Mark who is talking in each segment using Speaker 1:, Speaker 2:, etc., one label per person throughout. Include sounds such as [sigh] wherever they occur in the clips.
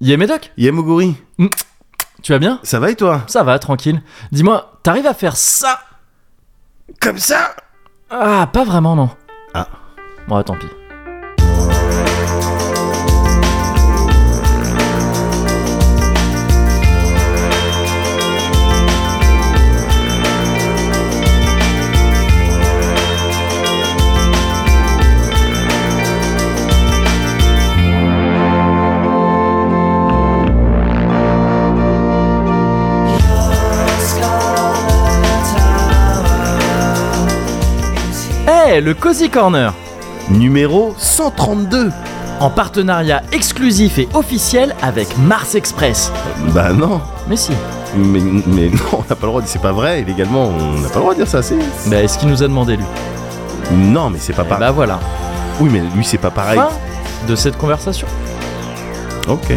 Speaker 1: Yé Médoc,
Speaker 2: Yamoguri,
Speaker 1: tu vas bien
Speaker 2: ça va et toi
Speaker 1: Ça va, tranquille. Dis-moi, t'arrives à faire ça
Speaker 2: Comme ça
Speaker 1: Ah, pas vraiment, non.
Speaker 2: Ah.
Speaker 1: Bon, tant pis. Eh, le Cozy Corner
Speaker 2: Numéro 132
Speaker 1: En partenariat exclusif et officiel avec Mars Express.
Speaker 2: Bah non,
Speaker 1: Mais si.
Speaker 2: mais, mais non, on n'a pas le droit, de- c'est pas vrai, légalement, on n'a pas le droit de dire ça, c'est...
Speaker 1: Bah, est-ce qu'il nous a demandé, lui
Speaker 2: Non, mais c'est pas
Speaker 1: Bah,
Speaker 2: pareil.
Speaker 1: voilà.
Speaker 2: Oui, mais lui, c'est pas pareil.
Speaker 1: Fin de cette conversation.
Speaker 2: Ok. Eh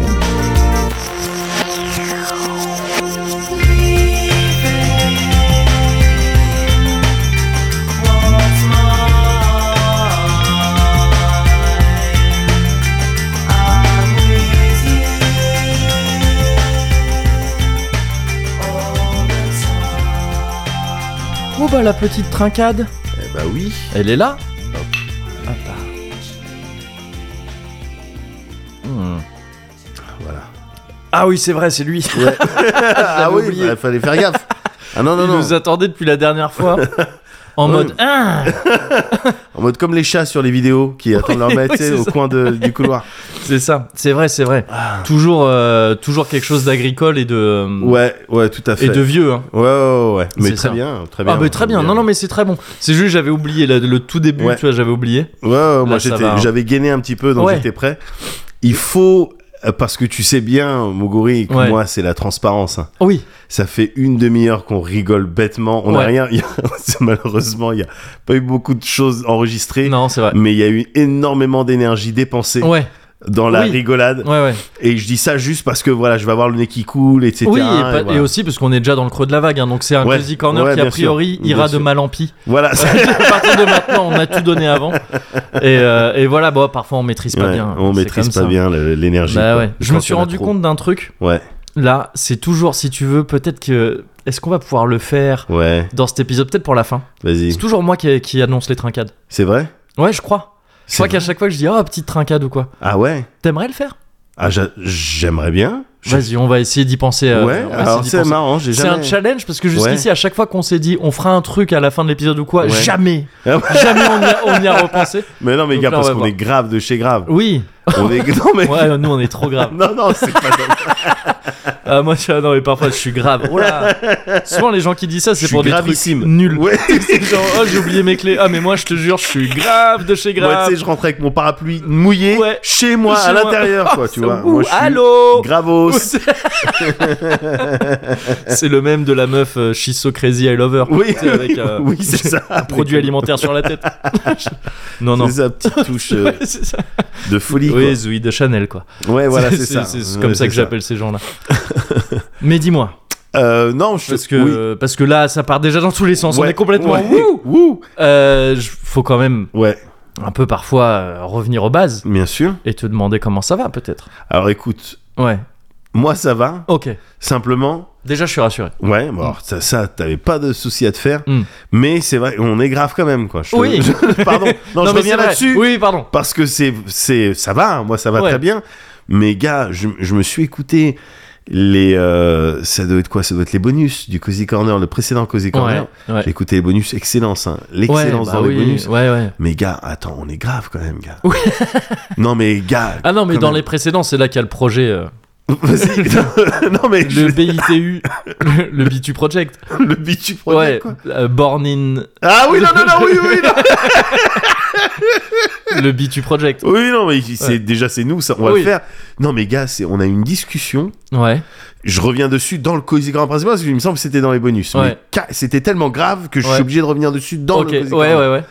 Speaker 1: Oh bah, la petite trincade,
Speaker 2: Eh bah oui.
Speaker 1: elle est là
Speaker 2: Hop.
Speaker 1: Ah, bah. Hmm.
Speaker 2: Voilà.
Speaker 1: Ah oui, c'est vrai, c'est lui. [laughs]
Speaker 2: ah oui,
Speaker 1: oublié.
Speaker 2: bah, fallait faire gaffe. [laughs] Ah non, non,
Speaker 1: Il
Speaker 2: non.
Speaker 1: nous attendait depuis la dernière
Speaker 2: [laughs]
Speaker 1: fois. En
Speaker 2: Ouais.
Speaker 1: mode. Ah
Speaker 2: En mode comme les chats sur les vidéos qui attendent leur maître
Speaker 1: oui,
Speaker 2: tu sais,
Speaker 1: c'est
Speaker 2: au
Speaker 1: ça.
Speaker 2: coin de- du couloir.
Speaker 1: C'est ça, c'est vrai, c'est vrai. Toujours, euh, toujours quelque chose d'agricole et de. euh,
Speaker 2: Ah. Ouais, ouais, tout à fait.
Speaker 1: Et de vieux, hein.
Speaker 2: Ouais, ouais, ouais. Mais
Speaker 1: C'est
Speaker 2: très
Speaker 1: ça.
Speaker 2: bien, très bien.
Speaker 1: ah, mais très bien. Non, non, mais c'est très bon. C'est juste, j'avais oublié la- le tout début,
Speaker 2: Ouais.
Speaker 1: tu vois, j'avais oublié.
Speaker 2: Ouais, ouais, moi
Speaker 1: Là, ça
Speaker 2: j'étais-
Speaker 1: va, hein.
Speaker 2: j'avais gainé un petit peu, donc
Speaker 1: Ouais.
Speaker 2: j'étais prêt. Il faut, euh, parce que tu sais bien, Moguri, que
Speaker 1: Ouais.
Speaker 2: moi c'est la transparence. hein.
Speaker 1: Oui,
Speaker 2: Ça fait une demi-heure qu'on rigole bêtement. On n'a
Speaker 1: Ouais.
Speaker 2: rien. [laughs] il y a- c'est- malheureusement, il n'y a pas eu beaucoup de choses enregistrées.
Speaker 1: non, c'est vrai.
Speaker 2: Mais il y a eu énormément d'énergie dépensée
Speaker 1: Ouais,
Speaker 2: dans la
Speaker 1: Oui.
Speaker 2: rigolade.
Speaker 1: ouais, ouais.
Speaker 2: Et je dis ça juste parce que voilà, je vais avoir le nez qui coule, etc.
Speaker 1: Oui, et, pas-
Speaker 2: et voilà.
Speaker 1: et aussi parce qu'on est déjà dans le creux de la vague, hein, donc c'est un
Speaker 2: Ouais,
Speaker 1: cozy corner
Speaker 2: ouais,
Speaker 1: qui a
Speaker 2: bien sûr,
Speaker 1: priori
Speaker 2: bien
Speaker 1: ira
Speaker 2: sûr.
Speaker 1: de mal en
Speaker 2: [laughs]
Speaker 1: pis.
Speaker 2: Voilà,
Speaker 1: à partir de maintenant, on a tout donné avant. Et, euh, et voilà, bon, parfois on maîtrise pas
Speaker 2: Ouais,
Speaker 1: bien.
Speaker 2: on
Speaker 1: c'est
Speaker 2: maîtrise
Speaker 1: comme
Speaker 2: pas
Speaker 1: ça.
Speaker 2: bien le- l'énergie.
Speaker 1: Bah
Speaker 2: quoi.
Speaker 1: ouais. Je
Speaker 2: Quand
Speaker 1: me suis
Speaker 2: il y en a
Speaker 1: rendu
Speaker 2: trop.
Speaker 1: compte d'un truc.
Speaker 2: Ouais,
Speaker 1: Là, c'est toujours, si tu veux, peut-être que. Est-ce qu'on va pouvoir le faire
Speaker 2: ouais,
Speaker 1: dans cet épisode Peut-être pour la fin.
Speaker 2: vas-y.
Speaker 1: C'est toujours moi qui, qui annonce les trincades.
Speaker 2: C'est vrai
Speaker 1: Ouais, je crois. Je
Speaker 2: C'est
Speaker 1: crois qu'à chaque fois que je dis oh petite trincade ou quoi,
Speaker 2: Ah ouais
Speaker 1: t'aimerais le faire
Speaker 2: Ah, j'a- j'aimerais bien. Je-
Speaker 1: Vas-y, on va essayer d'y penser. euh,
Speaker 2: ouais,
Speaker 1: on va
Speaker 2: alors
Speaker 1: essayer d'y
Speaker 2: c'est
Speaker 1: penser.
Speaker 2: marrant, j'ai
Speaker 1: C'est
Speaker 2: jamais.
Speaker 1: un challenge parce que jusqu'ici, à chaque fois qu'on s'est dit on fera un truc à la fin de l'épisode ou quoi,
Speaker 2: Ouais.
Speaker 1: jamais,
Speaker 2: Ah ouais.
Speaker 1: jamais on y a, on y a repensé.
Speaker 2: Mais non, mais
Speaker 1: Donc
Speaker 2: gars,
Speaker 1: là, on
Speaker 2: parce
Speaker 1: va
Speaker 2: qu'on
Speaker 1: voir.
Speaker 2: est grave de chez grave.
Speaker 1: Oui,
Speaker 2: On est. Non, mais.
Speaker 1: ouais, nous on est trop grave.
Speaker 2: [laughs] Non, non, c'est pas
Speaker 1: Ah, moi, [laughs] je, non, mais parfois je suis grave. Oh
Speaker 2: [laughs]
Speaker 1: là. Souvent, les gens qui disent ça,
Speaker 2: Je
Speaker 1: c'est
Speaker 2: suis
Speaker 1: pour des
Speaker 2: gravissime.
Speaker 1: trucs nuls.
Speaker 2: Ouais,
Speaker 1: C'est [laughs] genre, oh, j'ai oublié mes clés. Ah, mais moi, je te jure, je suis grave de chez
Speaker 2: Moi,
Speaker 1: grave.
Speaker 2: tu sais, je rentrais avec mon parapluie mouillé
Speaker 1: Ouais.
Speaker 2: chez moi,
Speaker 1: Chez
Speaker 2: à
Speaker 1: moi.
Speaker 2: l'intérieur,
Speaker 1: [laughs]
Speaker 2: quoi, tu vois.
Speaker 1: Ouh,
Speaker 2: Moi, je suis
Speaker 1: allô
Speaker 2: Gravos.
Speaker 1: [laughs] C'est le même de la meuf euh, she's so crazy I love her.
Speaker 2: Oui,
Speaker 1: Tu sais, avec euh,
Speaker 2: [laughs] oui, c'est
Speaker 1: [laughs]
Speaker 2: ça. euh,
Speaker 1: un produit alimentaire sur la
Speaker 2: [laughs]
Speaker 1: tête. [laughs] non, non.
Speaker 2: C'est sa petite touche euh,
Speaker 1: Ouais, [laughs] c'est ça.
Speaker 2: de folie,
Speaker 1: Oui, Zooey de Chanel, quoi.
Speaker 2: quoi.
Speaker 1: [laughs]
Speaker 2: Ouais, voilà, c'est ça.
Speaker 1: C'est
Speaker 2: Ouais,
Speaker 1: comme ça que
Speaker 2: c'est
Speaker 1: j'appelle ces gens-là. [laughs] mais dis-moi,
Speaker 2: Euh, non, je.
Speaker 1: parce que,
Speaker 2: oui.
Speaker 1: parce que là, ça part déjà dans tous les sens. On
Speaker 2: Ouais,
Speaker 1: est complètement.
Speaker 2: Ouais.
Speaker 1: Wouh
Speaker 2: Wouh.
Speaker 1: Euh, je- faut quand même
Speaker 2: Ouais,
Speaker 1: un peu parfois euh, revenir aux bases
Speaker 2: bien sûr.
Speaker 1: et te demander comment ça va peut-être.
Speaker 2: Alors écoute,
Speaker 1: Ouais,
Speaker 2: moi ça va.
Speaker 1: ok.
Speaker 2: Simplement,
Speaker 1: Déjà je suis rassuré.
Speaker 2: Ouais, bon, alors ça, ça, t'avais pas de souci à te faire,
Speaker 1: Mm.
Speaker 2: mais c'est vrai, on est grave quand même, quoi. [laughs] Je te-
Speaker 1: Oui.
Speaker 2: je-
Speaker 1: [laughs]
Speaker 2: pardon.
Speaker 1: mais
Speaker 2: Non, je
Speaker 1: c'est
Speaker 2: reviens
Speaker 1: vrai.
Speaker 2: là-dessus
Speaker 1: Oui, pardon.
Speaker 2: parce que c'est, c'est, ça va. hein, Moi, ça va
Speaker 1: Ouais.
Speaker 2: très bien. Mais gars, je, je me suis écouté les, euh, ça doit être quoi Ça doit être les bonus du Cozy Corner, le précédent Cozy Corner.
Speaker 1: Ouais, ouais.
Speaker 2: J'ai écouté les bonus, excellence, hein, l'excellence
Speaker 1: Ouais,
Speaker 2: dans
Speaker 1: bah
Speaker 2: les
Speaker 1: oui,
Speaker 2: bonus.
Speaker 1: Ouais, ouais.
Speaker 2: Mais gars, attends, on est grave quand même, gars. [laughs] non mais gars. [laughs]
Speaker 1: Ah non, mais
Speaker 2: Quand
Speaker 1: dans
Speaker 2: même.
Speaker 1: les précédents, c'est là qu'il y a le projet,
Speaker 2: [laughs]
Speaker 1: euh, [laughs]
Speaker 2: vas-y. non mais je-
Speaker 1: le BITU, [laughs] le, le BITU Project.
Speaker 2: le bitu [laughs] Project,
Speaker 1: ouais,
Speaker 2: quoi.
Speaker 1: euh, Born in,
Speaker 2: Ah oui, non, non, non, oui, oui, non.
Speaker 1: le BITU
Speaker 2: [laughs]
Speaker 1: Project.
Speaker 2: Oui, non, mais c'est
Speaker 1: Ouais.
Speaker 2: déjà c'est nous, ça, on va
Speaker 1: Oui.
Speaker 2: le faire. Non, mais gars, c'est on a eu une discussion.
Speaker 1: Ouais,
Speaker 2: Je reviens dessus dans le Cozy Corner principal parce qu'il me semble que c'était dans les bonus.
Speaker 1: Ouais.
Speaker 2: Mais ca- c'était tellement grave que je
Speaker 1: Ouais.
Speaker 2: suis obligé de revenir dessus dans
Speaker 1: ok,
Speaker 2: le
Speaker 1: ouais,
Speaker 2: Cozy
Speaker 1: ouais,
Speaker 2: Corner.
Speaker 1: ouais.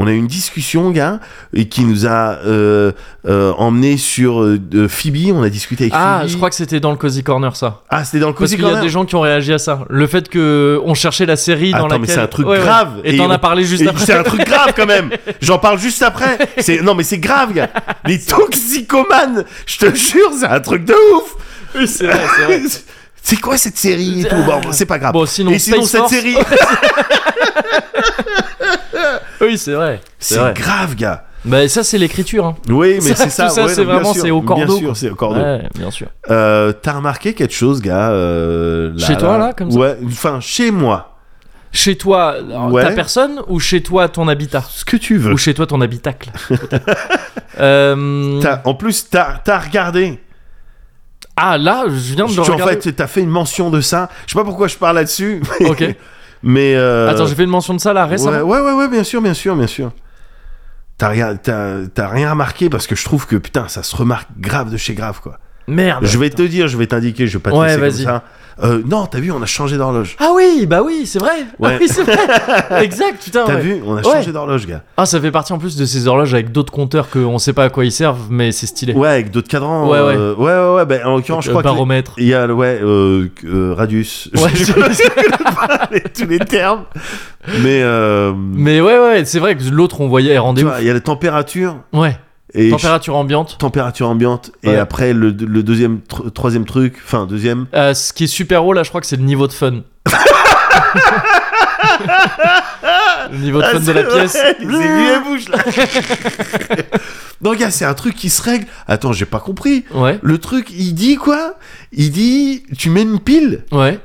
Speaker 2: On a eu une discussion, gars, et qui nous a euh, euh, emmené sur euh, de Phoebe. On a discuté avec
Speaker 1: Ah,
Speaker 2: Phoebe.
Speaker 1: je crois que c'était dans le Cozy Corner ça.
Speaker 2: Ah, c'était dans le
Speaker 1: Parce
Speaker 2: Cozy
Speaker 1: qu'il y a
Speaker 2: Corner.
Speaker 1: des gens qui ont réagi à ça. Le fait que on cherchait la série dans
Speaker 2: Attends,
Speaker 1: laquelle.
Speaker 2: mais c'est un truc
Speaker 1: Ouais, ouais.
Speaker 2: grave.
Speaker 1: Et t'en as parlé juste
Speaker 2: Et
Speaker 1: après.
Speaker 2: C'est un truc grave quand même. J'en parle juste après. C'est non mais c'est grave, gars. Les toxicomanes, je te jure, c'est un truc de ouf.
Speaker 1: [laughs] Oui, c'est vrai, c'est
Speaker 2: [laughs]
Speaker 1: vrai.
Speaker 2: C'est quoi cette série et tout Bon, c'est pas grave.
Speaker 1: Bon, sinon,
Speaker 2: et sinon
Speaker 1: Space
Speaker 2: cette
Speaker 1: Force- [laughs]
Speaker 2: série,
Speaker 1: Oui, c'est vrai. C'est
Speaker 2: c'est
Speaker 1: vrai.
Speaker 2: grave, gars.
Speaker 1: Bah, ça, c'est l'écriture. hein.
Speaker 2: Oui, mais
Speaker 1: Ça,
Speaker 2: c'est ça.
Speaker 1: tout ça,
Speaker 2: ouais,
Speaker 1: c'est
Speaker 2: non, bien
Speaker 1: vraiment-
Speaker 2: sûr,
Speaker 1: c'est au cordeau,
Speaker 2: Bien sûr,
Speaker 1: quoi.
Speaker 2: c'est au cordeau.
Speaker 1: Ouais, bien sûr.
Speaker 2: Euh, T'as remarqué quelque chose, gars euh,
Speaker 1: Chez toi, là, comme ça
Speaker 2: Ouais. Enfin, chez moi.
Speaker 1: Chez toi, alors,
Speaker 2: Ouais. Euh.
Speaker 1: ta personne ou chez toi, ton habitat
Speaker 2: Ce que tu veux.
Speaker 1: Ou chez toi, ton
Speaker 2: [laughs]
Speaker 1: habitacle Euh,
Speaker 2: T'as- en plus, t'as as regardé.
Speaker 1: Ah, là, je viens de
Speaker 2: Tu-
Speaker 1: le
Speaker 2: en
Speaker 1: regarder.
Speaker 2: fait, t'as fait une mention de ça. Je sais pas pourquoi je parle là-dessus. [laughs] mais-
Speaker 1: Ok.
Speaker 2: Mais euh,
Speaker 1: Attends, j'ai fait une mention de ça là
Speaker 2: Ouais,
Speaker 1: récemment.
Speaker 2: ouais, ouais, ouais, bien sûr, bien sûr, bien sûr. T'as rien, t'as- t'as rien remarqué parce que je trouve que putain, ça se remarque grave de chez grave quoi.
Speaker 1: Merde.
Speaker 2: je vais te dire, je vais t'indiquer, je vais pas te
Speaker 1: Ouais,
Speaker 2: laisser comme
Speaker 1: vas-y.
Speaker 2: ça. Euh, non, t'as vu, on a changé d'horloge.
Speaker 1: Ah oui, bah oui, c'est vrai.
Speaker 2: Ouais.
Speaker 1: Ah oui, c'est
Speaker 2: [laughs]
Speaker 1: vrai. exact, putain.
Speaker 2: T'as
Speaker 1: Ah ouais.
Speaker 2: vu, on a
Speaker 1: Ouais.
Speaker 2: changé d'horloge, gars.
Speaker 1: Ah, ça fait partie en plus de ces horloges avec d'autres compteurs que on sait pas à quoi ils servent, mais c'est stylé.
Speaker 2: Ouais, avec d'autres cadrans.
Speaker 1: Ouais, ouais.
Speaker 2: euh, ouais, ouais, ouais, bah, en l'occurrence, je
Speaker 1: Euh,
Speaker 2: crois que
Speaker 1: baromètre.
Speaker 2: Il y a le- ouais euh, euh, radius. [laughs]
Speaker 1: Ouais,
Speaker 2: Je connais pas tous les termes. Mais euh,
Speaker 1: Mais ouais, ouais, c'est vrai que l'autre on voyait
Speaker 2: tu
Speaker 1: rendez-vous.
Speaker 2: vois, il y a la température
Speaker 1: Ouais.
Speaker 2: et
Speaker 1: Température ambiante.
Speaker 2: température ambiente et
Speaker 1: Ouais.
Speaker 2: après le, le deuxième tr- troisième truc, enfin deuxième
Speaker 1: Euh, ce qui est super haut là, je crois que c'est le niveau de
Speaker 2: [laughs]
Speaker 1: fun. le niveau de
Speaker 2: Ah,
Speaker 1: fun de
Speaker 2: c'est
Speaker 1: la
Speaker 2: vrai,
Speaker 1: pièce.
Speaker 2: [laughs] les aiguilles à bouche, là. [laughs] non, gars, c'est un truc qui se règle. Attends, j'ai pas compris.
Speaker 1: Ouais.
Speaker 2: Le truc, il dit quoi Il dit tu mets une pile,
Speaker 1: Ouais.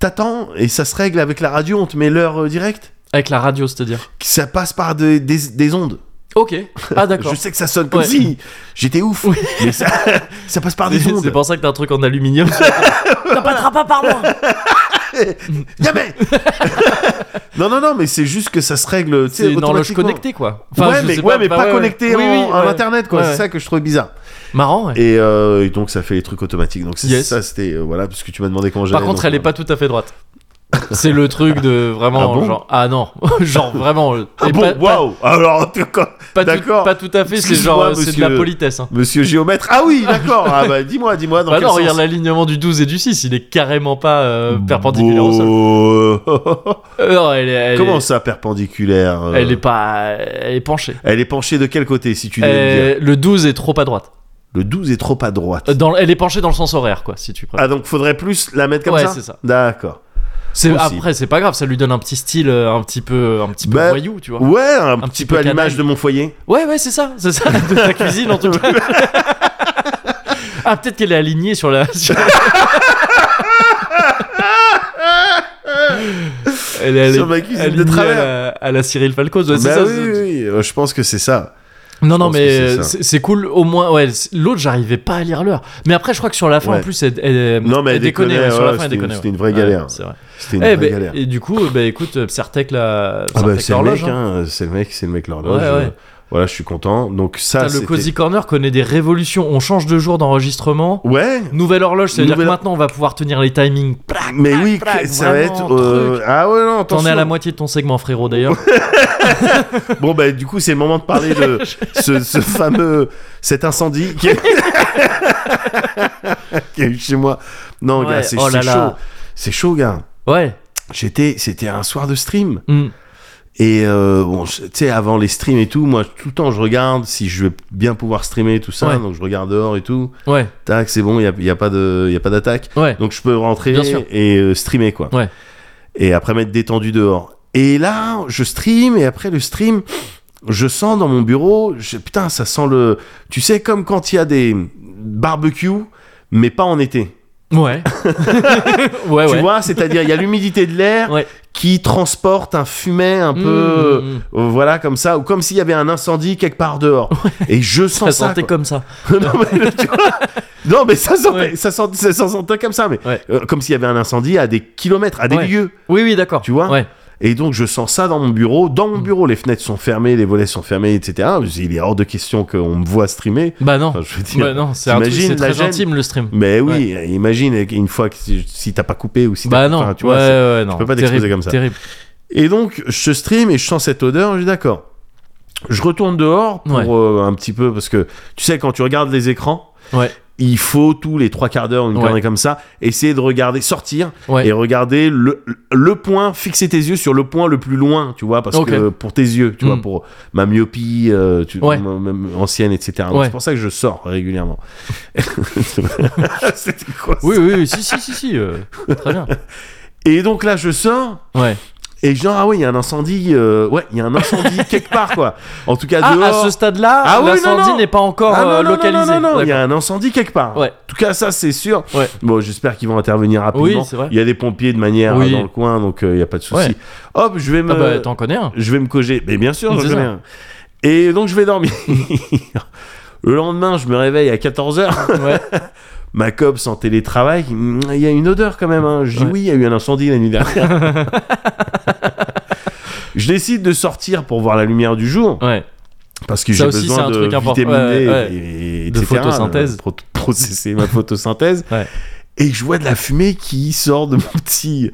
Speaker 2: t'attends et ça se règle avec la radio, on te met l'heure euh, directe.
Speaker 1: Avec la radio, c'est-à-dire.
Speaker 2: Ça passe par des, des- des ondes.
Speaker 1: Ok. Ah d'accord.
Speaker 2: Je sais que ça sonne comme
Speaker 1: Ouais.
Speaker 2: si j'étais ouf,
Speaker 1: Oui.
Speaker 2: mais ça, [laughs] ça passe par des
Speaker 1: C'est c'est
Speaker 2: ondes.
Speaker 1: pour ça que t'as un truc en
Speaker 2: [laughs]
Speaker 1: aluminium. T'en passeras pas par moi.
Speaker 2: Jamais [laughs] Non, non, non, mais c'est juste que ça se règle. tu sais,
Speaker 1: C'est une horloge
Speaker 2: automatiquement.
Speaker 1: connectée quoi.
Speaker 2: ouais,
Speaker 1: je
Speaker 2: mais,
Speaker 1: sais
Speaker 2: ouais, mais
Speaker 1: bah,
Speaker 2: pas connecté
Speaker 1: Oui,
Speaker 2: en-
Speaker 1: oui,
Speaker 2: à
Speaker 1: ouais.
Speaker 2: l'internet, quoi.
Speaker 1: Ouais,
Speaker 2: c'est
Speaker 1: ouais.
Speaker 2: ça que je trouve bizarre.
Speaker 1: Marrant. ouais.
Speaker 2: Et, euh, et donc ça fait les trucs automatiques. Donc c'est-
Speaker 1: Yes.
Speaker 2: ça c'était euh, voilà parce que tu m'as demandé comment j'allais.
Speaker 1: Par contre,
Speaker 2: donc,
Speaker 1: elle est
Speaker 2: euh,
Speaker 1: pas tout à fait droite. C'est le truc de vraiment
Speaker 2: Ah bon
Speaker 1: genre ah non [laughs] genre vraiment euh,
Speaker 2: Ah
Speaker 1: et
Speaker 2: bon,
Speaker 1: pas- pas-
Speaker 2: waouh Alors en tout cas,
Speaker 1: pas tout-
Speaker 2: d'accord.
Speaker 1: pas tout à fait c'est genre
Speaker 2: Excuse-moi,
Speaker 1: euh, c'est de la
Speaker 2: monsieur.
Speaker 1: politesse hein.
Speaker 2: Monsieur géomètre. Ah oui, d'accord. Ah bah dis-moi, dis-moi dans
Speaker 1: Bah
Speaker 2: quel
Speaker 1: non
Speaker 2: sens.
Speaker 1: regarde l'alignement du 12 et du 6 il est carrément pas euh, perpendiculaire au sol
Speaker 2: Bon.
Speaker 1: Euh, non, elle est, elle
Speaker 2: [laughs] Comment
Speaker 1: est-
Speaker 2: ça perpendiculaire euh,
Speaker 1: elle est pas elle est penchée
Speaker 2: Elle est penchée de quel côté si tu veux me dire
Speaker 1: Euh, le 12 est trop à droite
Speaker 2: Le 12 est trop à droite.
Speaker 1: Euh, dans elle est penchée dans le sens horaire quoi si tu préfères
Speaker 2: Ah donc faudrait plus la mettre comme
Speaker 1: Ouais,
Speaker 2: ça.
Speaker 1: c'est ça.
Speaker 2: D'accord.
Speaker 1: C'est-
Speaker 2: possible.
Speaker 1: après c'est pas grave ça lui donne un petit style euh, un petit peu un petit peu
Speaker 2: Bah,
Speaker 1: voyou tu vois
Speaker 2: Ouais, un,
Speaker 1: petit
Speaker 2: petit,
Speaker 1: peu
Speaker 2: peu, à l'image
Speaker 1: canaille.
Speaker 2: de mon foyer.
Speaker 1: Ouais, ouais, c'est ça, c'est ça, de ta cuisine en tout
Speaker 2: [laughs]
Speaker 1: cas. ah, peut-être qu'elle est alignée sur la. sur-
Speaker 2: [laughs]
Speaker 1: elle est allée-
Speaker 2: Sur ma cuisine de
Speaker 1: alignée
Speaker 2: travers.
Speaker 1: À la, à la Cyril Falco, ouais, c'est
Speaker 2: Bah
Speaker 1: ça.
Speaker 2: oui,
Speaker 1: c'est-
Speaker 2: oui, euh, je pense que c'est ça.
Speaker 1: Non, non,
Speaker 2: pense que
Speaker 1: mais
Speaker 2: c'est
Speaker 1: euh,
Speaker 2: ça.
Speaker 1: c'est c'est cool. Au moins, ouais, c'est- l'autre, j'arrivais pas à lire l'heure. Mais après, je crois que sur la fin,
Speaker 2: Ouais.
Speaker 1: en plus, elle, elle-
Speaker 2: Non, mais elle
Speaker 1: déconnait.
Speaker 2: déconnait,
Speaker 1: ouais, sur la
Speaker 2: ouais,
Speaker 1: fin, elle
Speaker 2: c'était-
Speaker 1: déconnait.
Speaker 2: c'était une vraie galère.
Speaker 1: c'est vrai.
Speaker 2: C'était une
Speaker 1: Eh,
Speaker 2: vraie
Speaker 1: ben,
Speaker 2: galère.
Speaker 1: Et du coup, euh, bah, écoute, euh, Psertec, la.
Speaker 2: Ah bah
Speaker 1: Psertec
Speaker 2: c'est le
Speaker 1: l'horloge,
Speaker 2: mec,
Speaker 1: hein.
Speaker 2: hein, c'est le mec, c'est le mec l'horloge.
Speaker 1: Ouais, ouais.
Speaker 2: euh, Voilà, je suis content. Donc ça,
Speaker 1: Putain, Le
Speaker 2: c'était-
Speaker 1: Cozy Corner connaît des révolutions. On change de jour d'enregistrement.
Speaker 2: Ouais,
Speaker 1: Nouvelle horloge, ça veut
Speaker 2: Nouvelle-
Speaker 1: dire que maintenant on va pouvoir tenir les timings.
Speaker 2: mais oui,
Speaker 1: plaque,
Speaker 2: que- ça va
Speaker 1: vraiment,
Speaker 2: être. euh, Ah ouais, non,
Speaker 1: T'en
Speaker 2: attention.
Speaker 1: es à la moitié de ton segment, frérot
Speaker 2: [laughs]
Speaker 1: d'ailleurs.
Speaker 2: Bon bah du coup, c'est le moment de parler
Speaker 1: [laughs]
Speaker 2: de ce, ce fameux, cet incendie qui est... [laughs] qu'il y a eu chez moi. Non,
Speaker 1: Ouais,
Speaker 2: gars, c'est
Speaker 1: oh là
Speaker 2: c'est
Speaker 1: là.
Speaker 2: chaud, c'est chaud, gars.
Speaker 1: Ouais.
Speaker 2: J'étais, c'était un soir de stream.
Speaker 1: Mm.
Speaker 2: Et euh, bon, je- tu sais, avant les streams et tout, moi, tout le temps, je regarde si je vais bien pouvoir streamer et tout ça.
Speaker 1: Ouais.
Speaker 2: Donc, je regarde dehors et tout.
Speaker 1: Ouais,
Speaker 2: Tac, c'est bon, il n'y a, y a pas de- y a pas d'attaque.
Speaker 1: ouais.
Speaker 2: Donc je peux rentrer
Speaker 1: Bien sûr.
Speaker 2: et euh, streamer quoi.
Speaker 1: Ouais.
Speaker 2: Et après m'être détendu dehors. Et là, je stream et après le stream, je sens dans mon bureau, je- putain, ça sent le. Tu sais, comme quand il y a des barbecues, mais pas en été. [laughs]
Speaker 1: Ouais. [laughs] ouais,
Speaker 2: tu
Speaker 1: Ah ouais.
Speaker 2: vois, c'est-à-dire il y a l'humidité de
Speaker 1: [laughs]
Speaker 2: l'air
Speaker 1: Ouais.
Speaker 2: qui transporte un fumet un
Speaker 1: Mm,
Speaker 2: peu.
Speaker 1: mm, mm.
Speaker 2: euh, Voilà, comme ça, ou comme s'il y avait un incendie quelque
Speaker 1: [laughs]
Speaker 2: part dehors. Et je
Speaker 1: Ça
Speaker 2: sens ça.
Speaker 1: sentait
Speaker 2: quoi.
Speaker 1: comme ça.
Speaker 2: [laughs] non, mais, tu vois Non, mais ça sentait,
Speaker 1: Ouais.
Speaker 2: ça sentait, ça sentait comme ça, mais
Speaker 1: Ouais.
Speaker 2: euh, comme s'il y avait un incendie à des kilomètres, à des
Speaker 1: Ouais.
Speaker 2: lieux.
Speaker 1: Oui, oui, d'accord.
Speaker 2: Tu vois
Speaker 1: Ouais.
Speaker 2: Et donc je sens ça dans mon bureau, dans
Speaker 1: Mm.
Speaker 2: mon bureau, les fenêtres sont fermées, les volets sont fermés, etc. Il est hors de question qu'on me voit streamer.
Speaker 1: Bah non.
Speaker 2: Enfin, je veux dire.
Speaker 1: Bah non, c'est un truc,
Speaker 2: t'imagines
Speaker 1: c'est
Speaker 2: la
Speaker 1: très
Speaker 2: gêne
Speaker 1: intime le stream.
Speaker 2: Mais oui, imagine une fois que si, si t'as pas coupé ou si t'as-
Speaker 1: Bah
Speaker 2: enfin,
Speaker 1: non.
Speaker 2: tu vois,
Speaker 1: ouais,
Speaker 2: c'est-
Speaker 1: ouais, non.
Speaker 2: peux pas t'exposer
Speaker 1: terrible,
Speaker 2: comme ça.
Speaker 1: Terrible.
Speaker 2: Et donc, je stream et je sens cette odeur, je dis d'accord. Je retourne dehors pour
Speaker 1: Ouais.
Speaker 2: euh, un petit peu, parce que tu sais, quand tu regardes les écrans,
Speaker 1: Ouais.
Speaker 2: il faut tous les trois quarts d'heure, une
Speaker 1: Ouais.
Speaker 2: connerie comme ça, essayer de regarder, sortir
Speaker 1: Ouais.
Speaker 2: et regarder le, le point, fixer tes yeux sur le point le plus loin, tu vois, parce
Speaker 1: Ok.
Speaker 2: que pour tes yeux, tu vois,
Speaker 1: Mm.
Speaker 2: pour ma myopie euh, tu-
Speaker 1: Ouais.
Speaker 2: ma- ma- ancienne, etc. Donc,
Speaker 1: Ouais.
Speaker 2: C'est pour ça que je sors
Speaker 1: [laughs]
Speaker 2: régulièrement. [laughs] C'était quoi ça
Speaker 1: Oui, oui, oui, si, si, si, si. euh, très bien.
Speaker 2: Et donc là, je sors.
Speaker 1: Ouais.
Speaker 2: Et genre, ah ouais, il y a un incendie, euh, ouais, il y a
Speaker 1: [laughs]
Speaker 2: un incendie quelque part, quoi. En tout cas,
Speaker 1: Ah, à
Speaker 2: dehors.
Speaker 1: ce stade-là,
Speaker 2: Ah oui, non,
Speaker 1: l'incendie
Speaker 2: non.
Speaker 1: n'est pas encore
Speaker 2: Ah non,
Speaker 1: euh,
Speaker 2: non, non,
Speaker 1: localisé.
Speaker 2: Non, non, non, il y
Speaker 1: D'accord.
Speaker 2: a un incendie quelque part.
Speaker 1: Ouais.
Speaker 2: En tout cas, ça, c'est sûr.
Speaker 1: Ouais.
Speaker 2: Bon, j'espère qu'ils vont intervenir rapidement.
Speaker 1: Oui, c'est vrai.
Speaker 2: Il y a des pompiers de manière
Speaker 1: Oui.
Speaker 2: euh, dans le coin, donc euh, il y n'y a pas de souci.
Speaker 1: Ouais.
Speaker 2: Hop, je vais me,
Speaker 1: Ah bah, t'en connais un.
Speaker 2: je vais me coger. Mais bien sûr, je
Speaker 1: C'est
Speaker 2: connais
Speaker 1: ça.
Speaker 2: un. Et donc, je vais dormir. [laughs] le lendemain, je me réveille à 14h.
Speaker 1: [laughs] Ouais.
Speaker 2: [laughs] Ma cop en télétravail, Mm, il y a une odeur quand même. hein. Je dis
Speaker 1: Ouais.
Speaker 2: oui, il y a eu un incendie la nuit dernière. [laughs] je décide de sortir pour voir la lumière du jour
Speaker 1: Ouais.
Speaker 2: parce que
Speaker 1: Ça
Speaker 2: j'ai
Speaker 1: aussi, c'est
Speaker 2: besoin
Speaker 1: un
Speaker 2: de
Speaker 1: truc important.
Speaker 2: vitaminer
Speaker 1: Ouais, ouais.
Speaker 2: et, et
Speaker 1: De
Speaker 2: etc.,
Speaker 1: photosynthèse.
Speaker 2: euh, pro- processer ma photosynthèse.
Speaker 1: [laughs] Ouais.
Speaker 2: Et je vois de la fumée qui sort de mon petit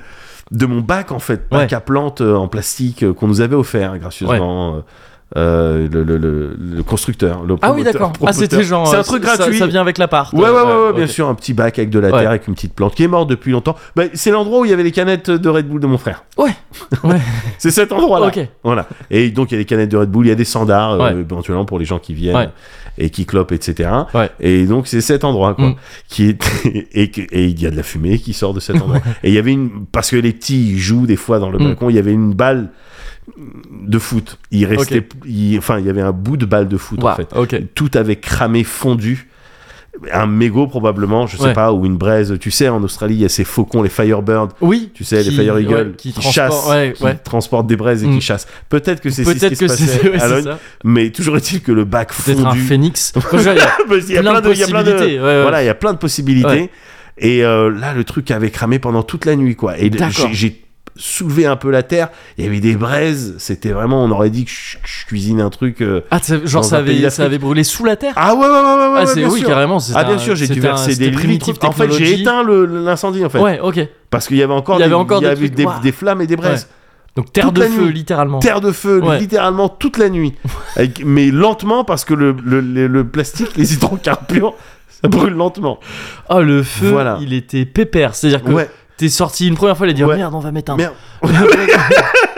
Speaker 2: de mon bac en fait, bac
Speaker 1: Ouais.
Speaker 2: à plantes euh, en plastique euh, qu'on nous avait offert hein, gracieusement. euh, euh, le, le- le- le constructeur, le
Speaker 1: Ah oui,
Speaker 2: promoteur-
Speaker 1: d'accord. Ah,
Speaker 2: promoteur.
Speaker 1: c'était genre.
Speaker 2: C'est
Speaker 1: euh,
Speaker 2: un truc
Speaker 1: ça-
Speaker 2: gratuit.
Speaker 1: Ça, vient avec l'appart.
Speaker 2: Ouais, ouais, ouais,
Speaker 1: euh,
Speaker 2: ouais,
Speaker 1: ok.
Speaker 2: bien sûr, un petit bac avec de la
Speaker 1: Ouais.
Speaker 2: terre, avec une petite plante qui est morte depuis longtemps. Bah, c'est l'endroit où il y avait les canettes de Red Bull de mon frère. [laughs]
Speaker 1: Ouais. Ouais.
Speaker 2: c'est cet endroit-là.
Speaker 1: Ok.
Speaker 2: Voilà. Et donc, il y a des canettes de Red Bull, il y a des sandars, euh,
Speaker 1: Ouais.
Speaker 2: éventuellement pour les gens qui viennent
Speaker 1: Ouais.
Speaker 2: et qui clopent, etc.
Speaker 1: Ouais.
Speaker 2: Et donc, c'est cet endroit, quoi.
Speaker 1: Mm.
Speaker 2: Qui est... [laughs] et que- et il y a de la fumée qui sort de cet endroit. et il y avait une. Parce que les petits, ils jouent des fois dans le
Speaker 1: Mm.
Speaker 2: balcon, il y avait une balle de foot. Il restait. il- Enfin, il y avait un bout de balle de foot, en
Speaker 1: Ouah,
Speaker 2: fait
Speaker 1: Ok.
Speaker 2: tout avait cramé, fondu. Un mégot probablement, je sais
Speaker 1: Ouais.
Speaker 2: pas, ou une braise. Tu sais, en Australie, il y a ces faucons, les Firebirds,
Speaker 1: Oui.
Speaker 2: tu sais, les
Speaker 1: Qui-
Speaker 2: Fire Eagle,
Speaker 1: ouais,
Speaker 2: qui,
Speaker 1: qui transportent-
Speaker 2: chassent,
Speaker 1: ouais,
Speaker 2: qui
Speaker 1: ouais.
Speaker 2: transportent des braises et
Speaker 1: Mm.
Speaker 2: qui chassent. Peut-être que c'est ce qui
Speaker 1: Peut-être que
Speaker 2: se passait
Speaker 1: c'est ouais,
Speaker 2: à
Speaker 1: c'est
Speaker 2: Londres,
Speaker 1: ça.
Speaker 2: mais toujours est-il que le bac
Speaker 1: Peut-être un
Speaker 2: fondu.
Speaker 1: phénix. Enfin,
Speaker 2: [laughs]
Speaker 1: je veux dire,
Speaker 2: Parce qu'il
Speaker 1: Il y a plein de
Speaker 2: il y a plein de-
Speaker 1: possibilités. ouais, ouais.
Speaker 2: Voilà, il y a plein de possibilités.
Speaker 1: Ouais.
Speaker 2: Et euh, là, le truc avait cramé pendant toute la nuit, quoi. Et le-
Speaker 1: D'accord.
Speaker 2: j'ai- j'ai soulevé un peu la terre. Il y avait des braises. C'était vraiment, on aurait dit que je, je cuisinais un truc. euh,
Speaker 1: Ah, c'est- genre
Speaker 2: Dans
Speaker 1: ça
Speaker 2: un pays
Speaker 1: avait,
Speaker 2: d'Afrique.
Speaker 1: ça avait brûlé sous la terre.
Speaker 2: Ah ouais, ouais, ouais, ouais, ouais,
Speaker 1: Ah,
Speaker 2: ouais,
Speaker 1: c'est
Speaker 2: bien
Speaker 1: oui,
Speaker 2: sûr.
Speaker 1: carrément. c'était
Speaker 2: Ah bien
Speaker 1: un-
Speaker 2: sûr, j'ai dû
Speaker 1: c'était un-
Speaker 2: verser
Speaker 1: c'était
Speaker 2: des
Speaker 1: primitive
Speaker 2: litres. En fait, j'ai
Speaker 1: technologie.
Speaker 2: éteint le- l'incendie en fait,
Speaker 1: Ouais, ok.
Speaker 2: parce qu'il y avait encore
Speaker 1: Il y
Speaker 2: des-
Speaker 1: avait encore
Speaker 2: il y
Speaker 1: des
Speaker 2: avait
Speaker 1: trucs,
Speaker 2: des,
Speaker 1: waouh.
Speaker 2: des flammes et des braises,
Speaker 1: Donc terre
Speaker 2: Toute
Speaker 1: de
Speaker 2: la
Speaker 1: feu,
Speaker 2: nuit.
Speaker 1: littéralement.
Speaker 2: terre de feu,
Speaker 1: Ouais.
Speaker 2: littéralement toute la nuit, Avec- mais lentement parce que le, le, le- le plastique, les hydrocarbures, [laughs] ça brûle lentement.
Speaker 1: Oh, le feu,
Speaker 2: Voilà.
Speaker 1: il était pépère. C'est-à-dire que
Speaker 2: Ouais,
Speaker 1: t'es sorti une première fois, il a dit oh,
Speaker 2: Ouais.
Speaker 1: merde, on va mettre un. [laughs]
Speaker 2: merde.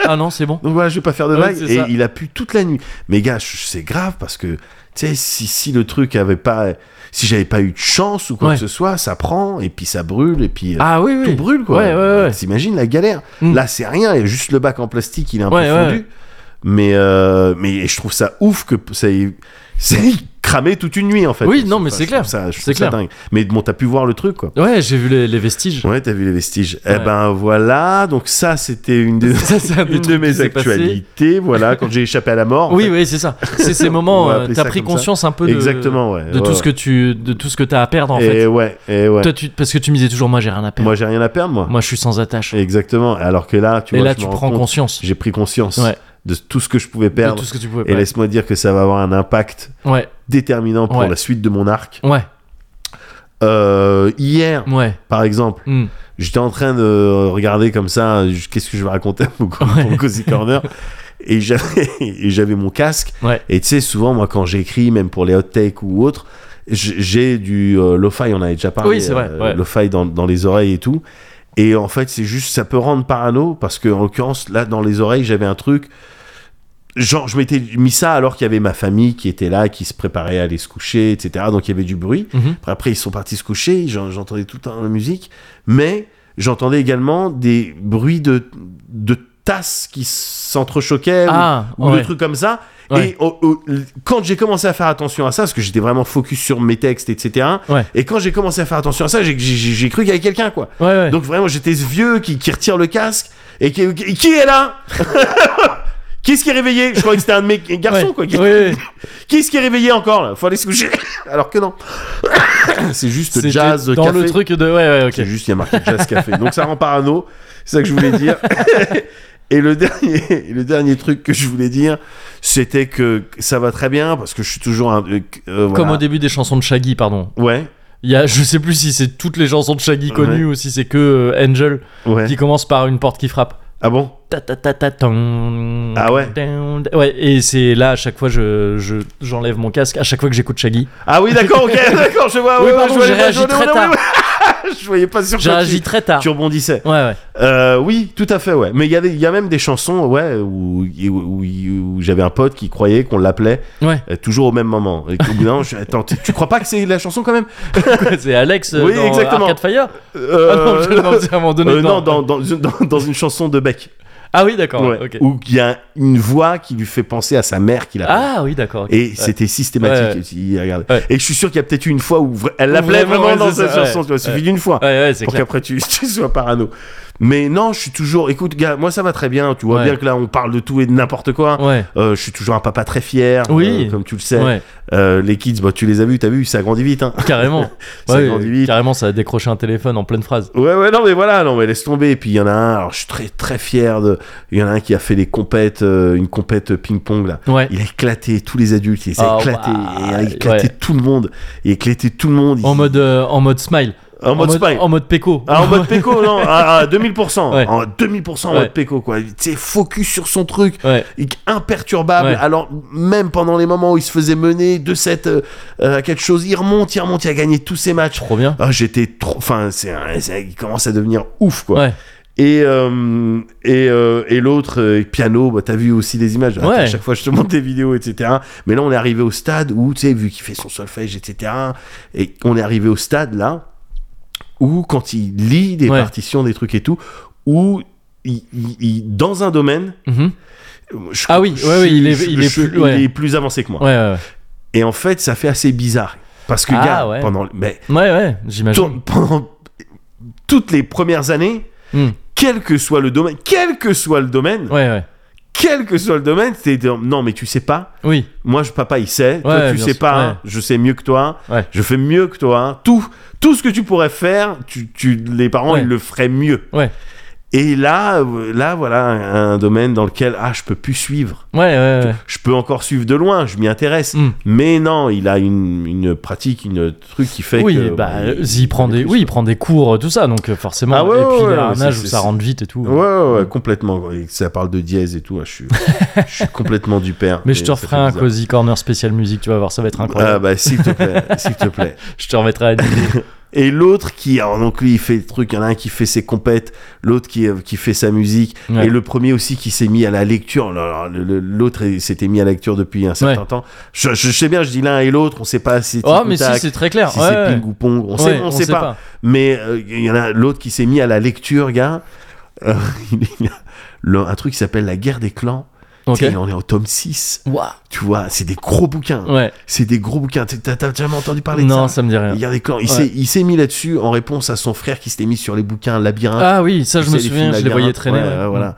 Speaker 1: ah non, c'est bon.
Speaker 2: Donc voilà, je vais pas faire de
Speaker 1: Ouais,
Speaker 2: vagues
Speaker 1: c'est
Speaker 2: et
Speaker 1: ça.
Speaker 2: il a pu toute la nuit. Mais gars, je- c'est grave parce que tu sais si, si le truc avait pas, si j'avais pas eu de chance ou quoi
Speaker 1: Ouais.
Speaker 2: que ce soit, ça prend et puis ça brûle et puis euh,
Speaker 1: Ah oui,
Speaker 2: tout
Speaker 1: oui.
Speaker 2: brûle quoi.
Speaker 1: Ouais, ouais, ouais.
Speaker 2: T'imagines la galère.
Speaker 1: Mm.
Speaker 2: Là, c'est rien, il y a juste le bac en plastique, il est un
Speaker 1: Ouais,
Speaker 2: peu
Speaker 1: ouais.
Speaker 2: fondu. Mais, euh, mais je trouve ça ouf que ça ait, ça ait [laughs] cramé toute une nuit en fait.
Speaker 1: Oui,
Speaker 2: Je
Speaker 1: non,
Speaker 2: trouve
Speaker 1: mais
Speaker 2: ça-
Speaker 1: c'est
Speaker 2: je trouve
Speaker 1: clair.
Speaker 2: ça- je
Speaker 1: C'est
Speaker 2: trouve ça
Speaker 1: clair.
Speaker 2: dingue. Mais bon, t'as pu voir le truc quoi.
Speaker 1: Ouais, j'ai vu les, les vestiges.
Speaker 2: Ouais, t'as vu les vestiges. Eh
Speaker 1: Ouais.
Speaker 2: ben voilà, donc ça c'était une,
Speaker 1: [laughs]
Speaker 2: des-
Speaker 1: Ça, [laughs] c'est un des
Speaker 2: une de
Speaker 1: trucs qui
Speaker 2: mes
Speaker 1: s'est passé.
Speaker 2: actualités. Voilà, quand j'ai échappé à la mort. en
Speaker 1: Oui,
Speaker 2: fait.
Speaker 1: oui, c'est ça. C'est ces
Speaker 2: [laughs] On
Speaker 1: moments,
Speaker 2: va
Speaker 1: euh,
Speaker 2: appeler
Speaker 1: t'as
Speaker 2: ça
Speaker 1: pris
Speaker 2: comme ça.
Speaker 1: conscience un peu de,
Speaker 2: Exactement, ouais.
Speaker 1: de tout ce que tu, de tout ce que t'as à perdre en
Speaker 2: et
Speaker 1: fait.
Speaker 2: ouais, et ouais.
Speaker 1: Toi, tu, parce que tu me disais toujours, moi, j'ai rien à perdre.
Speaker 2: Moi j'ai rien à perdre, moi.
Speaker 1: Moi, je suis sans attache.
Speaker 2: Exactement. Alors que là, tu
Speaker 1: Et
Speaker 2: vois,
Speaker 1: là,
Speaker 2: je
Speaker 1: tu
Speaker 2: me rends
Speaker 1: prends
Speaker 2: compte,
Speaker 1: conscience
Speaker 2: J'ai pris conscience
Speaker 1: Ouais.
Speaker 2: de tout ce que je pouvais
Speaker 1: de
Speaker 2: perdre.
Speaker 1: tout ce que tu pouvais.
Speaker 2: Et
Speaker 1: Ouais,
Speaker 2: laisse-moi dire que ça va avoir un impact
Speaker 1: ouais,
Speaker 2: déterminant pour
Speaker 1: Ouais.
Speaker 2: la suite de mon arc.
Speaker 1: ouais.
Speaker 2: Euh, hier,
Speaker 1: ouais.
Speaker 2: par exemple,
Speaker 1: Hmm.
Speaker 2: j'étais en train de regarder comme ça, je- qu'est-ce que je vais raconter [laughs] à mon, co-
Speaker 1: Ouais.
Speaker 2: mon Cozy Corner et j'avais, et j'avais mon casque.
Speaker 1: Ouais.
Speaker 2: Et tu sais, souvent, moi, quand j'écris, même pour les hot takes ou autres, j- j'ai du euh, lo-fi, on en avait déjà parlé.
Speaker 1: Oui, c'est vrai,
Speaker 2: euh,
Speaker 1: ouais.
Speaker 2: Lo-fi dans, dans les oreilles et tout. Et en fait, c'est juste, ça peut rendre parano parce que, en l'occurrence, là, dans les oreilles, j'avais un truc. Genre, je m'étais mis ça alors qu'il y avait ma famille qui était là, qui se préparait à aller se coucher, etc. Donc, il y avait du bruit.
Speaker 1: Mhm.
Speaker 2: Après, ils sont partis se coucher, j'en- j'entendais tout le temps la musique, mais j'entendais également des bruits de, de tasses qui s'entrechoquaient ou-
Speaker 1: Ah,
Speaker 2: ou,
Speaker 1: ouais.
Speaker 2: des trucs comme ça.
Speaker 1: Ouais.
Speaker 2: Et au- au- quand j'ai commencé à faire attention à ça, parce que j'étais vraiment focus sur mes textes, etc.,
Speaker 1: Ouais.
Speaker 2: et quand j'ai commencé à faire attention à ça, j'ai- j'ai j'ai cru qu'il y avait quelqu'un, quoi.
Speaker 1: Ouais, ouais.
Speaker 2: Donc vraiment, j'étais ce vieux qui, qui retire le casque et qui, qui- qui est là [laughs] Qui est-ce qui est réveillé Je croyais que c'était un de mes garçons,
Speaker 1: Ouais.
Speaker 2: quoi. Qui,
Speaker 1: Ouais, ouais.
Speaker 2: qui est-ce qui est réveillé encore là Faut aller se coucher. [laughs] Alors que non. [coughs] C'est juste
Speaker 1: C'était
Speaker 2: jazz
Speaker 1: dans
Speaker 2: café.
Speaker 1: le truc de ouais ouais ok
Speaker 2: C'est juste il y a marqué jazz café. [laughs] Donc ça rend parano. C'est ça que je voulais [laughs] dire. Et le dernier, et le dernier truc que je voulais dire, c'était que ça va très bien parce que je suis toujours un. euh, euh,
Speaker 1: comme au
Speaker 2: voilà.
Speaker 1: début des chansons de Shaggy pardon
Speaker 2: Ouais,
Speaker 1: il y a je sais plus si c'est toutes les chansons de Shaggy connues ou si c'est que euh, Angel
Speaker 2: ouais.
Speaker 1: qui commence par une porte qui frappe
Speaker 2: Ah bon
Speaker 1: Ta, ta, ta, ta, ton.
Speaker 2: Ah ouais
Speaker 1: Down, down. Ouais, et c'est là, à chaque fois, je, je, j'enlève mon casque, à chaque fois que j'écoute Shaggy.
Speaker 2: Ah oui,
Speaker 1: [laughs]
Speaker 2: d'accord, ok, d'accord, je vois.
Speaker 1: Oui,
Speaker 2: ouais, ouais,
Speaker 1: pardon,
Speaker 2: je vois
Speaker 1: j'ai
Speaker 2: les
Speaker 1: réagi
Speaker 2: pages,
Speaker 1: très
Speaker 2: ouais, ouais,
Speaker 1: tard.
Speaker 2: ouais. [laughs] je voyais pas sur
Speaker 1: J'ai
Speaker 2: quoi
Speaker 1: réagi
Speaker 2: tu-
Speaker 1: très tard.
Speaker 2: Tu rebondissais.
Speaker 1: Ouais, ouais.
Speaker 2: [laughs] Euh, oui, tout à fait, ouais. Mais il y, a des- il y a même des chansons, ouais, où, où- où- où j'avais un pote qui croyait qu'on l'appelait
Speaker 1: Ouais,
Speaker 2: euh, toujours au même moment. Et au bout d'un moment, je attends, tu, tu crois pas que c'est la chanson quand même
Speaker 1: c'est Alex euh,
Speaker 2: Oui,
Speaker 1: dans
Speaker 2: exactement.
Speaker 1: Arcade Fire.
Speaker 2: Euh,
Speaker 1: Ah non, je non, c'est à un moment donné.
Speaker 2: euh,
Speaker 1: dans-
Speaker 2: non, dans, dans, dans- dans une chanson de Beck,
Speaker 1: Ah oui, d'accord.
Speaker 2: Ouais.
Speaker 1: ok.
Speaker 2: où il y a une voix qui lui fait penser à sa mère qu'il a.
Speaker 1: Ah oui, d'accord. ok.
Speaker 2: Et
Speaker 1: Ouais.
Speaker 2: c'était systématique.
Speaker 1: Ouais, ouais.
Speaker 2: Il regarde.
Speaker 1: Ouais.
Speaker 2: Et je suis sûr qu'il y a peut-être eu une fois où vra- elle l'appelait
Speaker 1: Vraiment,
Speaker 2: vraiment,
Speaker 1: ouais,
Speaker 2: dans
Speaker 1: c'est
Speaker 2: cette
Speaker 1: ça,
Speaker 2: chanson.
Speaker 1: ouais.
Speaker 2: Tu vois, il suffit
Speaker 1: Ouais.
Speaker 2: d'une fois.
Speaker 1: Ouais, ouais, c'est
Speaker 2: pour
Speaker 1: clair.
Speaker 2: qu'après tu, [laughs] tu sois parano. Mais non, je suis toujours. Écoute, gars, moi ça va très bien. Tu vois
Speaker 1: Ouais.
Speaker 2: bien que là on parle de tout et de n'importe quoi.
Speaker 1: Ouais.
Speaker 2: Euh, je suis toujours un papa très fier,
Speaker 1: Oui.
Speaker 2: euh, comme tu le sais.
Speaker 1: Ouais,
Speaker 2: Euh, les kids, bah, tu les as vus, t'as vu, ça grandit vite. Hein. [laughs]
Speaker 1: carrément.
Speaker 2: Ça
Speaker 1: Ouais,
Speaker 2: grandit
Speaker 1: ouais,
Speaker 2: vite.
Speaker 1: carrément, ça a décroché un téléphone en pleine phrase.
Speaker 2: Ouais, ouais, non, mais voilà, non, mais laisse tomber. Et puis il y en a un, alors je suis très très fier de. Il y en a un qui a fait les compètes, euh, une compète ping-pong là.
Speaker 1: Ouais.
Speaker 2: Il a éclaté tous les adultes, il les
Speaker 1: Oh,
Speaker 2: a éclatés,
Speaker 1: waouh.
Speaker 2: et il a éclaté
Speaker 1: Ouais.
Speaker 2: tout le monde, il a éclaté tout le monde. il-
Speaker 1: En mode, euh, en mode smile.
Speaker 2: en mode spy.
Speaker 1: En mode péco.
Speaker 2: Ah, en mode péco, non, ah, à, à 2000%.
Speaker 1: Ouais.
Speaker 2: En 2000% en
Speaker 1: Ouais.
Speaker 2: mode péco, quoi. Tu sais, focus sur son truc,
Speaker 1: [laughs] Ouais.
Speaker 2: et imperturbable.
Speaker 1: Ouais.
Speaker 2: Alors, même pendant les moments où il se faisait mener de cette euh, euh, quelque chose, il remonte, il remonte, il a gagné tous ses matchs.
Speaker 1: Trop bien.
Speaker 2: Ah, j'étais trop. Enfin, c'est, un- c'est- il commence à devenir ouf, quoi.
Speaker 1: Ouais.
Speaker 2: Et, euh, et, euh, et l'autre, euh, piano, bah, t'as vu aussi des images.
Speaker 1: Ouais.
Speaker 2: À chaque fois, je te montre des vidéos, etc. Mais là, on est arrivé au stade où, tu sais, vu qu'il fait son solfège, etc. Et on est arrivé au stade, là, où quand il lit des
Speaker 1: Ouais.
Speaker 2: partitions, des trucs et tout, où, il, il- il- dans un domaine.
Speaker 1: Mhm.
Speaker 2: je-
Speaker 1: Ah oui,
Speaker 2: je-
Speaker 1: ouais, ouais, il est-
Speaker 2: je-
Speaker 1: il est
Speaker 2: je-
Speaker 1: plus- ouais.
Speaker 2: il est plus avancé que moi.
Speaker 1: Ouais, ouais,
Speaker 2: Et en fait, ça fait assez bizarre. Parce que,
Speaker 1: Ah,
Speaker 2: gars,
Speaker 1: ouais.
Speaker 2: pendant. Mais,
Speaker 1: ouais. Ouais, ouais, j'imagine.
Speaker 2: tourne- pendant toutes les premières années,
Speaker 1: Hmm.
Speaker 2: quel que soit le domaine, quel que soit le domaine,
Speaker 1: Ouais, ouais.
Speaker 2: quel que soit le domaine, t'es dans- non mais tu sais pas.
Speaker 1: Oui,
Speaker 2: Moi, je, papa, il sait. toi,
Speaker 1: Ouais,
Speaker 2: tu
Speaker 1: bien
Speaker 2: sais
Speaker 1: sûr,
Speaker 2: pas.
Speaker 1: ouais.
Speaker 2: hein. Je sais mieux que toi.
Speaker 1: Ouais.
Speaker 2: Je fais mieux que toi. hein. Tout, tout ce que tu pourrais faire, tu, tu- les parents,
Speaker 1: Ouais.
Speaker 2: ils le feraient mieux.
Speaker 1: Ouais.
Speaker 2: Et là, euh, là, voilà un, un domaine dans lequel ah, je peux plus suivre.
Speaker 1: ouais, ouais. ouais.
Speaker 2: Je peux encore suivre de loin. Je m'y intéresse.
Speaker 1: Mm.
Speaker 2: Mais non, il a une, une pratique, une truc qui fait
Speaker 1: oui,
Speaker 2: que.
Speaker 1: bah,
Speaker 2: bon, il-
Speaker 1: il, prend des,
Speaker 2: plus,
Speaker 1: oui, il prend des cours, euh, tout ça, donc euh, forcément.
Speaker 2: Ah ouais,
Speaker 1: et puis il
Speaker 2: ouais,
Speaker 1: a
Speaker 2: ouais,
Speaker 1: un
Speaker 2: c'est-
Speaker 1: âge
Speaker 2: c'est-
Speaker 1: où ça rentre vite et tout.
Speaker 2: Ouais, ouais, ouais, complètement. Et Ça parle de dièse et tout. hein, Je
Speaker 1: [laughs]
Speaker 2: suis, je suis complètement du père.
Speaker 1: Mais je te
Speaker 2: Et
Speaker 1: referai
Speaker 2: ça fait
Speaker 1: un
Speaker 2: bizarre.
Speaker 1: Cozy Corner spécial musique, tu vas voir, ça va être
Speaker 2: Ah
Speaker 1: incroyable.
Speaker 2: bah s'il te
Speaker 1: [laughs]
Speaker 2: plaît, s'il te plaît.
Speaker 1: Je te remettrai
Speaker 2: [laughs]
Speaker 1: à
Speaker 2: Et l'autre qui, alors donc lui il fait le truc, il y en a un qui fait ses compètes, l'autre qui, euh, qui fait sa musique,
Speaker 1: Ouais.
Speaker 2: et le premier aussi qui s'est mis à la lecture. Alors, le- le- L'autre il s'était mis à la lecture depuis un certain temps. Je, je sais bien, je dis l'un et l'autre, on sait pas Ah, si c'est
Speaker 1: Oh,
Speaker 2: tic ou
Speaker 1: mais si,
Speaker 2: tac,
Speaker 1: c'est très clair.
Speaker 2: si
Speaker 1: ouais,
Speaker 2: c'est
Speaker 1: ouais.
Speaker 2: ping ou pong, on
Speaker 1: Ouais,
Speaker 2: sait, on sait pas. Mais euh, il y en a l'autre qui s'est mis à la lecture, gars. Euh, [laughs] il y a le- un truc qui s'appelle La guerre des clans.
Speaker 1: Ok.
Speaker 2: Tu sais, on est au tome 6.
Speaker 1: Ouah.
Speaker 2: Tu vois, c'est des gros bouquins.
Speaker 1: Ouais.
Speaker 2: C'est des gros bouquins. T'as- T'as t'as jamais entendu parler
Speaker 1: Non,
Speaker 2: de ça
Speaker 1: ça me dit
Speaker 2: La
Speaker 1: rien.
Speaker 2: guerre des clans. Il
Speaker 1: Ouais.
Speaker 2: s'est- il s'est mis là-dessus en réponse à son frère qui s'était mis sur les bouquins Labyrinthe.
Speaker 1: Ah oui, ça,
Speaker 2: Hein Tu
Speaker 1: je me
Speaker 2: sais, les
Speaker 1: souviens,
Speaker 2: films
Speaker 1: je les voyais
Speaker 2: Labyrinthe,
Speaker 1: traîner.
Speaker 2: ouais,
Speaker 1: ouais.
Speaker 2: ouais, voilà.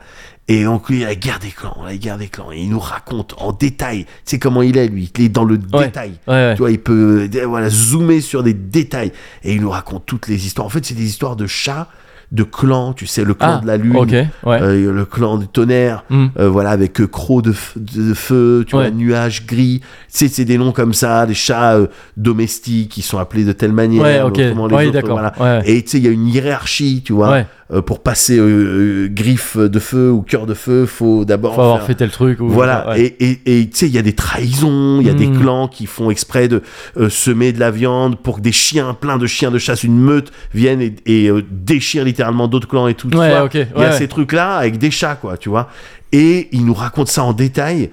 Speaker 2: Et donc, lui, la guerre des clans, la guerre des clans. Et il nous raconte en détail. Tu sais comment il est, lui. Il est dans le
Speaker 1: Ouais.
Speaker 2: détail.
Speaker 1: Ouais,
Speaker 2: Tu vois, il peut euh, voilà, zoomer sur des détails. Et il nous raconte toutes les histoires. En fait, c'est des histoires de chats, de clans, tu sais, le clan
Speaker 1: Ah,
Speaker 2: de la lune,
Speaker 1: Ok, ouais.
Speaker 2: euh, le clan du tonnerre,
Speaker 1: Hmm.
Speaker 2: euh, voilà, avec euh, crocs de, f- de feu, tu vois,
Speaker 1: Ouais.
Speaker 2: nuages gris. C'est, c'est des noms comme ça, des chats euh, domestiques qui sont appelés de telle manière.
Speaker 1: Ouais, ok.
Speaker 2: autrement les
Speaker 1: Ouais,
Speaker 2: autres,
Speaker 1: d'accord.
Speaker 2: voilà.
Speaker 1: Ouais.
Speaker 2: Et tu sais, il y a une hiérarchie, tu vois.
Speaker 1: Ouais.
Speaker 2: Euh, pour passer euh, euh, griffe de feu ou cœur de feu, faut d'abord
Speaker 1: Faut avoir
Speaker 2: faire-
Speaker 1: fait tel truc. ou-
Speaker 2: voilà,
Speaker 1: ouais.
Speaker 2: et et- et, tu sais, il y a des trahisons, il y a des
Speaker 1: Mm.
Speaker 2: clans qui font exprès de euh, semer de la viande pour que des chiens, plein de chiens de chasse, une meute, viennent et, et, euh, déchirent littéralement d'autres clans et tout. tu
Speaker 1: Ouais,
Speaker 2: vois.
Speaker 1: ok,
Speaker 2: Il y a
Speaker 1: ouais.
Speaker 2: ces trucs-là avec des chats, quoi, tu vois. Et il nous raconte ça en détail.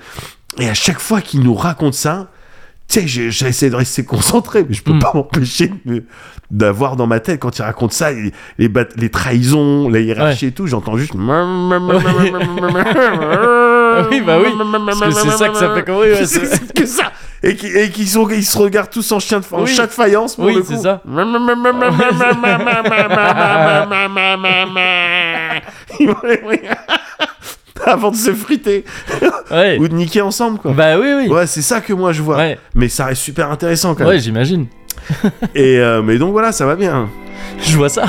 Speaker 2: Et à chaque fois qu'il nous raconte ça, tu sais, j'ai- j'essaie de rester concentré, mais je peux
Speaker 1: Mm.
Speaker 2: pas m'empêcher de me- d'avoir dans ma tête, quand il raconte ça, les, les, bat- les trahisons, la hiérarchie et tout, j'entends juste...
Speaker 1: Ah oui, bah oui. Parce que c'est ça que ça fait courir. ouais, c'est-
Speaker 2: C'est que ça et qui et qu'ils sont ils se regardent tous en chien de en
Speaker 1: Oui.
Speaker 2: chat de faïence pour
Speaker 1: Oui,
Speaker 2: le coup
Speaker 1: c'est
Speaker 2: [laughs]
Speaker 1: ça.
Speaker 2: [laughs] Ils vont les regarder [laughs] avant de se friter
Speaker 1: Ouais.
Speaker 2: ou de niquer ensemble quoi
Speaker 1: Bah oui, oui.
Speaker 2: ouais c'est ça que moi je vois
Speaker 1: Ouais.
Speaker 2: mais ça reste super intéressant quand
Speaker 1: Ouais,
Speaker 2: même
Speaker 1: j'imagine. [laughs]
Speaker 2: et euh, mais donc voilà ça va bien
Speaker 1: Je vois ça.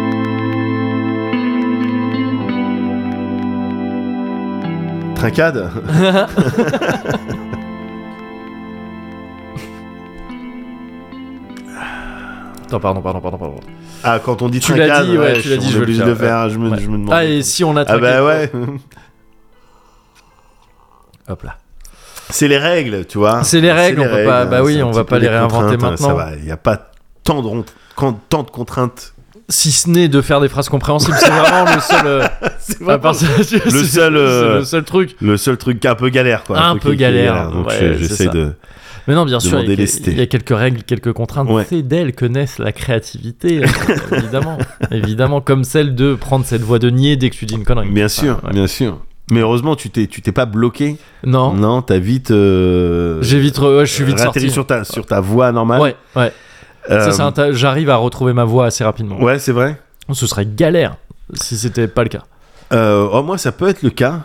Speaker 1: [laughs]
Speaker 2: trincade.
Speaker 1: Attends, pardon, pardon, pardon, pardon.
Speaker 2: Ah, quand on dit
Speaker 1: Tu l'as
Speaker 2: trincade,
Speaker 1: dit, ouais, tu l'as
Speaker 2: on
Speaker 1: dit,
Speaker 2: est
Speaker 1: je veux le
Speaker 2: obligé
Speaker 1: faire,
Speaker 2: de le faire. Je, me,
Speaker 1: ouais.
Speaker 2: je me demande.
Speaker 1: Ah, et si on a
Speaker 2: Ah
Speaker 1: traqué-
Speaker 2: bah ouais. [laughs]
Speaker 1: Hop là.
Speaker 2: C'est les règles, tu vois.
Speaker 1: C'est les règles, on peut pas- bah
Speaker 2: hein,
Speaker 1: oui,
Speaker 2: c'est un
Speaker 1: on
Speaker 2: petit
Speaker 1: va
Speaker 2: peu
Speaker 1: pas
Speaker 2: des
Speaker 1: les réinventer
Speaker 2: contraintes, hein,
Speaker 1: maintenant.
Speaker 2: Ça va, il n'y a pas tant de, ron- con- tant de contraintes. [laughs]
Speaker 1: Si ce n'est de faire des phrases compréhensibles, c'est vraiment le seul. euh, [laughs]
Speaker 2: C'est
Speaker 1: à part ça, c'est-
Speaker 2: seul,
Speaker 1: c'est
Speaker 2: euh,
Speaker 1: le seul truc.
Speaker 2: le seul truc un peu galère, quoi.
Speaker 1: Un
Speaker 2: truc
Speaker 1: peu
Speaker 2: qui- qui
Speaker 1: galère,
Speaker 2: Donc
Speaker 1: ouais,
Speaker 2: je-
Speaker 1: c'est
Speaker 2: j'essaie
Speaker 1: ça.
Speaker 2: de.
Speaker 1: Mais non, bien sûr, il y, a,
Speaker 2: délester.
Speaker 1: il y a quelques règles, quelques contraintes.
Speaker 2: Ouais.
Speaker 1: C'est d'elles que naissent la créativité, euh, [laughs] évidemment. évidemment, comme celle de prendre cette voie de nier dès que tu dis une connerie.
Speaker 2: Bien
Speaker 1: Enfin,
Speaker 2: sûr,
Speaker 1: ouais.
Speaker 2: bien sûr. Mais heureusement, tu t'es, tu t'es pas bloqué.
Speaker 1: Non,
Speaker 2: Non, t'as vite. euh,
Speaker 1: j'ai vite, re- ouais, je suis vite
Speaker 2: atterri
Speaker 1: sorti.
Speaker 2: sur ta sur ta voie normale.
Speaker 1: Ouais, ouais.
Speaker 2: Euh,
Speaker 1: Ça, c'est un ta- J'arrive à retrouver ma voix assez rapidement.
Speaker 2: ouais, c'est vrai.
Speaker 1: Ce serait galère si c'était pas le cas.
Speaker 2: Euh, oh, moi, ça peut être le cas.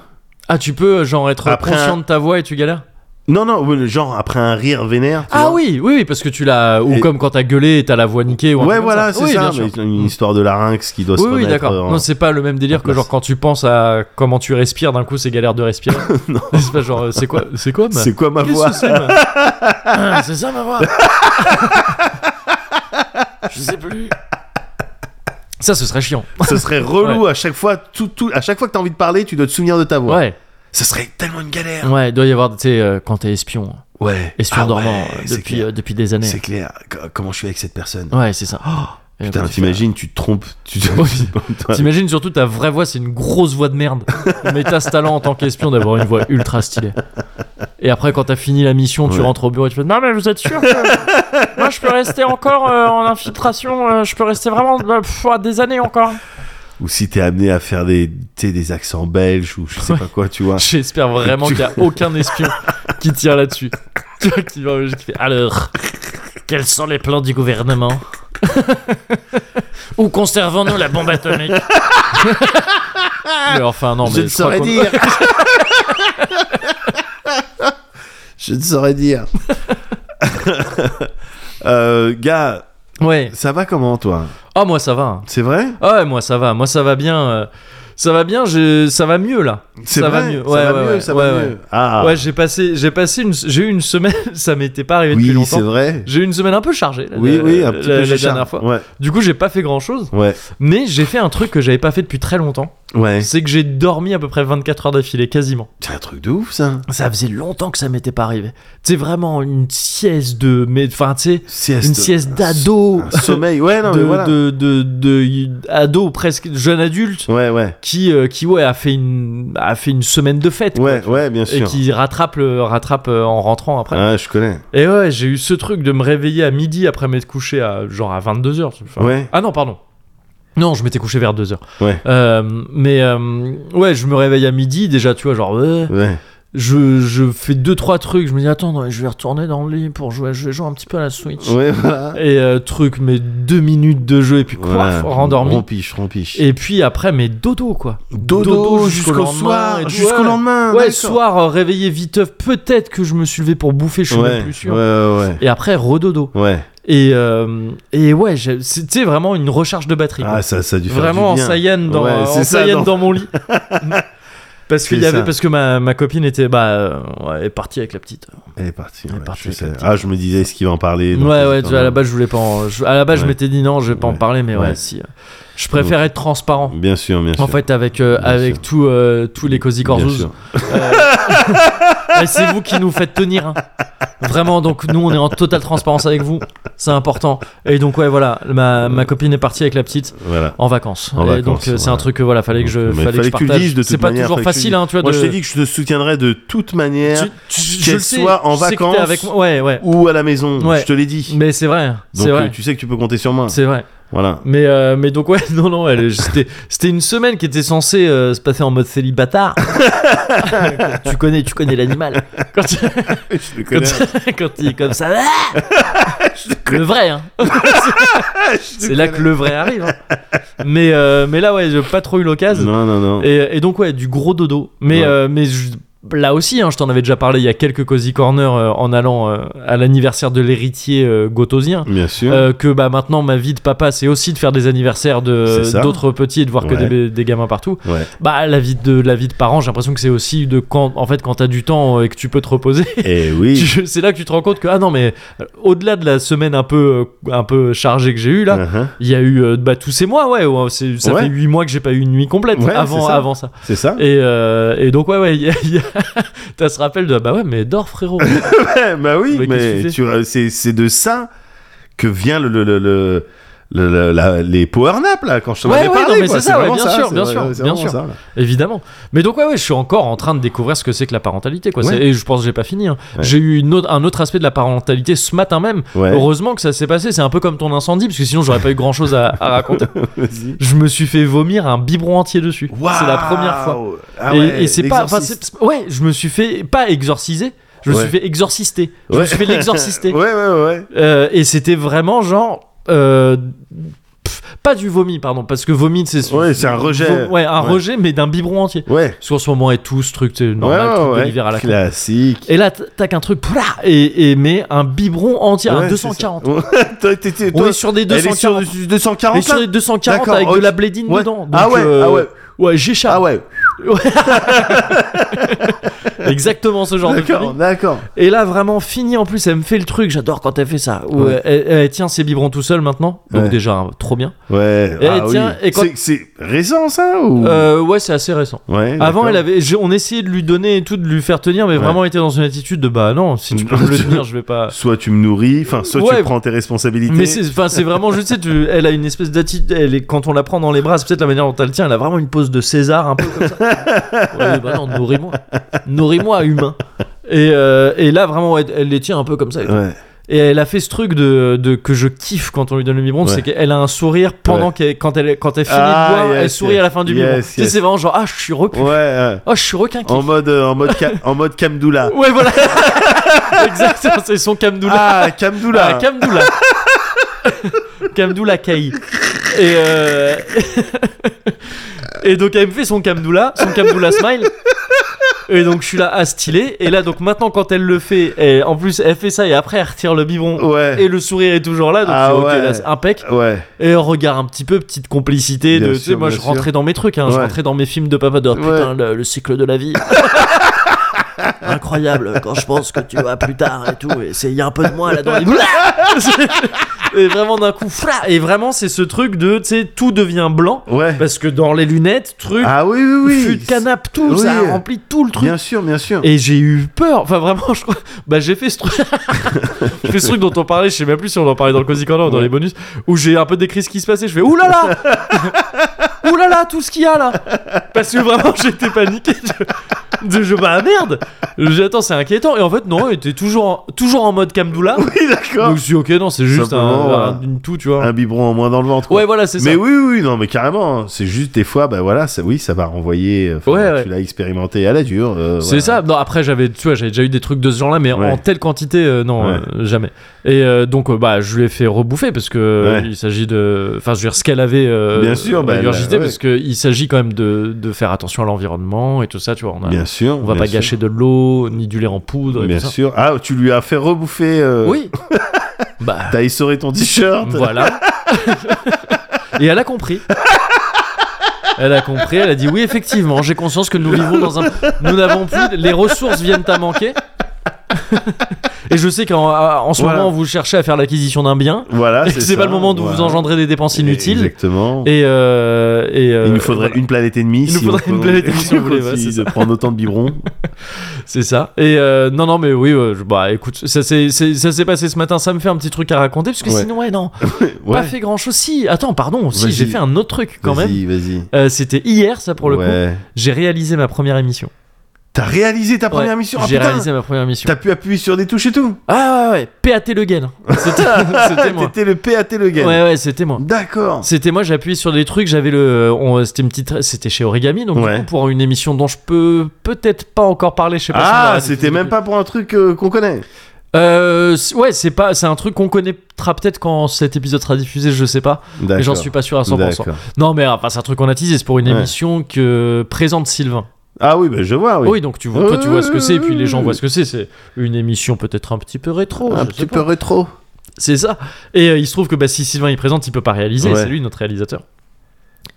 Speaker 1: Ah, tu peux euh, genre être
Speaker 2: Après
Speaker 1: conscient
Speaker 2: un-
Speaker 1: de ta voix et tu galères
Speaker 2: Non, non, oui, le genre après un rire vénère. tu
Speaker 1: Ah
Speaker 2: vois.
Speaker 1: oui, oui, oui, parce que tu l'as. Ou
Speaker 2: Et-
Speaker 1: comme quand t'as gueulé et t'as la voix niquée. Ou un
Speaker 2: Ouais,
Speaker 1: truc comme
Speaker 2: voilà, c'est
Speaker 1: Oui,
Speaker 2: ça.
Speaker 1: bien sûr.
Speaker 2: mais une histoire de larynx qui doit se
Speaker 1: Oui, oui,
Speaker 2: remettre,
Speaker 1: d'accord.
Speaker 2: euh, en-
Speaker 1: Non, c'est pas le même délire que
Speaker 2: place.
Speaker 1: genre quand tu penses à comment tu respires, d'un coup c'est galère de
Speaker 2: [laughs]
Speaker 1: respirer. non. [laughs] C'est pas genre, euh, c'est quoi C'est quoi ma...
Speaker 2: C'est quoi ma
Speaker 1: Qu'est-ce
Speaker 2: voix
Speaker 1: que c'est ma- Ah, C'est ça ma voix Je sais plus. Ça, ce serait chiant.
Speaker 2: [laughs] Ce serait relou à chaque fois. Tout, tout, à chaque fois que t'as envie de parler, tu dois te souvenir de ta voix.
Speaker 1: Ouais,
Speaker 2: Ce serait tellement une galère.
Speaker 1: ouais, il doit y avoir, tu sais, euh, quand t'es espion,
Speaker 2: Ouais.
Speaker 1: espion
Speaker 2: Ah ouais,
Speaker 1: dormant euh,
Speaker 2: c'est
Speaker 1: depuis,
Speaker 2: clair.
Speaker 1: euh, depuis des années.
Speaker 2: C'est clair. C- Comment je suis avec cette personne
Speaker 1: Ouais, c'est ça. Et
Speaker 2: Putain,
Speaker 1: après, tu fais-
Speaker 2: t'imagines, tu te trompes.
Speaker 1: [laughs]
Speaker 2: Tu te... Toi,
Speaker 1: T'imagines surtout ta vraie voix, c'est une grosse voix de
Speaker 2: [laughs]
Speaker 1: merde. Mais t'as ce talent en tant qu'espion d'avoir une voix ultra stylée. Et après, quand t'as fini la mission, tu
Speaker 2: Ouais.
Speaker 1: rentres au bureau et tu fais Non, mais vous êtes sûr
Speaker 2: [laughs]
Speaker 1: que moi je peux rester encore euh, en infiltration, euh, je peux rester vraiment euh, pff, à des années encore.
Speaker 2: Ou si t'es amené à faire des, tu sais, des accents belges ou je sais pas quoi, tu vois.
Speaker 1: J'espère vraiment
Speaker 2: Tu-
Speaker 1: qu'il n'y a aucun espion qui tire là-dessus. Tu vois, qui va qui fait Alors, quels sont les plans du gouvernement Où conservons-nous la bombe
Speaker 2: [laughs]
Speaker 1: atomique Mais enfin, non, mais
Speaker 2: je ne
Speaker 1: je crois
Speaker 2: saurais
Speaker 1: qu'on- [laughs]
Speaker 2: dire. je ne
Speaker 1: [laughs]
Speaker 2: saurais dire. Euh, gars,
Speaker 1: Ouais.
Speaker 2: ça va comment toi
Speaker 1: Ah, moi ça va.
Speaker 2: C'est vrai
Speaker 1: Ah ouais, moi ça va, moi ça va bien. euh, Ça va bien, je- ça va mieux là.
Speaker 2: C'est
Speaker 1: Ça
Speaker 2: vrai
Speaker 1: va mieux,
Speaker 2: Ça
Speaker 1: ouais,
Speaker 2: va
Speaker 1: ouais,
Speaker 2: mieux,
Speaker 1: ouais,
Speaker 2: ça va
Speaker 1: ouais,
Speaker 2: mieux.
Speaker 1: ouais.
Speaker 2: Ah,
Speaker 1: Ouais, j'ai passé, j'ai passé une, j'ai eu une semaine, [laughs] ça m'était pas arrivé depuis
Speaker 2: oui, c'est
Speaker 1: longtemps.
Speaker 2: vrai.
Speaker 1: J'ai eu une semaine un peu chargée. là,
Speaker 2: Oui,
Speaker 1: la-
Speaker 2: oui, un petit
Speaker 1: la,
Speaker 2: peu
Speaker 1: la
Speaker 2: Richard.
Speaker 1: dernière fois.
Speaker 2: Ouais,
Speaker 1: Du coup, j'ai pas fait grand chose,
Speaker 2: ouais,
Speaker 1: mais j'ai fait un truc que j'avais pas fait depuis très longtemps.
Speaker 2: ouais.
Speaker 1: C'est que j'ai dormi à peu près 24 heures d'affilée, quasiment.
Speaker 2: C'est un truc de ouf, ça.
Speaker 1: Ça faisait longtemps que ça m'était pas arrivé. C'est vraiment une sieste de, mais enfin, tu sais,
Speaker 2: Sieste.
Speaker 1: une sieste
Speaker 2: Un so-
Speaker 1: d'ado,
Speaker 2: un sommeil. Ouais,
Speaker 1: [laughs]
Speaker 2: non,
Speaker 1: de,
Speaker 2: mais voilà.
Speaker 1: de, de, de- ado presque jeune adulte.
Speaker 2: Ouais, ouais.
Speaker 1: qui euh, qui ouais a fait une a fait une semaine de fête quoi.
Speaker 2: Ouais, ouais, bien
Speaker 1: et
Speaker 2: sûr.
Speaker 1: qui rattrape le, rattrape euh, en rentrant après
Speaker 2: Ah, je connais.
Speaker 1: et ouais j'ai eu ce truc de me réveiller à midi après m'être couché à genre à 22h
Speaker 2: Ouais.
Speaker 1: ah non pardon non, je m'étais couché vers 2h.
Speaker 2: Ouais.
Speaker 1: mais euh, ouais, je me réveille à midi déjà, tu vois, genre euh,
Speaker 2: Ouais.
Speaker 1: je, je fais deux trois trucs, je me dis attends, non, je vais retourner dans le lit pour jouer, je vais jouer un petit peu à la Switch.
Speaker 2: Ouais, voilà.
Speaker 1: Et euh, truc, mes deux minutes de jeu et puis quoi,
Speaker 2: Voilà.
Speaker 1: rendormi.
Speaker 2: Rompiche, rompiche.
Speaker 1: Et puis après mes dodo quoi.
Speaker 2: dodo jusqu'au
Speaker 1: lendemain et
Speaker 2: soir,
Speaker 1: tout.
Speaker 2: jusqu'au
Speaker 1: Ouais.
Speaker 2: lendemain.
Speaker 1: Ouais,
Speaker 2: d'accord.
Speaker 1: le soir, euh, réveillé viteuf, peut-être que je me suis levé pour bouffer, je suis
Speaker 2: Ouais,
Speaker 1: même plus sûr.
Speaker 2: Ouais, ouais,
Speaker 1: Et après, redodo.
Speaker 2: ouais. Ouais.
Speaker 1: Et, euh, et ouais, j'ai- c'était vraiment une recharge de batterie. quoi.
Speaker 2: Ah, ça, ça a dû faire
Speaker 1: vraiment en
Speaker 2: du bien.
Speaker 1: Saiyan dans,
Speaker 2: Ouais,
Speaker 1: en
Speaker 2: c'est ça,
Speaker 1: Saiyan
Speaker 2: non.
Speaker 1: dans mon
Speaker 2: [laughs]
Speaker 1: lit. parce, qu'il
Speaker 2: C'est
Speaker 1: y avait,
Speaker 2: ça.
Speaker 1: parce que ma, ma copine était bah, euh, ouais, elle est partie avec la petite.
Speaker 2: Elle est partie.
Speaker 1: Elle est
Speaker 2: ouais,
Speaker 1: partie
Speaker 2: je
Speaker 1: avec
Speaker 2: sais.
Speaker 1: la petite.
Speaker 2: Ah, je me disais, est-ce qu'il va en parler euh, dans
Speaker 1: ouais,
Speaker 2: tes
Speaker 1: ouais, tu
Speaker 2: histoires,
Speaker 1: vois, à la
Speaker 2: non
Speaker 1: base, je voulais pas en- je- à la base, je
Speaker 2: Ouais.
Speaker 1: m'étais dit non, je vais pas en
Speaker 2: Ouais.
Speaker 1: parler, mais ouais,
Speaker 2: Ouais.
Speaker 1: si. euh, Je préfère être transparent.
Speaker 2: Bien sûr, bien sûr.
Speaker 1: En fait, avec, euh,
Speaker 2: Bien
Speaker 1: avec
Speaker 2: sûr.
Speaker 1: tout, euh, tous les Cozy
Speaker 2: Bien
Speaker 1: Corzous,
Speaker 2: sûr.
Speaker 1: [laughs] Ouais, c'est vous qui nous faites tenir. hein. Vraiment, donc nous, on est en totale transparence avec vous. C'est important. Et donc, ouais, voilà, ma, ma copine est partie avec la petite
Speaker 2: Voilà.
Speaker 1: en vacances.
Speaker 2: En
Speaker 1: Et
Speaker 2: vacances,
Speaker 1: donc, euh, c'est
Speaker 2: voilà.
Speaker 1: un truc que, voilà, fallait que je,
Speaker 2: Mais
Speaker 1: fallait que je
Speaker 2: tu le
Speaker 1: partage.
Speaker 2: dises de
Speaker 1: C'est
Speaker 2: toute
Speaker 1: pas
Speaker 2: manière,
Speaker 1: toujours
Speaker 2: fallait que tu le
Speaker 1: facile, hein, tu vois.
Speaker 2: Moi,
Speaker 1: de-
Speaker 2: je t'ai dit que je te soutiendrai de toute
Speaker 1: Tu-
Speaker 2: manière.
Speaker 1: tu- je
Speaker 2: qu'elle
Speaker 1: le sais,
Speaker 2: soit en
Speaker 1: je sais que t'es
Speaker 2: vacances
Speaker 1: avec moi. Ouais, ouais.
Speaker 2: ou à la maison,
Speaker 1: Ouais.
Speaker 2: je te l'ai dit.
Speaker 1: Mais c'est vrai, hein.
Speaker 2: Donc
Speaker 1: c'est
Speaker 2: euh,
Speaker 1: vrai.
Speaker 2: tu sais que tu peux compter sur moi.
Speaker 1: C'est vrai. [laughs]
Speaker 2: Voilà.
Speaker 1: Mais, euh, mais donc, ouais, non, non, elle, c'était, c'était une semaine qui était censée euh, se passer en mode [laughs] célibataire. tu connais, tu connais l'animal. Quand tu-
Speaker 2: je le
Speaker 1: Quand, quand il est comme ça, ah le vrai, [laughs] hein. c'est là que le vrai arrive. hein. Mais, euh, mais là, ouais, j'ai pas trop eu l'occasion.
Speaker 2: Non, non, non.
Speaker 1: Et, et donc, ouais, du gros dodo. Mais,
Speaker 2: Ouais.
Speaker 1: euh, mais je- là aussi, hein, je t'en avais déjà parlé il y a quelques Cozy Corner euh, en allant euh, à l'anniversaire de l'héritier euh, gotosien.
Speaker 2: Bien sûr.
Speaker 1: euh, que bah maintenant ma vie de papa c'est aussi de faire des anniversaires de
Speaker 2: C'est ça.
Speaker 1: d'autres petits et de voir que
Speaker 2: Ouais.
Speaker 1: des, des gamins partout
Speaker 2: Ouais.
Speaker 1: bah la vie de la vie de parents j'ai l'impression que c'est aussi de quand en fait quand t'as du temps euh, et que tu peux te reposer
Speaker 2: Et Eh
Speaker 1: [laughs]
Speaker 2: oui.
Speaker 1: tu- c'est là que tu te rends compte que ah non mais euh, au-delà de la semaine un peu euh, un peu chargée que j'ai eu là
Speaker 2: Uh-huh.
Speaker 1: il y a eu euh, bah tous ces mois ouais, ouais, c'est- ça
Speaker 2: Ouais.
Speaker 1: fait 8 mois que j'ai pas eu une nuit complète
Speaker 2: Ouais,
Speaker 1: avant
Speaker 2: c'est ça.
Speaker 1: avant ça
Speaker 2: C'est ça
Speaker 1: et, euh, et donc ouais ouais il y a- [laughs] il y a- t'as ce rappel de bah ouais mais dors frérot
Speaker 2: Ouais, [laughs] bah oui,
Speaker 1: [laughs] Mais qu'est-ce que
Speaker 2: mais
Speaker 1: tu fais
Speaker 2: tu vois, c'est c'est de ça que vient le, le, le, le- le- le- la- les power nap là quand je te
Speaker 1: Ouais,
Speaker 2: avais
Speaker 1: ouais,
Speaker 2: parlé
Speaker 1: non, mais
Speaker 2: quoi.
Speaker 1: c'est ça,
Speaker 2: vraiment
Speaker 1: ouais, bien sûr,
Speaker 2: c'est
Speaker 1: bien
Speaker 2: vrai-
Speaker 1: sûr,
Speaker 2: c'est
Speaker 1: bien
Speaker 2: vraiment
Speaker 1: sûr.
Speaker 2: ça, là.
Speaker 1: Évidemment. Mais donc ouais, ouais, je suis encore en train de découvrir ce que c'est que la parentalité quoi.
Speaker 2: Ouais.
Speaker 1: C'est- Et je pense que j'ai pas fini. hein.
Speaker 2: Ouais.
Speaker 1: J'ai eu une autre- un autre aspect de la parentalité ce matin même.
Speaker 2: ouais
Speaker 1: Heureusement que ça s'est passé. C'est un peu comme ton incendie parce que sinon j'aurais pas eu grand chose à, à
Speaker 2: [laughs]
Speaker 1: raconter.
Speaker 2: vas-y
Speaker 1: Je me suis fait vomir un biberon entier dessus. C'est la première fois.
Speaker 2: Waouh Ah
Speaker 1: et
Speaker 2: ouais,
Speaker 1: et c'est pas. enfin,
Speaker 2: l'exorciste.
Speaker 1: c'est- ouais, je me suis fait pas exorciser. Je me
Speaker 2: Ouais.
Speaker 1: suis fait exorcister. Je me
Speaker 2: Ouais.
Speaker 1: suis fait l'exorcister.
Speaker 2: [laughs] ouais ouais ouais
Speaker 1: Euh, et c'était vraiment genre. euh, pff, pas du vomi, pardon, parce que vomi, c'est.
Speaker 2: Ouais, c'est un rejet.
Speaker 1: Vo- Ouais, un
Speaker 2: Ouais.
Speaker 1: rejet, mais d'un biberon entier.
Speaker 2: ouais
Speaker 1: Parce qu'en ce moment et tout ce truc, c'est normal,
Speaker 2: ouais,
Speaker 1: truc
Speaker 2: ouais,
Speaker 1: de l'hiver à la con.
Speaker 2: classique
Speaker 1: Et là, t- tac, un truc, poula, et, et mais un biberon entier, un
Speaker 2: Ouais,
Speaker 1: 240.
Speaker 2: c'est ça. [laughs] Toi, t'es- t'es-
Speaker 1: On
Speaker 2: toi,
Speaker 1: est sur des
Speaker 2: elle est
Speaker 1: 240.
Speaker 2: sur du 240
Speaker 1: on est sur
Speaker 2: là
Speaker 1: des 240
Speaker 2: D'accord,
Speaker 1: avec de
Speaker 2: ok.
Speaker 1: la blédine
Speaker 2: Ouais.
Speaker 1: dedans.
Speaker 2: Ah
Speaker 1: Donc,
Speaker 2: ouais,
Speaker 1: euh,
Speaker 2: ah ouais.
Speaker 1: Ouais, j'échappe.
Speaker 2: ah ouais [laughs]
Speaker 1: Exactement ce genre de
Speaker 2: d'accord
Speaker 1: feeling.
Speaker 2: d'accord
Speaker 1: Et là, vraiment fini en plus, elle me fait le truc. J'adore quand elle fait ça. Ou
Speaker 2: Ouais.
Speaker 1: elle, elle tient ses biberons tout seul maintenant. Donc
Speaker 2: Ouais.
Speaker 1: déjà, hein, trop bien.
Speaker 2: ouais
Speaker 1: Et
Speaker 2: ah oui.
Speaker 1: Eh, tiens, et quand-
Speaker 2: C'est- c'est récent ça ou
Speaker 1: Euh, ouais, c'est assez récent.
Speaker 2: ouais
Speaker 1: Avant,
Speaker 2: d'accord.
Speaker 1: elle avait, j'ai- on essayait de lui donner et tout, de lui faire tenir, mais
Speaker 2: Ouais.
Speaker 1: vraiment, elle était dans une attitude de bah non, si
Speaker 2: [laughs]
Speaker 1: tu peux me le tenir, je vais pas.
Speaker 2: soit tu me nourris enfin soit
Speaker 1: Ouais.
Speaker 2: tu prends tes responsabilités
Speaker 1: Mais c'est, enfin, c'est vraiment juste, tu sais, tu- elle a une espèce d'attitude, elle est, quand on la prend dans les bras, c'est peut-être la manière dont elle tient, elle a vraiment une pose de César, un peu comme ça.
Speaker 2: [laughs]
Speaker 1: Ouais, bah non, nourris-moi. Nourris-moi, humain. Et, euh, et là, vraiment, ouais, elle les tient un peu comme ça. Et, tout.
Speaker 2: ouais
Speaker 1: Et elle a fait ce truc de, de- que je kiffe quand on lui donne le biberon,
Speaker 2: Ouais.
Speaker 1: c'est qu'elle a un sourire pendant
Speaker 2: Ouais.
Speaker 1: qu'elle, quand elle, quand elle finit
Speaker 2: Ah,
Speaker 1: de boire, elle
Speaker 2: yes,
Speaker 1: sourit
Speaker 2: yes.
Speaker 1: à la fin du
Speaker 2: Yes,
Speaker 1: biberon.
Speaker 2: yes.
Speaker 1: Tu sais, c'est vraiment genre, ah, je suis requin.
Speaker 2: Ouais, ouais.
Speaker 1: Oh, je suis requin.
Speaker 2: En mode, euh, en mode, ca- en mode Kamdoula.
Speaker 1: Ouais, voilà. [laughs] Exactement, c'est son Kamdoula.
Speaker 2: Ah, Kamdoula.
Speaker 1: Ah, Kamdoula. Ah,
Speaker 2: [laughs]
Speaker 1: Kamdoula Kai. Et, euh, [laughs] et donc elle me fait son Kamdoula, son Kamdoula smile. Et donc je suis là à styler. Et là donc maintenant quand elle le fait, et en plus elle fait ça et après elle retire le biberon.
Speaker 2: Ouais.
Speaker 1: Et le sourire est toujours là, donc
Speaker 2: Ah
Speaker 1: je fais, ok,
Speaker 2: ouais.
Speaker 1: là, c'est impec.
Speaker 2: Ouais.
Speaker 1: Et on regarde un petit peu, petite complicité.
Speaker 2: Bien
Speaker 1: De, tu
Speaker 2: sûr,
Speaker 1: sais, moi
Speaker 2: bien
Speaker 1: je rentrais dans mes trucs, hein, je
Speaker 2: Ouais.
Speaker 1: rentrais dans mes films de papa de oh, putain, le, le cycle de la
Speaker 2: [laughs]
Speaker 1: vie.
Speaker 3: incroyable quand je pense que tu vas plus tard et tout. Et c'est- il y a un peu de moi là-dedans.
Speaker 2: [laughs]
Speaker 1: Blah et vraiment d'un coup, fla Et vraiment, c'est ce truc de, tu sais, tout devient blanc.
Speaker 2: Ouais.
Speaker 1: Parce que dans les lunettes, truc,
Speaker 2: Ah oui, oui, oui.
Speaker 1: fut de canap, tout,
Speaker 2: Oui.
Speaker 1: ça remplit tout le truc.
Speaker 2: Bien sûr, bien sûr.
Speaker 1: Et j'ai eu peur. Enfin, vraiment, je crois. Bah, j'ai fait ce
Speaker 2: [laughs]
Speaker 1: truc. j'ai fait ce truc dont on parlait, je sais même plus si on en parlait dans le Cozy Corner ou dans
Speaker 2: Ouais.
Speaker 1: les bonus, où j'ai un peu décrit ce qui se passait. Je fais Ouh là
Speaker 2: [laughs]
Speaker 1: là Ouh là là, tout ce qu'il y a là Parce que vraiment, j'étais paniqué. De, de- je, bah merde J'attends, c'est inquiétant. Et en fait, non, il était toujours en, toujours en mode Kamdoula.
Speaker 2: [laughs] Oui, d'accord.
Speaker 1: Donc je suis ok, non, c'est juste un,
Speaker 2: Simplement,
Speaker 1: un-
Speaker 2: ouais.
Speaker 1: une toux, tu vois.
Speaker 2: Un biberon en moins dans le ventre. quoi.
Speaker 1: Ouais, voilà, c'est ça.
Speaker 2: mais oui, oui, non, mais carrément. hein. C'est juste des fois, bah voilà, ça, oui, ça va renvoyer. euh, enfin,
Speaker 1: Ouais, ouais.
Speaker 2: Tu l'as expérimenté à la dure. euh,
Speaker 1: C'est ça.
Speaker 2: voilà.
Speaker 1: Non, après j'avais, tu vois, j'avais déjà eu des trucs de ce genre-là, mais
Speaker 2: Ouais.
Speaker 1: en telle quantité, euh, non,
Speaker 2: Ouais.
Speaker 1: euh, jamais. Et euh, donc, euh, bah, je lui ai fait rebouffer parce que euh,
Speaker 2: Ouais.
Speaker 1: il s'agit de, enfin, je veux dire ce qu'elle avait, euh,
Speaker 2: Bien sûr, bah,
Speaker 1: ingurgité,
Speaker 2: elle a- ouais.
Speaker 1: parce que il s'agit quand même de, de faire attention à l'environnement et tout ça, tu vois. On, a-
Speaker 2: Bien sûr.
Speaker 1: on va
Speaker 2: bien
Speaker 1: pas
Speaker 2: sûr.
Speaker 1: gâcher de l'eau ni du lait en poudre. Et
Speaker 2: Bien
Speaker 1: tout ça.
Speaker 2: sûr. Ah, tu lui as fait rebouffer. euh, [laughs]
Speaker 1: Oui. bah
Speaker 2: T'as essoré
Speaker 1: [laughs]
Speaker 2: ton t-shirt.
Speaker 1: voilà. [laughs] et elle a compris. Elle a compris, elle a dit oui effectivement, j'ai conscience que nous vivons dans un... Nous n'avons plus... Les ressources viennent à manquer. [laughs] Et je sais qu'en en ce
Speaker 2: Voilà.
Speaker 1: moment, vous cherchez à faire l'acquisition d'un bien.
Speaker 2: Voilà.
Speaker 1: et que c'est
Speaker 2: ça,
Speaker 1: pas le moment de
Speaker 2: voilà.
Speaker 1: vous engendrer des dépenses inutiles.
Speaker 2: Exactement.
Speaker 1: Et... euh, et euh,
Speaker 2: Il nous faudrait
Speaker 1: voilà.
Speaker 2: une planète et demie.
Speaker 1: Il nous
Speaker 2: si on
Speaker 1: faudrait une
Speaker 2: prend-
Speaker 1: planète et demie, si on voulait, ouais,
Speaker 2: [laughs] si
Speaker 1: c'est ça.
Speaker 2: de prendre autant
Speaker 1: [laughs]
Speaker 2: de biberons.
Speaker 1: C'est ça. Et euh, non, non, mais oui, euh, je- bah écoute, ça s'est c'est- ça s'est passé ce matin, ça me fait un petit truc à raconter, parce que
Speaker 2: Ouais.
Speaker 1: sinon, ouais, non,
Speaker 2: Ouais.
Speaker 1: pas fait grand-chose. Si, attends, pardon, si,
Speaker 2: Vas-y.
Speaker 1: j'ai fait un autre truc quand même.
Speaker 2: Vas-y, vas-y.
Speaker 1: Euh, C'était hier, ça pour le coup.
Speaker 2: Ouais.
Speaker 1: J'ai réalisé ma première émission.
Speaker 2: T'as réalisé ta première
Speaker 1: Ouais,
Speaker 2: mission Ah,
Speaker 1: J'ai
Speaker 2: putain
Speaker 1: réalisé ma première émission.
Speaker 2: T'as pu appuyer sur des touches et tout
Speaker 1: Ah ouais, ouais, PAT Le Guen.
Speaker 2: [laughs]
Speaker 1: C'était [laughs] c'était moi.
Speaker 2: T'étais le PAT le game.
Speaker 1: Ouais, ouais, c'était moi.
Speaker 2: D'accord.
Speaker 1: C'était moi, j'appuyais sur des trucs, j'avais le. euh, on- C'était une petite. C'était chez Origami, donc du
Speaker 2: Ouais.
Speaker 1: coup, pour une émission dont je peux peut-être pas encore parler, je sais pas si on
Speaker 2: Ah,
Speaker 1: l'a
Speaker 2: c'était
Speaker 1: dit
Speaker 2: même
Speaker 1: depuis.
Speaker 2: pas pour un truc euh, qu'on connaît.
Speaker 1: Euh, c'est- ouais, c'est pas. C'est un truc qu'on connaîtra peut-être quand cet épisode sera diffusé, je sais pas.
Speaker 2: D'accord.
Speaker 1: Mais j'en suis pas sûr à 100%.
Speaker 2: D'accord.
Speaker 1: Non, mais enfin, c'est un truc qu'on a teasé, c'est pour une
Speaker 2: Ouais.
Speaker 1: émission que présente Sylvain.
Speaker 2: Ah oui, bah, je vois, oui.
Speaker 1: Oui, donc tu vois, toi tu vois ce que c'est, et puis les gens
Speaker 2: Euh,
Speaker 1: voient ce que c'est. C'est une émission peut-être un petit peu rétro.
Speaker 2: un
Speaker 1: je sais
Speaker 2: petit
Speaker 1: pas.
Speaker 2: peu rétro.
Speaker 1: C'est ça. Et euh, il se trouve que bah, si Sylvain il présente, il peut pas réaliser.
Speaker 2: Ouais.
Speaker 1: C'est lui notre réalisateur.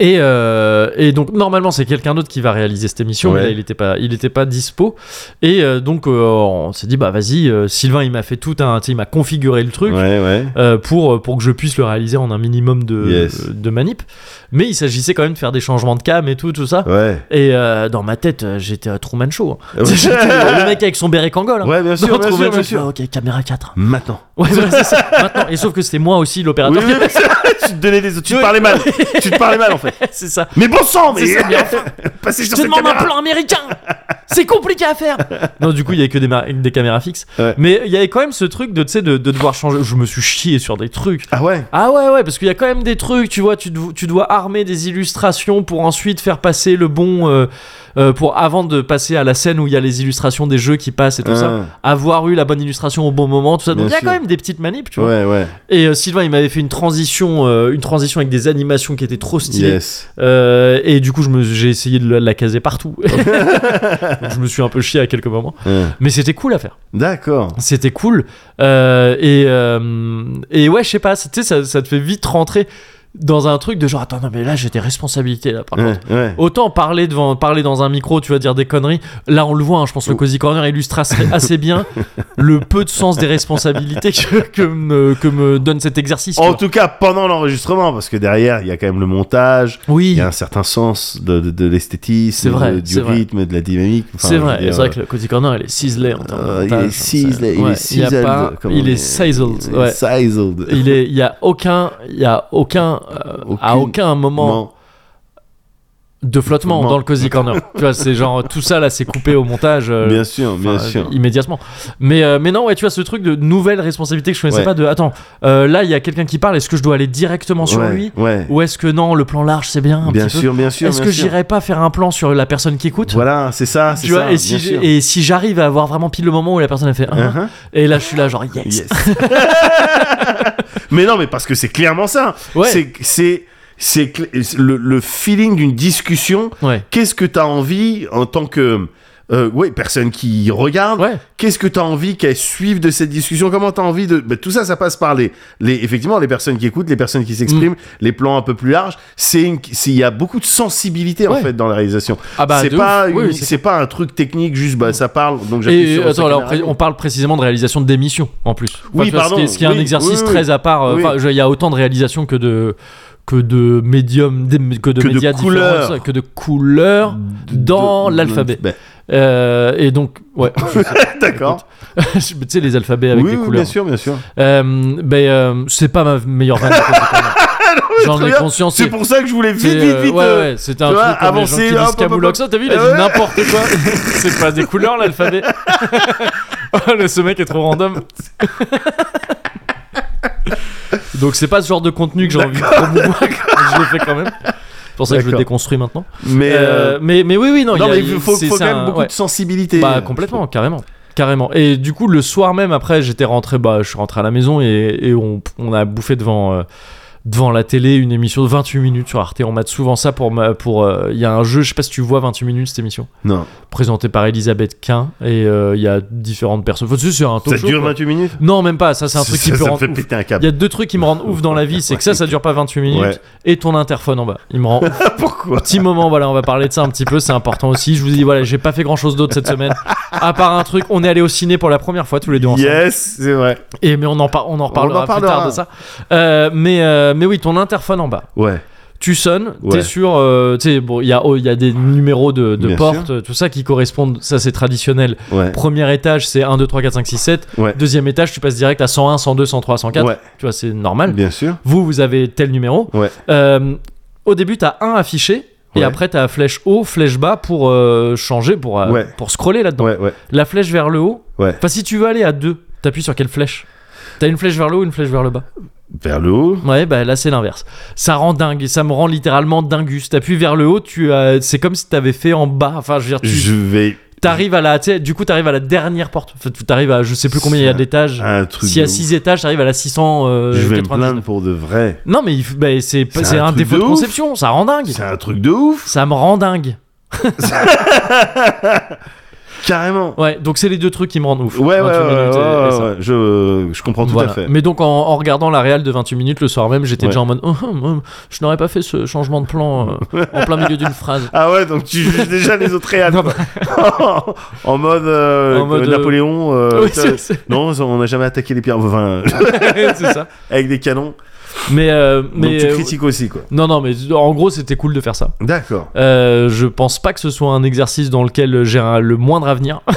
Speaker 1: Et, euh, et donc normalement c'est quelqu'un d'autre qui va réaliser cette émission, mais
Speaker 2: Ouais.
Speaker 1: là il était pas, il était pas dispo. Et euh, donc euh, on s'est dit bah vas-y, euh, Sylvain il m'a fait tout un, tu sais, il m'a configuré le truc.
Speaker 2: Ouais, ouais.
Speaker 1: euh, pour, pour que je puisse le réaliser en un minimum de,
Speaker 2: Yes.
Speaker 1: de manip. Mais il s'agissait quand même de faire des changements de cam et tout, tout ça. [laughs]
Speaker 2: Ouais.
Speaker 1: Et euh, dans ma tête, euh, j'étais à Truman Show. hein.
Speaker 2: Ouais.
Speaker 1: [laughs] J'étais le mec avec son béret Kangol. hein.
Speaker 2: Ouais, bien sûr,
Speaker 1: Non,
Speaker 2: bien
Speaker 1: trop
Speaker 2: sûr,
Speaker 1: bien,
Speaker 2: bien
Speaker 1: je-
Speaker 2: sûr.
Speaker 3: Ah, ok, caméra 4.
Speaker 2: Maintenant.
Speaker 1: [laughs] Ouais, voilà, c'est ça. Maintenant, et sauf que c'était moi aussi l'opérateur.
Speaker 2: Oui, oui, oui, Ah, [laughs] tu te donnais des tu te
Speaker 1: Oui.
Speaker 2: parlais mal. tu te parlais mal en fait.
Speaker 1: [laughs] c'est ça.
Speaker 2: [laughs] Mais bon sang, mais,
Speaker 1: C'est ça, mais enfin,
Speaker 2: [laughs] passez
Speaker 1: je
Speaker 2: sur
Speaker 1: te
Speaker 2: cette
Speaker 1: demande un
Speaker 2: caméra.
Speaker 1: plan américain. C'est compliqué à faire. Non, du coup, il y avait que des, mar- des caméras fixes.
Speaker 2: Ouais.
Speaker 1: Mais il y avait quand même ce truc de, tu sais, de, de devoir changer. Je me suis chié sur des trucs.
Speaker 2: Ah ouais.
Speaker 1: Ah ouais, ouais, parce qu'il y a quand même des trucs, tu vois, tu, dev- tu dois armer des illustrations pour ensuite faire passer le bon. euh, euh, pour avant de passer à la scène où il y a les illustrations des jeux qui passent et tout ça.
Speaker 2: Ah,
Speaker 1: Avoir eu la bonne illustration au bon moment, tout ça. Donc
Speaker 2: Bien
Speaker 1: il y a
Speaker 2: sûr.
Speaker 1: quand même des petites manips, tu vois.
Speaker 2: Ouais, ouais.
Speaker 1: Et euh, Sylvain, il m'avait fait une transition, euh, une transition avec des animations qui étaient trop stylées.
Speaker 2: Yes.
Speaker 1: Euh, et du coup, je me- j'ai essayé de la, la caser
Speaker 2: [laughs]
Speaker 1: partout. [laughs] Donc, je me suis un peu chié à quelques moments.
Speaker 2: Ah.
Speaker 1: Mais c'était cool à faire.
Speaker 2: D'accord.
Speaker 1: C'était cool. Euh, et, euh, et ouais, je sais pas, tu sais, ça, ça te fait vite rentrer dans un truc de genre, attends, non, mais là, j'ai des responsabilités, là, par
Speaker 2: Ouais,
Speaker 1: contre.
Speaker 2: ouais.
Speaker 1: Autant parler, devant, parler dans un micro, tu vas dire des conneries. Là, on le voit, hein, je pense que le Cozy Corner illustre assez, assez bien le peu de sens des responsabilités que, que me, que me donne cet exercice. tu
Speaker 2: En
Speaker 1: vois.
Speaker 2: tout cas, pendant l'enregistrement, parce que derrière, il y a quand même le montage, il
Speaker 1: oui,
Speaker 2: y a un certain sens de, de, de l'esthétisme,
Speaker 1: C'est vrai,
Speaker 2: de- du
Speaker 1: c'est vrai.
Speaker 2: rythme, de la dynamique. Enfin,
Speaker 1: c'est
Speaker 2: je veux
Speaker 1: vrai.
Speaker 2: dire,
Speaker 1: C'est vrai que le Cozy Corner, il est ciselé en termes de
Speaker 2: euh, il
Speaker 1: montage, hein,
Speaker 2: est sizzled,
Speaker 1: c'est-
Speaker 2: il
Speaker 1: ouais,
Speaker 2: est
Speaker 1: il y a
Speaker 2: sizzled,
Speaker 1: pas-
Speaker 2: comme on
Speaker 1: il est
Speaker 2: dit.
Speaker 1: sizzled.
Speaker 2: Il est
Speaker 1: ouais.
Speaker 2: sizzled.
Speaker 1: il est il y a aucun il y a aucun euh, à
Speaker 2: Aucune-
Speaker 1: aucun moment
Speaker 2: Moment.
Speaker 1: de flottement
Speaker 2: Flottement.
Speaker 1: dans le cozy corner tu vois c'est genre tout ça là c'est coupé au montage euh,
Speaker 2: bien sûr, bien
Speaker 1: enfin,
Speaker 2: sûr.
Speaker 1: immédiatement mais euh, mais non ouais tu vois ce truc de nouvelle responsabilité que je connaissais
Speaker 2: Ouais.
Speaker 1: pas de attends euh, là il y a quelqu'un qui parle est-ce que je dois aller directement sur
Speaker 2: ouais,
Speaker 1: lui
Speaker 2: ouais.
Speaker 1: ou est-ce que non le plan large c'est bien un
Speaker 2: bien
Speaker 1: petit peu
Speaker 2: sûr, bien sûr.
Speaker 1: est-ce
Speaker 2: bien
Speaker 1: que
Speaker 2: sûr.
Speaker 1: j'irai pas faire un plan sur la personne qui écoute
Speaker 2: Voilà, c'est ça, c'est
Speaker 1: tu vois
Speaker 2: ça.
Speaker 1: et si
Speaker 2: bien
Speaker 1: j'ai-
Speaker 2: sûr.
Speaker 1: et si j'arrive à avoir vraiment pile le moment où la personne a fait Hein
Speaker 2: Uh-huh.
Speaker 1: et là je suis là genre yes, [laughs]
Speaker 2: Yes. mais non, mais parce que c'est clairement ça.
Speaker 1: ouais
Speaker 2: C'est c'est c'est cl- le, le feeling d'une discussion.
Speaker 1: ouais
Speaker 2: Qu'est-ce que t'as envie en tant que euh, ouais, personne qui regarde,
Speaker 1: ouais
Speaker 2: qu'est-ce que t'as envie qu'elle suive de cette discussion Comment t'as envie de... bah, tout ça, ça passe par les, les... Effectivement, les personnes qui écoutent, les personnes qui s'expriment,
Speaker 1: Mm.
Speaker 2: les plans un peu plus larges. C'est une... c'est- Il y a beaucoup de sensibilité, en
Speaker 1: Ouais.
Speaker 2: fait, dans la réalisation.
Speaker 1: ah bah
Speaker 2: c'est
Speaker 1: de
Speaker 2: pas,
Speaker 1: ouf.
Speaker 2: une-
Speaker 1: Oui, oui, c'est
Speaker 2: c'est pas un truc technique, juste, bah, ça parle, donc j'appuie
Speaker 1: Et euh,
Speaker 2: sur...
Speaker 1: attends,
Speaker 2: sa
Speaker 1: alors,
Speaker 2: caméra.
Speaker 1: on parle précisément de réalisation d'émissions en plus. Enfin,
Speaker 2: Oui,
Speaker 1: tu vois,
Speaker 2: pardon,
Speaker 1: Ce qui est, ce qui est un
Speaker 2: oui,
Speaker 1: exercice
Speaker 2: oui, oui.
Speaker 1: très à part. euh,
Speaker 2: Oui.
Speaker 1: enfin, je- Il y a autant de réalisations que de que de médium, d'é- que de
Speaker 2: Que de
Speaker 1: médias
Speaker 2: couleurs.
Speaker 1: différents, que de couleurs. dans
Speaker 2: De-
Speaker 1: l'alphabet.
Speaker 2: Bah,
Speaker 1: Euh, et donc, ouais. je sais.
Speaker 2: [laughs] D'accord.
Speaker 1: [laughs] tu sais les alphabets avec
Speaker 2: oui,
Speaker 1: les
Speaker 2: oui,
Speaker 1: couleurs.
Speaker 2: bien sûr, bien sûr.
Speaker 1: Euh, ben, euh, c'est pas ma meilleure
Speaker 2: [laughs]
Speaker 1: vanne. J'en
Speaker 2: très
Speaker 1: ai
Speaker 2: bien.
Speaker 1: conscience.
Speaker 2: C'est pour ça que je voulais
Speaker 1: C'est,
Speaker 2: vite, vite,
Speaker 1: euh,
Speaker 2: vite...
Speaker 1: ouais,
Speaker 2: euh,
Speaker 1: ouais, c'était un
Speaker 2: tu
Speaker 1: truc
Speaker 2: vois,
Speaker 1: comme les gens
Speaker 2: avancer,
Speaker 1: qui
Speaker 2: hop,
Speaker 1: disent
Speaker 2: hop, hop,
Speaker 1: Camoulox. T'as vu, il a dit
Speaker 2: Ouais.
Speaker 1: n'importe quoi. [laughs] c'est pas des couleurs l'alphabet. [laughs] Oh, Le- Ce mec est trop
Speaker 2: [laughs]
Speaker 1: random. Donc c'est pas ce genre de contenu que j'ai envie de promouvoir. [laughs] je le fais quand même. C'est pour ça que je le
Speaker 2: D'accord.
Speaker 1: déconstruis maintenant.
Speaker 2: Mais...
Speaker 1: Euh,
Speaker 2: euh,
Speaker 1: mais, mais oui, oui, non.
Speaker 2: Non,
Speaker 1: il y a-
Speaker 2: mais il faut,
Speaker 1: c'est-
Speaker 2: faut
Speaker 1: c'est
Speaker 2: quand
Speaker 1: un-
Speaker 2: même beaucoup
Speaker 1: ouais.
Speaker 2: de sensibilité.
Speaker 1: Bah complètement, carrément. Carrément. Et du coup, le soir même, après, j'étais rentré, bah, je suis rentré à la maison et, et on, on a bouffé devant, euh, devant la télé une émission de 28 minutes sur Arte. On mate souvent ça pour. ma- pour euh, Il y a un jeu, je sais pas si tu vois 28 minutes cette émission,
Speaker 2: Non.
Speaker 1: présentée par Elisabeth Quin et euh, il y a différentes personnes. Faut tu sais, c'est un talk
Speaker 2: Ça
Speaker 1: show,
Speaker 2: dure
Speaker 1: quoi.
Speaker 2: 28 minutes
Speaker 1: Non, même pas, ça c'est un truc qui
Speaker 2: ça,
Speaker 1: peut
Speaker 2: ça me
Speaker 1: rendre.
Speaker 2: fait
Speaker 1: ouf.
Speaker 2: péter un
Speaker 1: Il y
Speaker 2: câble.
Speaker 1: a deux trucs qui me rendent ouf dans la vie, c'est que ça, ça dure pas 28 minutes
Speaker 2: Ouais.
Speaker 1: et ton interphone en bas. Il me
Speaker 2: [laughs]
Speaker 1: rend
Speaker 2: Pourquoi
Speaker 1: petit moment, voilà, on va parler de ça un petit peu, c'est important aussi. Je vous dis, voilà, j'ai pas fait grand chose d'autre cette semaine, à part un truc. On est allé au ciné pour la première fois tous les deux ensemble.
Speaker 2: Yes, c'est vrai.
Speaker 1: Et mais on en, par- on en reparlera
Speaker 2: en
Speaker 1: plus
Speaker 2: parlera.
Speaker 1: tard de ça. Euh, mais, euh, mais oui, ton interphone en bas.
Speaker 2: Ouais.
Speaker 1: Tu sonnes, t'es
Speaker 2: Ouais.
Speaker 1: sur. euh, tu sais, bon, il y, a- oh, il y a des numéros de, de
Speaker 2: Bien
Speaker 1: porte, tout ça qui correspondent. Ça, c'est traditionnel.
Speaker 2: Ouais.
Speaker 1: Premier étage, c'est 1, 2, 3, 4, 5, 6, 7.
Speaker 2: Ouais.
Speaker 1: Deuxième étage, tu passes direct à 101, 102, 103, 104.
Speaker 2: Ouais.
Speaker 1: Tu vois, c'est normal.
Speaker 2: Bien sûr.
Speaker 1: Vous, vous avez tel numéro.
Speaker 2: Ouais.
Speaker 1: Euh, au début, t'as un affiché. Et
Speaker 2: Ouais.
Speaker 1: après, t'as flèche haut, flèche bas pour euh, changer, pour, euh,
Speaker 2: Ouais.
Speaker 1: pour scroller là-dedans.
Speaker 2: Ouais, ouais.
Speaker 1: La flèche vers le haut.
Speaker 2: Ouais.
Speaker 1: Enfin, si tu veux aller à deux, t'appuies sur quelle flèche T'as une flèche vers le haut, une flèche vers le bas.
Speaker 2: Vers le haut.
Speaker 1: Ouais, bah là, c'est l'inverse. Ça rend dingue. Ça me rend littéralement dingus. T'appuies vers le haut, tu as... c'est comme si t'avais fait en bas. Enfin, je veux dire, tu
Speaker 2: Je vais.
Speaker 1: t'arrives à la. tu sais, Du coup, t'arrives à la dernière porte. Enfin, tu- t'arrives à. Je sais plus combien il y a d'étages.
Speaker 2: Un truc.
Speaker 1: S'il y a
Speaker 2: de ouf.
Speaker 1: 6 étages, t'arrives à la 600. euh,
Speaker 2: Je vais me
Speaker 1: 99.
Speaker 2: plaindre pour de vrai.
Speaker 1: Non, mais il f- bah, c'est
Speaker 2: C'est
Speaker 1: c'est
Speaker 2: un
Speaker 1: un,
Speaker 2: truc
Speaker 1: défaut
Speaker 2: de
Speaker 1: de
Speaker 2: ouf.
Speaker 1: conception. Ça rend dingue.
Speaker 2: C'est un truc de ouf.
Speaker 1: Ça me rend dingue.
Speaker 2: Carrément.
Speaker 1: Ouais, donc c'est les deux trucs qui me rendent ouf.
Speaker 2: Ouais, ouais, ouais,
Speaker 1: 28 minutes et-
Speaker 2: ouais,
Speaker 1: et ça.
Speaker 2: ouais, je, je comprends tout
Speaker 1: Voilà.
Speaker 2: à fait.
Speaker 1: Mais donc en, en regardant la réal de 28 minutes le soir même, j'étais
Speaker 2: Ouais.
Speaker 1: déjà en mode Oh, hum, hum, je n'aurais pas fait ce changement de plan euh, en plein milieu d'une
Speaker 2: [laughs]
Speaker 1: phrase.
Speaker 2: Ah ouais, donc tu juges déjà les autres réels.
Speaker 1: [laughs] Non, bah,
Speaker 2: [laughs] en mode, euh,
Speaker 1: En mode, euh,
Speaker 2: Napoléon. euh,
Speaker 1: oui,
Speaker 2: tu
Speaker 1: c'est
Speaker 2: vois,
Speaker 1: c'est-
Speaker 2: non, on n'a jamais attaqué les pierres, enfin, [laughs]
Speaker 1: c'est ça.
Speaker 2: avec des canons.
Speaker 1: Mais, euh, mais
Speaker 2: donc tu
Speaker 1: euh,
Speaker 2: critiques aussi, quoi.
Speaker 1: non non mais en gros c'était cool de faire ça.
Speaker 2: D'accord.
Speaker 1: Euh, je pense pas que ce soit un exercice dans lequel j'ai un- le moindre avenir. [laughs]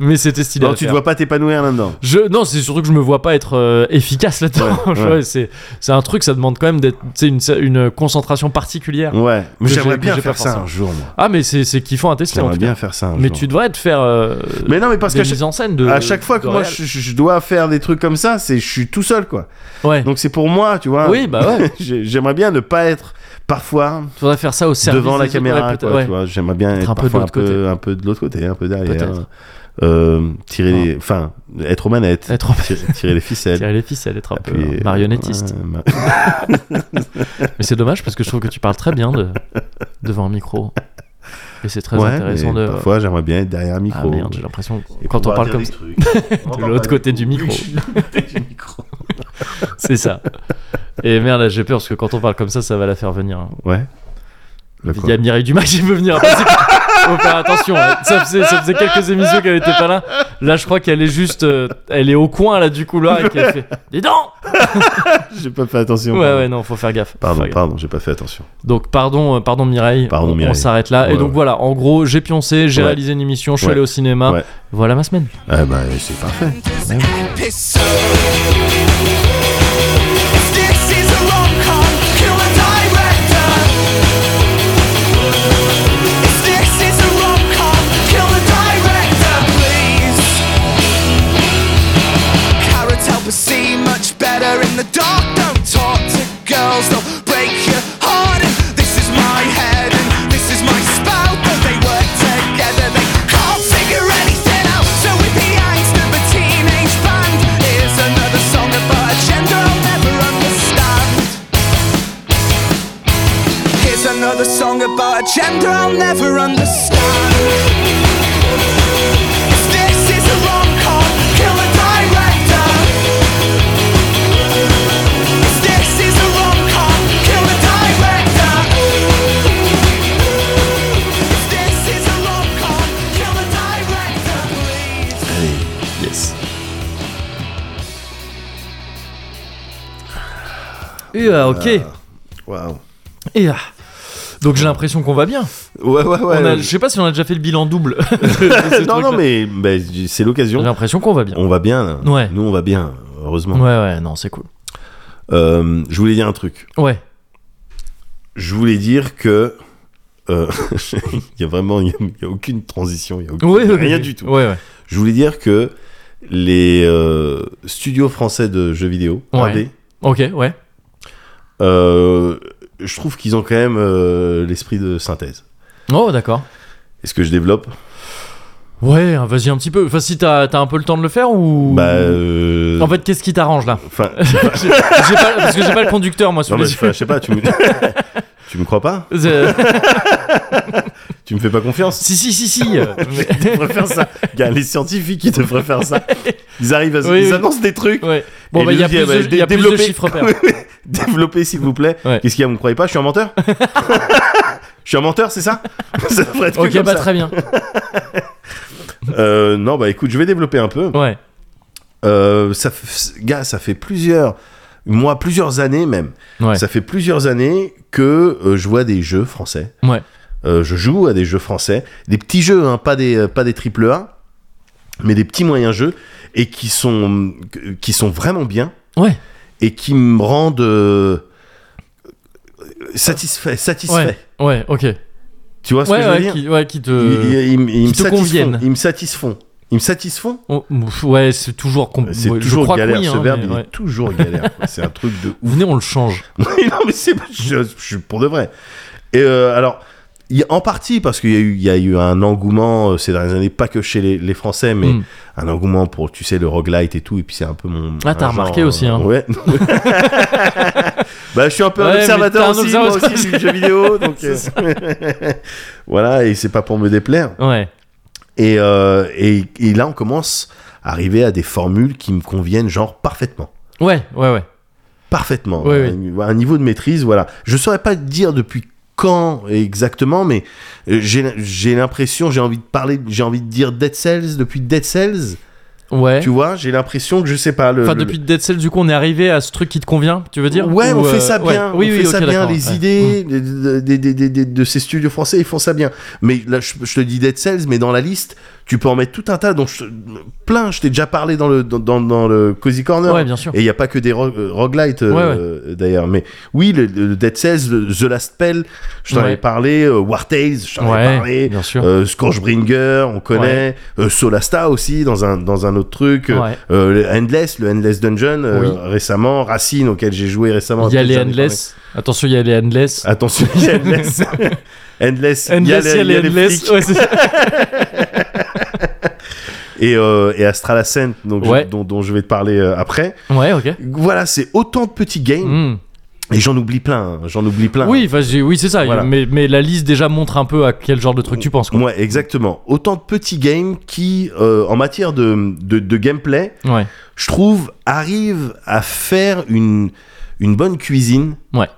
Speaker 1: mais c'était stylé.
Speaker 2: Non,
Speaker 1: à
Speaker 2: tu ne
Speaker 1: faire.
Speaker 2: dois pas t'épanouir là-dedans.
Speaker 1: Je, non, c'est surtout que je me vois pas être euh, efficace là-dedans. [laughs]
Speaker 2: Ouais,
Speaker 1: Je
Speaker 2: ouais.
Speaker 1: vois, C'est, c'est un truc, ça demande quand même d'être, tu sais, une, une concentration particulière.
Speaker 2: Ouais, mais
Speaker 1: Que j'ai-
Speaker 2: j'aimerais
Speaker 1: que
Speaker 2: bien
Speaker 1: j'ai pas
Speaker 2: faire ça
Speaker 1: forcément.
Speaker 2: un jour, moi.
Speaker 1: Ah, mais c'est, c'est kiffant à tester en
Speaker 2: J'aimerais
Speaker 1: tout cas.
Speaker 2: bien faire ça un
Speaker 1: Mais
Speaker 2: jour.
Speaker 1: tu devrais te faire euh,
Speaker 2: Mais non, mais parce
Speaker 1: des
Speaker 2: qu'à chaque,
Speaker 1: mises en scène de.
Speaker 2: à chaque fois que
Speaker 1: de
Speaker 2: moi
Speaker 1: réel.
Speaker 2: je, je- je dois faire des trucs comme ça, c'est je suis tout seul, quoi.
Speaker 1: Ouais.
Speaker 2: Donc c'est pour moi, tu vois.
Speaker 1: Oui, bah ouais.
Speaker 2: [laughs] J'ai- J'aimerais bien ne pas être parfois
Speaker 1: Tu devrais faire ça au service.
Speaker 2: devant la
Speaker 1: des autres. Ouais,
Speaker 2: caméra,
Speaker 1: peut-être,
Speaker 2: quoi,
Speaker 1: ouais.
Speaker 2: tu vois. J'aimerais bien être,
Speaker 1: un peu de
Speaker 2: parfois un
Speaker 1: l'autre
Speaker 2: peu,
Speaker 1: côté.
Speaker 2: un peu de l'autre côté, un peu derrière.
Speaker 1: Peut-être.
Speaker 2: Euh, tirer
Speaker 1: Ouais.
Speaker 2: les... Enfin, être aux manettes.
Speaker 1: Être en-
Speaker 2: Tirer, tirer les
Speaker 1: [laughs]
Speaker 2: ficelles.
Speaker 1: Tirer les ficelles, être un peu
Speaker 2: appuyer-
Speaker 1: marionnettiste.
Speaker 2: Ouais, ma-
Speaker 1: Mais c'est dommage parce que je trouve que tu parles très bien de... devant un micro. Et c'est très
Speaker 2: Ouais,
Speaker 1: intéressant
Speaker 2: mais
Speaker 1: de.
Speaker 2: Parfois, j'aimerais bien être derrière un
Speaker 1: Ah
Speaker 2: micro.
Speaker 1: merde, j'ai l'impression que
Speaker 2: Et
Speaker 1: quand on
Speaker 2: pouvoir
Speaker 1: parle
Speaker 2: dire
Speaker 1: comme
Speaker 2: des
Speaker 1: ça, [laughs]
Speaker 2: trucs.
Speaker 1: de l'autre côté du micro. C'est ça. Et merde, là, j'ai peur parce que quand on parle comme ça, ça va la faire venir. hein.
Speaker 2: Ouais. Le
Speaker 1: Il y a Mireille Dumas qui veut venir. Après, c'est- Faut faire attention. hein. Ça faisait, ça faisait quelques émissions qu'elle était pas là. Là, je crois qu'elle est juste. euh, elle est au coin là du couloir et qu'elle
Speaker 2: [laughs]
Speaker 1: fait. Dis donc
Speaker 2: J'ai pas fait attention.
Speaker 1: Ouais,
Speaker 2: pardon.
Speaker 1: ouais, non, faut faire gaffe. faut
Speaker 2: Pardon,
Speaker 1: faire gaffe.
Speaker 2: pardon, j'ai pas fait attention.
Speaker 1: Donc, pardon, euh, pardon Mireille.
Speaker 2: Pardon,
Speaker 1: On- on,
Speaker 2: Mireille.
Speaker 1: s'arrête là.
Speaker 2: Ouais,
Speaker 1: et donc,
Speaker 2: ouais.
Speaker 1: voilà, en gros, j'ai pioncé, j'ai
Speaker 2: Ouais.
Speaker 1: réalisé une émission, je suis
Speaker 2: Ouais.
Speaker 1: allé au cinéma.
Speaker 2: Ouais.
Speaker 1: Voilà ma semaine.
Speaker 2: Ah bah, c'est parfait.
Speaker 4: See much better in the dark. Don't talk to girls, they'll break your heart. And this is my head, and this is my spout. Though they work together, they can't figure anything out. So with the angst of a teenage band, here's another song about a gender I'll never understand. Here's another song about a gender I'll never understand. If this is a rom-com, kill the director. If this is a rom-com, kill the director. If this is a rom-com, kill the director, please.
Speaker 1: Yes. Et ah, ok.
Speaker 2: Waouh.
Speaker 1: Et ah. Donc j'ai l'impression qu'on va bien.
Speaker 2: Ouais, ouais, ouais.
Speaker 1: On a- je sais pas si on a déjà fait le bilan
Speaker 2: [laughs]
Speaker 1: double. de- de ces
Speaker 2: non,
Speaker 1: trucs-là.
Speaker 2: non, mais bah, j- c'est
Speaker 1: J'ai
Speaker 2: l'occasion.
Speaker 1: l'impression qu'on va bien.
Speaker 2: On va bien. là.
Speaker 1: Ouais.
Speaker 2: Nous, on va bien, heureusement.
Speaker 1: Ouais, ouais, non, c'est cool.
Speaker 2: Euh, je voulais dire un truc.
Speaker 1: Ouais.
Speaker 2: Je voulais dire que. euh, [laughs] Il y a vraiment il y a, il y a aucune transition, il y a aucune-
Speaker 1: Ouais, ouais,
Speaker 2: rien
Speaker 1: ouais.
Speaker 2: du tout.
Speaker 1: Ouais, ouais.
Speaker 2: Je voulais dire que les euh, studios français de jeux vidéo,
Speaker 1: Ouais.
Speaker 2: indés,
Speaker 1: Ok, ouais.
Speaker 2: euh, je trouve qu'ils ont quand même euh, l'esprit de synthèse.
Speaker 1: Oh, d'accord.
Speaker 2: Est-ce que je développe
Speaker 1: Ouais, hein, vas-y un petit peu. Enfin, si t'as t'as un peu le temps de le faire ou.
Speaker 2: Bah. euh,
Speaker 1: En fait, qu'est-ce qui t'arrange là [laughs]
Speaker 2: enfin,
Speaker 1: J'ai- j'ai pas- Parce que j'ai pas le conducteur, moi,
Speaker 2: non,
Speaker 1: sur
Speaker 2: mais,
Speaker 1: les
Speaker 2: enfin,
Speaker 1: yeux.
Speaker 2: je sais pas, tu me... [laughs] tu me crois pas [laughs]
Speaker 1: C'est-
Speaker 2: Tu me fais pas confiance
Speaker 1: si, si, si, si. euh, mais-
Speaker 2: Ils devraient
Speaker 1: [laughs]
Speaker 2: faire ça. Gars, les scientifiques, ils devraient faire ça. Ils arrivent à se-
Speaker 1: Oui,
Speaker 2: ils
Speaker 1: oui.
Speaker 2: annoncent des trucs.
Speaker 1: Ouais. Bon,
Speaker 2: Et
Speaker 1: bah, il y a
Speaker 2: lui dit,
Speaker 1: plus
Speaker 2: ah,
Speaker 1: de-
Speaker 2: bah,
Speaker 1: il y a plus de
Speaker 2: développez. [laughs]
Speaker 1: chiffres pairs.
Speaker 2: Oui, oui. Développez, s'il vous plaît.
Speaker 1: Ouais.
Speaker 2: Qu'est-ce qu'il y a Vous me croyez pas Je suis un menteur [laughs] Je suis un menteur, c'est ça [laughs] Ça devrait être que
Speaker 1: Ok,
Speaker 2: comme
Speaker 1: bah,
Speaker 2: ça.
Speaker 1: très bien.
Speaker 2: Euh, non, bah écoute, je vais développer un peu.
Speaker 1: Ouais.
Speaker 2: Euh, ça, f- gars, ça fait plusieurs mois, plusieurs années même.
Speaker 1: Ouais.
Speaker 2: Ça fait plusieurs années que euh, je vois des jeux français.
Speaker 1: Ouais.
Speaker 2: Euh, je joue à des jeux français, des petits jeux, hein, pas des euh, pas des triple A, mais des petits moyens jeux et qui sont qui sont vraiment bien
Speaker 1: Ouais.
Speaker 2: et qui me rendent euh, satisfait, satisfait.
Speaker 1: Ouais. Ouais, ok.
Speaker 2: Tu vois ce que
Speaker 1: Ouais,
Speaker 2: je veux
Speaker 1: ouais,
Speaker 2: dire
Speaker 1: qui, ouais, qui te.
Speaker 2: Ils- ils- ils me
Speaker 1: te
Speaker 2: satisfont,
Speaker 1: conviennent.
Speaker 2: Ils me satisfont. Ils me satisfont.
Speaker 1: On- ouf, Ouais, c'est toujours compliqué.
Speaker 2: C'est toujours galère, ce verbe, il
Speaker 1: hein, ouais.
Speaker 2: est toujours
Speaker 1: [laughs]
Speaker 2: galère. quoi. C'est un truc de [laughs]
Speaker 1: Venez, on le change.
Speaker 2: Oui, non, mais c'est. Je, je suis pour de vrai. Et euh, alors, il Il y a- en partie parce qu'il y, a eu- il y a eu un engouement euh, ces dernières années, pas que chez les, les Français, mais
Speaker 1: Mm.
Speaker 2: un engouement pour, tu sais, le roguelite et tout. Et puis c'est un peu mon.
Speaker 1: Ah, t'as
Speaker 2: un
Speaker 1: remarqué aussi, hein. [laughs]
Speaker 2: Ouais. [laughs] bah, je suis un peu
Speaker 1: Ouais,
Speaker 2: un
Speaker 1: mais
Speaker 2: observateur
Speaker 1: t'es un
Speaker 2: aussi, moi
Speaker 1: observateur.
Speaker 2: aussi, du jeu
Speaker 1: [laughs]
Speaker 2: vidéo. Donc, euh, [laughs] voilà, et c'est pas pour me déplaire.
Speaker 1: Ouais.
Speaker 2: Et, euh, et, et là, on commence à arriver à des formules qui me conviennent, genre, parfaitement.
Speaker 1: Ouais, ouais, ouais.
Speaker 2: Parfaitement.
Speaker 1: Oui,
Speaker 2: un, un niveau de maîtrise, voilà. Je saurais pas dire depuis quand exactement, mais euh, j'ai j'ai l'impression, j'ai envie de parler, j'ai envie de dire Dead Cells, depuis Dead Cells,
Speaker 1: Ouais.
Speaker 2: tu vois, j'ai l'impression que je sais pas. Le,
Speaker 1: Enfin,
Speaker 2: le-
Speaker 1: depuis Dead Cells, du coup, on est arrivé à ce truc qui te convient, tu veux dire
Speaker 2: Ouais,
Speaker 1: Ou,
Speaker 2: on
Speaker 1: euh,
Speaker 2: fait ça
Speaker 1: ouais.
Speaker 2: bien.
Speaker 1: Oui,
Speaker 2: on
Speaker 1: oui,
Speaker 2: fait
Speaker 1: ok,
Speaker 2: ça bien.
Speaker 1: d'accord,
Speaker 2: Les
Speaker 1: ouais. Mmh.
Speaker 2: idées de, de- de- de- de- de- de ces studios français, ils font ça bien. Mais là, je, je te dis Dead Cells, mais dans la liste, tu peux en mettre tout un tas. dont je- plein, je t'ai déjà parlé dans le, dans, dans- dans le Cozy Corner.
Speaker 1: Ouais, bien sûr.
Speaker 2: Et il n'y a pas que des ro- euh, roguelites euh,
Speaker 1: Ouais, ouais.
Speaker 2: euh, d'ailleurs. Mais oui, le, le Dead Cells, le- The Last Spell, je t'en
Speaker 1: Ouais.
Speaker 2: avais parlé. euh, War Tales, je t'en avais
Speaker 1: Ouais,
Speaker 2: parlé.
Speaker 1: bien sûr.
Speaker 2: Euh, Scourgebringer, on connaît. Euh, Solasta aussi, dans un, dans un autre truc. Euh,
Speaker 1: Ouais.
Speaker 2: euh, le Endless, le Endless Dungeon euh,
Speaker 1: Oui.
Speaker 2: récemment. Racine, auquel j'ai joué récemment.
Speaker 1: Il y a
Speaker 2: Peut-être
Speaker 1: les
Speaker 2: j'en ai
Speaker 1: Endless. Attention, il y a les Endless.
Speaker 2: parlé. Attention, il y a Ah,
Speaker 1: [laughs]
Speaker 2: Endless. Endless, il y a les- il y a les flics.
Speaker 1: Ouais, c'est ça.
Speaker 2: Et, euh, et Astral Ascent, donc, je-
Speaker 1: Ouais.
Speaker 2: dont, dont je vais te parler euh, après.
Speaker 1: Ouais, ok.
Speaker 2: Voilà, c'est autant de petits games.
Speaker 1: Hmm.
Speaker 2: Et j'en oublie plein. hein, J'en oublie plein.
Speaker 1: Oui, enfin, j'ai- oui, c'est ça.
Speaker 2: Voilà.
Speaker 1: Mais, mais la liste déjà montre un peu à quel genre de truc tu penses. Quoi.
Speaker 2: Ouais, exactement. Autant de petits games qui, euh, en matière de, de, de gameplay,
Speaker 1: Ouais.
Speaker 2: je trouve, arrivent à faire une, une bonne cuisine
Speaker 1: Ouais.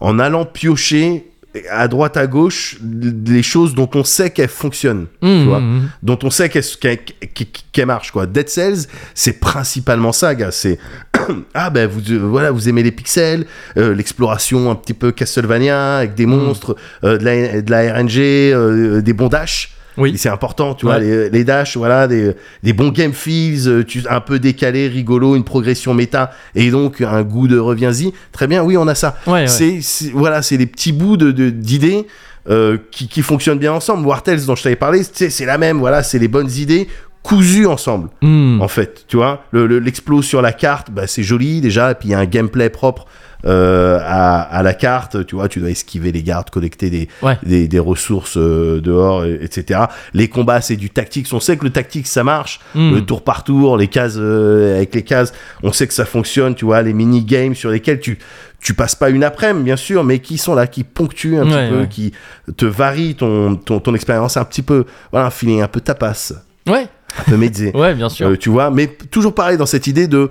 Speaker 2: en allant piocher à droite, à gauche, les choses dont on sait qu'elles fonctionnent,
Speaker 1: Hmm,
Speaker 2: vois.
Speaker 1: hmm,
Speaker 2: dont on sait qu'elles qu'elles- qu'elles- qu'elles marchent. Quoi. Dead Cells, c'est principalement ça, gars. C'est [clears throat] ah ben vous euh, voilà vous aimez les pixels euh, l'exploration un petit peu Castlevania avec des
Speaker 1: Mm.
Speaker 2: monstres euh, de, la, de la RNG euh, des bons dash et
Speaker 1: Oui.
Speaker 2: c'est important tu
Speaker 1: Ouais.
Speaker 2: vois les, les dash voilà des, des bons game feels euh, tu, un peu décalé rigolo une progression méta et donc un goût de reviens-y très bien oui on a ça
Speaker 1: Ouais, ouais.
Speaker 2: c'est c'est- voilà c'est des petits bouts de de- d'idées euh, qui, qui fonctionnent bien ensemble War Tales dont je t'avais parlé c'est c'est la même voilà c'est les bonnes idées cousues ensemble
Speaker 1: Hmm.
Speaker 2: en fait. Tu vois, le- le- l'explos sur la carte, bah, c'est joli déjà, et puis il y a un gameplay propre euh, à, à la carte. Tu vois, tu dois esquiver les gardes, collecter des,
Speaker 1: Ouais.
Speaker 2: des, des ressources euh, dehors, et- etc. Les combats, c'est du tactique. On sait que le tactique, ça marche.
Speaker 1: Mm.
Speaker 2: Le tour par tour, les cases euh, avec les cases, on sait que ça fonctionne. Tu vois, les mini-games sur lesquels tu tu passes pas une après-midi, bien sûr, mais qui sont là, qui ponctuent un
Speaker 1: Ouais,
Speaker 2: petit peu,
Speaker 1: ouais.
Speaker 2: qui te varient ton, ton, ton expérience un petit peu. Voilà, un feeling un peu tapas,
Speaker 1: Ouais.
Speaker 2: un peu mezzé.
Speaker 1: Ouais, bien sûr. Ah
Speaker 2: Euh, tu vois, mais p- toujours pareil dans cette idée de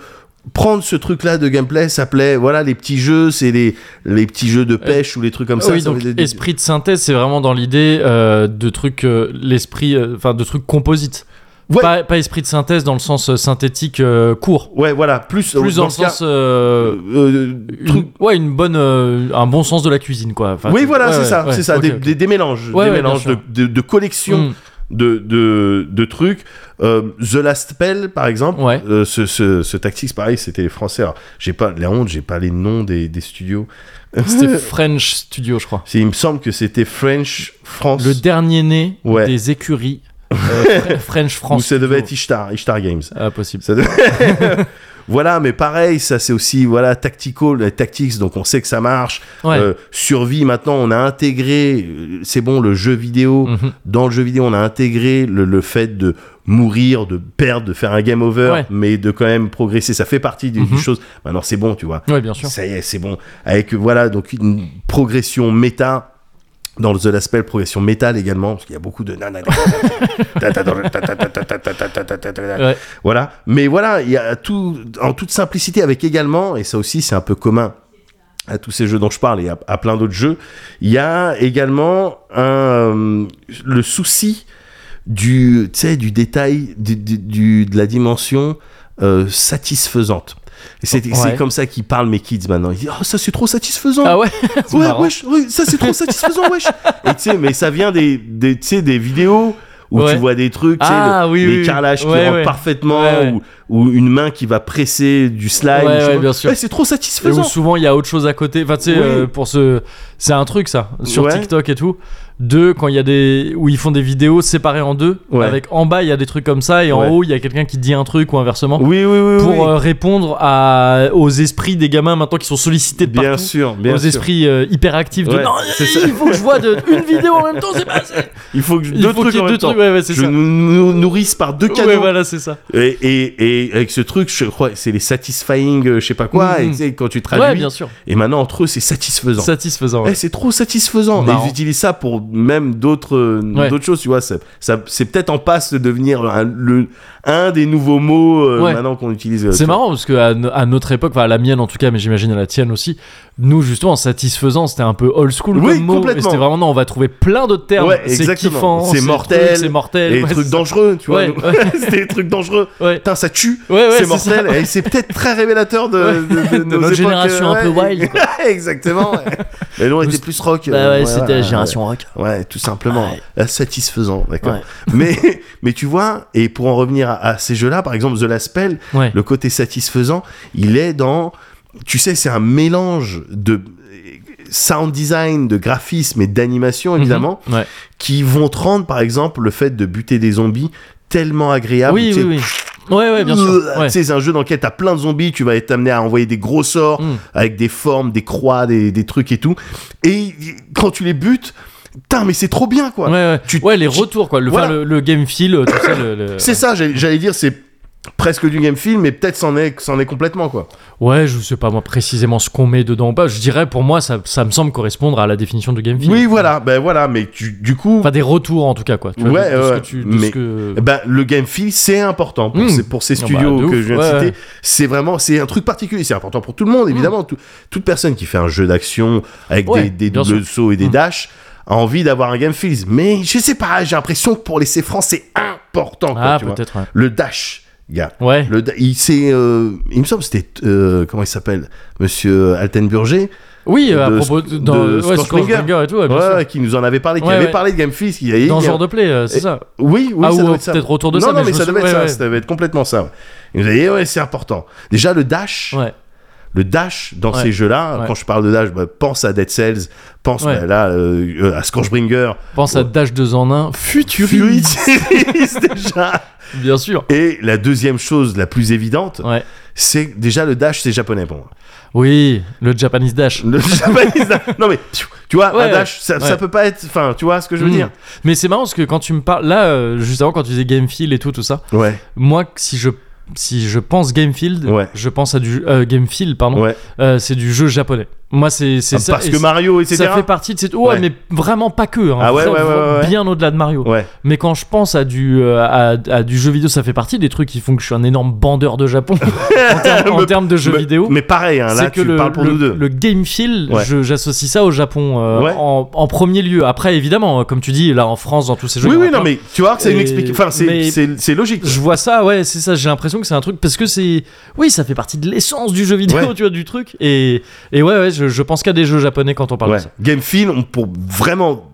Speaker 2: prendre ce truc-là de gameplay, ça plaît. Voilà, les petits jeux, c'est les, les petits jeux de pêche ou les trucs comme ça.
Speaker 1: Euh, ah oui,
Speaker 2: ça
Speaker 1: donc
Speaker 2: fait des- des-
Speaker 1: esprit de synthèse, c'est vraiment dans l'idée euh, de trucs, euh, l'esprit, euh, enfin de trucs composites.
Speaker 2: Ouais.
Speaker 1: Pas, pas esprit de synthèse dans le sens euh, synthétique euh, court.
Speaker 2: Ouais, voilà, plus, euh,
Speaker 1: Plus dans, le
Speaker 2: ce cas,
Speaker 1: sens, euh,
Speaker 2: euh,
Speaker 1: une-
Speaker 2: truc-
Speaker 1: ouais, une bonne, euh, un bon sens de la cuisine, quoi. Enfin,
Speaker 2: oui,
Speaker 1: tu-
Speaker 2: voilà,
Speaker 1: ouais,
Speaker 2: c'est
Speaker 1: ouais,
Speaker 2: ça,
Speaker 1: ouais,
Speaker 2: c'est ça,
Speaker 1: ok,
Speaker 2: des,
Speaker 1: ok.
Speaker 2: des- des mélanges,
Speaker 1: Ouais,
Speaker 2: des
Speaker 1: ouais, bien
Speaker 2: mélanges de,
Speaker 1: sûr.
Speaker 2: de, de collections
Speaker 1: Mm.
Speaker 2: de, de, de trucs. Euh, The Last Spell, par exemple,
Speaker 1: Ouais.
Speaker 2: euh, ce, ce, ce tactique, c'est pareil, c'était les Français. Alors, j'ai pas, la honte, j'ai pas les noms des, des studios.
Speaker 1: C'était French Studio, je crois.
Speaker 2: [laughs] C'est- Il me semble que c'était French France.
Speaker 1: Le dernier né
Speaker 2: Ouais.
Speaker 1: des écuries
Speaker 2: [laughs]
Speaker 1: euh, Fre- French France.
Speaker 2: Ou ça devait être
Speaker 1: Studio.
Speaker 2: Ishtar, Ishtar Games.
Speaker 1: Ah, possible. [laughs]
Speaker 2: Ça devait- voilà, mais pareil, ça c'est aussi voilà tactical, la tactics, donc on sait que ça marche.
Speaker 1: Ouais.
Speaker 2: Euh, survie, maintenant on a intégré, euh, c'est bon, le jeu vidéo.
Speaker 1: Mhm.
Speaker 2: Dans le jeu vidéo, on a intégré le, le fait de mourir, de perdre, de faire un game over,
Speaker 1: Ouais.
Speaker 2: mais de quand même progresser. Ça fait partie d'une
Speaker 1: Mhm.
Speaker 2: chose. Maintenant c'est bon, tu vois.
Speaker 1: Ouais, bien sûr.
Speaker 2: Ça y est, c'est bon. Avec voilà, donc une progression méta. Dans The Last Spell, progression métal également, parce qu'il y a beaucoup
Speaker 1: [laughs]
Speaker 2: de nanana.
Speaker 1: Ouais.
Speaker 2: Voilà. Mais voilà, il y a tout, en toute simplicité, avec également, et ça aussi c'est un peu commun à tous ces jeux dont je parle et à, à plein d'autres jeux, il y a également un, euh, le souci du, tu sais, du détail, du, du- du- de la dimension euh, satisfaisante. Et c'est c'est
Speaker 1: Ouais.
Speaker 2: comme ça qu'ils parlent mes kids maintenant. Ils disent Oh, ça c'est trop satisfaisant
Speaker 1: Ah ouais. c'est
Speaker 2: ouais,
Speaker 1: marrant.
Speaker 2: wesh, ouais, ça c'est trop satisfaisant,
Speaker 1: [laughs]
Speaker 2: wesh. Et tu sais, mais ça vient des, des, tu sais, des vidéos où
Speaker 1: Ouais.
Speaker 2: tu vois des trucs, tu sais,
Speaker 1: Ah,
Speaker 2: le-
Speaker 1: oui,
Speaker 2: les
Speaker 1: oui,
Speaker 2: carrelages qui
Speaker 1: ouais,
Speaker 2: rentrent
Speaker 1: ouais.
Speaker 2: parfaitement,
Speaker 1: Ouais, ouais.
Speaker 2: Ou, ou une main qui va presser du slime.
Speaker 1: Ouais,
Speaker 2: je sais
Speaker 1: ouais,
Speaker 2: pas. Eh,
Speaker 1: bien sûr.
Speaker 2: c'est trop
Speaker 1: Et où
Speaker 2: satisfaisant.
Speaker 1: souvent il y a autre chose à côté. Enfin, tu sais,
Speaker 2: Oui.
Speaker 1: euh, pour ce. C'est un truc ça, sur
Speaker 2: Ouais.
Speaker 1: TikTok et tout. de quand il y a des où ils font des vidéos séparées en deux
Speaker 2: Ouais.
Speaker 1: avec en bas il y a des trucs comme ça et en
Speaker 2: Ouais.
Speaker 1: haut il y a quelqu'un qui dit un truc ou inversement
Speaker 2: Oui, oui, oui.
Speaker 1: pour
Speaker 2: oui.
Speaker 1: euh, répondre à, aux esprits des gamins maintenant qui sont sollicités de
Speaker 2: bien
Speaker 1: partout
Speaker 2: sûr, bien
Speaker 1: aux
Speaker 2: sûr.
Speaker 1: esprits euh, hyperactifs de
Speaker 2: Ouais,
Speaker 1: non
Speaker 2: c'est ça.
Speaker 1: il faut que je vois
Speaker 2: [laughs]
Speaker 1: de- une vidéo en même temps c'est pas
Speaker 2: Il faut que
Speaker 1: il
Speaker 2: deux
Speaker 1: faut
Speaker 2: trucs
Speaker 1: qu'il y
Speaker 2: en
Speaker 1: ait
Speaker 2: même
Speaker 1: deux
Speaker 2: temps.
Speaker 1: trucs ouais, ouais c'est
Speaker 2: Je
Speaker 1: ça
Speaker 2: nous, nous nourrisse par deux canaux.
Speaker 1: ouais voilà c'est ça
Speaker 2: et, et, et avec ce truc, je crois, que c'est les satisfying, euh, je sais pas quoi.
Speaker 1: Mhm.
Speaker 2: Et tu sais, quand tu traduis.
Speaker 1: ouais bien sûr
Speaker 2: Et maintenant, entre eux, c'est satisfaisant.
Speaker 1: satisfaisant ouais.
Speaker 2: Eh, c'est trop satisfaisant. Mais
Speaker 1: Marrant.
Speaker 2: ils utilisent ça pour même d'autres euh,
Speaker 1: Ouais.
Speaker 2: d'autres choses, tu vois. Ça, ça- c'est peut-être en passe de devenir un, le, un des nouveaux mots euh,
Speaker 1: Ouais.
Speaker 2: maintenant qu'on utilise. euh,
Speaker 1: C'est
Speaker 2: tu vois.
Speaker 1: marrant parce que à, no- à notre époque, enfin à la mienne en tout cas, mais j'imagine à la tienne aussi, nous justement satisfaisant, c'était un peu old school
Speaker 2: Oui,
Speaker 1: comme mot.
Speaker 2: complètement.
Speaker 1: et C'était vraiment non, on va trouver plein d'autres termes.
Speaker 2: Ouais,
Speaker 1: c'est
Speaker 2: exactement.
Speaker 1: kiffant,
Speaker 2: C'est
Speaker 1: le
Speaker 2: mortel,
Speaker 1: truc, c'est mortel,
Speaker 2: Et des
Speaker 1: ouais,
Speaker 2: trucs
Speaker 1: c'est ça.
Speaker 2: dangereux, tu vois.
Speaker 1: Ouais,
Speaker 2: [laughs] nous.
Speaker 1: ouais.
Speaker 2: C'était des trucs dangereux.
Speaker 1: Ouais.
Speaker 2: Putain, ça tue.
Speaker 1: Ouais, ouais,
Speaker 2: c'est
Speaker 1: c'est
Speaker 2: mortel.
Speaker 1: ça.
Speaker 2: Et c'est peut-être très révélateur de,
Speaker 1: Ouais.
Speaker 2: de,
Speaker 1: De
Speaker 2: de nos
Speaker 1: notre
Speaker 2: époques,
Speaker 1: génération
Speaker 2: euh,
Speaker 1: un peu
Speaker 2: ouais.
Speaker 1: wild,
Speaker 2: [laughs] Exactement. ouais. Mais nous, on
Speaker 1: Nous,
Speaker 2: était plus rock.
Speaker 1: Bah
Speaker 2: euh,
Speaker 1: ouais,
Speaker 2: ouais,
Speaker 1: c'était
Speaker 2: voilà,
Speaker 1: la génération rock.
Speaker 2: Ouais, ouais, tout simplement.
Speaker 1: Ouais.
Speaker 2: Euh, Satisfaisant, d'accord.
Speaker 1: Ouais.
Speaker 2: Mais, mais tu vois, et pour en revenir à, à ces jeux-là, par exemple, The Last Spell,
Speaker 1: Ouais.
Speaker 2: le côté satisfaisant, il est dans. Tu sais, c'est un mélange de sound design, de graphisme et d'animation, évidemment,
Speaker 1: Mhm. Ouais.
Speaker 2: qui vont te rendre, par exemple, le fait de buter des zombies tellement agréable.
Speaker 1: Oui,
Speaker 2: tu sais,
Speaker 1: oui, oui. Ouais, ouais, bien sûr.
Speaker 2: [laughs] euh,
Speaker 1: Ouais.
Speaker 2: tu sais, C'est un jeu dans lequel t'as plein de zombies, tu vas être amené à envoyer des gros sorts
Speaker 1: Mm.
Speaker 2: avec des formes, des croix, des, des trucs et tout. Et quand tu les butes, putain, mais c'est trop bien quoi.
Speaker 1: Ouais, ouais.
Speaker 2: Tu-
Speaker 1: Ouais, les
Speaker 2: tu-
Speaker 1: retours quoi, le, enfin,
Speaker 2: Voilà.
Speaker 1: le, le game feel, tout ça. Le,
Speaker 2: [coughs]
Speaker 1: le-
Speaker 2: C'est ça, j'allais j'allais dire, c'est presque du game film, mais peut-être c'en est, c'en est complètement quoi.
Speaker 1: Ouais, je sais pas moi précisément ce qu'on met dedans ou pas. Je dirais pour moi, ça, ça me semble correspondre à la définition de game feel.
Speaker 2: Oui, voilà, ben voilà, mais tu- du coup,
Speaker 1: Enfin, des retours en tout cas quoi. Tu vois,
Speaker 2: Ouais,
Speaker 1: de, de ce
Speaker 2: ouais,
Speaker 1: que tu, de
Speaker 2: mais-
Speaker 1: ce que...
Speaker 2: ben, le game feel c'est important pour,
Speaker 1: Mm.
Speaker 2: ces, pour ces
Speaker 1: Ah bah,
Speaker 2: studios
Speaker 1: de ouf,
Speaker 2: que je viens
Speaker 1: ouais,
Speaker 2: de citer.
Speaker 1: ouais. Hmm.
Speaker 2: C'est vraiment, c'est un truc particulier, c'est important pour tout le monde évidemment. Tout- toute personne qui fait un jeu d'action avec
Speaker 1: Ouais,
Speaker 2: des, des
Speaker 1: bien Hmm.
Speaker 2: doubles sauts et des dashs a envie d'avoir un game feel. Mais je sais pas, j'ai l'impression que pour les francs c'est important. quoi,
Speaker 1: ah,
Speaker 2: tu vois.
Speaker 1: peut-être. ouais.
Speaker 2: Le dash, gars.
Speaker 1: Ouais.
Speaker 2: Le, da- il, c'est, euh, il me semble que c'était euh, comment il s'appelle, Monsieur Altenburger,
Speaker 1: Oui, euh, à
Speaker 2: de
Speaker 1: propos
Speaker 2: Sp-
Speaker 1: de, dans,
Speaker 2: de
Speaker 1: ouais,
Speaker 2: Scorsbringer.
Speaker 1: Scorsbringer et tout, ouais, bien
Speaker 2: Ouais, qui nous en avait parlé, qui
Speaker 1: Ouais,
Speaker 2: avait
Speaker 1: ouais.
Speaker 2: parlé de game feel, qui avait hein.
Speaker 1: sûr. Dans genre de play, euh, c'est
Speaker 2: Et-
Speaker 1: ça.
Speaker 2: Oui, oui,
Speaker 1: Ah,
Speaker 2: ça
Speaker 1: ou
Speaker 2: doit être ça.
Speaker 1: peut-être autour de
Speaker 2: non,
Speaker 1: ça,
Speaker 2: non,
Speaker 1: mais
Speaker 2: mais,
Speaker 1: je
Speaker 2: ça
Speaker 1: me
Speaker 2: devait être
Speaker 1: souviens-
Speaker 2: ça,
Speaker 1: ouais,
Speaker 2: ça devait être complètement ça. ouais. Et vous avez dit, ouais, c'est important. Déjà, le dash,
Speaker 1: Ouais.
Speaker 2: le dash dans
Speaker 1: Ouais.
Speaker 2: ces jeux-là,
Speaker 1: Ouais.
Speaker 2: quand je parle de dash, bah, pense à Dead Cells, pense
Speaker 1: Ouais.
Speaker 2: bah, là euh, euh, à Scorchbringer,
Speaker 1: Pense à
Speaker 2: Ouais.
Speaker 1: Dash 2 en 1, Futuriste,
Speaker 2: Futuriste [laughs] déjà.
Speaker 1: [laughs] bien sûr.
Speaker 2: Et la deuxième chose la plus évidente,
Speaker 1: Ouais.
Speaker 2: c'est que déjà le dash, c'est japonais pour moi.
Speaker 1: Oui, le Japanese Dash.
Speaker 2: Le [laughs] japonais, non mais pfiou, tu vois,
Speaker 1: Ouais,
Speaker 2: un dash, ça,
Speaker 1: ouais.
Speaker 2: ça peut pas être, enfin, tu vois ce que je veux
Speaker 1: Mm.
Speaker 2: dire
Speaker 1: Mais c'est marrant parce que quand tu me parles là euh, juste avant quand tu disais game feel et tout tout ça,
Speaker 2: Ouais,
Speaker 1: moi si je si je pense game field,
Speaker 2: Ouais.
Speaker 1: je pense à du euh, game feel pardon,
Speaker 2: ouais.
Speaker 1: euh, c'est du jeu japonais. Moi c'est c'est
Speaker 2: Ah,
Speaker 1: ça
Speaker 2: Parce
Speaker 1: et
Speaker 2: que Mario, etc.
Speaker 1: ça fait partie de cette ouais,
Speaker 2: Ouais.
Speaker 1: mais vraiment pas que hein.
Speaker 2: Ah ouais,
Speaker 1: Ça
Speaker 2: ouais, ouais,
Speaker 1: va
Speaker 2: ouais.
Speaker 1: bien au-delà de Mario.
Speaker 2: Ouais.
Speaker 1: Mais quand je pense à du, euh, à, à du jeu vidéo, ça fait partie des trucs qui font que je suis un énorme bandeur de
Speaker 2: [laughs]
Speaker 1: Japon [laughs] en termes en
Speaker 2: Me-
Speaker 1: termes de jeux
Speaker 2: mais,
Speaker 1: vidéo.
Speaker 2: Mais pareil, hein, là,
Speaker 1: c'est que
Speaker 2: tu
Speaker 1: le,
Speaker 2: parles pour
Speaker 1: le-
Speaker 2: nous deux.
Speaker 1: le game feel,
Speaker 2: Ouais.
Speaker 1: je- j'associe ça au Japon euh,
Speaker 2: Ouais.
Speaker 1: en, en premier lieu. Après, évidemment, euh, comme tu dis, là en France, dans tous ces jeux,
Speaker 2: Oui,
Speaker 1: il y en a
Speaker 2: oui, non,
Speaker 1: plein.
Speaker 2: mais tu vois que c'est une
Speaker 1: Et-
Speaker 2: explication. Enfin, c'est-
Speaker 1: mais-
Speaker 2: c'est c'est logique.
Speaker 1: je vois ça, ouais, c'est ça. J'ai l'impression que c'est un truc parce que c'est, oui, ça fait partie de l'essence du jeu vidéo,
Speaker 2: Ouais.
Speaker 1: [laughs] tu vois, du truc. Et, et ouais, ouais, je, je pense qu'à des jeux japonais quand on parle
Speaker 2: Ouais.
Speaker 1: de ça.
Speaker 2: Game Feel, on- pour vraiment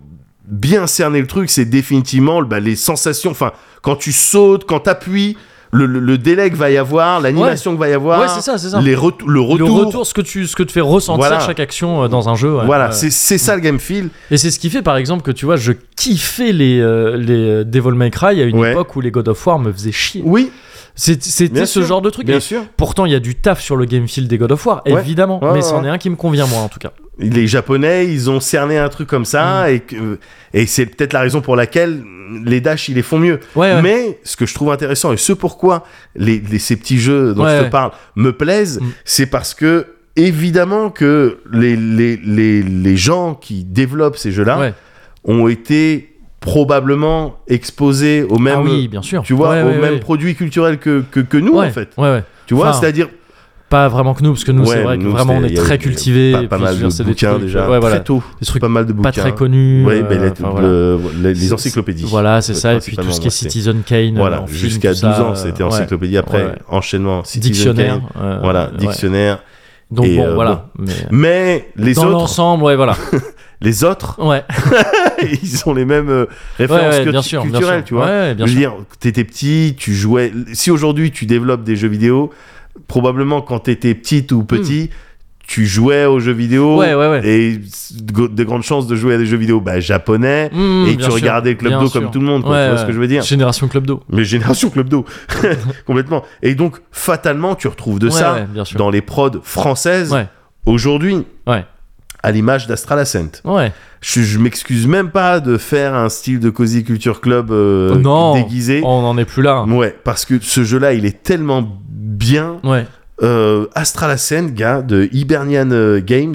Speaker 2: bien cerner le truc, c'est définitivement bah, les sensations. Enfin, quand tu sautes, quand t'appuies, le, le, le délai que va y avoir, l'animation que va y avoir,
Speaker 1: Ouais, c'est ça, c'est ça.
Speaker 2: Les retou- le retour.
Speaker 1: Le retour, ce que tu, ce que te fait ressentir
Speaker 2: Voilà.
Speaker 1: chaque action euh, dans un jeu. ouais.
Speaker 2: voilà,
Speaker 1: Ouais.
Speaker 2: c'est c'est ça le Game Feel.
Speaker 1: Et c'est ce qui fait par exemple que tu vois, je kiffais les, euh, les Devil May Cry à une
Speaker 2: Ouais.
Speaker 1: époque où les God of War me faisaient chier.
Speaker 2: Oui,
Speaker 1: C'est- C'était
Speaker 2: Bien
Speaker 1: ce
Speaker 2: sûr,
Speaker 1: genre de truc.
Speaker 2: bien
Speaker 1: Et
Speaker 2: sûr.
Speaker 1: Pourtant, il y a du taf sur le game field des God of War,
Speaker 2: Ouais.
Speaker 1: évidemment,
Speaker 2: Ouais,
Speaker 1: mais
Speaker 2: ouais,
Speaker 1: c'en
Speaker 2: ouais.
Speaker 1: est un qui me convient, moi en tout cas.
Speaker 2: Les Japonais, ils ont cerné un truc comme
Speaker 1: Mm.
Speaker 2: ça, et, que- et c'est peut-être la raison pour laquelle les Dash, ils les font mieux.
Speaker 1: Ouais, ouais.
Speaker 2: Mais ce que je trouve intéressant et ce pourquoi les, les- ces petits jeux dont
Speaker 1: Ouais,
Speaker 2: je te
Speaker 1: ouais.
Speaker 2: parle me plaisent,
Speaker 1: Mm.
Speaker 2: c'est parce que évidemment que les, les, les, les gens qui développent ces jeux-là
Speaker 1: Ouais.
Speaker 2: ont été probablement exposés au même,
Speaker 1: ah oui, bien sûr.
Speaker 2: tu vois,
Speaker 1: Ouais,
Speaker 2: au
Speaker 1: ouais,
Speaker 2: même
Speaker 1: ouais.
Speaker 2: produit culturel que, que, que nous
Speaker 1: Ouais,
Speaker 2: en fait.
Speaker 1: ouais, ouais.
Speaker 2: Tu vois,
Speaker 1: Enfin,
Speaker 2: c'est-à-dire
Speaker 1: Pas vraiment que nous, parce que nous,
Speaker 2: Ouais,
Speaker 1: c'est vrai que
Speaker 2: nous,
Speaker 1: vraiment on
Speaker 2: c'était- il
Speaker 1: est
Speaker 2: y a-
Speaker 1: très
Speaker 2: il y a
Speaker 1: cultivés.
Speaker 2: pas,
Speaker 1: et
Speaker 2: pas
Speaker 1: puis,
Speaker 2: mal
Speaker 1: je
Speaker 2: de
Speaker 1: veux dire, c'est des
Speaker 2: bouquins
Speaker 1: trucs,
Speaker 2: déjà,
Speaker 1: ouais, voilà,
Speaker 2: très tôt,
Speaker 1: Des trucs
Speaker 2: pas mal de
Speaker 1: pas
Speaker 2: bouquins.
Speaker 1: très connus.
Speaker 2: Ouais,
Speaker 1: euh,
Speaker 2: ben, la-
Speaker 1: enfin, voilà.
Speaker 2: le- les, les
Speaker 1: C'est-
Speaker 2: encyclopédies.
Speaker 1: Voilà, c'est ça. Et puis tout
Speaker 2: Principalement,
Speaker 1: ce qui est
Speaker 2: c'est-
Speaker 1: Citizen Kane.
Speaker 2: Voilà,
Speaker 1: en film,
Speaker 2: jusqu'à
Speaker 1: tout ça,
Speaker 2: 12 ans,
Speaker 1: euh,
Speaker 2: c'était
Speaker 1: ouais.
Speaker 2: encyclopédie. Après,
Speaker 1: Ouais.
Speaker 2: enchaînement, Citizen
Speaker 1: Dictionnaire.
Speaker 2: Kane.
Speaker 1: euh,
Speaker 2: Voilà,
Speaker 1: ouais.
Speaker 2: dictionnaire.
Speaker 1: Donc
Speaker 2: Et,
Speaker 1: bon,
Speaker 2: euh,
Speaker 1: voilà. Mais,
Speaker 2: Mais les
Speaker 1: dans
Speaker 2: autres,
Speaker 1: l'ensemble, ouais, voilà.
Speaker 2: les autres, [laughs]
Speaker 1: Ouais,
Speaker 2: ils ont les mêmes euh,
Speaker 1: ouais,
Speaker 2: références
Speaker 1: ouais,
Speaker 2: que-
Speaker 1: bien sûr, bien
Speaker 2: culturelles,
Speaker 1: sûr.
Speaker 2: tu vois.
Speaker 1: Ouais, bien
Speaker 2: Je veux
Speaker 1: sûr.
Speaker 2: dire, t'étais petit, tu jouais. Si aujourd'hui tu développes des jeux vidéo, probablement quand t'étais petite ou petit, tu jouais aux jeux vidéo
Speaker 1: Hmm. Ouais, ouais, ouais.
Speaker 2: et go- de grandes chances de jouer à des jeux vidéo bah, japonais
Speaker 1: Mmh,
Speaker 2: et
Speaker 1: bien
Speaker 2: que tu
Speaker 1: sûr,
Speaker 2: regardais le Club
Speaker 1: bien
Speaker 2: Do
Speaker 1: sûr.
Speaker 2: comme tout le monde. quoi,
Speaker 1: Ouais,
Speaker 2: tu vois
Speaker 1: ouais.
Speaker 2: ce que je veux dire
Speaker 1: Génération Club d'eau.
Speaker 2: Mais génération Club Do, [laughs] complètement. Et donc, fatalement, tu retrouves de
Speaker 1: Ouais,
Speaker 2: ça
Speaker 1: ouais, bien sûr.
Speaker 2: dans les prods françaises
Speaker 1: Ouais,
Speaker 2: aujourd'hui,
Speaker 1: ouais,
Speaker 2: à l'image d'Astral Ascent.
Speaker 1: ouais.
Speaker 2: Je, je m'excuse même pas de faire un style de Cozy Culture Club euh,
Speaker 1: non, Oh.
Speaker 2: déguisé.
Speaker 1: on n'en est plus là.
Speaker 2: Ouais, parce que ce jeu-là, il est tellement bien.
Speaker 1: Ouais,
Speaker 2: Euh, Astral Ascent, gars, de Hibernian euh, Games.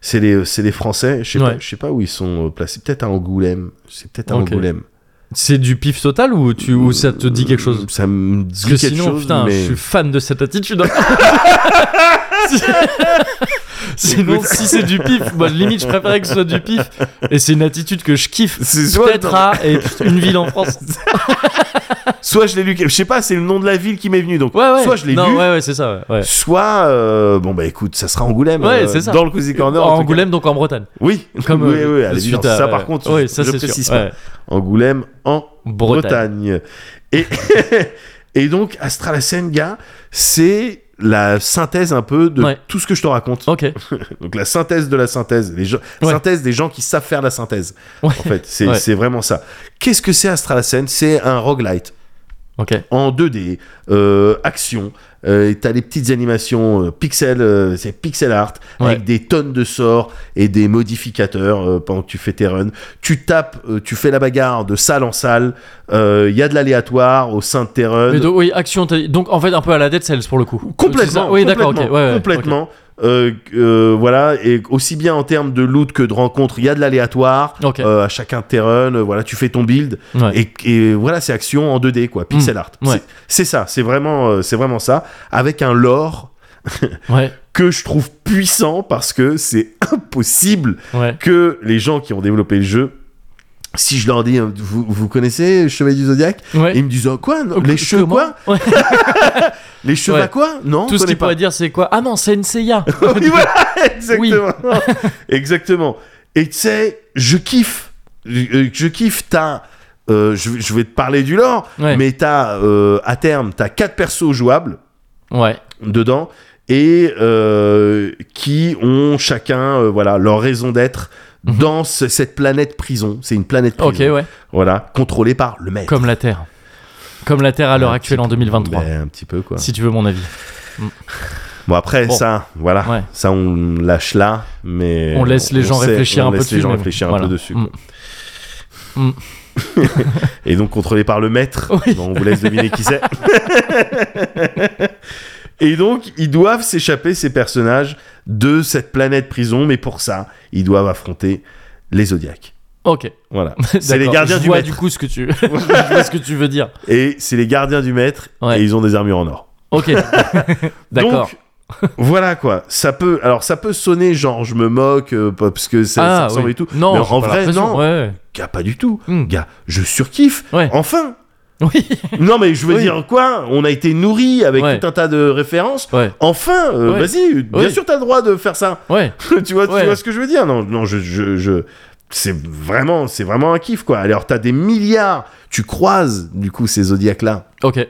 Speaker 2: C'est les, c'est les Français. Je sais
Speaker 1: Ouais.
Speaker 2: pas, je sais pas où ils sont euh, placés. Peut-être à Angoulême. C'est peut-être à
Speaker 1: Ok.
Speaker 2: Angoulême. Euh,
Speaker 1: c'est du pif total ou tu ou ça te dit quelque chose
Speaker 2: Ça me dit
Speaker 1: Parce que
Speaker 2: quelque
Speaker 1: sinon,
Speaker 2: chose,
Speaker 1: putain,
Speaker 2: mais-
Speaker 1: je suis fan de cette attitude. hein.
Speaker 2: [laughs]
Speaker 1: Si- sinon,
Speaker 2: Écoute.
Speaker 1: si c'est du pif, moi limite, je préférais que ce soit du pif. Et c'est une attitude que je kiffe.
Speaker 2: C'est soit-
Speaker 1: Peut-être à et une ville en
Speaker 2: [laughs]
Speaker 1: France.
Speaker 2: Soit je l'ai lu, je sais pas, c'est le nom de la ville qui m'est venu. Donc,
Speaker 1: Ouais, ouais.
Speaker 2: soit je l'ai lu,
Speaker 1: Non, ouais, ouais, c'est ça. Ouais. ouais.
Speaker 2: soit euh, bon bah écoute, ça sera Angoulême.
Speaker 1: Ouais,
Speaker 2: euh,
Speaker 1: c'est ça.
Speaker 2: Dans le Cozy Corner. en tout
Speaker 1: En
Speaker 2: cas.
Speaker 1: Angoulême, donc en
Speaker 2: [laughs]
Speaker 1: Bretagne.
Speaker 2: Oui.
Speaker 1: Comme,
Speaker 2: oui,
Speaker 1: euh,
Speaker 2: oui, à
Speaker 1: suite
Speaker 2: l'évidence.
Speaker 1: à-
Speaker 2: ça par contre,
Speaker 1: ouais,
Speaker 2: je-
Speaker 1: ça,
Speaker 2: je
Speaker 1: c'est sûr.
Speaker 2: précise pas.
Speaker 1: Ouais.
Speaker 2: Angoulême en
Speaker 1: Bretagne.
Speaker 2: Bretagne. Et, [laughs] et donc, Astral Ascent, gars, c'est la synthèse un peu de
Speaker 1: Ouais.
Speaker 2: tout ce que je te raconte.
Speaker 1: Ok.
Speaker 2: Donc, la synthèse de la synthèse. Les gens-
Speaker 1: Ouais.
Speaker 2: Synthèse des gens qui savent faire la synthèse.
Speaker 1: Ouais. [laughs]
Speaker 2: En fait, c'est
Speaker 1: Ouais.
Speaker 2: c'est vraiment ça. Qu'est-ce que c'est Astral Ascent C'est un roguelite
Speaker 1: Ok.
Speaker 2: en 2D, euh, action. Euh, et t'as les petites animations euh, pixel, euh, c'est pixel art,
Speaker 1: Ouais.
Speaker 2: avec des tonnes de sorts et des modificateurs euh, pendant que tu fais tes runs. Tu tapes, euh, tu fais la bagarre de salle en salle. Euh, Il y a de l'aléatoire au sein de tes runs.
Speaker 1: Mais donc, oui, action. t'as dit- Donc en fait, un peu à la Dead Cells pour le coup. C'est ça
Speaker 2: Complètement.
Speaker 1: Oui, d'accord. ok.
Speaker 2: complètement,
Speaker 1: Ouais, ouais,
Speaker 2: complètement. Euh, euh, voilà, et aussi bien en termes de loot que de rencontre, il y a de l'aléatoire.
Speaker 1: Ok.
Speaker 2: euh, à chacun de tes runs, euh, voilà, tu fais ton build.
Speaker 1: ok. Ouais. Mmh.
Speaker 2: Et, et voilà, c'est action en 2D, quoi, pixel art.
Speaker 1: ouais.
Speaker 2: C'est- C'est ça, c'est vraiment, euh, c'est vraiment ça, avec un lore
Speaker 1: ouais.
Speaker 2: que je trouve puissant parce que c'est [laughs] impossible
Speaker 1: Ouais.
Speaker 2: que les gens qui ont développé le jeu, si je leur dis, euh, vous, vous connaissez Chevalier du Zodiac
Speaker 1: Ouais.
Speaker 2: Ils me disent, oh, quoi non,
Speaker 1: Oh,
Speaker 2: Les
Speaker 1: que-
Speaker 2: cheveux
Speaker 1: que moi
Speaker 2: quoi Les cheveux
Speaker 1: Ouais.
Speaker 2: à quoi Non, on
Speaker 1: Tout ce
Speaker 2: connaît
Speaker 1: qu'il
Speaker 2: pas.
Speaker 1: pourrait dire, c'est quoi Ah non, c'est NCIA.
Speaker 2: [laughs]
Speaker 1: [laughs]
Speaker 2: Oui, voilà, exactement. [laughs] exactement. Et tu sais, je kiffe. Je, je kiffe, t'as. euh, je, je vais te parler du lore,
Speaker 1: Ouais.
Speaker 2: mais t'as euh, à terme, t'as quatre persos jouables
Speaker 1: Ouais.
Speaker 2: dedans et euh, qui ont chacun euh, voilà leur raison d'être dans ce- cette planète prison. C'est une planète prison,
Speaker 1: Mhm. Ok, ouais.
Speaker 2: voilà, contrôlée par le maître.
Speaker 1: Comme la Terre. Comme la Terre à l'heure
Speaker 2: Un
Speaker 1: actuelle
Speaker 2: petit
Speaker 1: en 2023.
Speaker 2: Ben, un petit peu quoi.
Speaker 1: Si tu veux mon avis.
Speaker 2: Bon après
Speaker 1: Bon.
Speaker 2: ça, voilà,
Speaker 1: Ouais.
Speaker 2: ça on lâche là, mais
Speaker 1: on laisse les gens
Speaker 2: sait-
Speaker 1: réfléchir
Speaker 2: on
Speaker 1: un peu
Speaker 2: laisse
Speaker 1: dessus.
Speaker 2: les gens
Speaker 1: mais bon,
Speaker 2: réfléchir un
Speaker 1: voilà.
Speaker 2: peu dessus.
Speaker 1: Mm.
Speaker 2: Et donc contrôlé par le maître.
Speaker 1: Oui.
Speaker 2: Bon, on vous laisse deviner
Speaker 1: [laughs]
Speaker 2: qui c'est. Et donc, ils doivent s'échapper, ces personnages, de cette planète prison. Mais pour ça, ils doivent affronter les Zodiacs.
Speaker 1: Ok. [laughs]
Speaker 2: Voilà. C'est
Speaker 1: D'accord.
Speaker 2: les gardiens
Speaker 1: Je
Speaker 2: du
Speaker 1: vois
Speaker 2: maître.
Speaker 1: du coup ce que tu. [laughs] je vois ce que tu veux dire.
Speaker 2: [laughs] Et c'est les gardiens du maître.
Speaker 1: Ouais.
Speaker 2: Et ils ont des armures en or. [laughs]
Speaker 1: Ok. D'accord.
Speaker 2: Donc, voilà quoi. Ça peut, alors ça peut sonner genre je me moque euh, parce que ça, ça
Speaker 1: Ah,
Speaker 2: ressemble
Speaker 1: oui.
Speaker 2: et tout.
Speaker 1: Non,
Speaker 2: mais
Speaker 1: j'ai
Speaker 2: en
Speaker 1: pas
Speaker 2: vrai,
Speaker 1: l'impression.
Speaker 2: non.
Speaker 1: Ouais,
Speaker 2: Gars, pas du tout.
Speaker 1: Hmm.
Speaker 2: Gars, je surkiffe.
Speaker 1: Ouais.
Speaker 2: Enfin.
Speaker 1: ouais. Oui.
Speaker 2: Non, mais je veux
Speaker 1: Oui.
Speaker 2: dire quoi On a été nourri avec
Speaker 1: Ouais.
Speaker 2: tout un tas de références.
Speaker 1: [laughs] Ouais.
Speaker 2: Enfin, euh,
Speaker 1: Ouais.
Speaker 2: vas-y, bien
Speaker 1: Ouais.
Speaker 2: sûr, t'as le droit de faire ça. [laughs]
Speaker 1: Ouais.
Speaker 2: tu, vois,
Speaker 1: Ouais.
Speaker 2: tu vois ce que je veux dire Non, non, je, je, je- c'est vraiment, c'est vraiment un kiff quoi. Alors, t'as des milliards. Tu croises du coup ces zodiacs là
Speaker 1: Ok.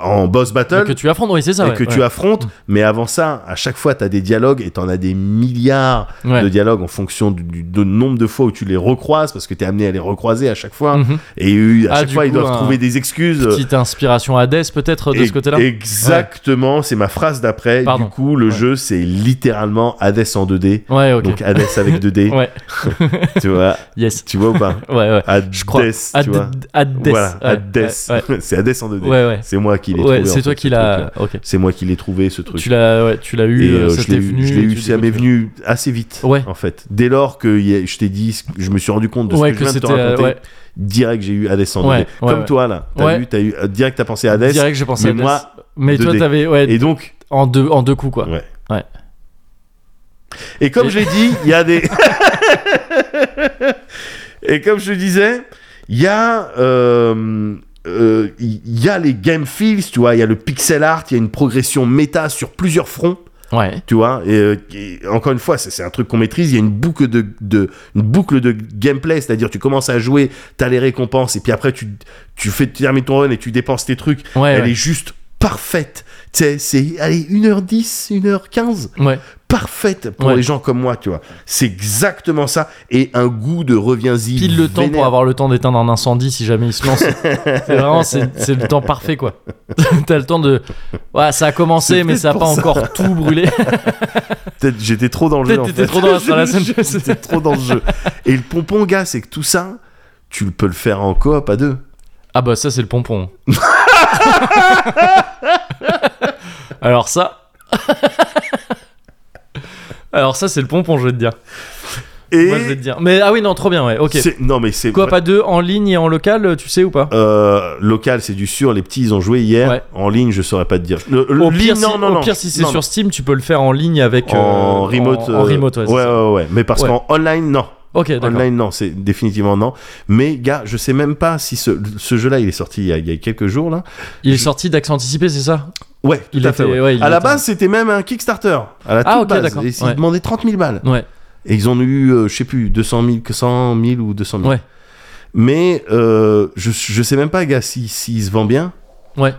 Speaker 2: en boss battle.
Speaker 1: Mais Que tu affrontes, oui, c'est ça.
Speaker 2: et
Speaker 1: ouais,
Speaker 2: que tu
Speaker 1: ouais.
Speaker 2: affrontes, mais avant ça, à chaque fois, t'as des dialogues et t'en as des milliards
Speaker 1: Ouais.
Speaker 2: de dialogues en fonction du, du- du nombre de fois où tu les recroises, parce que t'es amené à les recroiser à chaque fois.
Speaker 1: Mhm.
Speaker 2: Et eux, à
Speaker 1: Ah,
Speaker 2: chaque
Speaker 1: du
Speaker 2: fois, ils
Speaker 1: coup,
Speaker 2: doivent
Speaker 1: un
Speaker 2: trouver des excuses.
Speaker 1: Petite inspiration Hades peut-être de
Speaker 2: Et-
Speaker 1: ce côté-là.
Speaker 2: Exactement, c'est ma phrase d'après.
Speaker 1: Pardon.
Speaker 2: Du coup, le
Speaker 1: Ouais.
Speaker 2: jeu, c'est littéralement Hades en 2D.
Speaker 1: Ouais. Ok.
Speaker 2: Donc Hades avec
Speaker 1: [laughs]
Speaker 2: 2D,
Speaker 1: Ouais.
Speaker 2: tu vois,
Speaker 1: Yes.
Speaker 2: tu vois ou pas
Speaker 1: Ouais. Ouais.
Speaker 2: Hades,
Speaker 1: crois.
Speaker 2: tu vois.
Speaker 1: Hades. Hades.
Speaker 2: Voilà,
Speaker 1: Ouais,
Speaker 2: Hades.
Speaker 1: Ouais.
Speaker 2: [laughs] c'est Hades en 2D.
Speaker 1: Ouais. Ouais.
Speaker 2: C'est moi qui l'ai
Speaker 1: Ouais,
Speaker 2: trouvé. en
Speaker 1: c'est
Speaker 2: fait,
Speaker 1: toi qui
Speaker 2: ce
Speaker 1: l'as.
Speaker 2: truc-là.
Speaker 1: Ok.
Speaker 2: C'est moi qui l'ai trouvé ce truc.
Speaker 1: Tu l'as. Ouais. Tu l'as
Speaker 2: Et
Speaker 1: eu.
Speaker 2: euh,
Speaker 1: euh, ça
Speaker 2: je l'ai
Speaker 1: t'est
Speaker 2: eu,
Speaker 1: venu.
Speaker 2: je l'ai eu,
Speaker 1: tu-
Speaker 2: ça m'est venu assez vite.
Speaker 1: Ouais.
Speaker 2: En fait, dès lors que y a- je t'ai dit, ce que- je me suis rendu compte de ce
Speaker 1: Ouais.
Speaker 2: que
Speaker 1: Que
Speaker 2: je viens de te
Speaker 1: c'était. euh,
Speaker 2: raconter,
Speaker 1: Ouais.
Speaker 2: direct j'ai eu Hades en 2D.
Speaker 1: Ouais, ouais,
Speaker 2: Comme
Speaker 1: ouais.
Speaker 2: toi là, t'as
Speaker 1: Ouais.
Speaker 2: vu, t'as eu, direct t'as pensé à Hades.
Speaker 1: Direct, j'ai pensé
Speaker 2: mais
Speaker 1: à Hades.
Speaker 2: moi,
Speaker 1: Mais toi,
Speaker 2: 2D.
Speaker 1: t'avais. Ouais.
Speaker 2: Et donc,
Speaker 1: En deux, en deux coups, quoi.
Speaker 2: Ouais.
Speaker 1: Ouais.
Speaker 2: Et comme
Speaker 1: Et-
Speaker 2: je l'ai dit, il y a des. [laughs] et comme je le disais, il y a. euh, euh, Il y a les game feels, tu vois, il y a le pixel art, il y a une progression méta sur plusieurs fronts,
Speaker 1: Ouais.
Speaker 2: tu vois, et, euh, et encore une fois, c'est c'est un truc qu'on maîtrise, il y a une boucle de, de- une boucle de gameplay, c'est-à-dire tu commences à jouer, t'as les récompenses, et puis après tu, tu fais, tu termines ton run et tu dépenses tes trucs,
Speaker 1: Eh Ouais.
Speaker 2: elle
Speaker 1: ouais.
Speaker 2: est juste parfaite. Tu sais, c'est, allez, 1h10, 1h15
Speaker 1: Ouais.
Speaker 2: parfaite pour
Speaker 1: Ouais.
Speaker 2: les gens comme moi, tu vois. C'est exactement ça. Et un goût de reviens-y.
Speaker 1: Pile le temps
Speaker 2: vénère.
Speaker 1: pour avoir le temps d'éteindre un incendie si jamais il se
Speaker 2: [laughs]
Speaker 1: lance. c'est vraiment, c'est c'est le temps parfait, quoi. [laughs] T'as le temps de. Ouais, ça a
Speaker 2: C'est
Speaker 1: commencé, mais
Speaker 2: peut-être
Speaker 1: ça a
Speaker 2: pour
Speaker 1: pas
Speaker 2: ça.
Speaker 1: encore tout brûlé.
Speaker 2: Peut-être j'étais trop dans le
Speaker 1: Peut-être
Speaker 2: jeu. en
Speaker 1: t'étais
Speaker 2: fait.
Speaker 1: trop dans
Speaker 2: [laughs]
Speaker 1: la- dans la scène.
Speaker 2: J'étais trop dans le jeu. Et le pompon, gars, c'est que tout ça, tu peux le faire en coop à deux.
Speaker 1: ah bah, ça, c'est le
Speaker 2: [laughs]
Speaker 1: pompon. Alors ça. Alors ça, c'est le pompon, je vais te dire.
Speaker 2: Et
Speaker 1: Moi, je vais te dire. Mais ah oui, non, trop bien, ouais, ok.
Speaker 2: c'est- non mais c'est
Speaker 1: Quoi, pas deux en ligne et en local, tu sais ou pas
Speaker 2: Euh, local, c'est du sûr. Les petits, ils ont joué hier.
Speaker 1: Ouais.
Speaker 2: En ligne, je saurais pas te dire. Le- le-
Speaker 1: Au
Speaker 2: ligne,
Speaker 1: pire, si,
Speaker 2: non, non,
Speaker 1: au
Speaker 2: non.
Speaker 1: pire, si c'est
Speaker 2: Non,
Speaker 1: sur Steam, tu peux le faire en ligne avec. euh,
Speaker 2: en remote,
Speaker 1: En,
Speaker 2: euh,
Speaker 1: remote, ouais. c'est
Speaker 2: ouais,
Speaker 1: ça.
Speaker 2: ouais, ouais. Mais parce
Speaker 1: Ouais.
Speaker 2: qu'en online, non.
Speaker 1: Ok, d'accord.
Speaker 2: Online, non, c'est définitivement non. Mais gars, je sais même pas si ce, ce jeu-là, il est sorti il y, a, il y a quelques jours là.
Speaker 1: Il est
Speaker 2: Je-
Speaker 1: sorti d'accès anticipé, c'est ça
Speaker 2: Ouais, tout
Speaker 1: Il
Speaker 2: à
Speaker 1: était-
Speaker 2: fait. ouais.
Speaker 1: ouais, il
Speaker 2: à la
Speaker 1: était-
Speaker 2: base, c'était même un Kickstarter. À la
Speaker 1: Ah,
Speaker 2: toute
Speaker 1: ok,
Speaker 2: base.
Speaker 1: d'accord,
Speaker 2: Et Ils
Speaker 1: ouais.
Speaker 2: demandaient 30 000 balles.
Speaker 1: Ouais.
Speaker 2: Et ils ont eu, euh, je sais plus, 200 000, que 100 000 ou 200 000.
Speaker 1: Ouais.
Speaker 2: Mais euh, je, je sais même pas, gars, s'il si, s'il se vend bien.
Speaker 1: Ouais.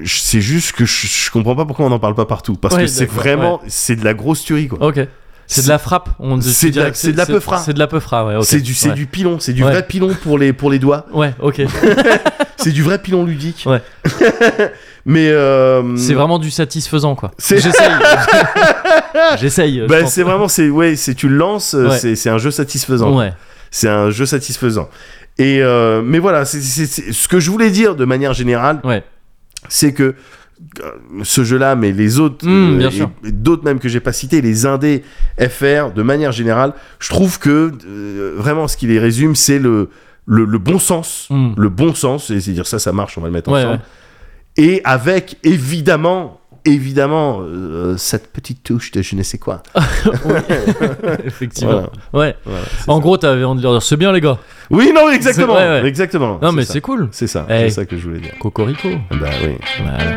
Speaker 2: Je- C'est juste que je, je comprends pas pourquoi on n'en parle pas partout. Parce
Speaker 1: Ouais,
Speaker 2: que c'est
Speaker 1: d'accord,
Speaker 2: vraiment, c'est de la grosse tuerie, quoi.
Speaker 1: Ok. C'est de la frappe. On tu
Speaker 2: c'est de la-
Speaker 1: dirais que
Speaker 2: c'est de la peufra.
Speaker 1: C'est de la peufra, ouais. ok.
Speaker 2: C'est du, c'est
Speaker 1: ouais.
Speaker 2: du pilon, c'est du
Speaker 1: Ouais.
Speaker 2: vrai pilon pour les, pour
Speaker 1: [laughs]
Speaker 2: les doigts.
Speaker 1: Ouais, ok.
Speaker 2: C'est du vrai pilon ludique.
Speaker 1: Ouais.
Speaker 2: [laughs] Mais. euh,
Speaker 1: c'est vraiment du satisfaisant, quoi.
Speaker 2: c'est-
Speaker 1: J'essaye. J'essaye. je
Speaker 2: bah,
Speaker 1: pense.
Speaker 2: c'est vraiment, c'est ouais, c'est tu le lances, euh,
Speaker 1: Ouais.
Speaker 2: c'est c'est un jeu satisfaisant.
Speaker 1: Ouais.
Speaker 2: C'est un jeu satisfaisant. Et euh, mais voilà, c'est- c'est c'est- ce que je voulais dire de manière générale,
Speaker 1: Ouais.
Speaker 2: c'est que euh, ce jeu-là, mais les autres,
Speaker 1: Mm,
Speaker 2: euh,
Speaker 1: bien
Speaker 2: et-
Speaker 1: sûr.
Speaker 2: et d'autres même que j'ai pas cités, les indés FR, de manière générale, je trouve que euh, vraiment ce qui les résume, c'est le, le, le bon sens.
Speaker 1: Mm.
Speaker 2: Le bon sens, et c'est dire ça, ça marche, on va le mettre
Speaker 1: Ouais,
Speaker 2: ensemble. Et avec, évidemment, évidemment, euh, cette petite touche de je ne sais quoi.
Speaker 1: Ah, ouais. Effectivement.
Speaker 2: Voilà.
Speaker 1: Ouais.
Speaker 2: Voilà, c'est
Speaker 1: En
Speaker 2: ça.
Speaker 1: gros, t'avais envie de leur dire c'est bien, les gars.
Speaker 2: Oui, non, exactement.
Speaker 1: C'est- ouais, ouais.
Speaker 2: Exactement.
Speaker 1: Non, mais
Speaker 2: ça.
Speaker 1: c'est cool.
Speaker 2: C'est ça,
Speaker 1: Eh.
Speaker 2: c'est ça que je voulais dire.
Speaker 1: Cocorico.
Speaker 2: Bah oui.
Speaker 1: Voilà.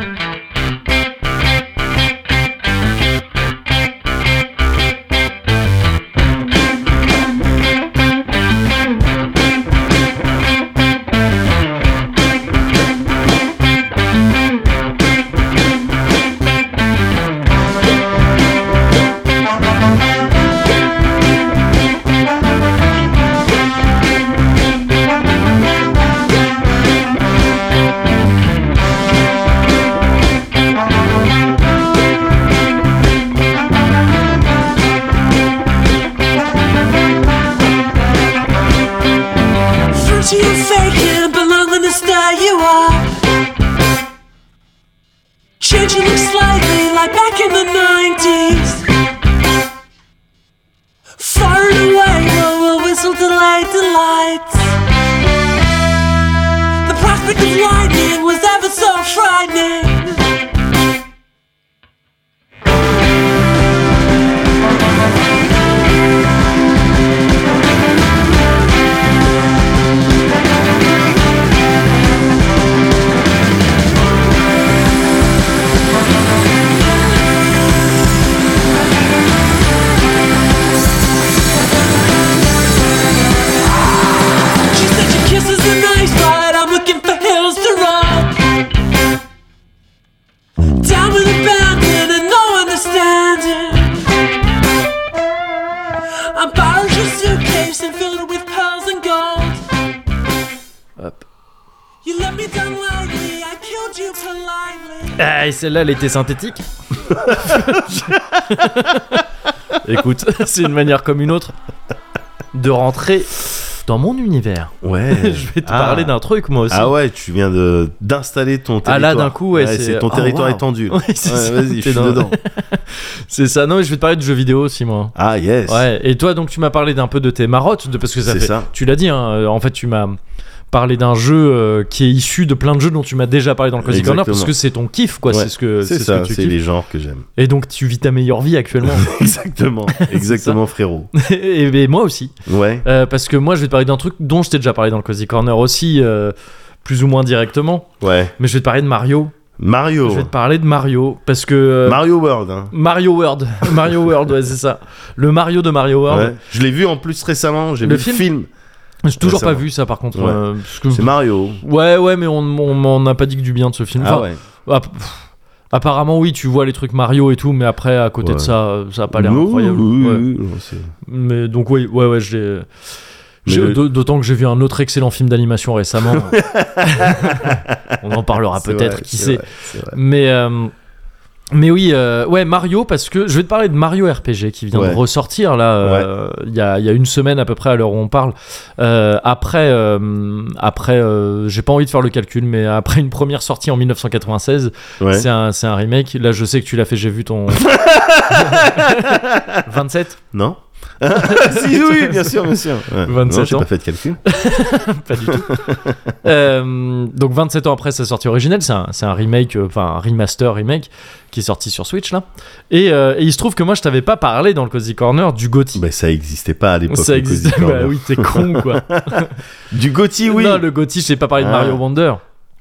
Speaker 5: Fruit you fake and belong in the style you are. Changing it slightly like back in the 90s. Far and away, no will whistle to light the lights. The prospect of lightning was ever so frightening. She said your kisses are nice, but I'm looking for hills to run. Down with abandon and no understanding. I borrowed your suitcase and filled it with pearls and gold. You let me down lightly, I killed you politely.
Speaker 1: Ah, et celle-là, elle était synthétique. [laughs] Écoute, [laughs] c'est une manière comme une autre de rentrer dans mon univers.
Speaker 2: Ouais.
Speaker 1: [laughs] Je vais te parler d'un truc, moi aussi.
Speaker 2: Ah ouais, tu viens de d'installer ton territoire.
Speaker 1: Ah là, d'un coup, ouais, c'est-
Speaker 2: c'est ton
Speaker 1: oh,
Speaker 2: territoire
Speaker 1: waouh.
Speaker 2: étendu. là.
Speaker 1: [laughs] Ouais, c'est ça,
Speaker 2: vas-y, je
Speaker 1: t'es
Speaker 2: suis
Speaker 1: dans-
Speaker 2: dedans.
Speaker 1: C'est ça. Non, mais je vais te parler de jeux vidéo aussi, moi.
Speaker 2: Ah yes.
Speaker 1: Ouais. Et toi, donc, tu m'as parlé d'un peu de tes marottes, de, parce que ça
Speaker 2: C'est
Speaker 1: fait.
Speaker 2: ça.
Speaker 1: Tu l'as dit. hein, euh, en fait, tu m'as parlé d'un jeu euh, qui est issu de plein de jeux dont tu m'as déjà parlé dans le Cozy Corner,
Speaker 2: Exactement.
Speaker 1: parce que c'est ton kiff, quoi.
Speaker 2: Ouais,
Speaker 1: c'est ce que
Speaker 2: Euh, C'est
Speaker 1: ce
Speaker 2: ça,
Speaker 1: que tu
Speaker 2: c'est
Speaker 1: kiffes.
Speaker 2: les genres que j'aime. [laughs]
Speaker 1: Et donc, tu vis ta meilleure vie actuellement. [laughs]
Speaker 2: Exactement, exactement frérot.
Speaker 1: et, et moi aussi.
Speaker 2: Ouais.
Speaker 1: Euh, parce que moi, je vais te parler d'un truc dont je t'ai déjà parlé dans le Cozy Corner aussi, euh, plus ou moins directement.
Speaker 2: Ouais.
Speaker 1: Mais je vais te parler de Mario.
Speaker 2: Mario.
Speaker 1: Je vais te parler de Mario parce que euh,
Speaker 2: Mario World. hein.
Speaker 1: Mario World, [laughs] Mario World, ouais, c'est ça. Le Mario de Mario World.
Speaker 2: Ouais. Je l'ai vu en plus récemment, j'ai vu
Speaker 1: Le
Speaker 2: le film.
Speaker 1: J'ai toujours
Speaker 2: Ouais,
Speaker 1: pas
Speaker 2: ça va.
Speaker 1: vu ça par contre.
Speaker 2: Ouais.
Speaker 1: euh, parce que-
Speaker 2: C'est Mario.
Speaker 1: Ouais, ouais, mais on, on m'en a pas dit que du bien de ce film. Enfin,
Speaker 2: ouais.
Speaker 1: Ah, pff, Apparemment, oui, tu vois les trucs Mario et tout, mais après, à côté de
Speaker 2: Ouais.
Speaker 1: ça, euh, ça a pas l'air
Speaker 2: Oui,
Speaker 1: incroyable.
Speaker 2: oui,
Speaker 1: Ouais.
Speaker 2: oui, oui, c'est-
Speaker 1: Mais donc, oui, ouais, ouais, j'ai. j'ai-
Speaker 2: Mais-
Speaker 1: d'aut- D'autant que j'ai vu un autre excellent film d'animation
Speaker 2: [laughs]
Speaker 1: récemment. On en parlera
Speaker 2: c'est
Speaker 1: peut-être,
Speaker 2: vrai,
Speaker 1: qui
Speaker 2: c'est
Speaker 1: sait.
Speaker 2: vrai, c'est vrai.
Speaker 1: Mais, euh, mais oui, euh, ouais, Mario, parce que je vais te parler de Mario RPG qui vient
Speaker 2: Ouais.
Speaker 1: de ressortir là, euh, il y, a, il y a une semaine à peu près à l'heure où on parle. Euh, après, euh, après euh, j'ai pas envie de faire le calcul, mais après une première sortie en 1996,
Speaker 2: Ouais.
Speaker 1: c'est un, c'est un remake. Là, je sais que tu l'as fait, j'ai vu
Speaker 2: [laughs]
Speaker 1: ton. 27 [laughs]
Speaker 2: Non [laughs] si, oui, bien sûr, bien sûr. Ouais.
Speaker 1: 27
Speaker 2: non, j'ai
Speaker 1: ans.
Speaker 2: pas fait de calcul.
Speaker 1: Pas du tout. Euh, donc 27 ans après sa sortie originelle, c'est un, c'est un remake, euh, enfin un remaster remake qui est sorti sur Switch là. Et, euh, et il se trouve que moi je t'avais pas parlé dans le Cozy Corner du Gotti.
Speaker 2: Bah, ça existait pas à l'époque.
Speaker 1: ça
Speaker 2: le
Speaker 1: existe.
Speaker 2: Cozy Corner.
Speaker 1: Bah oui, t'es con quoi.
Speaker 2: Du Gotti, [laughs] oui.
Speaker 1: Non, le Gotti, je t'ai pas parlé de
Speaker 2: Ah.
Speaker 1: Mario Wonder.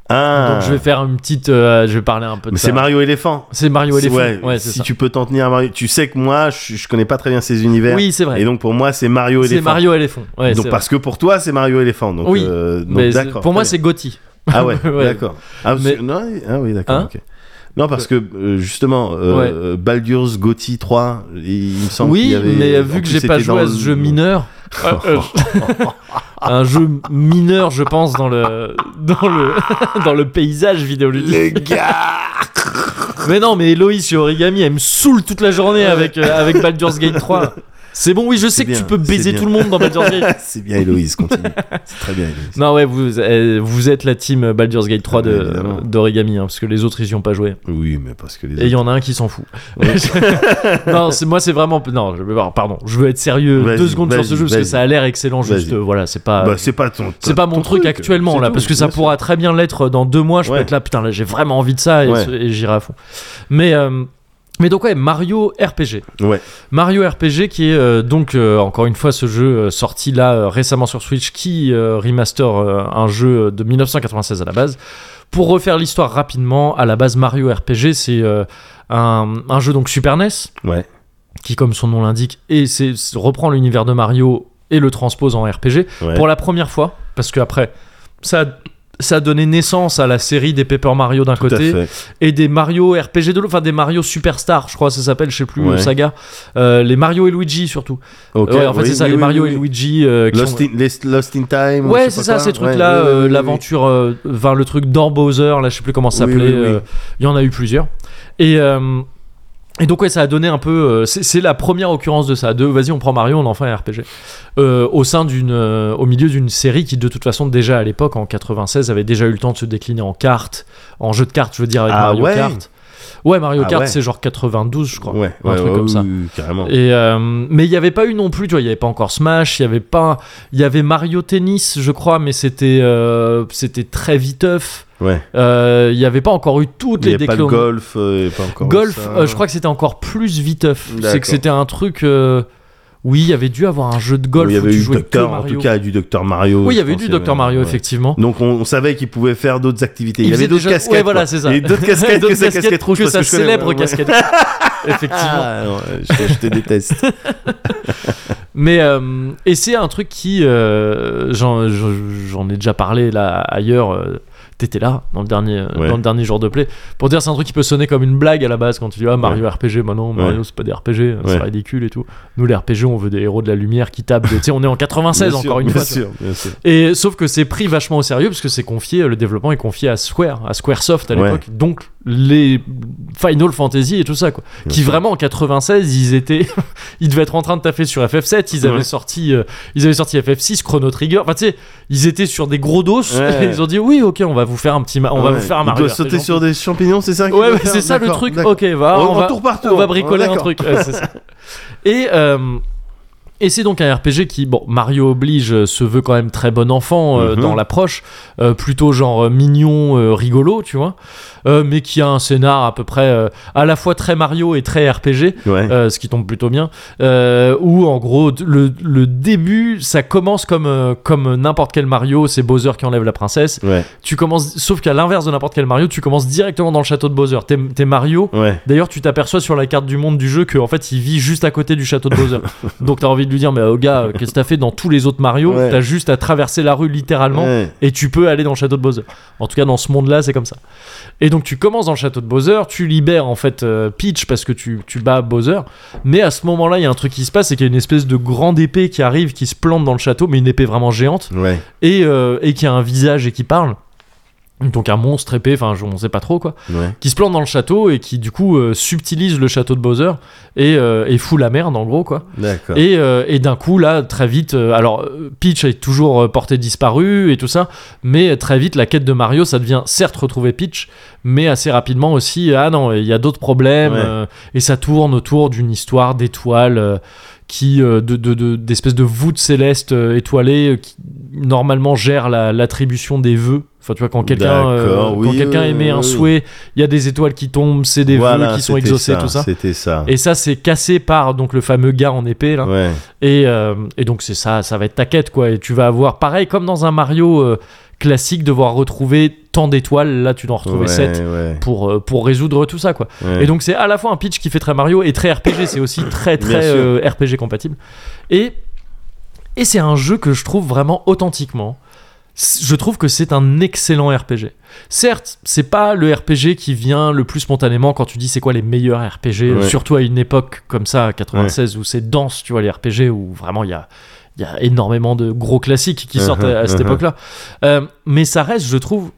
Speaker 2: Ah.
Speaker 1: Donc je vais faire une petite. euh, je vais parler un peu de
Speaker 2: Mais
Speaker 1: ça.
Speaker 2: c'est Mario Elephant.
Speaker 1: C'est Mario
Speaker 2: C'est-
Speaker 1: Elephant. Ouais, c'est
Speaker 2: si
Speaker 1: ça.
Speaker 2: tu peux t'en tenir à Mario. Tu sais que moi, je, je connais pas très bien ces univers.
Speaker 1: Oui, c'est
Speaker 2: Et
Speaker 1: vrai.
Speaker 2: donc pour moi, c'est Mario
Speaker 1: C'est
Speaker 2: Elephant.
Speaker 1: Mario Elephant. Ouais,
Speaker 2: donc
Speaker 1: c'est
Speaker 2: parce que pour toi, c'est Mario Elephant. Donc,
Speaker 1: Oui.
Speaker 2: euh,
Speaker 1: vrai.
Speaker 2: donc
Speaker 1: Mais c'est-
Speaker 2: d'accord.
Speaker 1: Pour moi,
Speaker 2: Très
Speaker 1: c'est Gotti.
Speaker 2: bien.
Speaker 1: [laughs]
Speaker 2: Ah ouais,
Speaker 1: Ouais.
Speaker 2: d'accord. Ah, parce
Speaker 1: Mais-
Speaker 2: que- non, ah oui, d'accord.
Speaker 1: Hein
Speaker 2: ok. Non, parce que euh, justement, euh, Baldur's Gotti 3, il, il me semble qu'il
Speaker 1: Oui,
Speaker 2: y avait.
Speaker 1: mais
Speaker 2: en
Speaker 1: vu que
Speaker 2: plus,
Speaker 1: j'ai pas
Speaker 2: c'était
Speaker 1: joué
Speaker 2: dans
Speaker 1: à ce
Speaker 2: le-
Speaker 1: jeu mineur, euh, euh, [laughs] un jeu mineur, je pense, dans le dans le [laughs] dans le paysage vidéoludique.
Speaker 2: Les gars
Speaker 1: [laughs] Mais non, mais Eloïse sur Origami, elle me saoule toute la journée avec euh, avec Baldur's Gate 3. C'est bon, oui, je sais que
Speaker 2: bien,
Speaker 1: tu peux
Speaker 2: c'est
Speaker 1: baiser
Speaker 2: bien.
Speaker 1: tout le monde dans Baldur's
Speaker 2: [laughs]
Speaker 1: Gate.
Speaker 2: [laughs] C'est bien,
Speaker 1: [laughs]
Speaker 2: Héloïse, continue. c'est très bien, Héloïse.
Speaker 1: Non, ouais, vous, euh, vous êtes la team Baldur's Gate 3
Speaker 2: Ouais,
Speaker 1: de
Speaker 2: Ah, évidemment.
Speaker 1: d'Origami, hein, parce que les autres, ils y ont pas joué.
Speaker 2: Oui, mais parce que les
Speaker 1: Et il y en a un qui s'en fout. [laughs] non, c'est- moi c'est vraiment. Non, je, pardon, je veux être sérieux
Speaker 2: Vas-y,
Speaker 1: deux secondes sur
Speaker 2: vas-y,
Speaker 1: ce jeu parce que
Speaker 2: vas-y.
Speaker 1: ça a l'air excellent. Juste,
Speaker 2: Vas-y.
Speaker 1: euh, voilà, c'est pas.
Speaker 2: Bah, c'est pas ton.
Speaker 1: c'est pas mon
Speaker 2: ton
Speaker 1: truc, actuellement
Speaker 2: c'est
Speaker 1: là,
Speaker 2: tout,
Speaker 1: parce que ça
Speaker 2: bien sûr.
Speaker 1: pourra très bien l'être euh, dans deux mois. Je
Speaker 2: Ouais.
Speaker 1: peux être là, putain, là j'ai vraiment envie de ça et,
Speaker 2: Ouais.
Speaker 1: ce- et j'irai à fond. Mais, euh, mais donc, ouais, Mario RPG.
Speaker 2: Ouais.
Speaker 1: Mario RPG qui est euh, donc euh, encore une fois ce jeu euh, sorti là euh, récemment sur Switch qui euh, remaster euh, un jeu de 1996 à la base. Pour refaire l'histoire rapidement, à la base Mario RPG c'est euh, un, un jeu donc Super NES
Speaker 2: Ouais.
Speaker 1: qui comme son nom l'indique et c'est c'est- reprend l'univers de Mario et le transpose en RPG
Speaker 2: Ouais.
Speaker 1: pour la première fois parce que après ça a- ça a donné naissance à la série des Paper Mario d'un
Speaker 2: Tout à
Speaker 1: côté
Speaker 2: fait.
Speaker 1: et des Mario RPG de l'autre, enfin des Mario Superstar, je crois ça s'appelle, je sais plus,
Speaker 2: Ouais.
Speaker 1: saga. Euh, les Mario et Luigi surtout. Euh,
Speaker 2: Ok,
Speaker 1: ouais, en fait
Speaker 2: oui,
Speaker 1: c'est ça,
Speaker 2: oui,
Speaker 1: les
Speaker 2: oui,
Speaker 1: Mario
Speaker 2: oui,
Speaker 1: et
Speaker 2: oui.
Speaker 1: Luigi. euh, qui
Speaker 2: Lost,
Speaker 1: sont-
Speaker 2: in, les- Lost in Time. ou je
Speaker 1: Ouais,
Speaker 2: sais
Speaker 1: c'est
Speaker 2: pas
Speaker 1: ça,
Speaker 2: quoi.
Speaker 1: ces trucs
Speaker 2: Ouais,
Speaker 1: là,
Speaker 2: oui, oui, oui, oui.
Speaker 1: l'aventure euh, vers le truc dans Bowser, là je sais plus comment ça
Speaker 2: Oui,
Speaker 1: s'appelait,
Speaker 2: oui, oui.
Speaker 1: euh, il y en a eu plusieurs. Et. euh, et donc ouais, ça a donné un peu. euh, c'est c'est la première occurrence de ça. De vas-y, on prend Mario, on en fait un RPG. Euh, au sein d'une, euh, au milieu d'une série qui de toute façon déjà à l'époque en 96 avait déjà eu le temps de se décliner en cartes, en jeu de cartes, je veux dire avec
Speaker 2: Ah
Speaker 1: Mario
Speaker 2: ouais
Speaker 1: Kart. Ouais, Mario
Speaker 2: Ah
Speaker 1: Kart,
Speaker 2: ouais.
Speaker 1: c'est genre 92, je crois.
Speaker 2: Ouais, ouais,
Speaker 1: un truc
Speaker 2: ouais,
Speaker 1: comme
Speaker 2: oui,
Speaker 1: ça.
Speaker 2: oui, oui, carrément.
Speaker 1: Et euh, mais il n'y avait pas eu non plus, tu vois, il n'y avait pas encore Smash, il y avait pas, il y avait Mario Tennis, je crois, mais c'était, euh, c'était très viteuf.
Speaker 2: Ouais.
Speaker 1: Euh, Il y n'y avait pas encore eu toutes
Speaker 2: Il n'y
Speaker 1: les
Speaker 2: a pas le
Speaker 1: déclinaisons.
Speaker 2: golf, euh, il y a pas encore
Speaker 1: Golf,
Speaker 2: ça.
Speaker 1: euh, je crois que c'était encore plus viteuf. C'est
Speaker 2: D'accord.
Speaker 1: que c'était un truc. euh, oui, il y avait dû avoir un jeu de golf
Speaker 2: Oui, il y
Speaker 1: où
Speaker 2: avait
Speaker 1: tu
Speaker 2: eu
Speaker 1: jouais que
Speaker 2: Docteur, en
Speaker 1: Mario.
Speaker 2: tout cas, du Docteur Mario.
Speaker 1: oui, il y
Speaker 2: je
Speaker 1: avait eu
Speaker 2: pense,
Speaker 1: du Dr Mario
Speaker 2: ouais.
Speaker 1: effectivement.
Speaker 2: Donc on, on savait qu'il pouvait faire d'autres activités.
Speaker 1: Il
Speaker 2: Il, y avait
Speaker 1: faisait
Speaker 2: d'autres
Speaker 1: déjà-
Speaker 2: casquettes.
Speaker 1: ouais, voilà,
Speaker 2: quoi.
Speaker 1: c'est ça.
Speaker 2: Il y avait d'autres
Speaker 1: [laughs]
Speaker 2: casquettes
Speaker 1: D'autres
Speaker 2: que sa casquette rouge.
Speaker 1: que
Speaker 2: parce
Speaker 1: sa
Speaker 2: que je connais-
Speaker 1: célèbre
Speaker 2: ouais. [laughs]
Speaker 1: casquette. Effectivement.
Speaker 2: Ah, ouais, je, je te déteste.
Speaker 1: Mais euh, et c'est un truc qui euh, j'en j'en ai déjà parlé là ailleurs. euh, T'étais là dans le dernier euh,
Speaker 2: Ouais.
Speaker 1: dans le dernier jour de play pour dire c'est un truc qui peut sonner comme une blague à la base quand tu dis ah Mario RPG maintenant Mario c'est pas des RPG c'est
Speaker 2: Ouais.
Speaker 1: ridicule et tout nous les RPG on veut des héros de la lumière qui tapent des- tu sais on est en 96
Speaker 2: Bien
Speaker 1: encore
Speaker 2: sûr,
Speaker 1: une
Speaker 2: bien
Speaker 1: fois tu
Speaker 2: sûr, bien sûr.
Speaker 1: et sauf que c'est pris vachement au sérieux parce que c'est confié, le développement est confié à Square, à Squaresoft à
Speaker 2: Ouais.
Speaker 1: l'époque, donc les Final Fantasy et tout ça quoi.
Speaker 2: Bien
Speaker 1: qui
Speaker 2: sûr.
Speaker 1: vraiment en 96 ils étaient, [laughs] ils devaient être en train de taffer sur FF7, ils avaient
Speaker 2: Ouais.
Speaker 1: sorti, euh, ils avaient sorti FF6, Chrono Trigger, enfin tu sais, ils étaient sur des gros dos
Speaker 2: Ouais.
Speaker 1: et [laughs] ils ont dit oui ok on va vous faire un petit, ma- on va
Speaker 2: Ouais.
Speaker 1: vous faire un
Speaker 2: Il
Speaker 1: Mario.
Speaker 2: doit sauter
Speaker 1: RPG.
Speaker 2: sur des champignons, c'est ça qu'il
Speaker 1: Ouais,
Speaker 2: doit
Speaker 1: ouais,
Speaker 2: faire
Speaker 1: c'est ça le
Speaker 2: D'accord,
Speaker 1: truc.
Speaker 2: d'accord.
Speaker 1: Ok, va,
Speaker 2: En-
Speaker 1: on,
Speaker 2: en
Speaker 1: va,
Speaker 2: tour par tour.
Speaker 1: on va bricoler
Speaker 2: Ouais,
Speaker 1: un
Speaker 2: d'accord.
Speaker 1: truc. Ouais, c'est
Speaker 2: [laughs]
Speaker 1: ça. Et euh, et c'est donc un RPG qui, bon, Mario oblige, euh, se veut quand même très bon enfant euh,
Speaker 2: Mhm.
Speaker 1: dans l'approche, euh, plutôt genre euh, mignon, euh, rigolo, tu vois, euh, mais qui a un scénar à peu près euh, à la fois très Mario et très RPG.
Speaker 2: Ouais.
Speaker 1: euh, ce qui tombe plutôt bien, euh, où en gros t- le, le début ça commence comme, euh, comme n'importe quel Mario, c'est Bowser qui enlève la princesse,
Speaker 2: Ouais,
Speaker 1: tu commences, sauf qu'à l'inverse de n'importe quel Mario, tu commences directement dans le château de Bowser. T'es t'es Mario.
Speaker 2: ouais. [laughs]
Speaker 1: D'ailleurs, tu t'aperçois sur la carte du monde du jeu que en fait, il vit juste à côté du château de Bowser. Donc, t'as envie envie de lui dire, mais oh gars, qu'est-ce que t'as fait dans tous les autres Mario
Speaker 2: Ouais.
Speaker 1: T'as juste à traverser la rue littéralement
Speaker 2: Ouais.
Speaker 1: et tu peux aller dans le château de Bowser. En tout cas, dans ce monde-là, c'est comme ça. Et donc, tu commences dans le château de Bowser, tu libères en fait euh, Peach parce que tu, tu bats Bowser. Mais à ce moment-là, il y a un truc qui se passe, c'est qu'il y a une espèce de grande épée qui arrive, qui se plante dans le château, mais une épée vraiment géante
Speaker 2: Ouais.
Speaker 1: et, euh, et qui a un visage et qui parle. Donc un monstre épée, enfin je- on sait pas trop quoi,
Speaker 2: Ouais.
Speaker 1: qui se plante dans le château et qui du coup euh, subtilise le château de Bowser et, euh, et fout la merde en gros quoi.
Speaker 2: D'accord.
Speaker 1: Et, euh, et d'un coup là très vite, euh, alors euh, Peach est toujours euh, portée disparue et tout ça, mais très vite la quête de Mario ça devient certes retrouver Peach, mais assez rapidement aussi ah non il y a d'autres problèmes
Speaker 2: Ouais.
Speaker 1: euh, et ça tourne autour d'une histoire d'étoiles euh, qui euh, de de- de- d'espèces de, voûtes célestes euh, étoilées euh, qui normalement gère la- l'attribution des vœux. Enfin, tu vois, quand quelqu'un euh,
Speaker 2: D'accord,
Speaker 1: quand
Speaker 2: oui,
Speaker 1: quelqu'un
Speaker 2: oui,
Speaker 1: émet
Speaker 2: oui,
Speaker 1: un
Speaker 2: oui.
Speaker 1: souhait, il y a des étoiles qui tombent, c'est des
Speaker 2: Voilà,
Speaker 1: vœux qui sont
Speaker 2: c'était
Speaker 1: exaucés, tout ça.
Speaker 2: C'était ça.
Speaker 1: Et hein, ça, c'est cassé par donc le fameux gars en épée là.
Speaker 2: Ouais.
Speaker 1: Et, euh, et donc c'est ça, ça va être ta quête quoi. Et tu vas avoir pareil comme dans un Mario euh, classique, devoir retrouver tant d'étoiles. Là, tu dois en retrouver
Speaker 2: Ouais,
Speaker 1: 7
Speaker 2: ouais,
Speaker 1: pour euh, pour résoudre tout ça quoi.
Speaker 2: ouais.
Speaker 1: Et donc c'est à la fois un pitch qui fait très Mario et très RPG, c'est
Speaker 2: [coughs]
Speaker 1: aussi très
Speaker 2: Bien
Speaker 1: très
Speaker 2: sûr.
Speaker 1: euh, RPG compatible. Et, et c'est un jeu que je trouve vraiment authentiquement. c- Je trouve que c'est un excellent RPG. Certes, c'est pas le RPG qui vient le plus spontanément quand tu dis c'est quoi les meilleurs RPG, euh,
Speaker 2: Ouais.
Speaker 1: surtout à une époque comme ça, 96, où c'est dense, tu vois, les RPG, où vraiment il y a, il y a énormément de gros classiques qui
Speaker 2: Uh-huh,
Speaker 1: sortent à, à cette
Speaker 2: uh-huh.
Speaker 1: époque-là. Euh, mais ça reste, je trouve,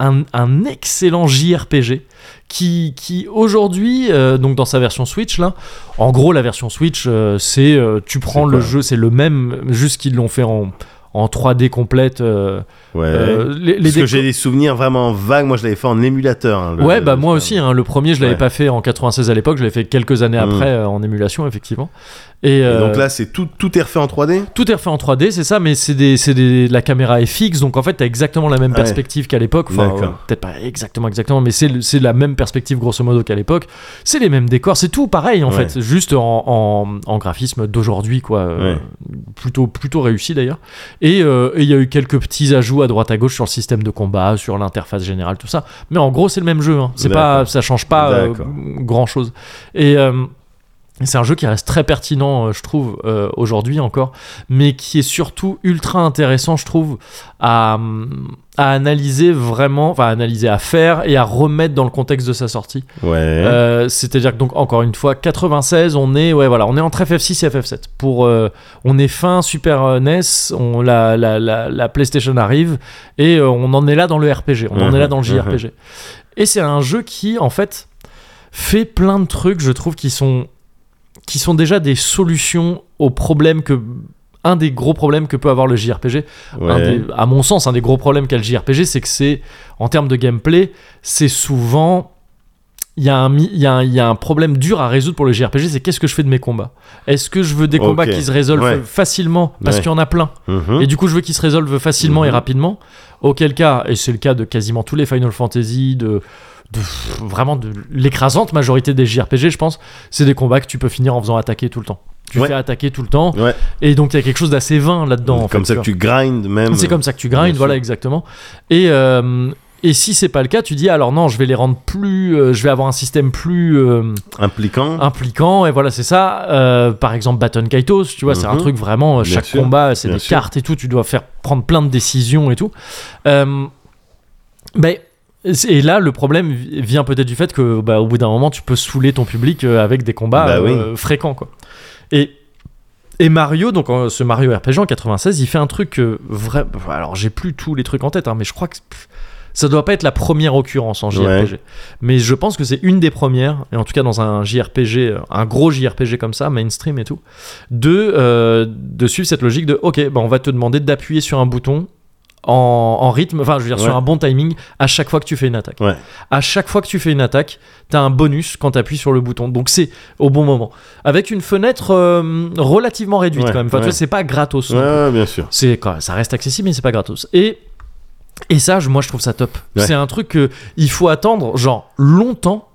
Speaker 1: un, un excellent JRPG qui, qui aujourd'hui, euh, donc dans sa version Switch, là, en gros, la version Switch, euh, c'est euh, tu prends
Speaker 2: C'est
Speaker 1: le
Speaker 2: quoi
Speaker 1: jeu, c'est le même, juste qu'ils l'ont fait en, en 3D complète. euh,
Speaker 2: Ouais.
Speaker 1: euh, les, les
Speaker 2: Parce que
Speaker 1: décors-
Speaker 2: j'ai des souvenirs vraiment vagues. Moi, je l'avais fait en émulateur. hein, le-
Speaker 1: ouais,
Speaker 2: le-
Speaker 1: bah moi aussi, hein, le premier, je l'avais
Speaker 2: Ouais.
Speaker 1: pas fait en 96 à l'époque, je l'avais fait quelques années
Speaker 2: Mm.
Speaker 1: après euh, en émulation, effectivement. Et,
Speaker 2: Et
Speaker 1: euh,
Speaker 2: donc là, c'est tout, tout est refait en 3D.
Speaker 1: tout est refait en 3D, c'est ça, mais c'est des, c'est des- la caméra est fixe, donc en fait, t'as exactement la même
Speaker 2: Ah Ouais.
Speaker 1: perspective qu'à l'époque. Enfin,
Speaker 2: D'accord.
Speaker 1: euh, peut-être pas exactement, exactement, mais c'est le- c'est la même perspective grosso modo qu'à l'époque. C'est les mêmes décors, c'est tout pareil en
Speaker 2: Ouais.
Speaker 1: fait, juste en, en- en graphisme d'aujourd'hui, quoi. Euh,
Speaker 2: Ouais.
Speaker 1: Plutôt, plutôt réussi d'ailleurs. Et euh, et il y a eu quelques petits ajouts à droite à gauche sur le système de combat, sur l'interface générale, tout ça. Mais en gros, c'est le même jeu, hein. c'est pas,
Speaker 2: D'accord.
Speaker 1: ça change pas euh,
Speaker 2: D'accord.
Speaker 1: grand chose. Et. euh, c'est un jeu qui reste très pertinent, euh, je trouve, euh, aujourd'hui encore, mais qui est surtout ultra intéressant, je trouve, à, à analyser vraiment, enfin à analyser, à faire et à remettre dans le contexte de sa sortie.
Speaker 2: Ouais.
Speaker 1: Euh, C'est-à-dire que donc encore une fois, 96, on est, ouais, voilà, on est entre FF6 et FF7. Pour, euh, on est fin Super euh, NES, on la, la, la, la PlayStation arrive et euh, on en est là dans le RPG, on en est là dans le
Speaker 2: Mhm,
Speaker 1: JRPG. Et c'est un jeu qui en fait fait plein de trucs, je trouve, qui sont qui sont déjà des solutions aux problèmes que un des gros problèmes que peut avoir le JRPG,
Speaker 2: ouais.
Speaker 1: un des- à mon sens, un des gros problèmes qu'a le JRPG, c'est que c'est, en termes de gameplay, c'est souvent. Il y, a un, mi- il y, a un- il y a un problème dur à résoudre pour le JRPG, c'est qu'est-ce que je fais de mes combats Est-ce que je veux des combats
Speaker 2: Ok.
Speaker 1: qui se résolvent
Speaker 2: Ouais.
Speaker 1: facilement Parce
Speaker 2: Ouais.
Speaker 1: qu'il y en a plein.
Speaker 2: Mhm.
Speaker 1: Et du coup, je veux qu'ils se résolvent facilement et
Speaker 2: Mhm.
Speaker 1: rapidement. Auquel cas, et c'est le cas de quasiment tous les Final Fantasy, de, de pff, vraiment de l'écrasante majorité des JRPG, je pense, c'est des combats que tu peux finir en faisant attaquer tout le temps. Tu
Speaker 2: Ouais.
Speaker 1: fais attaquer tout le temps,
Speaker 2: Ouais.
Speaker 1: et donc il y a quelque chose d'assez vain là-dedans. en
Speaker 2: Comme
Speaker 1: fait,
Speaker 2: ça que
Speaker 1: vois.
Speaker 2: tu grindes même.
Speaker 1: C'est comme ça que tu
Speaker 2: Bien
Speaker 1: grindes,
Speaker 2: sûr.
Speaker 1: voilà exactement. Et, euh, et si c'est pas le cas, tu dis alors non, je vais les rendre plus, euh, je vais avoir un système plus euh,
Speaker 2: Impliquant.
Speaker 1: impliquant. Et voilà, c'est ça. Euh, par exemple, Baton Kaitos, tu vois, c'est un
Speaker 2: Mhm.
Speaker 1: truc vraiment euh,
Speaker 2: Bien
Speaker 1: chaque
Speaker 2: sûr,
Speaker 1: combat, c'est
Speaker 2: bien
Speaker 1: des
Speaker 2: sûr.
Speaker 1: cartes et tout. Tu dois faire prendre plein de décisions et tout. Euh, ben, c'est- et là, le problème vi- vient peut-être du fait que, bah, au bout d'un moment, tu peux saouler ton public euh, avec des combats
Speaker 2: Bah
Speaker 1: euh, fréquents, quoi. Et et Mario, donc euh, ce Mario RPG en 96, il fait un truc euh, vrai. Alors j'ai plus tous les trucs en tête, hein, mais je crois que pff, ça doit pas être la première occurrence en JRPG.
Speaker 2: Ouais.
Speaker 1: Mais je pense que c'est une des premières, et en tout cas dans un JRPG, euh, un gros JRPG comme ça, mainstream et tout, de, euh, de suivre cette logique de ok, bah, on va te demander d'appuyer sur un bouton. En, en rythme, enfin je veux dire sur
Speaker 2: Ouais.
Speaker 1: un bon timing à chaque fois que tu fais une attaque.
Speaker 2: Ouais.
Speaker 1: À chaque fois que tu fais une attaque, t'as un bonus quand t'appuies sur le bouton. Donc c'est au bon moment avec une fenêtre euh, relativement réduite
Speaker 2: Ouais,
Speaker 1: quand même. Enfin, tu
Speaker 2: ouais.
Speaker 1: vois, c'est pas gratos.
Speaker 2: Ouais,
Speaker 1: non plus.
Speaker 2: ouais, bien sûr.
Speaker 1: C'est quand même- ça reste accessible, mais c'est pas gratos. Et et ça, je- moi, je trouve ça top.
Speaker 2: Ouais.
Speaker 1: C'est un truc que il faut attendre genre longtemps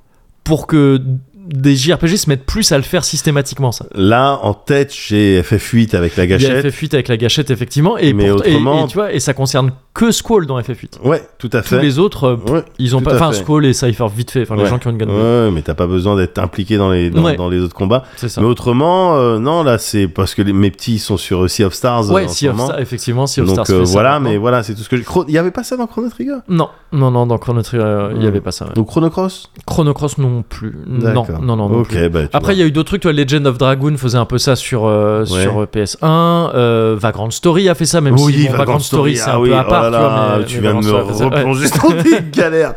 Speaker 1: pour que des JRPG se mettent plus à le faire systématiquement. Ça.
Speaker 2: Là, en tête, j'ai FF8 avec la
Speaker 1: Il y a
Speaker 2: gâchette.
Speaker 1: FF8 avec la gâchette effectivement, et,
Speaker 2: Mais
Speaker 1: pour- et-
Speaker 2: autrement-
Speaker 1: et tu vois, et ça concerne que Squall dans FF8.
Speaker 2: Ouais, tout à
Speaker 1: Tous
Speaker 2: fait.
Speaker 1: les autres, euh, pff,
Speaker 2: Ouais,
Speaker 1: ils ont
Speaker 2: tout
Speaker 1: pas.
Speaker 2: à
Speaker 1: Enfin,
Speaker 2: fait.
Speaker 1: Squall et Cypher, vite fait. Enfin, les
Speaker 2: Ouais.
Speaker 1: gens qui ont une gun.
Speaker 2: Ouais, mais t'as pas besoin d'être impliqué dans les, dans,
Speaker 1: Ouais.
Speaker 2: dans les autres combats.
Speaker 1: C'est ça.
Speaker 2: Mais autrement, euh, non, là, c'est parce que les- mes petits sont sur euh, Sea of Stars. euh,
Speaker 1: Ouais,
Speaker 2: en ce
Speaker 1: Sea of
Speaker 2: moment.
Speaker 1: Stars, effectivement, Sea of
Speaker 2: Donc
Speaker 1: Stars. fait
Speaker 2: euh,
Speaker 1: ça
Speaker 2: voilà,
Speaker 1: maintenant.
Speaker 2: mais voilà, c'est tout ce que j'ai. Chro- Il y avait pas ça dans Chrono Trigger
Speaker 1: Non, non, non, dans Chrono Trigger, euh, il y
Speaker 2: Hmm.
Speaker 1: avait pas ça. ouais.
Speaker 2: Donc Chrono Cross
Speaker 1: Chrono Cross non plus. Non,
Speaker 2: D'accord.
Speaker 1: non, non, non
Speaker 2: Ok,
Speaker 1: plus.
Speaker 2: bah, tu
Speaker 1: Après, il y a eu d'autres trucs. Toi, Legend of Dragoon faisait un peu ça sur, euh,
Speaker 2: Ouais.
Speaker 1: sur euh, PS1. Euh, Vagrant Story a fait ça, même si
Speaker 2: oui,
Speaker 1: bon,
Speaker 2: Vagrant Story,
Speaker 1: c'est
Speaker 2: ah
Speaker 1: un
Speaker 2: oui,
Speaker 1: peu à
Speaker 2: oh
Speaker 1: part.
Speaker 2: là
Speaker 1: tu vois,
Speaker 2: là,
Speaker 1: mais-
Speaker 2: tu
Speaker 1: mais
Speaker 2: viens de
Speaker 1: Vagrant
Speaker 2: me
Speaker 1: Story a fait ça. Ouais.
Speaker 2: replonger
Speaker 1: [laughs]
Speaker 2: dans tes galères.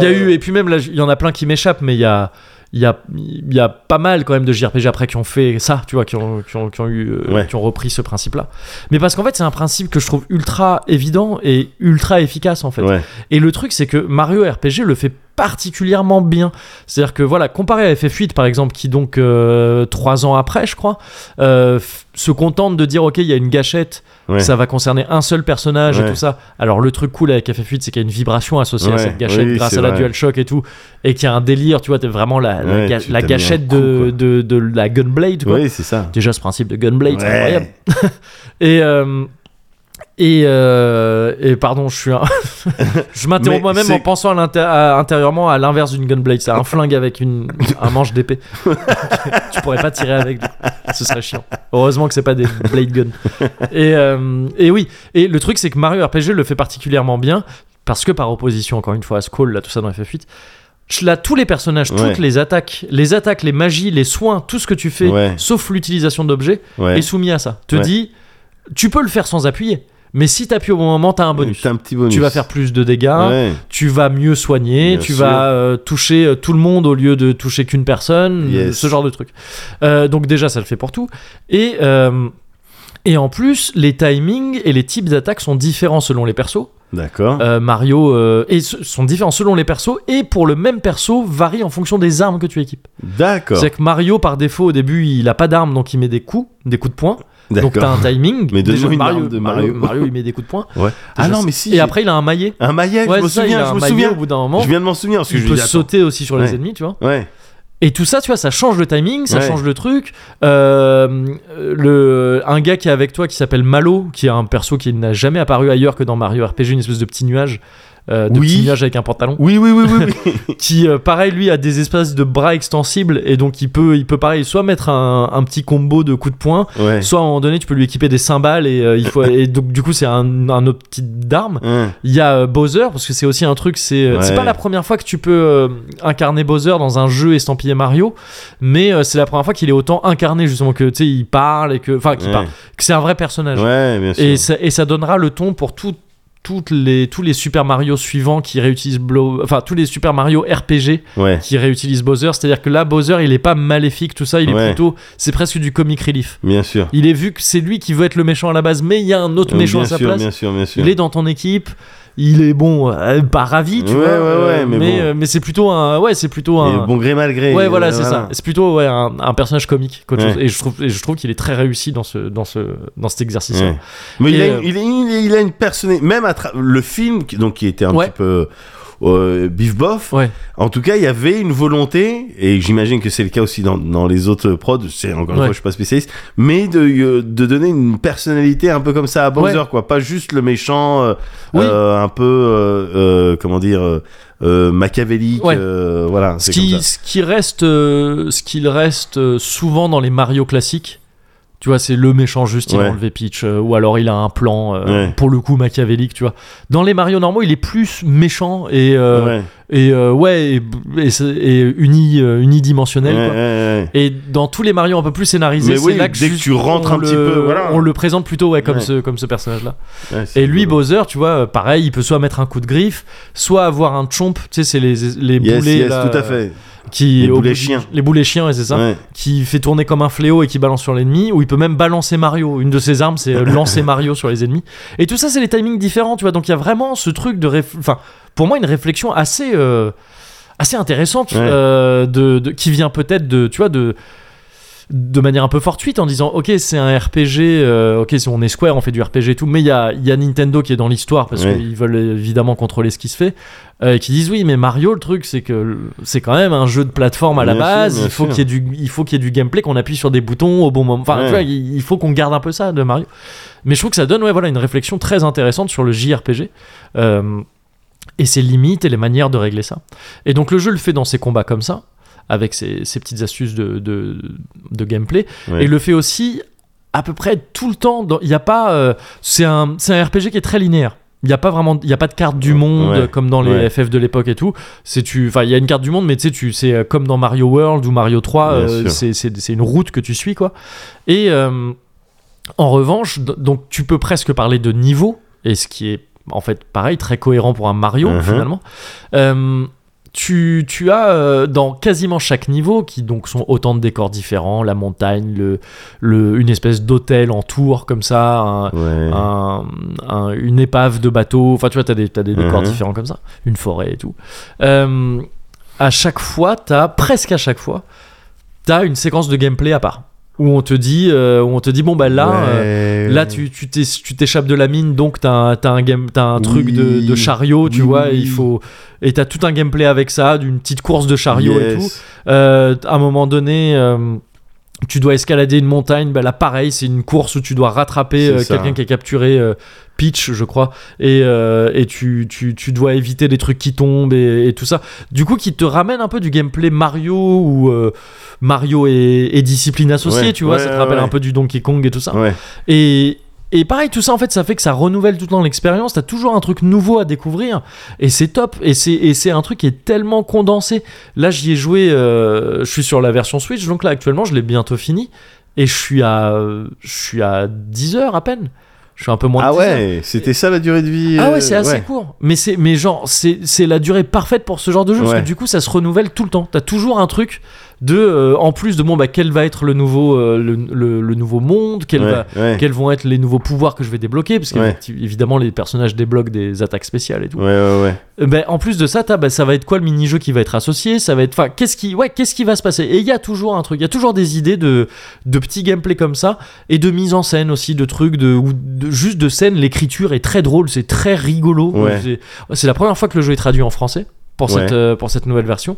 Speaker 1: Il y a eu, et puis même là, il y en a plein qui m'échappent, mais il y a. Il y, a, il y a pas mal quand même de JRPG après qui ont fait ça, tu vois, qui ont, qui ont, qui ont eu, euh,
Speaker 2: Ouais.
Speaker 1: qui ont repris ce principe-là. Mais parce qu'en fait, c'est un principe que je trouve ultra évident et ultra efficace en fait.
Speaker 2: Ouais,
Speaker 1: Et le truc, c'est que Mario RPG le fait particulièrement bien. C'est-à-dire que voilà, comparé à FF8 par exemple, qui donc euh, trois ans après, je crois, euh, f- se contente de dire ok, il y a une gâchette,
Speaker 2: ouais.
Speaker 1: ça va concerner un seul personnage
Speaker 2: Ouais.
Speaker 1: et tout ça. Alors le truc cool avec FF8, c'est qu'il y a une vibration associée à
Speaker 2: Ouais,
Speaker 1: cette gâchette
Speaker 2: oui,
Speaker 1: grâce
Speaker 2: c'est
Speaker 1: à la
Speaker 2: vrai.
Speaker 1: DualShock et tout, et qu'il y a un délire, tu vois, t'es vraiment la, la,
Speaker 2: Ouais,
Speaker 1: ga-
Speaker 2: tu
Speaker 1: la
Speaker 2: t'as mis un
Speaker 1: gâchette
Speaker 2: coup,
Speaker 1: de, de, de la Gunblade. Quoi.
Speaker 2: Oui, c'est ça.
Speaker 1: Déjà ce principe de Gunblade, c'est
Speaker 2: Ouais.
Speaker 1: incroyable. Et euh, et, euh, et pardon, je suis un... [laughs] je m'interromps
Speaker 2: Mais
Speaker 1: moi-même
Speaker 2: c'est-
Speaker 1: en pensant à l'inté- à- intérieurement à l'inverse d'une gunblade, c'est un flingue avec une un manche
Speaker 2: [laughs]
Speaker 1: d'épée. tu pourrais pas tirer avec, du coup. ce serait chiant. Heureusement que c'est pas des blade guns. Et euh, et oui, et le truc c'est que Mario RPG le fait particulièrement bien parce que par opposition encore une fois à Skull là tout ça dans FF8. Là, tous les personnages, toutes
Speaker 2: Ouais.
Speaker 1: les attaques, les attaques, les magies, les soins, tout ce que tu fais,
Speaker 2: Ouais.
Speaker 1: sauf l'utilisation d'objets,
Speaker 2: Ouais.
Speaker 1: est soumis à ça. Te
Speaker 2: Ouais.
Speaker 1: dis, tu peux le faire sans appuyer, mais si t'appuies au bon moment, t'as un bonus.
Speaker 2: T'as un petit bonus.
Speaker 1: Tu vas faire plus de dégâts,
Speaker 2: Ouais.
Speaker 1: tu vas mieux soigner,
Speaker 2: Bien
Speaker 1: tu
Speaker 2: sûr.
Speaker 1: vas euh, toucher euh, tout le monde au lieu de toucher qu'une personne,
Speaker 2: Yes.
Speaker 1: ce genre de truc. Euh, donc déjà, ça le fait pour tout. Et, euh, et en plus, les timings et les types d'attaques sont différents selon les persos.
Speaker 2: D'accord.
Speaker 1: Euh, Mario euh, et ce- sont différents selon les persos et pour le même perso varient en fonction des armes que tu équipes.
Speaker 2: D'accord.
Speaker 1: C'est que Mario par défaut au début il a pas d'armes donc il met des coups, des coups de poing. Donc t'as
Speaker 2: D'accord.
Speaker 1: un timing.
Speaker 2: Mais
Speaker 1: Déjà,
Speaker 2: donne-moi une
Speaker 1: Mario,
Speaker 2: arme de
Speaker 1: Mario,
Speaker 2: Mario.
Speaker 1: Mario, il met des coups de poing.
Speaker 2: Ouais. [laughs] Ah
Speaker 1: Déjà,
Speaker 2: non,
Speaker 1: c'est-
Speaker 2: mais si.
Speaker 1: Et
Speaker 2: j'ai-
Speaker 1: après il a un maillet.
Speaker 2: Un maillet,
Speaker 1: Ouais,
Speaker 2: je me
Speaker 1: c'est ça, il a
Speaker 2: souviens,
Speaker 1: un
Speaker 2: je me
Speaker 1: maillet
Speaker 2: souviens.
Speaker 1: au bout d'un moment.
Speaker 2: Je viens de m'en souvenir parce que
Speaker 1: il
Speaker 2: je
Speaker 1: peut
Speaker 2: lui ai dit, attends.
Speaker 1: sauter aussi sur les
Speaker 2: Ouais.
Speaker 1: ennemis, tu vois.
Speaker 2: Ouais.
Speaker 1: Et tout ça, tu vois, ça change le timing, ça
Speaker 2: Ouais.
Speaker 1: change le truc. Euh, le, un gars qui est avec toi qui s'appelle Malo, qui est un perso qui n'a jamais apparu ailleurs que dans Mario RPG, une espèce de petit nuage. euh, de
Speaker 2: Oui.
Speaker 1: petit nuage avec un pantalon
Speaker 2: [laughs] Oui, oui, oui, oui. oui.
Speaker 1: qui euh, pareil lui a des espaces de bras extensibles et donc il peut il peut pareil soit mettre un, un petit combo de coups de poing
Speaker 2: ouais.
Speaker 1: soit à un moment donné tu peux lui équiper des cymbales et euh, il faut et donc du coup c'est un, un autre type d'arme
Speaker 2: Hein.
Speaker 1: il y a euh, Bowser parce que c'est aussi un truc c'est euh, c'est
Speaker 2: Ouais.
Speaker 1: pas la première fois que tu peux euh, incarner Bowser dans un jeu estampillé Mario mais euh, c'est la première fois qu'il est autant incarné justement que tu sais il parle et que enfin qu'il
Speaker 2: Ouais.
Speaker 1: parle que c'est un vrai personnage
Speaker 2: Ouais, bien sûr.
Speaker 1: et ça, et ça donnera le ton pour tout- toutes les, tous les Super Mario suivants qui réutilisent Blo- enfin tous les Super Mario RPG
Speaker 2: Ouais.
Speaker 1: qui réutilisent Bowser, c'est-à-dire que là Bowser il est pas maléfique tout ça, il est
Speaker 2: Ouais.
Speaker 1: plutôt c'est presque du comic relief.
Speaker 2: Bien sûr.
Speaker 1: Il est vu que c'est lui qui veut être le méchant à la base, mais il y a un autre
Speaker 2: Euh,
Speaker 1: méchant
Speaker 2: bien
Speaker 1: à sa
Speaker 2: sûr,
Speaker 1: place.
Speaker 2: Bien sûr, bien sûr.
Speaker 1: Il est dans ton équipe, il est bon, euh, pas ravi, tu
Speaker 2: Ouais,
Speaker 1: vois,
Speaker 2: ouais,
Speaker 1: euh,
Speaker 2: ouais, mais bon.
Speaker 1: euh, mais c'est plutôt un ouais c'est plutôt
Speaker 2: Et
Speaker 1: un
Speaker 2: bon gré mal gré.
Speaker 1: hein. Ouais,
Speaker 2: euh,
Speaker 1: voilà, c'est ça. C'est plutôt ouais, un, un personnage comique. qu'autre
Speaker 2: Ouais.
Speaker 1: chose. Et je trouve, et je trouve qu'il est très réussi dans, ce, dans, ce, dans cet exercice-là.
Speaker 2: Ouais. Mais il
Speaker 1: Et,
Speaker 2: a,
Speaker 1: euh,
Speaker 2: une- il, a une, il a une personnalité. Même à tra- le film, qui- donc qui était un
Speaker 1: Ouais.
Speaker 2: petit peu euh, bif bof.
Speaker 1: Ouais.
Speaker 2: En tout cas, il y avait une volonté, et j'imagine que c'est le cas aussi dans, dans les autres prods. C'est encore une
Speaker 1: Ouais.
Speaker 2: fois, je suis pas spécialiste, mais de, euh, de donner une personnalité un peu comme ça à Bowser,
Speaker 1: Ouais.
Speaker 2: quoi. Pas juste le méchant, euh,
Speaker 1: Oui.
Speaker 2: euh, un peu euh, euh, comment dire, euh, euh, machiavélique.
Speaker 1: Ouais.
Speaker 2: euh, voilà.
Speaker 1: ce
Speaker 2: c'est
Speaker 1: qui,
Speaker 2: comme ça.
Speaker 1: ce qui reste euh, ce qu'il reste euh, souvent dans les Mario classiques tu vois c'est le méchant juste il
Speaker 2: Ouais.
Speaker 1: a enlevé Peach euh, ou alors il a un plan euh,
Speaker 2: Ouais.
Speaker 1: pour le coup machiavélique tu vois dans les Mario normaux il est plus méchant et euh,
Speaker 2: Ouais.
Speaker 1: et euh, ouais et, et c'est- et uni euh, unidimensionnel
Speaker 2: Ouais,
Speaker 1: quoi.
Speaker 2: ouais, ouais.
Speaker 1: Et dans tous les Mario un peu plus scénarisés,
Speaker 2: Mais
Speaker 1: c'est
Speaker 2: oui,
Speaker 1: là que
Speaker 2: dès que
Speaker 1: juste
Speaker 2: tu rentres
Speaker 1: on
Speaker 2: un petit
Speaker 1: le-
Speaker 2: peu, voilà.
Speaker 1: on le présente plutôt ouais, comme
Speaker 2: Ouais.
Speaker 1: ce comme ce personnage-là.
Speaker 2: Ouais, c'est
Speaker 1: Et lui,
Speaker 2: rigolo.
Speaker 1: Bowser, tu vois, euh, pareil, il peut soit mettre un coup de griffe, soit avoir un chomp, tu sais, c'est les, les
Speaker 2: Yes,
Speaker 1: boulets.
Speaker 2: yes,
Speaker 1: là, euh,
Speaker 2: tout à fait.
Speaker 1: qui
Speaker 2: Les
Speaker 1: au
Speaker 2: boulets
Speaker 1: bout du-
Speaker 2: chiens.
Speaker 1: les boulets chiens ouais, c'est ça
Speaker 2: Ouais.
Speaker 1: qui fait tourner comme un fléau et qui balance sur l'ennemi ou il peut même balancer Mario une de ses armes c'est euh, lancer Mario sur les ennemis et tout ça c'est les timings différents tu vois donc il y a vraiment ce truc de réf- enfin pour moi une réflexion assez euh, assez intéressante
Speaker 2: Ouais.
Speaker 1: euh, de, de- qui vient peut-être de tu vois de de manière un peu fortuite en disant ok c'est un RPG euh, ok si on est Square on fait du RPG et tout mais il y a, il y a Nintendo qui est dans l'histoire parce
Speaker 2: Ouais.
Speaker 1: qu'ils veulent évidemment contrôler ce qui se fait euh, et qui disent oui mais Mario le truc c'est que le- c'est quand même un jeu de plateforme à la
Speaker 2: Bien sûr,
Speaker 1: base
Speaker 2: bien
Speaker 1: il faut
Speaker 2: sûr.
Speaker 1: qu'il y ait du il faut qu'il y ait du gameplay qu'on appuie sur des boutons au bon moment enfin
Speaker 2: Ouais.
Speaker 1: tu vois il il faut qu'on garde un peu ça de Mario mais je trouve que ça donne ouais, voilà, une réflexion très intéressante sur le JRPG euh, et ses limites et les manières de régler ça. Et donc le jeu le fait dans ses combats comme ça, avec ses, ses petites astuces de, de, de gameplay,
Speaker 2: Ouais.
Speaker 1: et le fait aussi à peu près tout le temps. dans- Il n'y a pas. euh, c'est un, c'est un RPG qui est très linéaire. Il n'y a pas vraiment, il y a pas de carte du monde
Speaker 2: Ouais.
Speaker 1: comme dans les
Speaker 2: Ouais.
Speaker 1: FF de l'époque et tout. C'est tu, enfin il y a une carte du monde, mais tu sais tu, c'est euh, comme dans Mario World ou Mario 3,
Speaker 2: Bien
Speaker 1: euh,
Speaker 2: sûr.
Speaker 1: c'est c'est- c'est une route que tu suis quoi. Et euh, en revanche, d- donc tu peux presque parler de niveau, et ce qui est en fait pareil, très cohérent pour un Mario
Speaker 2: Mhm.
Speaker 1: finalement. Euh, tu, tu as euh, dans quasiment chaque niveau, qui donc sont autant de décors différents, la montagne, le, le, une espèce d'hôtel en tour comme ça, un-
Speaker 2: Ouais.
Speaker 1: un- un- une épave de bateau, enfin tu vois, t'as des, t'as des décors
Speaker 2: Mhm.
Speaker 1: différents comme ça, une forêt et tout. Euh, à chaque fois, t'as, presque à chaque fois, t'as une séquence de gameplay à part, où on te dit, euh, où on te dit bon bah là... euh,
Speaker 2: Ouais.
Speaker 1: Là, tu tu t'es- tu t'échappes de la mine, donc t'as un, t'as un, game, t'as un truc de,
Speaker 2: Oui.
Speaker 1: de chariot, tu
Speaker 2: Oui,
Speaker 1: vois.
Speaker 2: oui,
Speaker 1: et
Speaker 2: oui.
Speaker 1: Il faut, et t'as tout un gameplay avec ça, d'une petite course de chariot et
Speaker 2: Yes.
Speaker 1: tout. Euh, à un moment donné, euh, tu dois escalader une montagne. Bah là, pareil, c'est une course où tu dois rattraper
Speaker 2: C'est
Speaker 1: euh,
Speaker 2: ça.
Speaker 1: quelqu'un qui a capturé euh, Peach, je crois. Et, euh, et tu, tu, tu dois éviter des trucs qui tombent et, et tout ça. Du coup, qui te ramène un peu du gameplay Mario ou euh, Mario et, et discipline associée,
Speaker 2: Ouais,
Speaker 1: tu vois.
Speaker 2: ouais,
Speaker 1: ça te
Speaker 2: ouais,
Speaker 1: rappelle
Speaker 2: ouais.
Speaker 1: un peu du Donkey Kong et tout ça.
Speaker 2: Ouais.
Speaker 1: Et, et pareil, tout ça, en fait, ça fait que ça renouvelle tout le temps l'expérience. T'as toujours un truc nouveau à découvrir. Et c'est top. Et c'est, et c'est un truc qui est tellement condensé. Là, j'y ai joué. euh, je suis sur la version Switch. Donc là, actuellement, je l'ai bientôt fini. Et je suis à, euh, je suis à 10 heures à peine. Je suis un peu moins de
Speaker 2: Ah
Speaker 1: 10 heures.
Speaker 2: ouais, c'était ça la durée de vie.
Speaker 1: Ah
Speaker 2: euh,
Speaker 1: ouais, c'est assez court. Mais, c'est, mais genre, c'est, c'est la durée parfaite pour ce genre de jeu. Parce
Speaker 2: Ouais.
Speaker 1: que du coup, ça se renouvelle tout le temps. T'as toujours un truc de. euh, en plus de, bon, bah, quel va être le nouveau, euh, le, le- le nouveau monde quel
Speaker 2: Ouais,
Speaker 1: va,
Speaker 2: ouais.
Speaker 1: quels vont être les nouveaux pouvoirs que je vais débloquer parce que
Speaker 2: Ouais.
Speaker 1: évidemment les personnages débloquent des attaques spéciales et tout
Speaker 2: Ouais, ouais, ouais.
Speaker 1: Euh, ben, en plus de ça t'as, ben, ça va être quoi le mini-jeu qui va être associé ça va être enfin qu'est-ce qui ouais qu'est-ce qui va se passer et il y a toujours un truc il y a toujours des idées de de petits gameplay comme ça et de mise en scène aussi de trucs de, ou de- juste de scène l'écriture est très drôle c'est très rigolo
Speaker 2: Ouais.
Speaker 1: c'est, c'est la première fois que le jeu est traduit en français pour,
Speaker 2: Ouais.
Speaker 1: cette, euh, pour cette nouvelle version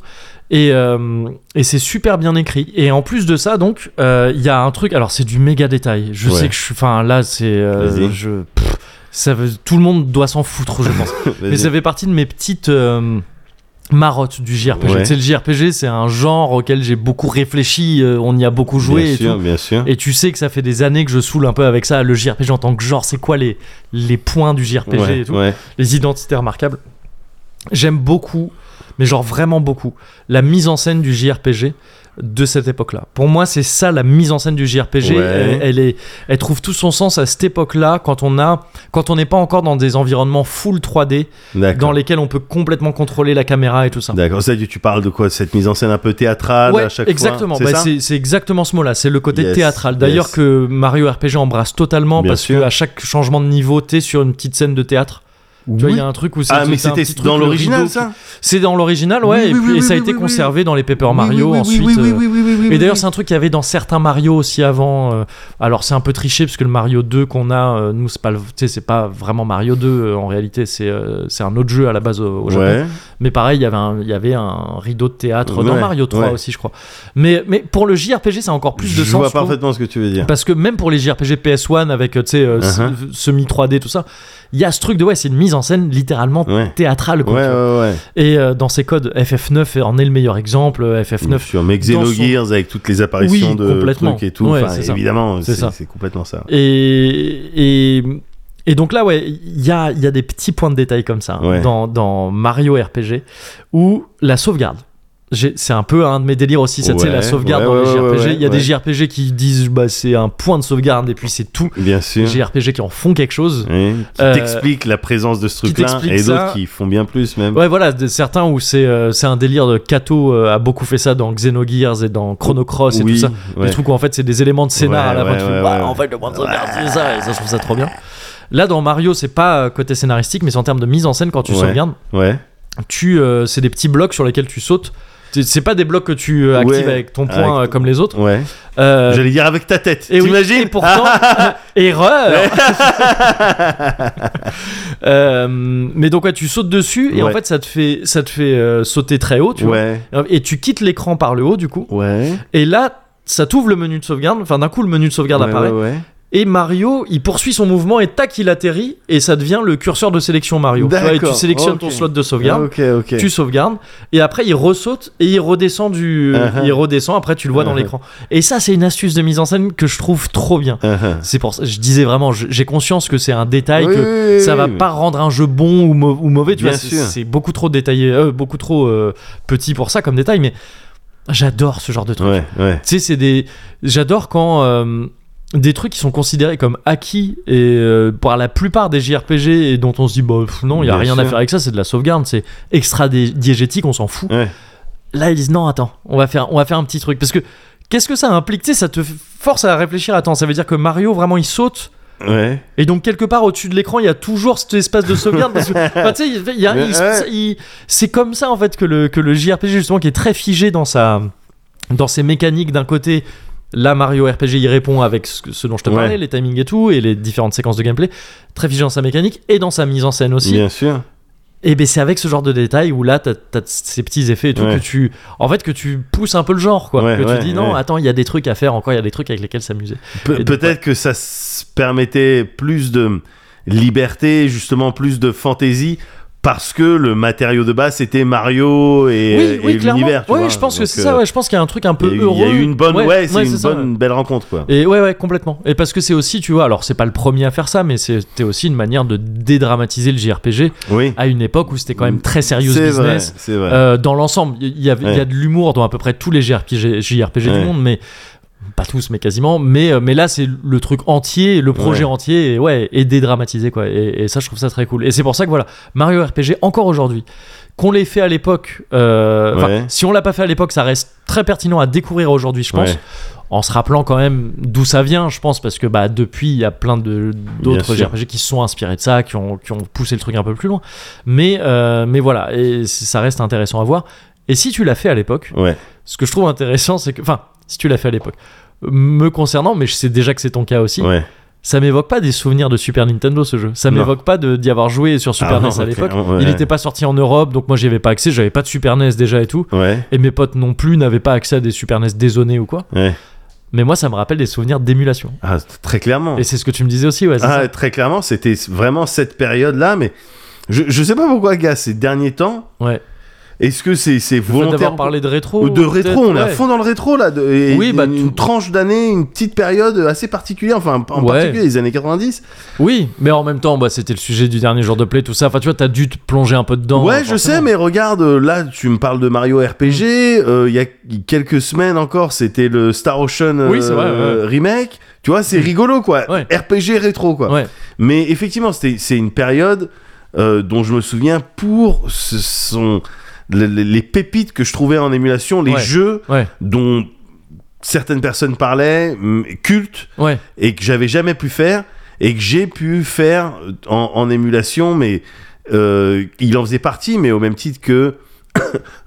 Speaker 1: et, euh, et c'est super bien écrit. Et en plus de ça, donc, euh, il y a un truc. Alors, c'est du méga détail. Je
Speaker 2: Ouais.
Speaker 1: sais que je suis. Enfin, là, c'est. euh,
Speaker 2: Vas-y.
Speaker 1: je. pff, ça veut- tout le monde doit s'en foutre, je pense.
Speaker 2: Vas-y.
Speaker 1: Mais ça fait partie de mes petites. euh, marottes du JRPG.
Speaker 2: Ouais.
Speaker 1: Tu sais, le JRPG, c'est un genre auquel j'ai beaucoup réfléchi, euh, on y a beaucoup joué
Speaker 2: bien
Speaker 1: et
Speaker 2: sûr,
Speaker 1: tout.
Speaker 2: bien sûr.
Speaker 1: Et tu sais que ça fait des années que je saoule un peu avec ça, le JRPG en tant que genre, c'est quoi les, les points du JRPG
Speaker 2: ouais,
Speaker 1: et tout
Speaker 2: ouais.
Speaker 1: les identités remarquables. J'aime beaucoup, mais genre vraiment beaucoup, la mise en scène du JRPG de cette époque-là. Pour moi, c'est ça la mise en scène du JRPG.
Speaker 2: Ouais.
Speaker 1: Elle, elle est, elle trouve tout son sens à cette époque-là quand on a, quand on n'est pas encore dans des environnements full 3D
Speaker 2: D'accord.
Speaker 1: dans lesquels on peut complètement contrôler la caméra et tout ça.
Speaker 2: D'accord, ça tu- tu parles de quoi de Cette mise en scène un peu théâtrale
Speaker 1: Ouais,
Speaker 2: à chaque
Speaker 1: exactement.
Speaker 2: fois
Speaker 1: Bah,
Speaker 2: ça
Speaker 1: c'est c'est exactement ce mot-là. C'est le côté
Speaker 2: Yes,
Speaker 1: théâtral. D'ailleurs
Speaker 2: yes.
Speaker 1: que Mario RPG embrasse totalement
Speaker 2: Bien
Speaker 1: parce
Speaker 2: sûr.
Speaker 1: que à chaque changement de niveau, t'es sur une petite scène de théâtre. Tu vois, il y a un truc où c'est
Speaker 2: Ah, mais
Speaker 1: c'est un
Speaker 2: c'était
Speaker 1: petit truc,
Speaker 2: dans
Speaker 1: le
Speaker 2: l'original,
Speaker 1: rideau qui
Speaker 2: ça
Speaker 1: c'est dans l'original, ouais,
Speaker 2: Oui,
Speaker 1: et,
Speaker 2: oui,
Speaker 1: puis,
Speaker 2: oui,
Speaker 1: et ça a
Speaker 2: oui,
Speaker 1: été
Speaker 2: oui,
Speaker 1: conservé dans les Paper Mario
Speaker 2: Oui, oui,
Speaker 1: ensuite.
Speaker 2: Oui, oui,
Speaker 1: euh,
Speaker 2: oui, oui, oui, oui, oui,
Speaker 1: et d'ailleurs,
Speaker 2: oui.
Speaker 1: c'est un truc qu'il y avait dans certains Mario aussi avant. euh, alors, c'est un peu triché parce que le Mario 2 qu'on a, euh, nous, c'est pas, le- tu sais, c'est pas vraiment Mario 2. euh, en réalité, c'est euh, c'est un autre jeu à la base au, au Japon.
Speaker 2: Ouais,
Speaker 1: Mais pareil, il y avait un, il y avait un rideau de théâtre dans
Speaker 2: Ouais,
Speaker 1: Mario 3
Speaker 2: ouais.
Speaker 1: aussi, je crois. Mais, mais pour le JRPG, ça a encore plus de
Speaker 2: je
Speaker 1: sens.
Speaker 2: vois
Speaker 1: je trouve.
Speaker 2: parfaitement ce que tu veux dire.
Speaker 1: Parce que même pour les JRPG PS1 avec euh, tu sais, euh, se-
Speaker 2: Uh-huh.
Speaker 1: semi 3D tout ça, il y a ce truc de ouais, c'est une mise en scène littéralement
Speaker 2: Ouais.
Speaker 1: théâtrale.
Speaker 2: Ouais,
Speaker 1: quoi,
Speaker 2: ouais,
Speaker 1: tu vois.
Speaker 2: ouais.
Speaker 1: Et euh, dans ces codes, FF9 en est le meilleur exemple. euh,
Speaker 2: Bien
Speaker 1: FF9.
Speaker 2: sûr, mais
Speaker 1: dans son-
Speaker 2: Xenogears avec toutes les apparitions
Speaker 1: Oui,
Speaker 2: de
Speaker 1: complètement.
Speaker 2: trucs et tout,
Speaker 1: Ouais,
Speaker 2: enfin,
Speaker 1: c'est ça.
Speaker 2: évidemment,
Speaker 1: C'est
Speaker 2: c'est
Speaker 1: ça.
Speaker 2: c'est complètement ça.
Speaker 1: Et, et, et donc là, ouais, il y a, il y a des petits points de détail comme ça hein,
Speaker 2: Ouais.
Speaker 1: dans, dans Mario RPG où la sauvegarde. j'ai- C'est un peu un de mes délires aussi, ça, tu sais,
Speaker 2: Ouais,
Speaker 1: la sauvegarde
Speaker 2: ouais,
Speaker 1: dans les
Speaker 2: ouais, ouais,
Speaker 1: JRPG. Il y a
Speaker 2: ouais.
Speaker 1: des JRPG qui disent bah, c'est un point de sauvegarde et puis c'est tout.
Speaker 2: Bien sûr.
Speaker 1: Les JRPG qui en font quelque chose.
Speaker 2: Ouais, qui
Speaker 1: Euh,
Speaker 2: t'explique la présence de ce
Speaker 1: qui
Speaker 2: truc-là
Speaker 1: t'explique
Speaker 2: et
Speaker 1: ça.
Speaker 2: d'autres qui font bien plus même.
Speaker 1: Ouais, voilà, de- certains où c'est euh, c'est un délire de Kato euh, a beaucoup fait ça dans Xenogears et dans Chrono Cross et
Speaker 2: oui,
Speaker 1: tout ça.
Speaker 2: ouais.
Speaker 1: Des trucs où en fait c'est des éléments de scénar
Speaker 2: Ouais,
Speaker 1: à la fin.
Speaker 2: ouais,
Speaker 1: tu
Speaker 2: ouais,
Speaker 1: fais,
Speaker 2: ouais,
Speaker 1: Bah,
Speaker 2: ouais.
Speaker 1: En fait, le point de sauvegarde, c'est ça. Et ça, je trouve ça trop bien. Là, dans Mario, c'est pas euh, côté scénaristique, mais c'est en termes de mise en scène quand tu
Speaker 2: Ouais.
Speaker 1: sauvegardes.
Speaker 2: Ouais.
Speaker 1: Tu, euh, c'est des petits blocs sur lesquels tu sautes. C'est- C'est pas des blocs que tu euh, actives
Speaker 2: Ouais.
Speaker 1: avec ton point
Speaker 2: Avec-
Speaker 1: euh, comme les autres.
Speaker 2: Ouais.
Speaker 1: Euh,
Speaker 2: J'allais dire avec ta tête.
Speaker 1: et oui,
Speaker 2: T'imagines
Speaker 1: et
Speaker 2: [laughs]
Speaker 1: pourtant, erreur. [laughs] Euh, mais donc ouais, tu sautes dessus et en
Speaker 2: Ouais.
Speaker 1: fait ça te fait ça te fait euh, sauter très haut, tu
Speaker 2: Ouais.
Speaker 1: vois. Et tu quittes l'écran par le haut du coup.
Speaker 2: Ouais.
Speaker 1: Et là, ça t'ouvre le menu de sauvegarde. Enfin, d'un coup le menu de sauvegarde
Speaker 2: ouais,
Speaker 1: apparaît.
Speaker 2: ouais, ouais.
Speaker 1: Et Mario, il poursuit son mouvement et tac, il atterrit et ça devient le curseur de sélection Mario. Tu vois, et tu
Speaker 2: D'accord,
Speaker 1: sélectionnes ton
Speaker 2: ok.
Speaker 1: slot de sauvegarde.
Speaker 2: Ah, ok, ok.
Speaker 1: Tu sauvegardes et après il ressaute et il redescend du,
Speaker 2: Uh-huh.
Speaker 1: il redescend. Après tu le vois dans
Speaker 2: Uh-huh.
Speaker 1: l'écran. Et ça c'est une astuce de mise en scène que je trouve trop bien.
Speaker 2: Uh-huh.
Speaker 1: C'est pour ça, je disais vraiment, je- j'ai conscience que c'est un détail,
Speaker 2: Oui,
Speaker 1: Ah, que
Speaker 2: oui,
Speaker 1: ça
Speaker 2: oui,
Speaker 1: va
Speaker 2: oui.
Speaker 1: pas rendre un jeu bon ou, mau- ou mauvais. Tu
Speaker 2: Bien
Speaker 1: vois, c'est-
Speaker 2: sûr.
Speaker 1: c'est beaucoup trop détaillé, euh, beaucoup trop euh, petit pour ça comme détail. Mais j'adore ce genre de truc.
Speaker 2: Ouais, ouais.
Speaker 1: Tu sais, c'est des. J'adore quand euh, des trucs qui sont considérés comme acquis et euh, par la plupart des JRPG et dont on se dit, bah pff, non, il y a
Speaker 2: Bien
Speaker 1: rien à
Speaker 2: sûr.
Speaker 1: faire avec ça, c'est de la sauvegarde, c'est extra dé- diégétique, on s'en fout.
Speaker 2: Ouais.
Speaker 1: Là, ils disent, non, attends, on va faire, on va faire un petit truc. Parce que qu'est-ce que ça implique Tu sais, ça te force à réfléchir. Attends, ça veut dire que Mario, vraiment, il saute.
Speaker 2: Ouais.
Speaker 1: Et donc quelque part au-dessus de l'écran, il y a toujours cet espace de sauvegarde.
Speaker 2: [laughs]
Speaker 1: parce que- enfin, tu sais, il- il y a-
Speaker 2: Ouais,
Speaker 1: il-
Speaker 2: ouais.
Speaker 1: il- c'est comme ça en fait que le, que le JRPG justement qui est très figé dans sa, dans ses mécaniques d'un côté. Là, Mario RPG y répond avec ce, que- ce dont je te
Speaker 2: Ouais.
Speaker 1: parlais, les timings et tout, et les différentes séquences de gameplay, très figé dans sa mécanique et dans sa mise en scène aussi.
Speaker 2: Bien sûr.
Speaker 1: Et ben c'est avec ce genre de détails où là, t'as t'as ces petits effets et tout
Speaker 2: Ouais.
Speaker 1: que tu, en fait, que tu pousses un peu le genre, quoi.
Speaker 2: Ouais,
Speaker 1: que
Speaker 2: ouais,
Speaker 1: tu dis non,
Speaker 2: ouais.
Speaker 1: attends, il y a des trucs à faire encore, il y a des trucs avec lesquels s'amuser. Et
Speaker 2: Pe-
Speaker 1: donc,
Speaker 2: Peut-être que ça s- permettait plus de liberté, justement plus de fantaisie, parce que le matériau de base c'était Mario et,
Speaker 1: oui, oui,
Speaker 2: et
Speaker 1: clairement.
Speaker 2: l'univers. tu
Speaker 1: Ouais,
Speaker 2: vois.
Speaker 1: je pense que
Speaker 2: Donc,
Speaker 1: c'est ça.
Speaker 2: euh,
Speaker 1: Ouais, je pense qu'il y a un truc un
Speaker 2: Il
Speaker 1: peu
Speaker 2: y a eu-
Speaker 1: heureux.
Speaker 2: il y, a eu une bonne, ouais, c'est une
Speaker 1: ça,
Speaker 2: bonne belle rencontre quoi.
Speaker 1: Et ouais, ouais, complètement. Et parce que c'est aussi, tu vois, alors c'est pas le premier à faire ça, mais c'était aussi une manière de dédramatiser le JRPG
Speaker 2: Oui.
Speaker 1: à une époque où c'était quand même très serious
Speaker 2: C'est vrai,
Speaker 1: business.
Speaker 2: c'est vrai.
Speaker 1: Euh, dans l'ensemble, il y, il y avait- il y a
Speaker 2: Ouais.
Speaker 1: de l'humour dans à peu près tous les JRPG, JRPG
Speaker 2: Ouais.
Speaker 1: du monde, mais pas tous, mais quasiment. Mais, euh, mais là, c'est le truc entier, le projet
Speaker 2: Ouais.
Speaker 1: entier, et, ouais, et dédramatisé, quoi. Et, et ça, je trouve ça très cool. Et c'est pour ça que voilà, Mario RPG, encore aujourd'hui, qu'on l'ait fait à l'époque, euh, enfin,
Speaker 2: Ouais.
Speaker 1: si on l'a pas fait à l'époque, ça reste très pertinent à découvrir aujourd'hui, je pense.
Speaker 2: Ouais.
Speaker 1: En se rappelant quand même d'où ça vient, je pense, parce que bah, depuis, il y a plein de- d'autres
Speaker 2: Bien sûr.
Speaker 1: JRPG qui se sont inspirés de ça, qui ont, qui ont poussé le truc un peu plus loin. Mais, euh, mais voilà, et c- ça reste intéressant à voir. Et si tu l'as fait à l'époque,
Speaker 2: Ouais.
Speaker 1: ce que je trouve intéressant, c'est que. Enfin, si tu l'as fait à l'époque, me concernant, mais je sais déjà que c'est ton cas aussi,
Speaker 2: Ouais.
Speaker 1: ça m'évoque pas des souvenirs de Super Nintendo ce jeu. Ça
Speaker 2: Non.
Speaker 1: m'évoque pas de- d'y avoir joué sur Super
Speaker 2: Ah non,
Speaker 1: NES à
Speaker 2: ok,
Speaker 1: l'époque.
Speaker 2: ouais,
Speaker 1: Il
Speaker 2: ouais.
Speaker 1: n'était pas sorti en Europe, donc moi j'y avais pas accès, j'avais pas de Super NES déjà et tout.
Speaker 2: Ouais.
Speaker 1: Et mes potes non plus n'avaient pas accès à des Super NES dézonés ou quoi.
Speaker 2: Ouais.
Speaker 1: Mais moi ça me rappelle des souvenirs d'émulation.
Speaker 2: Ah, t- très clairement.
Speaker 1: Et c'est ce que tu me disais aussi, ouais. c'est
Speaker 2: Ah,
Speaker 1: ça.
Speaker 2: très clairement, c'était vraiment cette période-là, mais je, je sais pas pourquoi, gars, ces derniers temps,
Speaker 1: Ouais.
Speaker 2: est-ce que c'est c'est
Speaker 1: Le fait d'avoir
Speaker 2: volontaire
Speaker 1: parlé de rétro.
Speaker 2: ou de rétro,
Speaker 1: peut-être,
Speaker 2: on est à
Speaker 1: ouais.
Speaker 2: fond dans le rétro là, de, et
Speaker 1: Oui, bah,
Speaker 2: une,
Speaker 1: tout-
Speaker 2: une tranche d'année, une petite période assez particulière, enfin en
Speaker 1: Ouais.
Speaker 2: particulier les années 90.
Speaker 1: Oui, mais en même temps, bah, c'était le sujet du dernier jour de play, tout ça. Enfin, tu vois, t'as dû te plonger un peu dedans.
Speaker 2: ouais,
Speaker 1: hein,
Speaker 2: je sais,
Speaker 1: forcément. Mm.
Speaker 2: mais regarde, euh, là tu me parles de Mario RPG, euh, il y a quelques semaines encore, c'était le Star Ocean euh,
Speaker 1: Oui, c'est vrai, ouais. Mm.
Speaker 2: remake, tu vois, c'est rigolo quoi,
Speaker 1: Ouais.
Speaker 2: RPG rétro quoi.
Speaker 1: Ouais.
Speaker 2: Mais effectivement, c'était- c'est une période euh, dont je me souviens pour ce sont les, les- les pépites que je trouvais en émulation, les
Speaker 1: Ouais.
Speaker 2: jeux
Speaker 1: Ouais.
Speaker 2: dont certaines personnes parlaient, hum, cultes,
Speaker 1: Ouais.
Speaker 2: et que j'avais jamais pu faire, et que j'ai pu faire euh, en, en émulation, mais euh, il en faisait partie, mais au même titre que [coughs]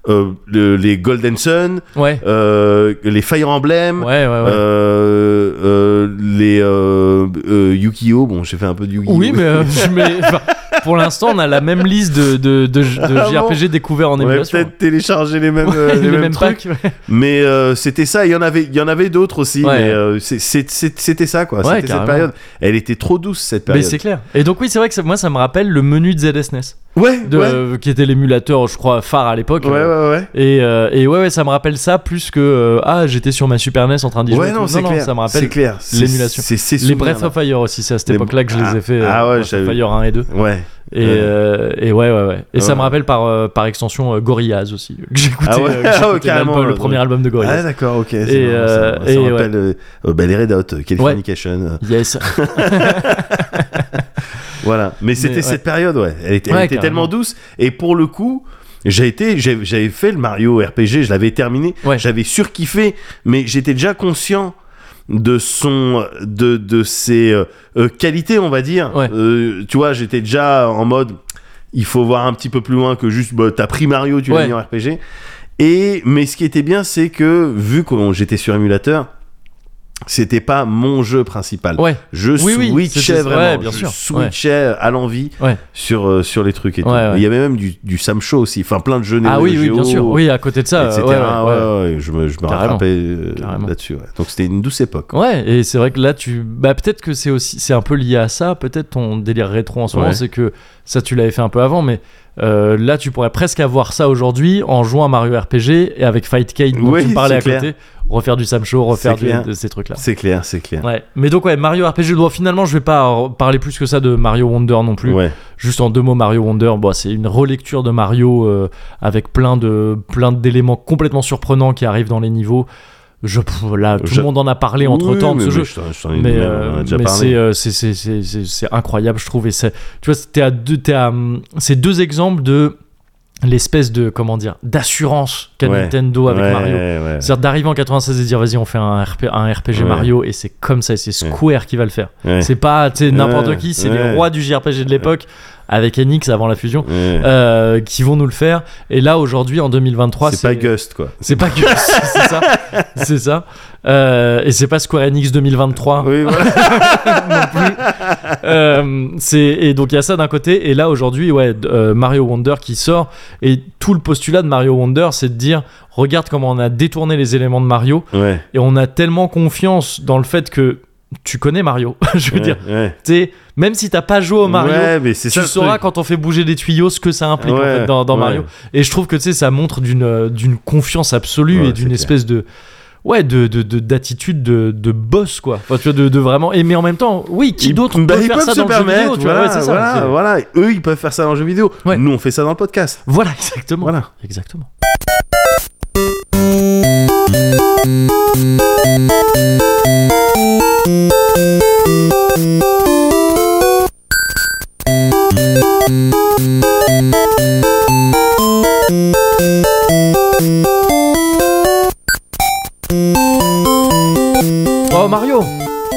Speaker 2: euh, le- les Golden Sun,
Speaker 1: Ouais.
Speaker 2: euh, les Fire Emblem,
Speaker 1: Ouais, ouais, ouais.
Speaker 2: euh, euh, les euh, euh, Yu-Gi-Oh! Bon, j'ai fait un peu de Yu-Gi-Oh!
Speaker 1: Oui, mais,
Speaker 2: [laughs]
Speaker 1: euh, [laughs] je mets- enfin, pour l'instant, on a la même liste de, de, de- de
Speaker 2: Ah bon
Speaker 1: JRPG découverts en
Speaker 2: On avait
Speaker 1: émulation.
Speaker 2: peut-être téléchargé
Speaker 1: [laughs]
Speaker 2: les mêmes, euh,
Speaker 1: Ouais,
Speaker 2: les mêmes trucs.
Speaker 1: packs, ouais.
Speaker 2: Mais euh, c'était ça, il y en avait, il y en avait d'autres aussi,
Speaker 1: Ouais.
Speaker 2: mais euh, c'est- c'est- c'est- c'était ça quoi.
Speaker 1: Ouais,
Speaker 2: c'était cette
Speaker 1: carrément.
Speaker 2: période. Elle était trop douce cette
Speaker 1: Mais
Speaker 2: période.
Speaker 1: c'est clair. Et donc, oui, c'est vrai que ça- moi, ça me rappelle le menu de ZSNES,
Speaker 2: ouais,
Speaker 1: E de,
Speaker 2: ouais,
Speaker 1: euh, qui était l'émulateur, je crois, phare à l'époque.
Speaker 2: ouais, ouais,
Speaker 1: Euh,
Speaker 2: ouais.
Speaker 1: Et, euh, et ouais, ouais, ça me rappelle ça plus que euh, Ah, j'étais sur ma Super NES en train d'y
Speaker 2: Ouais,
Speaker 1: jouer.
Speaker 2: non,
Speaker 1: non,
Speaker 2: c'est clair.
Speaker 1: ça me
Speaker 2: c'est
Speaker 1: rappelle
Speaker 2: clair. C'est-
Speaker 1: l'émulation.
Speaker 2: C'est c'est
Speaker 1: les
Speaker 2: souvenirs,
Speaker 1: Breath of Fire aussi. C'est à cette
Speaker 2: Les-
Speaker 1: époque-là que je les ai fait. euh,
Speaker 2: Ah, ah ouais,
Speaker 1: Breath of
Speaker 2: j'avais-
Speaker 1: Fire 1 et 2.
Speaker 2: Ouais.
Speaker 1: Et,
Speaker 2: Ouais.
Speaker 1: euh, et ouais, ouais, ouais. Et ça
Speaker 2: Ouais.
Speaker 1: me rappelle par, euh, par extension euh, Gorillaz aussi, que j'écoutais
Speaker 2: Ah ouais.
Speaker 1: euh, que
Speaker 2: [laughs] Ah ouais,
Speaker 1: j'écoutais
Speaker 2: carrément,
Speaker 1: l'album, le
Speaker 2: ouais,
Speaker 1: premier
Speaker 2: ouais.
Speaker 1: album de Gorillaz.
Speaker 2: Ah d'accord, ok. Et
Speaker 1: euh,
Speaker 2: ça,
Speaker 1: et
Speaker 2: me rappelle euh, euh, bah, les Red Hot, Californication. euh,
Speaker 1: Yes.
Speaker 2: Voilà. Mais c'était
Speaker 1: ouais.
Speaker 2: cette période, ouais. Elle était, elle
Speaker 1: Ouais,
Speaker 2: était
Speaker 1: carrément.
Speaker 2: tellement douce. Et pour le coup, j'ai été, j'ai- j'avais fait le Mario RPG, je l'avais terminé,
Speaker 1: Ouais.
Speaker 2: j'avais surkiffé, mais j'étais déjà conscient de son de, de ses euh, euh, qualités on va dire
Speaker 1: Ouais.
Speaker 2: Euh, tu vois j'étais déjà en mode il faut voir un petit peu plus loin que juste bah, t'as pris Mario tu l'as
Speaker 1: Ouais.
Speaker 2: mis en RPG Et mais ce qui était bien, c'est que vu que j'étais sur émulateur, c'était pas mon jeu principal.
Speaker 1: Ouais.
Speaker 2: Je
Speaker 1: Oui, oui,
Speaker 2: switchais
Speaker 1: c'était-
Speaker 2: vraiment,
Speaker 1: ouais, bien
Speaker 2: je
Speaker 1: sûr,
Speaker 2: switchais à l'envie
Speaker 1: Ouais.
Speaker 2: sur euh, sur les trucs et tout.
Speaker 1: Ouais, ouais.
Speaker 2: Il y avait même du, du Sam Show aussi, enfin plein de jeux
Speaker 1: Ah
Speaker 2: Neo
Speaker 1: oui, oui,
Speaker 2: Geo,
Speaker 1: bien sûr. Oui, à côté de ça. euh,
Speaker 2: etc.
Speaker 1: ouais, ouais, ouais.
Speaker 2: ouais, ouais, Je me je me
Speaker 1: Carrément.
Speaker 2: rattrapais euh,
Speaker 1: Carrément.
Speaker 2: là-dessus. ouais. Donc c'était une douce époque. quoi.
Speaker 1: Ouais, et c'est vrai que là, tu. Bah, peut-être que c'est aussi. C'est un peu lié à ça, peut-être ton délire rétro en ce moment,
Speaker 2: Ouais.
Speaker 1: c'est que ça, tu l'avais fait un peu avant, mais euh, là, tu pourrais presque avoir ça aujourd'hui en jouant à Mario RPG et avec Fight Cade dont
Speaker 2: Oui,
Speaker 1: tu parlais à
Speaker 2: c'est
Speaker 1: côté, refaire du Sam Show, refaire
Speaker 2: C'est
Speaker 1: du-
Speaker 2: clair.
Speaker 1: de ces trucs-là.
Speaker 2: C'est clair, c'est clair.
Speaker 1: Ouais, mais donc, ouais, Mario RPG, bon, finalement, je vais pas en parler plus que ça de Mario Wonder non plus.
Speaker 2: Ouais.
Speaker 1: Juste en deux mots, Mario Wonder, bon, c'est une relecture de Mario euh, avec plein de plein d'éléments complètement surprenants qui arrivent dans les niveaux. Je, pff, là, tout
Speaker 2: Je-
Speaker 1: le monde en a parlé entre temps de
Speaker 2: Oui, mais-
Speaker 1: ce jeu.
Speaker 2: mais je t'en- je t'en ai-
Speaker 1: Mais,
Speaker 2: on en a
Speaker 1: euh,
Speaker 2: déjà
Speaker 1: mais
Speaker 2: parlé.
Speaker 1: c'est, euh, c'est, c'est, c'est, c'est- c'est incroyable, je trouve. Et c'est, tu vois, t'es à deux, t'es à, hum, c'est deux exemples de l'espèce de, comment dire, d'assurance qu'a
Speaker 2: Ouais.
Speaker 1: Nintendo avec
Speaker 2: Ouais,
Speaker 1: Mario.
Speaker 2: ouais, ouais.
Speaker 1: C'est-à-dire d'arriver en 96 et dire vas-y on fait un, RP un RPG
Speaker 2: Ouais.
Speaker 1: Mario et c'est comme ça et c'est Square qui va le faire.
Speaker 2: Ouais.
Speaker 1: C'est pas tu sais, n'importe
Speaker 2: Ouais.
Speaker 1: qui, c'est
Speaker 2: Ouais.
Speaker 1: les rois du JRPG de l'époque avec Enix avant la fusion
Speaker 2: Ouais.
Speaker 1: euh, qui vont nous le faire. Et là aujourd'hui en 2023
Speaker 2: C'est pas Gust, quoi.
Speaker 1: C'est pas Gus, [laughs] c'est ça. C'est ça. Euh, et c'est pas Square Enix 2023.
Speaker 2: Oui, voilà.
Speaker 1: [laughs] Euh, c'est et donc il y a ça d'un côté et là aujourd'hui ouais d- euh, Mario Wonder qui sort et tout le postulat de Mario Wonder c'est de dire regarde comment on a détourné les éléments de Mario
Speaker 2: Ouais,
Speaker 1: et on a tellement confiance dans le fait que tu connais Mario [laughs] je veux
Speaker 2: ouais,
Speaker 1: dire
Speaker 2: ouais.
Speaker 1: t'es même si t'as pas joué au Mario
Speaker 2: Ouais, mais c'est
Speaker 1: Tu
Speaker 2: ça le
Speaker 1: sauras
Speaker 2: truc.
Speaker 1: quand on fait bouger les tuyaux ce que ça implique en
Speaker 2: Ouais,
Speaker 1: fait, dans, dans
Speaker 2: ouais.
Speaker 1: Mario. Et je trouve que tu sais, ça montre d'une euh, d'une confiance absolue
Speaker 2: Ouais,
Speaker 1: et d'une
Speaker 2: c'est
Speaker 1: espèce de ouais de de- de- d'attitude de, de, boss quoi. Enfin, tu vois de, de vraiment. Et mais en même temps, oui, qui
Speaker 2: Ils-
Speaker 1: d'autre
Speaker 2: bah,
Speaker 1: peut
Speaker 2: ils
Speaker 1: faire
Speaker 2: peuvent
Speaker 1: ça
Speaker 2: se
Speaker 1: dans le jeu
Speaker 2: permettre,
Speaker 1: vidéo, tu vois,
Speaker 2: voilà,
Speaker 1: ouais, c'est ça.
Speaker 2: voilà,
Speaker 1: C'est-
Speaker 2: voilà. Et Eux, ils peuvent faire ça dans le jeu vidéo.
Speaker 1: Ouais.
Speaker 2: Nous, on fait ça dans le podcast.
Speaker 1: Voilà, exactement.
Speaker 2: Voilà.
Speaker 1: Exactement. Oh Mario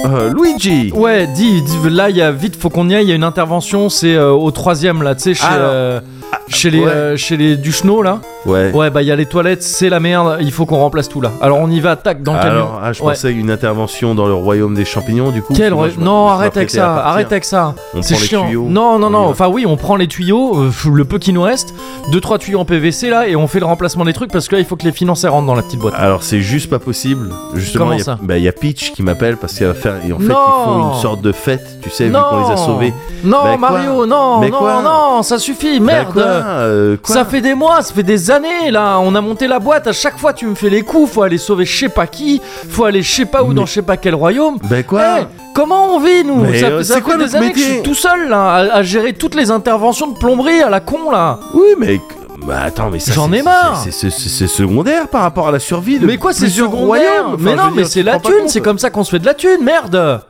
Speaker 2: Euh, Luigi
Speaker 1: Ouais, dis, dis- là, il y a vite, faut qu'on y aille. Il y a une intervention, c'est euh, au troisième, là, tu sais, chez,
Speaker 2: Alors.
Speaker 1: euh, chez les,
Speaker 2: ouais.
Speaker 1: euh, chez les Duchesneau, là.
Speaker 2: Ouais.
Speaker 1: Ouais, bah, il y a les toilettes, c'est la merde, il faut qu'on remplace tout, là. Alors, on y va, tac, dans le
Speaker 2: Alors,
Speaker 1: camion.
Speaker 2: ah, je
Speaker 1: Ouais.
Speaker 2: pensais à une intervention dans le royaume des champignons, du coup.
Speaker 1: Quel
Speaker 2: Moi,
Speaker 1: re-
Speaker 2: je me-
Speaker 1: Non,
Speaker 2: je
Speaker 1: arrête avec
Speaker 2: m'apprêtais à
Speaker 1: ça,
Speaker 2: partir.
Speaker 1: arrête avec ça.
Speaker 2: On
Speaker 1: C'est
Speaker 2: prend les
Speaker 1: chiant.
Speaker 2: tuyaux,
Speaker 1: non, non,
Speaker 2: on y
Speaker 1: non.
Speaker 2: va.
Speaker 1: Enfin, oui, on prend les tuyaux, euh, le peu qui nous reste, deux trois tuyaux en PVC là, et on fait le remplacement des trucs parce que là, il faut que les financiers rentrent dans la petite boîte.
Speaker 2: Alors, c'est juste pas possible. Justement,
Speaker 1: Comment
Speaker 2: il y a-
Speaker 1: ça
Speaker 2: bah, il y a Peach qui m'appelle parce qu'elle va faire. Et en fait, ils
Speaker 1: Non.
Speaker 2: font une sorte de fête, tu sais,
Speaker 1: non,
Speaker 2: Eh, vu qu'on les a sauvés.
Speaker 1: Non,
Speaker 2: Bah, quoi
Speaker 1: Mario, non,
Speaker 2: Mais
Speaker 1: non,
Speaker 2: quoi
Speaker 1: non, ça suffit,
Speaker 2: Bah,
Speaker 1: merde.
Speaker 2: quoi Euh, quoi
Speaker 1: ça fait des mois, ça fait des années là, on a monté la boîte, à chaque fois tu me fais les coups, faut aller sauver je sais pas qui, faut aller je sais pas où dans je sais pas quel royaume.
Speaker 2: Bah, quoi
Speaker 1: Eh, comment on vit nous
Speaker 2: Mais,
Speaker 1: Ça,
Speaker 2: euh,
Speaker 1: ça
Speaker 2: c'est
Speaker 1: fait
Speaker 2: quoi
Speaker 1: des
Speaker 2: notre
Speaker 1: années que je suis
Speaker 2: métier
Speaker 1: tout seul là, à, à gérer toutes les interventions de plomberie à la con là.
Speaker 2: Oui, mais. Bah attends, mais ça.
Speaker 1: J'en
Speaker 2: c'est-
Speaker 1: ai marre.
Speaker 2: c'est- C'est c'est- c'est secondaire par rapport à la survie de.
Speaker 1: Mais quoi, c'est
Speaker 2: plusieurs
Speaker 1: secondaire
Speaker 2: royaumes. Enfin,
Speaker 1: Mais
Speaker 2: je
Speaker 1: non,
Speaker 2: veux
Speaker 1: mais
Speaker 2: dire,
Speaker 1: c'est
Speaker 2: tu te
Speaker 1: la
Speaker 2: rends pas
Speaker 1: thune,
Speaker 2: compte.
Speaker 1: c'est comme ça qu'on se fait de la thune, merde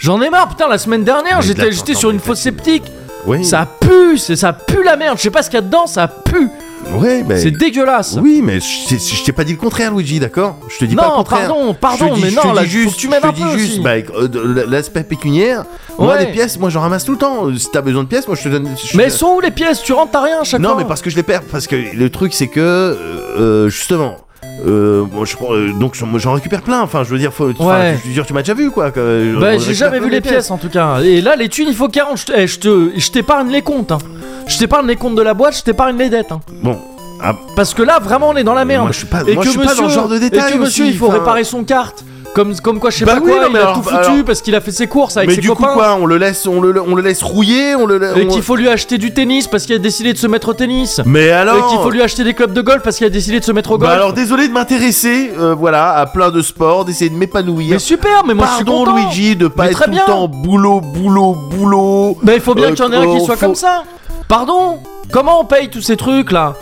Speaker 1: J'en ai marre, putain, la semaine dernière,
Speaker 2: Mais de la-
Speaker 1: j'étais j'étais
Speaker 2: attends,
Speaker 1: sur
Speaker 2: mais
Speaker 1: une fosse
Speaker 2: t'as-
Speaker 1: septique,
Speaker 2: Oui.
Speaker 1: ça pue, c'est- ça pue la merde, je sais pas ce qu'il y a dedans, ça pue,
Speaker 2: Ouais, mais.
Speaker 1: c'est dégueulasse
Speaker 2: Oui, mais je, je- je t'ai pas dit le contraire, Luigi, d'accord Je te dis pas le
Speaker 1: Non,
Speaker 2: contraire.
Speaker 1: pardon,
Speaker 2: Je te
Speaker 1: pardon,
Speaker 2: dis-
Speaker 1: mais
Speaker 2: je
Speaker 1: non,
Speaker 2: te
Speaker 1: là,
Speaker 2: dis juste,
Speaker 1: faut que tu m'aides
Speaker 2: je
Speaker 1: un
Speaker 2: te dis
Speaker 1: peu
Speaker 2: juste,
Speaker 1: aussi
Speaker 2: bah, euh, de- de- l'aspect pécuniaire, moi,
Speaker 1: Ouais.
Speaker 2: des pièces, moi, j'en ramasse tout le temps. Euh, Si t'as besoin de pièces, moi, je te donne. je te-
Speaker 1: Mais elles sont où les pièces Tu rentres, t'as rien à chaque
Speaker 2: Non,
Speaker 1: fois
Speaker 2: mais parce que je les perds. Parce que le truc, c'est que. euh, justement. Euh, moi, je prends, euh, donc j'en j'en récupère plein. Enfin, je veux dire, faut, enfin,
Speaker 1: Ouais.
Speaker 2: je veux dire, tu m'as déjà vu quoi. que- euh, on
Speaker 1: Bah, j'ai
Speaker 2: récupère
Speaker 1: jamais
Speaker 2: plein
Speaker 1: vu
Speaker 2: de
Speaker 1: les pièces en tout cas. Et là, les thunes, il faut 40. Je te- eh, Je te, je t'épargne les comptes. hein. Je t'épargne les comptes de la boîte, je t'épargne les dettes. hein.
Speaker 2: Bon, ah,
Speaker 1: Parce que là, vraiment, on est dans la merde.
Speaker 2: Moi, je suis pas- moi, je suis pas dans ce genre de détails
Speaker 1: Et que monsieur,
Speaker 2: aussi,
Speaker 1: il faut
Speaker 2: enfin.
Speaker 1: réparer son carte. Comme, comme quoi, je sais
Speaker 2: Bah
Speaker 1: pas
Speaker 2: oui,
Speaker 1: quoi,
Speaker 2: non,
Speaker 1: il
Speaker 2: mais
Speaker 1: a
Speaker 2: alors-
Speaker 1: tout foutu
Speaker 2: alors-
Speaker 1: parce qu'il a fait ses courses avec
Speaker 2: mais
Speaker 1: ses
Speaker 2: du
Speaker 1: copains.
Speaker 2: coup quoi, on le laisse, on le, on le laisse rouiller, on le.
Speaker 1: et
Speaker 2: on-
Speaker 1: qu'il faut lui acheter du tennis parce qu'il a décidé de se mettre au tennis.
Speaker 2: Mais
Speaker 1: Et
Speaker 2: alors.
Speaker 1: qu'il faut lui acheter des clubs de golf parce qu'il a décidé de se mettre au golf.
Speaker 2: Bah alors désolé de m'intéresser, euh, voilà, à plein de sports, d'essayer de m'épanouir.
Speaker 1: mais super, mais moi je suis
Speaker 2: Pardon
Speaker 1: content.
Speaker 2: Luigi de pas
Speaker 1: Mais
Speaker 2: être
Speaker 1: très
Speaker 2: tout
Speaker 1: bien.
Speaker 2: le temps boulot, boulot, boulot.
Speaker 1: Bah il faut bien
Speaker 2: Euh,
Speaker 1: qu'il y en ait un
Speaker 2: euh,
Speaker 1: qui soit
Speaker 2: faut-
Speaker 1: comme ça. Pardon Comment on paye tous ces trucs là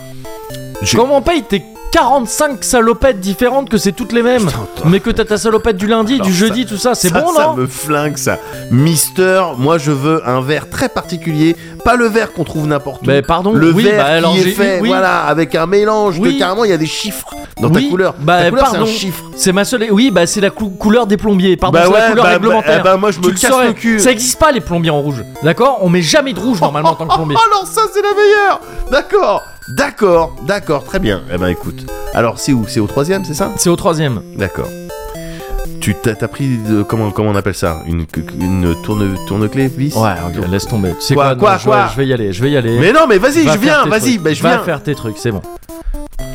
Speaker 2: J'ai-
Speaker 1: Comment on paye tes 45 salopettes différentes que c'est toutes les mêmes
Speaker 2: Putain, attends.
Speaker 1: Mais que t'as ta salopette du lundi,
Speaker 2: Alors,
Speaker 1: du
Speaker 2: ça-
Speaker 1: jeudi, tout ça, c'est
Speaker 2: Ça,
Speaker 1: bon
Speaker 2: Ça
Speaker 1: non
Speaker 2: me flingue ça. Mister, moi je veux un verre très particulier, pas le verre qu'on trouve n'importe où.
Speaker 1: Mais pardon,
Speaker 2: le
Speaker 1: oui,
Speaker 2: verre
Speaker 1: bah alors
Speaker 2: qui est
Speaker 1: j'ai eu-
Speaker 2: fait,
Speaker 1: oui.
Speaker 2: voilà, avec un mélange
Speaker 1: Oui.
Speaker 2: de carrément il y a des chiffres dans
Speaker 1: Oui,
Speaker 2: ta couleur.
Speaker 1: bah,
Speaker 2: ta couleur c'est un
Speaker 1: pardon.
Speaker 2: chiffre.
Speaker 1: C'est ma seule. Oui, bah c'est la cou- couleur des plombiers, pardon,
Speaker 2: bah
Speaker 1: c'est
Speaker 2: ouais,
Speaker 1: la couleur
Speaker 2: bah,
Speaker 1: réglementaire.
Speaker 2: bah, bah, moi je
Speaker 1: Tu
Speaker 2: me
Speaker 1: le
Speaker 2: casse
Speaker 1: saurais.
Speaker 2: le cul.
Speaker 1: Ça
Speaker 2: [laughs]
Speaker 1: existe pas les plombiers en rouge, d'accord On met jamais de rouge normalement en
Speaker 2: [laughs]
Speaker 1: tant que plombier.
Speaker 2: Oh, alors ça c'est la meilleure D'accord D'accord, d'accord, très bien. Eh ben écoute, Alors c'est où C'est au troisième, c'est ça
Speaker 1: C'est au troisième.
Speaker 2: D'accord. Tu t'as t'as pris de- comment comment on appelle ça Une une tourne tourne-clé vis
Speaker 1: ok, laisse tomber. Tu sais quoi,
Speaker 2: Quoi, quoi,
Speaker 1: non, je-
Speaker 2: quoi
Speaker 1: je vais y aller, je vais y aller.
Speaker 2: Mais non, mais vas-y,
Speaker 1: Va
Speaker 2: je
Speaker 1: faire
Speaker 2: viens,
Speaker 1: tes
Speaker 2: vas-y,
Speaker 1: trucs.
Speaker 2: bah, je
Speaker 1: Va
Speaker 2: viens.
Speaker 1: faire tes trucs, c'est bon.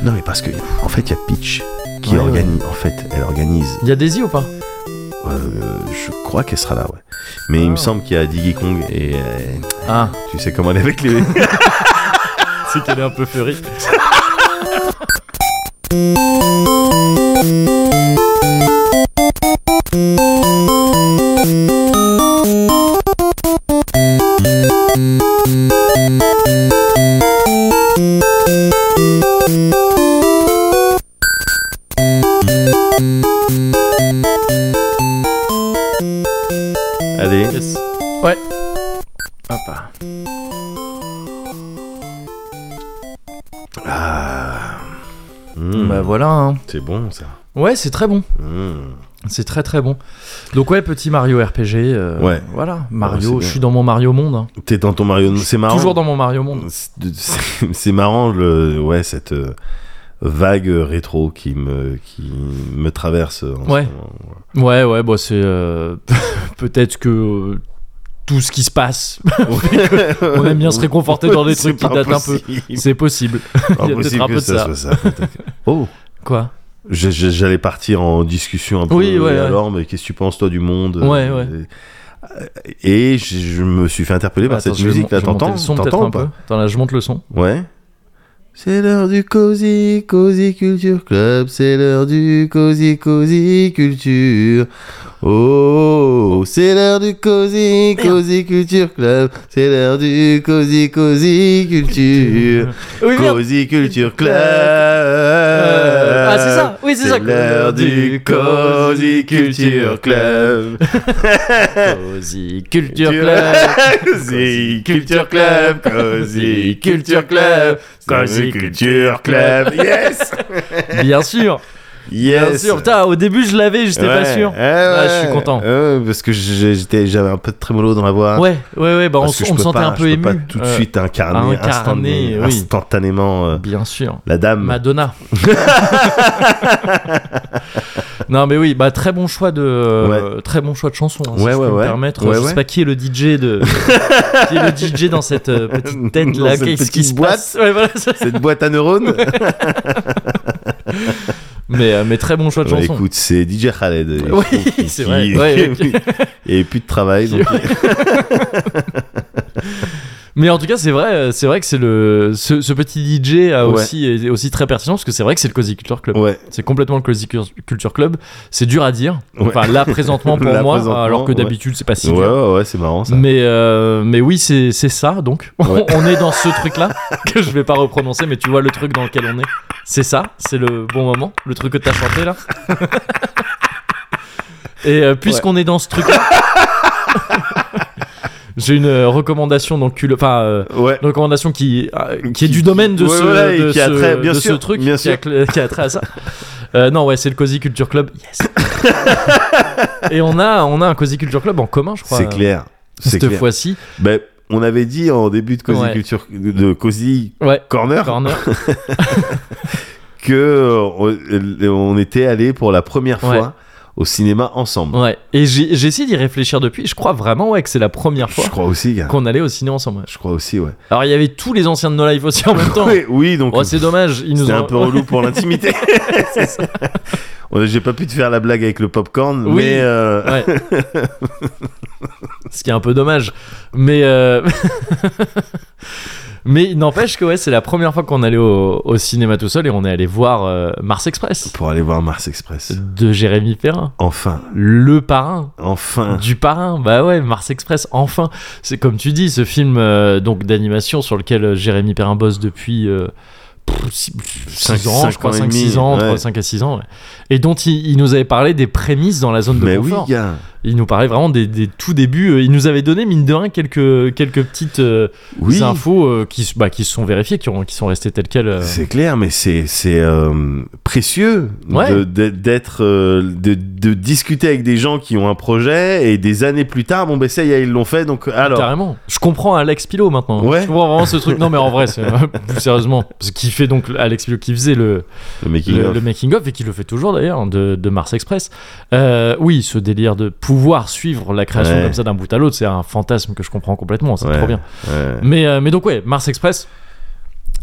Speaker 2: Non, mais parce que en fait, il y a Peach qui
Speaker 1: Ouais,
Speaker 2: organise. En fait, elle organise.
Speaker 1: Il y a Daisy ou pas
Speaker 2: euh, je crois qu'elle sera là, ouais. Mais il me
Speaker 1: Ah.
Speaker 2: semble qu'il y a Diggy Kong et euh,
Speaker 1: Ah,
Speaker 2: tu sais comment elle est avec les. [laughs]
Speaker 1: c'est qu'elle est un peu fleurie.
Speaker 2: Allez.
Speaker 1: Yes. Ouais.
Speaker 2: Mmh,
Speaker 1: Bah voilà. hein.
Speaker 2: C'est bon ça.
Speaker 1: Ouais, c'est très bon.
Speaker 2: Mmh.
Speaker 1: C'est très très bon. Donc ouais, petit Mario RPG. euh,
Speaker 2: Ouais.
Speaker 1: Voilà,
Speaker 2: c'est
Speaker 1: Mario.
Speaker 2: bien. Bah,
Speaker 1: je suis dans mon Mario monde. hein.
Speaker 2: T'es dans ton Mario. C'est marrant.
Speaker 1: Toujours dans mon Mario monde.
Speaker 2: C'est c'est marrant le ouais cette euh, vague rétro qui me qui me traverse. en ce
Speaker 1: Ouais.
Speaker 2: moment.
Speaker 1: Ouais, ouais, bah c'est euh, [laughs] peut-être que euh, tout ce qui se passe, [laughs] [laughs] on aime bien se réconforter dans des
Speaker 2: [laughs] C'est
Speaker 1: trucs qui
Speaker 2: pas
Speaker 1: datent un peu.
Speaker 2: possible.
Speaker 1: [laughs] c'est possible.
Speaker 2: Pas
Speaker 1: Il y a peut-être
Speaker 2: Ah, possible
Speaker 1: un
Speaker 2: que
Speaker 1: peu de
Speaker 2: ça
Speaker 1: ça.
Speaker 2: soit ça, peut-être. Oh.
Speaker 1: Quoi
Speaker 2: Je- je- J'allais partir en discussion un peu.
Speaker 1: Oui, ouais,
Speaker 2: et
Speaker 1: ouais.
Speaker 2: alors, mais qu'est-ce que tu penses, toi, du monde euh,
Speaker 1: Ouais, ouais.
Speaker 2: Et je, je me suis fait interpeller par
Speaker 1: Attends,
Speaker 2: Eh bah, cette
Speaker 1: je vais mon-
Speaker 2: musique-là.
Speaker 1: je vais monter
Speaker 2: T'entends
Speaker 1: le son peut-être
Speaker 2: T'entends
Speaker 1: un
Speaker 2: ou
Speaker 1: peu
Speaker 2: pas
Speaker 1: Attends, là, je monte le son.
Speaker 2: Ouais. C'est l'heure du Cozy, Cozy Culture Club. C'est l'heure du Cozy, Cozy Culture. Oh, c'est l'heure du Cozy, Cozy Culture Club. C'est l'heure du Cozy, Cozy Culture.
Speaker 1: [laughs] Oui, merde.
Speaker 2: Cozy Culture Club.
Speaker 1: Euh, ah, c'est ça. Oui, c'est ça.
Speaker 2: C'est l'heure du Cozy Culture Club.
Speaker 1: Cozy Culture
Speaker 2: Tu-
Speaker 1: Club.
Speaker 2: [laughs] Cozy Culture Club. Cozy Culture Club. Cozy Culture Club. Yes! [laughs]
Speaker 1: Bien sûr.
Speaker 2: Yes!
Speaker 1: Bien sûr. Putain, au début, je l'avais, j'étais
Speaker 2: Ouais,
Speaker 1: pas sûr.
Speaker 2: ouais,
Speaker 1: Ah, je suis
Speaker 2: ouais. Eh
Speaker 1: content.
Speaker 2: Ouais, parce que j'ai- j'étais- j'avais un peu de trémolo dans la voix.
Speaker 1: Ouais, ouais, ouais. Bah, on,
Speaker 2: Parce que
Speaker 1: s-
Speaker 2: je
Speaker 1: on me
Speaker 2: peux
Speaker 1: sentait
Speaker 2: pas-
Speaker 1: un peu
Speaker 2: je
Speaker 1: ému.
Speaker 2: peux pas tout de
Speaker 1: Euh,
Speaker 2: suite incarner,
Speaker 1: incarner,
Speaker 2: instantané-
Speaker 1: oui.
Speaker 2: instantanément euh,
Speaker 1: Bien sûr.
Speaker 2: la dame. [laughs]
Speaker 1: Madonna. non mais oui, bah très bon choix de euh, très bon choix de chanson. hein, si
Speaker 2: Ouais,
Speaker 1: je
Speaker 2: ouais,
Speaker 1: peux me
Speaker 2: ouais.
Speaker 1: permettre.
Speaker 2: Ouais,
Speaker 1: je
Speaker 2: ouais.
Speaker 1: sais pas qui est le DJ de
Speaker 2: [laughs]
Speaker 1: qui est le DJ dans cette euh, petite tête
Speaker 2: Dans
Speaker 1: là,
Speaker 2: cette
Speaker 1: qu'est-ce qui
Speaker 2: petite
Speaker 1: se
Speaker 2: boîte.
Speaker 1: passe Ouais, voilà, ça-
Speaker 2: Cette boîte
Speaker 1: [laughs]
Speaker 2: à neurones.
Speaker 1: mais euh, mais très bon choix de
Speaker 2: Bah,
Speaker 1: chanson.
Speaker 2: écoute, c'est DJ Khaled. euh,
Speaker 1: Oui,
Speaker 2: qui-
Speaker 1: [laughs]
Speaker 2: qui-
Speaker 1: c'est vrai.
Speaker 2: [laughs]
Speaker 1: Ouais,
Speaker 2: et plus de travail. donc-
Speaker 1: Mais en tout cas, c'est vrai, euh, c'est vrai que c'est le ce, ce petit DJ a
Speaker 2: Ouais.
Speaker 1: aussi est aussi très pertinent parce que c'est vrai que c'est le Cozy Culture Club.
Speaker 2: ouais.
Speaker 1: C'est complètement le Cozy Cur- Culture Club. C'est dur à dire.
Speaker 2: Ouais.
Speaker 1: Enfin là présentement pour
Speaker 2: [laughs] Là,
Speaker 1: moi,
Speaker 2: présentement,
Speaker 1: alors que
Speaker 2: ouais.
Speaker 1: d'habitude [laughs] c'est pas si
Speaker 2: ouais,
Speaker 1: dur.
Speaker 2: ouais, ouais, c'est marrant ça.
Speaker 1: Mais, euh, mais oui, c'est c'est ça, donc.
Speaker 2: Ouais.
Speaker 1: [laughs] on est dans ce truc-là, [laughs] que je vais pas reprononcer, mais tu vois le truc dans lequel on est. C'est ça, c'est le bon moment, le truc que t'as chanté,
Speaker 2: [laughs]
Speaker 1: là. Et euh, puisqu'on est dans ce truc-là, [laughs] j'ai une euh, recommandation dans le cul... Enfin, euh,
Speaker 2: Ouais.
Speaker 1: une recommandation qui, euh, qui est
Speaker 2: Qui-
Speaker 1: du domaine de
Speaker 2: ouais,
Speaker 1: ce,
Speaker 2: voilà, et
Speaker 1: de
Speaker 2: qui a
Speaker 1: ce-
Speaker 2: trait, bien
Speaker 1: de
Speaker 2: sûr,
Speaker 1: ce truc,
Speaker 2: bien
Speaker 1: qui, a, cl- qui a trait à ça. Euh, non, ouais, c'est le Cozy Culture Club.
Speaker 2: [laughs]
Speaker 1: Yes. Et on a, on a un Cozy Culture Club en commun, je crois. euh,
Speaker 2: C'est clair. C'est
Speaker 1: Cette
Speaker 2: clair.
Speaker 1: fois-ci.
Speaker 2: Ben, on avait dit en début de Cozy
Speaker 1: Ouais.
Speaker 2: Culture, de Cozy
Speaker 1: Ouais.
Speaker 2: Corner,
Speaker 1: Corner.
Speaker 2: que euh, on, on était allé pour la première
Speaker 1: Ouais.
Speaker 2: fois au cinéma ensemble.
Speaker 1: Ouais. Et j'ai j'ai essayé d'y réfléchir depuis. Je crois vraiment ouais que c'est la première fois
Speaker 2: Je crois aussi, gars.
Speaker 1: qu'on allait au ciné ensemble. ouais.
Speaker 2: Je crois aussi, ouais.
Speaker 1: Alors il y avait tous les anciens de No Life aussi en même temps.
Speaker 2: [laughs] Oui, oui, donc
Speaker 1: Oh, c'est dommage. Ils nous
Speaker 2: c'était
Speaker 1: ont
Speaker 2: un peu relou pour
Speaker 1: [laughs]
Speaker 2: l'intimité. [laughs] Ouais, J'ai pas pu te faire la blague avec le popcorn,
Speaker 1: Oui.
Speaker 2: mais euh,
Speaker 1: Ouais. [laughs] Ce qui est un peu dommage. Mais euh, [laughs] mais il n'empêche que ouais c'est la première fois qu'on allait au, au cinéma tout seul et on est allé voir euh, Mars Express
Speaker 2: [laughs] pour aller voir Mars Express.
Speaker 1: de Jérémy Perrin,
Speaker 2: Enfin,
Speaker 1: le parrain.
Speaker 2: enfin.
Speaker 1: du parrain bah ouais Mars Express enfin c'est comme tu dis ce film euh, donc d'animation sur lequel euh, Jérémy Perrin bosse depuis euh, 5
Speaker 2: Cinq-
Speaker 1: ans
Speaker 2: cinq
Speaker 1: je crois
Speaker 2: ans et
Speaker 1: 5
Speaker 2: demi,
Speaker 1: 6 ans
Speaker 2: ouais.
Speaker 1: 5 à 6 ans ouais. et dont il, il nous avait parlé des prémices dans la zone de
Speaker 2: Mais oui,
Speaker 1: confort
Speaker 2: gars.
Speaker 1: Il nous parlait vraiment des, des tout débuts. Euh, Il nous avait donné, mine de rien, quelques, quelques petites euh,
Speaker 2: Oui,
Speaker 1: infos euh, qui, se- bah, qui se sont vérifiées, qui, ont, qui sont restées telles quelles. euh.
Speaker 2: c'est clair, mais c'est c'est, euh, précieux
Speaker 1: Ouais.
Speaker 2: de- de- d'être euh, de, de discuter avec des gens qui ont un projet et des années plus tard, bon ben ça y est, ils l'ont fait, donc alors.
Speaker 1: Carrément. Je comprends Alex Pilot maintenant.
Speaker 2: Ouais.
Speaker 1: Je comprends vraiment ce truc. Non, mais en vrai, c'est- [laughs] plus sérieusement, parce qu'il fait donc Alex Pilot qui faisait le,
Speaker 2: Le making
Speaker 1: le,
Speaker 2: of.
Speaker 1: le making of et qui le fait toujours d'ailleurs de, de Mars Express. Euh, oui, ce délire de pouvoir suivre la création
Speaker 2: Ouais.
Speaker 1: comme ça d'un bout à l'autre, c'est un fantasme que je comprends complètement. C'est
Speaker 2: Ouais.
Speaker 1: trop bien.
Speaker 2: Ouais.
Speaker 1: Mais, euh, mais donc ouais, Mars Express,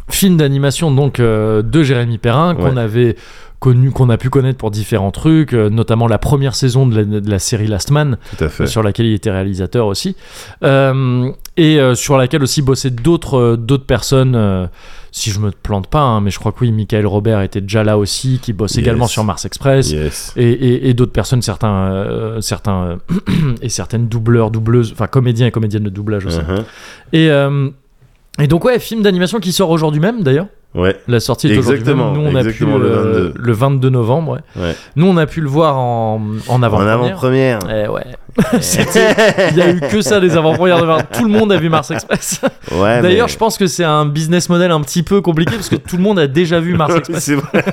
Speaker 1: film d'animation donc euh, de Jérémy Perrin qu'on
Speaker 2: Ouais.
Speaker 1: avait connu, qu'on a pu connaître pour différents trucs, euh, notamment la première saison de la, de la série Last Man
Speaker 2: Tout à fait.
Speaker 1: sur laquelle il était réalisateur aussi, Euh, et euh, sur laquelle aussi bossaient d'autres euh, d'autres personnes. euh, si je me plante pas, hein, mais je crois que oui, Michael Robert était déjà là aussi, qui bosse
Speaker 2: Yes.
Speaker 1: également sur Mars Express.
Speaker 2: Yes.
Speaker 1: Et, et- et d'autres personnes, certains, euh, certains euh, [clears throat] et certaines doubleurs, doubleuses, enfin comédiens et comédiennes de doublage aussi.
Speaker 2: Uh-huh.
Speaker 1: Et, euh, et donc ouais, film d'animation qui sort aujourd'hui même d'ailleurs.
Speaker 2: Ouais.
Speaker 1: La sortie est aujourd'hui même.
Speaker 2: Exactement,
Speaker 1: Nous on a pu
Speaker 2: exactement, le
Speaker 1: euh,
Speaker 2: 22.
Speaker 1: le 22 novembre. ouais.
Speaker 2: Ouais.
Speaker 1: Nous on a pu le voir en, en
Speaker 2: En
Speaker 1: avant-première.
Speaker 2: avant-première.
Speaker 1: Eh
Speaker 2: [laughs]
Speaker 1: ouais. C'était- Il y a eu que ça les avant-premières de Mars. Tout le monde a vu Mars Express.
Speaker 2: Ouais,
Speaker 1: D'ailleurs,
Speaker 2: Ah, mais-
Speaker 1: je pense que c'est un business model un petit peu compliqué parce que tout le monde a déjà
Speaker 2: [laughs]
Speaker 1: vu Mars Express.
Speaker 2: C'est
Speaker 1: [laughs]
Speaker 2: vrai.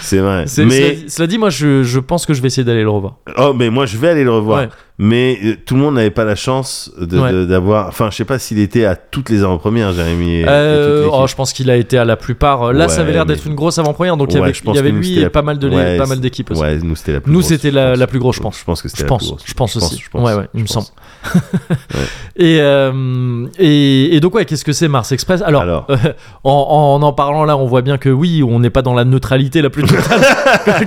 Speaker 2: C'est vrai.
Speaker 1: C'est-
Speaker 2: mais
Speaker 1: cela, dit- cela dit, moi, je, je pense que je vais essayer d'aller le revoir.
Speaker 2: oh, mais moi je vais aller le revoir.
Speaker 1: Ouais.
Speaker 2: Mais euh, tout le monde n'avait pas la chance de-
Speaker 1: Ouais.
Speaker 2: de- d'avoir. enfin, je sais pas s'il était à toutes les avant-premières, Jérémy. et- et
Speaker 1: Euh,
Speaker 2: toute l'équipe.
Speaker 1: oh, je pense qu'il a été à la plupart. euh, Là,
Speaker 2: Ouais,
Speaker 1: ça avait l'air d'être
Speaker 2: mais-
Speaker 1: une grosse avant-première, donc il y
Speaker 2: Ouais,
Speaker 1: avait,
Speaker 2: je
Speaker 1: il
Speaker 2: pense
Speaker 1: y avait
Speaker 2: que nous,
Speaker 1: lui
Speaker 2: c'était
Speaker 1: et
Speaker 2: la-
Speaker 1: pas mal de les-
Speaker 2: Ouais,
Speaker 1: pas mal d'équipes aussi.
Speaker 2: Ouais, nous c'était la plus
Speaker 1: Nous,
Speaker 2: grosse,
Speaker 1: c'était
Speaker 2: je
Speaker 1: la-
Speaker 2: pense.
Speaker 1: la plus grosse, je pense.
Speaker 2: Je pense que c'était
Speaker 1: Je
Speaker 2: la
Speaker 1: pense,
Speaker 2: plus grosse.
Speaker 1: je pense aussi.
Speaker 2: je pense,
Speaker 1: Ouais, ouais, il
Speaker 2: je
Speaker 1: me
Speaker 2: pense.
Speaker 1: Et, euh, et, et donc, ouais, qu'est-ce que c'est Mars Express Alors,
Speaker 2: Alors.
Speaker 1: euh, [laughs] en, en en parlant là, on voit bien que oui, on n'est pas dans la neutralité la plus
Speaker 2: [laughs]
Speaker 1: totale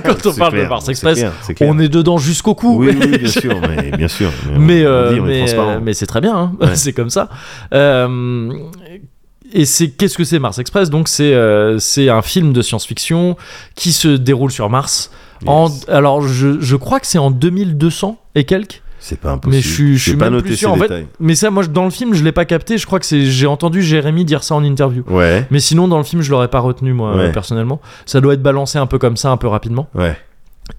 Speaker 1: quand on
Speaker 2: C'est
Speaker 1: parle de
Speaker 2: clair,
Speaker 1: Mars
Speaker 2: c'est
Speaker 1: Express.
Speaker 2: clair, c'est clair.
Speaker 1: On est dedans jusqu'au cou.
Speaker 2: Oui, oui, bien sûr, mais bien sûr.
Speaker 1: [laughs] mais
Speaker 2: on
Speaker 1: euh,
Speaker 2: dit, on est
Speaker 1: mais,
Speaker 2: transparent.
Speaker 1: euh, mais c'est très bien hein.
Speaker 2: Ouais.
Speaker 1: [laughs] c'est comme ça Euh, et c'est qu'est-ce que c'est Mars Express donc c'est euh, c'est un film de science-fiction qui se déroule sur Mars
Speaker 2: Yes.
Speaker 1: En- alors je, je crois que c'est en 2200 et quelques
Speaker 2: C'est pas impossible.
Speaker 1: mais je suis- je
Speaker 2: J'ai
Speaker 1: suis
Speaker 2: pas
Speaker 1: même
Speaker 2: noté
Speaker 1: plus
Speaker 2: ces
Speaker 1: sûr, en fait.
Speaker 2: détails.
Speaker 1: mais ça moi je- dans le film je l'ai pas capté je crois que c'est j'ai entendu Jérémy dire ça en interview
Speaker 2: Ouais,
Speaker 1: mais sinon dans le film je l'aurais pas retenu moi euh,
Speaker 2: Ouais.
Speaker 1: personnellement ça doit être balancé un peu comme ça un peu rapidement
Speaker 2: ouais.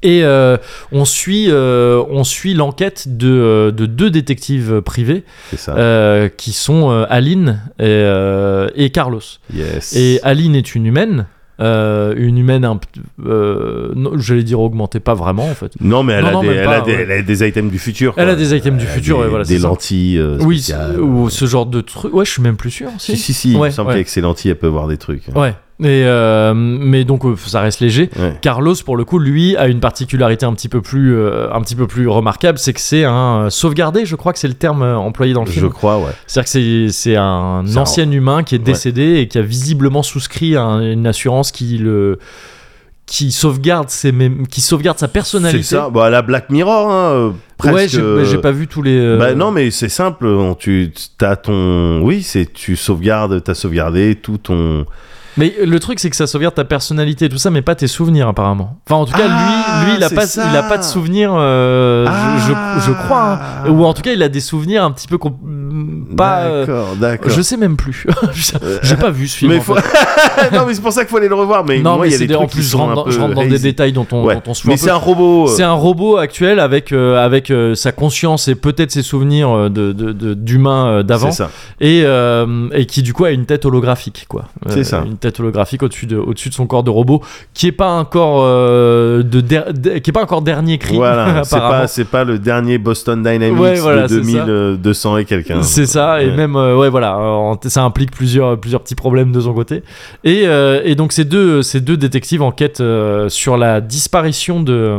Speaker 1: et euh, on suit euh, on suit l'enquête de, de deux détectives privés
Speaker 2: C'est ça.
Speaker 1: euh, qui sont euh, Aline et, euh, et Carlos.
Speaker 2: yes.
Speaker 1: Et Aline est une humaine, euh, une humaine, un, p- euh, non, j'allais dire augmentée, pas vraiment en fait.
Speaker 2: non, mais elle,
Speaker 1: Non,
Speaker 2: a,
Speaker 1: non,
Speaker 2: des,
Speaker 1: même
Speaker 2: elle, a
Speaker 1: pas,
Speaker 2: des,
Speaker 1: ouais.
Speaker 2: elle a des items du futur.
Speaker 1: Elle
Speaker 2: quoi.
Speaker 1: a des items du
Speaker 2: Elle a
Speaker 1: futur,
Speaker 2: des,
Speaker 1: ouais, voilà.
Speaker 2: Des
Speaker 1: c'est ça.
Speaker 2: lentilles. euh,
Speaker 1: Oui,
Speaker 2: spéciales.
Speaker 1: c'est- ou ce genre de truc. Ouais, je suis même plus sûr. Si.
Speaker 2: Si, si, si. il me
Speaker 1: Ouais,
Speaker 2: semble
Speaker 1: ouais.
Speaker 2: qu'avec ses lentilles, elle peut voir des trucs.
Speaker 1: Ouais. Et euh, mais donc euh, ça reste léger.
Speaker 2: Ouais.
Speaker 1: Carlos, pour le coup, lui a une particularité un petit peu plus, euh, un petit peu plus remarquable, c'est que c'est un euh, sauvegardé. Je crois que c'est le terme euh, employé dans le
Speaker 2: Je
Speaker 1: film.
Speaker 2: crois, ouais.
Speaker 1: C'est-à-dire que c'est- c'est un
Speaker 2: C'est un-
Speaker 1: ancien humain qui est
Speaker 2: Ouais.
Speaker 1: décédé et qui a visiblement souscrit à un- une assurance qui le qui sauvegarde ses mém- qui sauvegarde sa personnalité.
Speaker 2: C'est ça. Bah, la Black Mirror, hein, euh, presque.
Speaker 1: Ouais, j'ai bah, j'ai pas vu tous les. euh,
Speaker 2: Bah non, mais c'est simple. on- Tu as ton. Oui, c'est tu sauvegardes, t'as sauvegardé tout ton.
Speaker 1: Mais le truc c'est que ça sauvegarde ta personnalité et tout ça, mais pas tes souvenirs apparemment. Enfin, en tout cas,
Speaker 2: Ah,
Speaker 1: lui, lui, il a
Speaker 2: c'est
Speaker 1: pas,
Speaker 2: ça.
Speaker 1: il a pas de souvenirs. euh, je-
Speaker 2: Ah.
Speaker 1: je, je, crois. hein. Ou en tout cas, il a des souvenirs un petit peu compl- pas. euh,
Speaker 2: D'accord, d'accord.
Speaker 1: je sais même plus. [laughs] Putain, j'ai pas vu ce film.
Speaker 2: Mais
Speaker 1: en
Speaker 2: faut...
Speaker 1: fait.
Speaker 2: Ah, non, mais c'est pour ça qu'il faut aller le revoir. Mais
Speaker 1: Non,
Speaker 2: moi,
Speaker 1: mais
Speaker 2: il y a
Speaker 1: c'est des-
Speaker 2: des trucs
Speaker 1: en
Speaker 2: qui
Speaker 1: plus, je
Speaker 2: sont
Speaker 1: rentre
Speaker 2: un
Speaker 1: dans,
Speaker 2: peu
Speaker 1: je rentre dans des
Speaker 2: hazy.
Speaker 1: détails dont on,
Speaker 2: Ouais.
Speaker 1: dont on se fout
Speaker 2: Mais
Speaker 1: un peu.
Speaker 2: c'est un robot. euh,
Speaker 1: C'est un robot actuel avec, euh, avec euh, sa conscience et peut-être ses souvenirs euh, de- de- de- d'humains euh, d'avant
Speaker 2: C'est ça.
Speaker 1: et, euh, et qui du coup a une tête holographique quoi. Euh,
Speaker 2: C'est ça.
Speaker 1: Une tête holographique au-dessus de, au-dessus de son corps de robot qui est pas un corps euh, de, der- de- qui est pas un corps dernier cri [laughs]
Speaker 2: Voilà,
Speaker 1: [laughs]
Speaker 2: c'est
Speaker 1: apparemment.
Speaker 2: pas, c'est pas le dernier Boston Dynamics
Speaker 1: Ouais, voilà,
Speaker 2: de
Speaker 1: c'est ça.
Speaker 2: 2200 et quelqu'un.
Speaker 1: C'est ça, et
Speaker 2: hein. Ouais.
Speaker 1: même, euh, ouais, voilà, euh, en- ça implique plusieurs, plusieurs petits problèmes de son côté. Et, euh, et donc, ces deux, ces deux détectives enquêtent euh, sur la disparition de.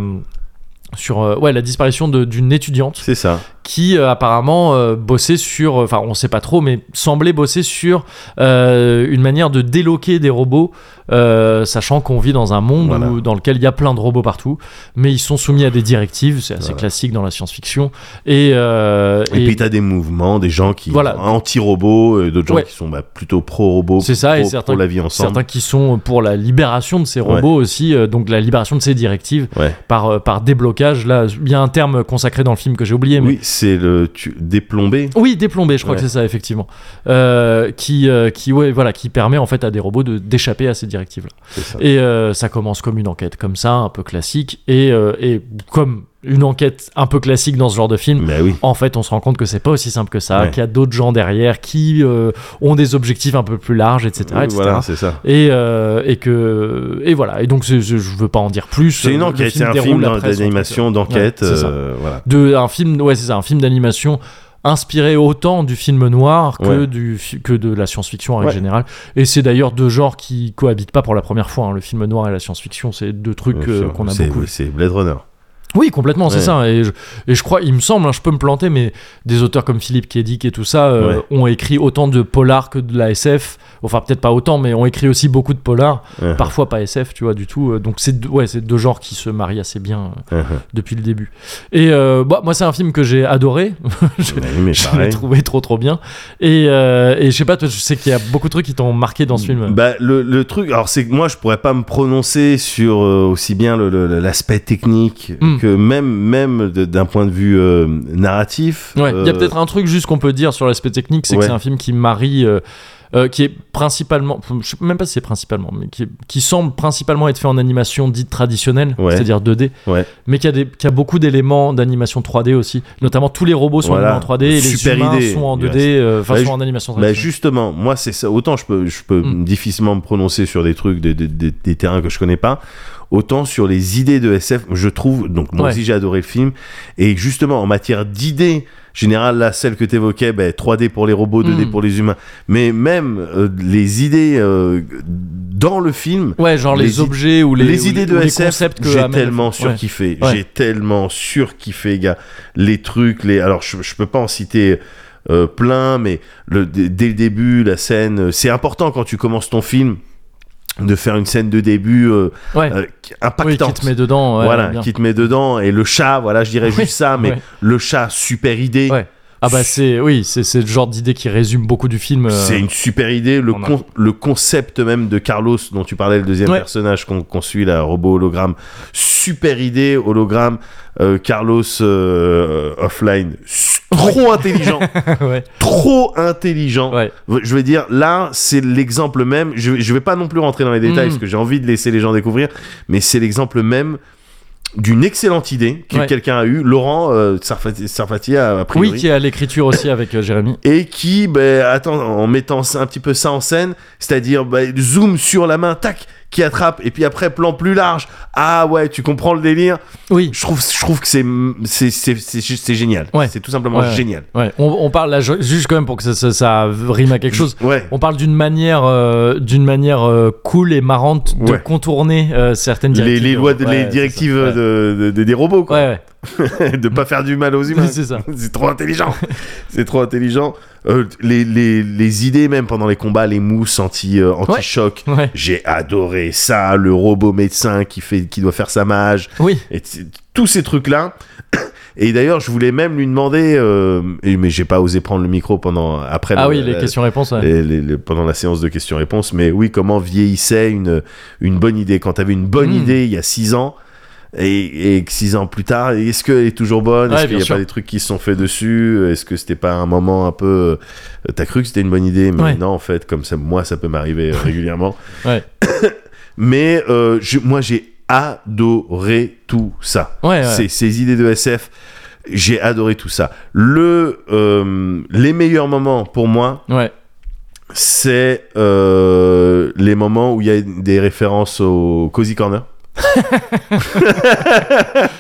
Speaker 1: Sur, euh, ouais, la disparition de- d'une étudiante
Speaker 2: C'est ça.
Speaker 1: qui euh, apparemment euh, bossait sur, enfin on sait pas trop, mais semblait bosser sur euh, une manière de déloquer des robots, euh, sachant qu'on vit dans un monde
Speaker 2: Voilà.
Speaker 1: où- dans lequel il y a plein de robots partout, mais ils sont soumis à des directives, c'est assez
Speaker 2: Voilà.
Speaker 1: classique dans la science-fiction, et, euh,
Speaker 2: Et,
Speaker 1: et-
Speaker 2: puis t'as des mouvements, des gens qui
Speaker 1: Voilà.
Speaker 2: sont anti-robots, et d'autres gens
Speaker 1: Ouais.
Speaker 2: qui sont bah, plutôt pro-robots.
Speaker 1: C'est ça, et
Speaker 2: pro-
Speaker 1: certains-
Speaker 2: Pour la vie ensemble.
Speaker 1: certains qui sont pour la libération de ces robots aussi, euh, donc la libération de ces directives
Speaker 2: Ouais.
Speaker 1: par, euh, par déblocage. Là, il y a un terme consacré dans le film que j'ai oublié, mais
Speaker 2: Oui, c'est le tu... déplombé.
Speaker 1: Oui, déplombé, je crois
Speaker 2: Ouais.
Speaker 1: que c'est ça, effectivement. Euh, qui, euh, qui, ouais, voilà, qui permet en fait à des robots de d'échapper à ces directives-là.
Speaker 2: C'est ça.
Speaker 1: Et euh, ça commence comme une enquête, comme ça, un peu classique, et, euh, et comme une enquête un peu classique dans ce genre de film.
Speaker 2: Bah oui.
Speaker 1: En fait, on se rend compte que c'est pas aussi simple que ça,
Speaker 2: Ouais.
Speaker 1: qu'il y a d'autres gens derrière qui euh, ont des objectifs un peu plus larges, etc. Ah, etc.
Speaker 2: voilà, c'est ça.
Speaker 1: Et, euh, et que et voilà. Et donc c'est- je, je veux pas en dire plus.
Speaker 2: C'est une
Speaker 1: Le
Speaker 2: enquête, c'est un
Speaker 1: déroule
Speaker 2: film
Speaker 1: après son truc.
Speaker 2: d'animation, d'enquête.
Speaker 1: Ouais, c'est ça.
Speaker 2: euh, voilà.
Speaker 1: de un film ouais c'est ça un film d'animation inspiré autant du film noir que
Speaker 2: Ouais.
Speaker 1: du fi- que de la science-fiction en règle
Speaker 2: Ouais.
Speaker 1: générale et c'est d'ailleurs deux genres qui cohabitent pas pour la première fois hein. le film noir et la science-fiction c'est deux trucs euh, qu'on a
Speaker 2: C'est-
Speaker 1: beaucoup
Speaker 2: C'est Blade Runner.
Speaker 1: oui complètement c'est
Speaker 2: Ouais.
Speaker 1: ça et je, et je crois il me semble hein, je peux me planter mais des auteurs comme Philippe Kedick et tout ça euh,
Speaker 2: Ouais.
Speaker 1: ont écrit autant de polar que de la SF enfin peut-être pas autant mais ont écrit aussi beaucoup de polar
Speaker 2: Uh-huh.
Speaker 1: parfois pas SF tu vois du tout Euh, donc c'est deux- ouais c'est deux genres qui se marient assez bien euh,
Speaker 2: Uh-huh.
Speaker 1: depuis le début et euh, bah, moi c'est un film que j'ai adoré [laughs] [laughs] Je-
Speaker 2: Ouais, mais
Speaker 1: je l'ai
Speaker 2: pareil.
Speaker 1: trouvé trop trop bien et, euh, et je sais pas toi je sais qu'il y a beaucoup de trucs qui t'ont marqué dans ce film
Speaker 2: Bah, le, le truc, alors c'est que moi je pourrais pas me prononcer sur euh, aussi bien le- le- l'aspect technique
Speaker 1: Mm.
Speaker 2: que même, même de- d'un point de vue euh, narratif.
Speaker 1: ouais il y a
Speaker 2: euh,
Speaker 1: peut-être un truc juste qu'on peut dire sur l'aspect technique c'est
Speaker 2: ouais.
Speaker 1: que c'est un film qui marie euh, euh, qui est principalement, je sais même pas si c'est principalement, mais qui, est- qui semble principalement être fait en animation dite traditionnelle,
Speaker 2: Ouais.
Speaker 1: c'est-à-dire 2D,
Speaker 2: Ouais.
Speaker 1: mais qui a, des, qui a beaucoup d'éléments d'animation 3D aussi, notamment tous les robots sont
Speaker 2: Voilà.
Speaker 1: animés en 3D et
Speaker 2: Super
Speaker 1: les humains
Speaker 2: idée,
Speaker 1: sont en
Speaker 2: du
Speaker 1: 2D, euh, enfin
Speaker 2: Bah,
Speaker 1: sont
Speaker 2: ju-
Speaker 1: en animation
Speaker 2: Bah
Speaker 1: 3D.
Speaker 2: justement, moi c'est ça. Autant je peux, je peux
Speaker 1: Mm.
Speaker 2: difficilement me prononcer sur des trucs, des, des- des- des terrains que je connais pas. Autant sur les idées de SF, je trouve. Donc moi
Speaker 1: Ouais.
Speaker 2: aussi j'ai adoré le film. Et justement en matière d'idées générales, là celle que t'évoquais, ben, 3D pour les robots, 2D
Speaker 1: Mm.
Speaker 2: pour les humains. Mais même euh, les idées euh, dans le film.
Speaker 1: ouais, genre les,
Speaker 2: les i-
Speaker 1: objets ou les,
Speaker 2: Les,
Speaker 1: ou
Speaker 2: idées de
Speaker 1: ou les
Speaker 2: SF,
Speaker 1: concepts que
Speaker 2: j'ai
Speaker 1: amène-
Speaker 2: tellement
Speaker 1: Ouais.
Speaker 2: surkiffé.
Speaker 1: Ouais.
Speaker 2: J'ai tellement surkiffé, gars. Les trucs, les. Alors, je, je peux pas en citer euh, plein, mais le, dès dès le début, la scène. euh, C'est important quand tu commences ton film de faire une scène de début euh,
Speaker 1: Ouais.
Speaker 2: euh, qui-
Speaker 1: Oui, qui
Speaker 2: impactante.
Speaker 1: te met dedans. ouais,
Speaker 2: voilà,
Speaker 1: bien.
Speaker 2: qui te met dedans. Et le chat, voilà, je dirais
Speaker 1: Oui,
Speaker 2: juste ça,
Speaker 1: [laughs]
Speaker 2: mais
Speaker 1: ouais.
Speaker 2: le chat, super idée.
Speaker 1: Ouais. Ah bah c'est oui, c'est c'est le genre d'idée qui résume beaucoup du film. euh, [laughs]
Speaker 2: C'est une super idée. Le,
Speaker 1: on a-
Speaker 2: con- le concept même de Carlos, dont tu parlais, le deuxième
Speaker 1: Ouais.
Speaker 2: personnage qu'on qu'on suit, là, robot hologramme. Super idée, hologramme. Euh, Carlos euh, offline. S-
Speaker 1: [laughs]
Speaker 2: Trop intelligent.
Speaker 1: ouais.
Speaker 2: Trop intelligent.
Speaker 1: Ouais.
Speaker 2: Je veux dire, là, c'est l'exemple même. Je, je vais pas non plus rentrer dans les détails
Speaker 1: Mm.
Speaker 2: parce que j'ai envie de laisser les gens découvrir, mais c'est l'exemple même d'une excellente idée que
Speaker 1: Ouais.
Speaker 2: quelqu'un a eue. Laurent euh, Sarfati, Sarfati a, a priori
Speaker 1: Oui, qui est à l'écriture aussi avec euh, Jérémy.
Speaker 2: et qui, ben, attends, en mettant ça- un petit peu ça en scène, c'est-à-dire ben, zoom sur la main, tac, qui attrape, et puis après plan plus large. Ah ouais, tu comprends le délire.
Speaker 1: Oui.
Speaker 2: Je trouve, je trouve que c'est, c'est, c'est, c'est, juste- c'est génial.
Speaker 1: Ouais.
Speaker 2: C'est tout simplement
Speaker 1: Ouais, ouais.
Speaker 2: génial.
Speaker 1: Ouais. On, on parle là ju- juste quand même pour que ça, ça, ça rime à quelque chose.
Speaker 2: Ouais.
Speaker 1: On parle d'une manière, euh, d'une manière euh, cool et marrante de
Speaker 2: Ouais.
Speaker 1: contourner euh, certaines
Speaker 2: Les,
Speaker 1: directives.
Speaker 2: les lois, de,
Speaker 1: Ouais,
Speaker 2: les
Speaker 1: c'est
Speaker 2: directives euh,
Speaker 1: ça. Ouais.
Speaker 2: de, de- de- des robots, quoi.
Speaker 1: Ouais, ouais.
Speaker 2: [laughs] de pas faire du mal aux humains.
Speaker 1: [laughs] c'est ça.
Speaker 2: c'est trop intelligent. [laughs] c'est trop intelligent. Euh, les, les, les idées, même pendant les combats, les mousses anti, euh, anti-choc.
Speaker 1: Ouais.
Speaker 2: J'ai adoré ça, le robot médecin qui, fait, qui doit faire sa mage,
Speaker 1: Oui.
Speaker 2: et t- tous ces trucs-là. [coughs] Et d'ailleurs, je voulais même lui demander, euh, et- mais j'ai pas osé prendre le micro pendant après.
Speaker 1: Ah
Speaker 2: le-
Speaker 1: oui, les
Speaker 2: la-
Speaker 1: questions-réponses. ouais.
Speaker 2: euh, les- les- les- pendant la séance de questions-réponses. Mais oui, comment vieillissait une une bonne idée quand t'avais une bonne
Speaker 1: Mm.
Speaker 2: idée il y a six ans. Et, et que six ans plus tard, est-ce qu'elle est toujours bonne Est-ce
Speaker 1: Ouais,
Speaker 2: qu'il n'y
Speaker 1: bien
Speaker 2: a
Speaker 1: sûr.
Speaker 2: pas des trucs qui se sont faits dessus Est-ce que c'était pas un moment un peu... euh, T'as cru que c'était une bonne idée, mais
Speaker 1: Ouais.
Speaker 2: non, en fait, comme ça, moi, ça peut m'arriver euh, régulièrement.
Speaker 1: Ouais.
Speaker 2: mais euh, je- moi, j'ai adoré tout ça.
Speaker 1: Ouais, ouais.
Speaker 2: Ces, ces idées de SF, j'ai adoré tout ça. Le, euh, les meilleurs moments, pour moi,
Speaker 1: Ouais.
Speaker 2: c'est euh, les moments où il y a des références au Cozy Corner.